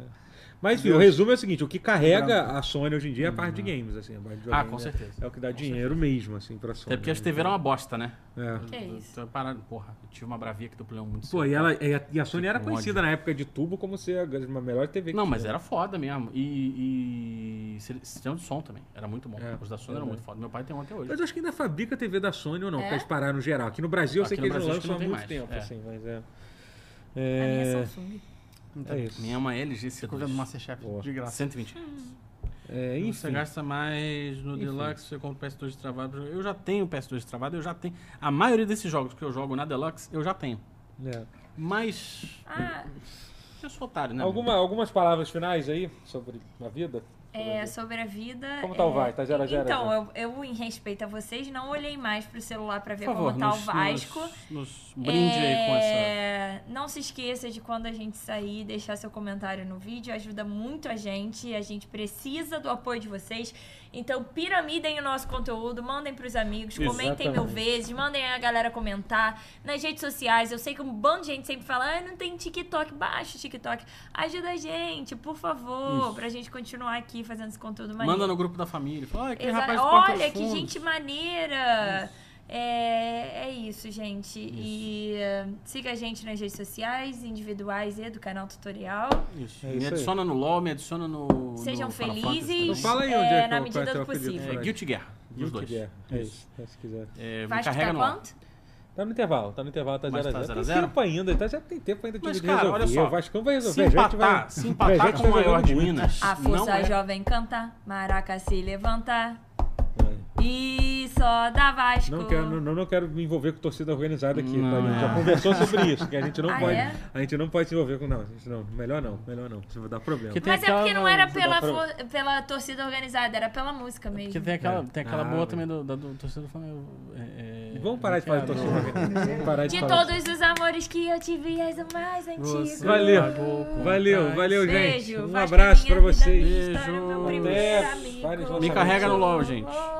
[SPEAKER 1] Mas enfim, o
[SPEAKER 4] Deus.
[SPEAKER 1] resumo é o seguinte, o que carrega a Sony hoje em dia é a parte de games, assim, a parte de
[SPEAKER 2] Ah,
[SPEAKER 1] videogame
[SPEAKER 2] com
[SPEAKER 1] é-
[SPEAKER 2] certeza.
[SPEAKER 1] É o que dá dinheiro mesmo, assim, pra Sony.
[SPEAKER 2] Até É porque as
[SPEAKER 1] né?
[SPEAKER 2] TV eram uma bosta, né?
[SPEAKER 1] É.
[SPEAKER 3] Que isso.
[SPEAKER 2] Tô parado, porra. Eu tive uma bravia aqui do Play 1 muito
[SPEAKER 1] Pô,
[SPEAKER 2] cedo,
[SPEAKER 1] e,
[SPEAKER 2] cara.
[SPEAKER 1] ela, e a, e a Sony era
[SPEAKER 2] um
[SPEAKER 1] conhecida na época de tubo como ser a, a melhor TV que
[SPEAKER 2] Não, mas
[SPEAKER 1] tinha. né?
[SPEAKER 2] era foda mesmo. E, e se- sistema de som também. Era muito bom.
[SPEAKER 1] É,
[SPEAKER 2] Os da Sony
[SPEAKER 1] verdade.
[SPEAKER 2] eram muito foda. Meu pai tem um até hoje.
[SPEAKER 1] Mas eu acho que ainda fabrica a TV da Sony ou não,
[SPEAKER 3] É?
[SPEAKER 1] pra eles parar no geral. Aqui no Brasil eu sei
[SPEAKER 2] Aqui
[SPEAKER 1] que
[SPEAKER 2] no
[SPEAKER 1] eles
[SPEAKER 2] Brasil
[SPEAKER 1] lançam há
[SPEAKER 2] acho que
[SPEAKER 1] muito
[SPEAKER 2] não tem
[SPEAKER 1] tempo,
[SPEAKER 2] mais, é.
[SPEAKER 1] assim, mas é...
[SPEAKER 3] A minha tá é
[SPEAKER 1] É,
[SPEAKER 3] Samsung.
[SPEAKER 1] é isso.
[SPEAKER 2] Minha é uma
[SPEAKER 4] Ficou vendo
[SPEAKER 2] LGC2.
[SPEAKER 4] Masterchef
[SPEAKER 1] Boa.
[SPEAKER 4] de graça.
[SPEAKER 2] 120.
[SPEAKER 1] É, enfim.
[SPEAKER 2] Você gasta mais no Deluxe, você compra o PS2 travado. Eu já tenho o PS2 travado, eu já tenho. A maioria desses jogos que eu jogo na Deluxe, eu já tenho.
[SPEAKER 1] É.
[SPEAKER 2] Mas
[SPEAKER 3] Ah,
[SPEAKER 2] eu sou otário, né?
[SPEAKER 1] Alguma, algumas palavras finais aí sobre a vida?
[SPEAKER 3] É, sobre a vida.
[SPEAKER 1] Como tá
[SPEAKER 3] é,
[SPEAKER 1] o vai? Tá zero a zero
[SPEAKER 3] Então,
[SPEAKER 1] já?
[SPEAKER 3] eu, eu, em respeito a vocês, não olhei mais pro celular pra ver
[SPEAKER 2] Por favor,
[SPEAKER 3] como tá o
[SPEAKER 2] nos-
[SPEAKER 3] Vasco.
[SPEAKER 2] Nos, nos brinde aí com essa.
[SPEAKER 3] É, Não se esqueça de quando a gente sair, deixar seu comentário no vídeo. Ajuda muito a gente. A gente precisa do apoio de vocês. Então, piramidem o nosso conteúdo, mandem pros amigos, comentem mil
[SPEAKER 1] Exatamente.
[SPEAKER 3] vezes, mandem a galera comentar nas redes sociais. Eu sei que um bando de gente sempre fala: ah, não tem TikTok, baixa o TikTok. Ajuda a gente, por favor, pra gente continuar aqui fazendo esse conteúdo maneiro.
[SPEAKER 2] Manda no grupo da família. Fala, "Ah, que
[SPEAKER 3] Exa-
[SPEAKER 2] rapaz do Porta dos
[SPEAKER 3] Olha, que
[SPEAKER 2] Fundos."
[SPEAKER 3] gente maneira! É, é isso, gente. E eh, siga a gente nas redes sociais, individuais e do canal tutorial.
[SPEAKER 2] Isso.
[SPEAKER 1] É
[SPEAKER 2] me
[SPEAKER 1] isso aí.
[SPEAKER 2] adiciona no LOL, me adiciona no.
[SPEAKER 3] Sejam
[SPEAKER 2] no Final
[SPEAKER 3] felizes.
[SPEAKER 1] Não
[SPEAKER 2] Fantasy também.
[SPEAKER 1] fala aí
[SPEAKER 3] é,
[SPEAKER 1] onde é que
[SPEAKER 3] na
[SPEAKER 1] eu-
[SPEAKER 3] medida
[SPEAKER 1] qual é
[SPEAKER 3] do
[SPEAKER 1] o teu apelido,
[SPEAKER 3] possível.
[SPEAKER 2] É,
[SPEAKER 1] fala aí.
[SPEAKER 2] Guilty Guerra. Nos
[SPEAKER 1] Guilty
[SPEAKER 2] dois.
[SPEAKER 1] Gear. É isso, é, se quiser.
[SPEAKER 2] É, me
[SPEAKER 3] Vasco
[SPEAKER 2] carrega
[SPEAKER 3] tá
[SPEAKER 2] no.
[SPEAKER 3] quanto?
[SPEAKER 1] Tá no intervalo, tá no intervalo, tá 0x0.
[SPEAKER 2] Mas
[SPEAKER 1] Tá
[SPEAKER 2] tá
[SPEAKER 1] zero a zero. Tem
[SPEAKER 2] 0?
[SPEAKER 1] tempo ainda, tá, já tem tempo ainda de
[SPEAKER 2] Mas,
[SPEAKER 1] de
[SPEAKER 2] cara,
[SPEAKER 1] resolver.
[SPEAKER 2] olha só,
[SPEAKER 1] O Vascão vai resolver.
[SPEAKER 2] Se
[SPEAKER 1] a gente vai-
[SPEAKER 2] empatar, se empatar
[SPEAKER 1] gente
[SPEAKER 2] com
[SPEAKER 1] vai
[SPEAKER 2] o maior
[SPEAKER 1] jogando
[SPEAKER 2] de
[SPEAKER 1] muito.
[SPEAKER 2] Minas,
[SPEAKER 3] A força
[SPEAKER 2] não é.
[SPEAKER 3] jovem cantar, Maracaci levantar. E só dá Vasco.
[SPEAKER 1] Não quero, não, não quero me envolver com torcida organizada aqui.
[SPEAKER 2] Não,
[SPEAKER 1] tá? A gente já
[SPEAKER 2] é.
[SPEAKER 1] conversou sobre isso, que a gente não
[SPEAKER 3] Ah,
[SPEAKER 1] pode.
[SPEAKER 3] é?
[SPEAKER 1] A gente não pode se envolver com. Não, a gente não. Melhor não, melhor não. Isso vai dar problema.
[SPEAKER 2] Que tem
[SPEAKER 3] Mas é porque não era
[SPEAKER 1] Você
[SPEAKER 3] pela,
[SPEAKER 1] dá pra-
[SPEAKER 3] for- pela torcida organizada, era pela música
[SPEAKER 2] Porque
[SPEAKER 3] mesmo.
[SPEAKER 2] tem aquela,
[SPEAKER 1] É.
[SPEAKER 2] tem aquela
[SPEAKER 1] Ah,
[SPEAKER 2] boa
[SPEAKER 1] velho.
[SPEAKER 2] também do, da, do torcedor do Flamengo. é, é,
[SPEAKER 1] Vamos parar de
[SPEAKER 2] como é
[SPEAKER 1] falar
[SPEAKER 2] que
[SPEAKER 1] de
[SPEAKER 2] é?
[SPEAKER 1] torcida organizada. Vamos parar de
[SPEAKER 3] De
[SPEAKER 1] falar.
[SPEAKER 3] todos os amores que eu tive, és o mais antigo.
[SPEAKER 2] Você
[SPEAKER 1] Valeu,
[SPEAKER 2] pagou com
[SPEAKER 1] Valeu,
[SPEAKER 2] trás.
[SPEAKER 1] valeu, gente.
[SPEAKER 3] Beijo,
[SPEAKER 1] Um
[SPEAKER 3] Vasco é
[SPEAKER 1] abraço
[SPEAKER 3] minha
[SPEAKER 1] pra
[SPEAKER 3] vida,
[SPEAKER 1] vocês.
[SPEAKER 3] minha história, meu
[SPEAKER 2] Beijo.
[SPEAKER 3] primeiro
[SPEAKER 1] Até.
[SPEAKER 3] amigo.
[SPEAKER 1] Vários
[SPEAKER 2] Me carrega no LOL, gente.